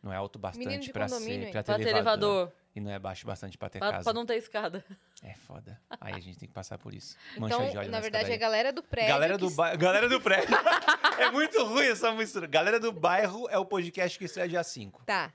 Speaker 3: não é alto
Speaker 2: Menino de
Speaker 3: bastante pra,
Speaker 2: condomínio,
Speaker 3: ser,
Speaker 2: hein?
Speaker 3: pra ter
Speaker 1: Pra ter elevador,
Speaker 3: E não é baixo bastante pra ter
Speaker 1: pra,
Speaker 3: casa.
Speaker 1: pra não ter escada.
Speaker 3: É foda. Aí a gente tem que passar por isso. Mancha
Speaker 2: Então,
Speaker 3: de óleo
Speaker 2: na
Speaker 3: nas
Speaker 2: verdade, é
Speaker 3: escadaria.
Speaker 2: galera do prédio.
Speaker 3: Galera
Speaker 2: que
Speaker 3: do,
Speaker 2: s-
Speaker 3: ba... Galera
Speaker 2: [laughs]
Speaker 3: do prédio. é muito ruim essa mistura. Galera do bairro é o podcast que estreia dia 5.
Speaker 2: Tá.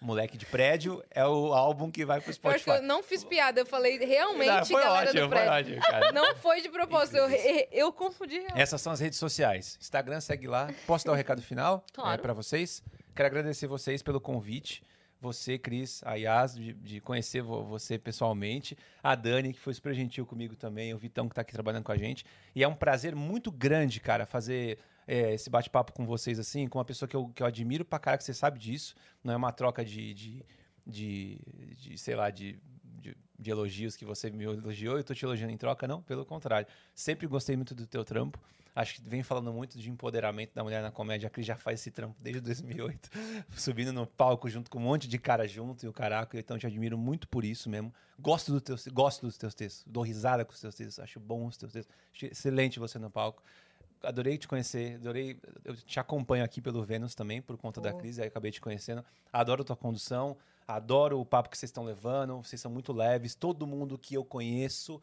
Speaker 3: Moleque de prédio é o álbum que vai pro
Speaker 2: Eu acho que
Speaker 3: Spotify.
Speaker 2: eu não fiz piada, eu falei realmente
Speaker 3: Ah, foi
Speaker 2: galera
Speaker 3: ótimo,
Speaker 2: do prédio.
Speaker 3: foi ótimo, cara.
Speaker 2: Não foi de propósito, eu, eu, [laughs] eu confundi.
Speaker 3: Essas são as redes sociais. Instagram, segue lá. Posso dar o recado final
Speaker 1: Claro.
Speaker 3: para vocês? Quero agradecer vocês pelo convite. Você, Cris, a Yas, de, de conhecer vo- você pessoalmente. A Dani, que foi super gentil comigo também. O Vitão, que tá aqui trabalhando com a gente. E é um prazer muito grande, cara, fazer é, esse bate-papo com vocês, assim, com uma pessoa que eu, que eu admiro pra caraca, você sabe disso. Não é uma troca de, de, de, de, sei lá, de, de, de elogios que você me elogiou e eu tô te elogiando em troca, não. Pelo contrário. Sempre gostei muito do teu trampo. Acho que vem falando muito de empoderamento da mulher na comédia. A Cris já faz esse trampo desde 2008, [laughs] subindo no palco junto com um monte de cara junto e o caraca. Então te admiro muito por isso mesmo. Gosto, do teu, gosto dos teus textos, dou risada com os teus textos, acho bom os teus textos. Acho excelente você no palco. Adorei te conhecer, adorei. Eu te acompanho aqui pelo Vênus também, por conta da
Speaker 2: Pô.
Speaker 3: crise, aí acabei te conhecendo. Adoro tua condução, adoro o papo que vocês estão levando, vocês são muito leves. Todo mundo que eu conheço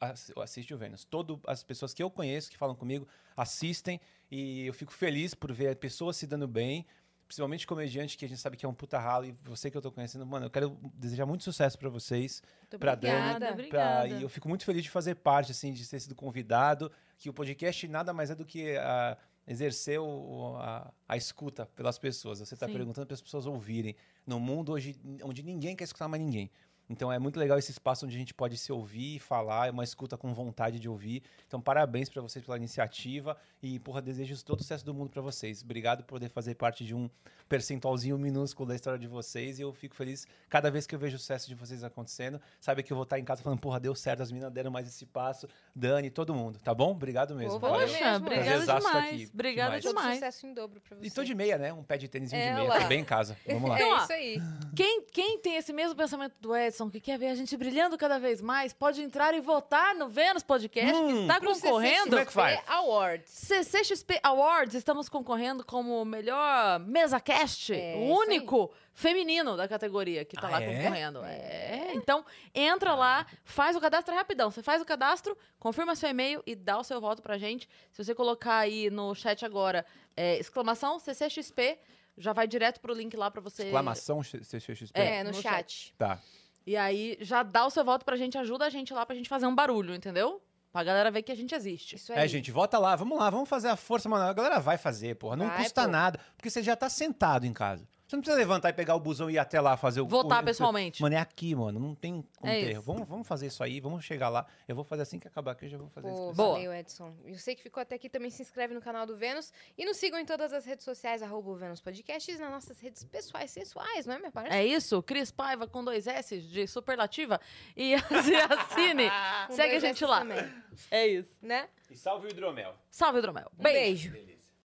Speaker 3: ass- assiste o Vênus. Todas as pessoas que eu conheço, que falam comigo, assistem e eu fico feliz por ver pessoas se dando bem, principalmente comediante que a gente sabe que é um puta ralo e você que eu tô conhecendo, mano, eu quero desejar muito sucesso pra vocês. Pra
Speaker 2: Obrigada.
Speaker 3: Pra,
Speaker 1: obrigada.
Speaker 3: e eu fico muito feliz de fazer parte, assim, de ter sido convidado, que o podcast nada mais é do que ah, exercer o- a, a escuta pelas pessoas. Você tá
Speaker 1: Sim.
Speaker 3: perguntando para as pessoas ouvirem. No mundo hoje, onde ninguém quer escutar mais ninguém. Então é muito legal esse espaço onde a gente pode se ouvir e falar, é uma escuta com vontade de ouvir. Então parabéns pra vocês pela iniciativa e porra, desejo todo o sucesso do mundo pra vocês. Obrigado por poder fazer parte de um percentualzinho minúsculo da história de vocês e eu fico feliz cada vez que eu vejo o sucesso de vocês acontecendo. Sabe que eu vou estar em casa falando, porra, deu certo, as meninas deram mais esse passo, Dani, todo mundo, tá bom? Obrigado mesmo.
Speaker 2: Pô, valeu
Speaker 3: valeu.
Speaker 1: Poxa,
Speaker 2: mesmo.
Speaker 1: obrigada
Speaker 3: Prazerzaço tá
Speaker 1: demais.
Speaker 3: aqui,
Speaker 1: Obrigada
Speaker 3: demais.
Speaker 2: É Todo
Speaker 1: demais.
Speaker 2: sucesso em dobro pra você.
Speaker 3: E
Speaker 2: [laughs]
Speaker 3: tô de meia, né? Um pé de tênis de
Speaker 2: É,
Speaker 3: meia,
Speaker 2: lá.
Speaker 3: tô bem em casa.
Speaker 2: [laughs]
Speaker 3: Vamos lá.
Speaker 1: Então, ó,
Speaker 2: É isso aí.
Speaker 1: Quem, quem tem esse mesmo pensamento do Edson, que quer ver a gente brilhando cada vez mais, pode entrar e votar no Vênus Podcast, que está
Speaker 2: Pro
Speaker 1: concorrendo.
Speaker 3: Como é que faz?
Speaker 2: CCXP Awards.
Speaker 1: CCXP Awards, estamos concorrendo como o melhor mesa cast,
Speaker 2: É,
Speaker 1: o
Speaker 2: isso
Speaker 1: único feminino da categoria que tá
Speaker 3: Ah,
Speaker 1: lá
Speaker 3: é? Ah.
Speaker 1: concorrendo. É. Então, entra lá, faz o cadastro rapidão. Você faz o cadastro, confirma seu e-mail e dá o seu voto pra gente. Se você colocar aí no chat agora, é, exclamação CCXP, já vai direto pro link lá pra você.
Speaker 3: Exclamação CCXP.
Speaker 2: É, no,
Speaker 1: no
Speaker 2: chat.
Speaker 3: Tá.
Speaker 1: E aí já dá o seu voto pra gente, ajuda a gente lá pra gente fazer um barulho, entendeu? Pra galera ver que a gente existe.
Speaker 2: Isso aí.
Speaker 3: É, gente, vota lá, vamos lá, vamos fazer a força, mano. A galera vai fazer, porra. Não
Speaker 2: Vai,
Speaker 3: custa
Speaker 2: pô.
Speaker 3: nada, porque você já tá sentado em casa. Você não precisa levantar e pegar o busão e ir até lá fazer o.
Speaker 1: Votar
Speaker 3: o-
Speaker 1: pessoalmente.
Speaker 3: Mano, é aqui, mano. Não tem como
Speaker 1: É
Speaker 3: ter.
Speaker 1: isso.
Speaker 3: Vamos, vamos fazer isso aí, vamos chegar lá. Eu vou fazer assim que acabar aqui, eu já vou fazer
Speaker 2: Pô,
Speaker 3: isso.
Speaker 1: Boa.
Speaker 2: valeu, Edson. Eu sei que ficou até aqui também. Se inscreve no canal do Vênus. E nos sigam em todas as redes sociais, arroba o Vênus Podcast, e nas nossas redes pessoais sensuais, não é, minha parça?
Speaker 1: É isso, Cris Paiva com dois S de superlativa e Ziacine.
Speaker 2: [laughs] Com
Speaker 1: É, Segue a
Speaker 2: dois
Speaker 1: gente
Speaker 2: Ss
Speaker 1: lá.
Speaker 2: Também,
Speaker 1: É isso.
Speaker 2: né?
Speaker 3: E salve o hidromel.
Speaker 1: Salve, Hidromel.
Speaker 2: Beijo.
Speaker 3: Beleza.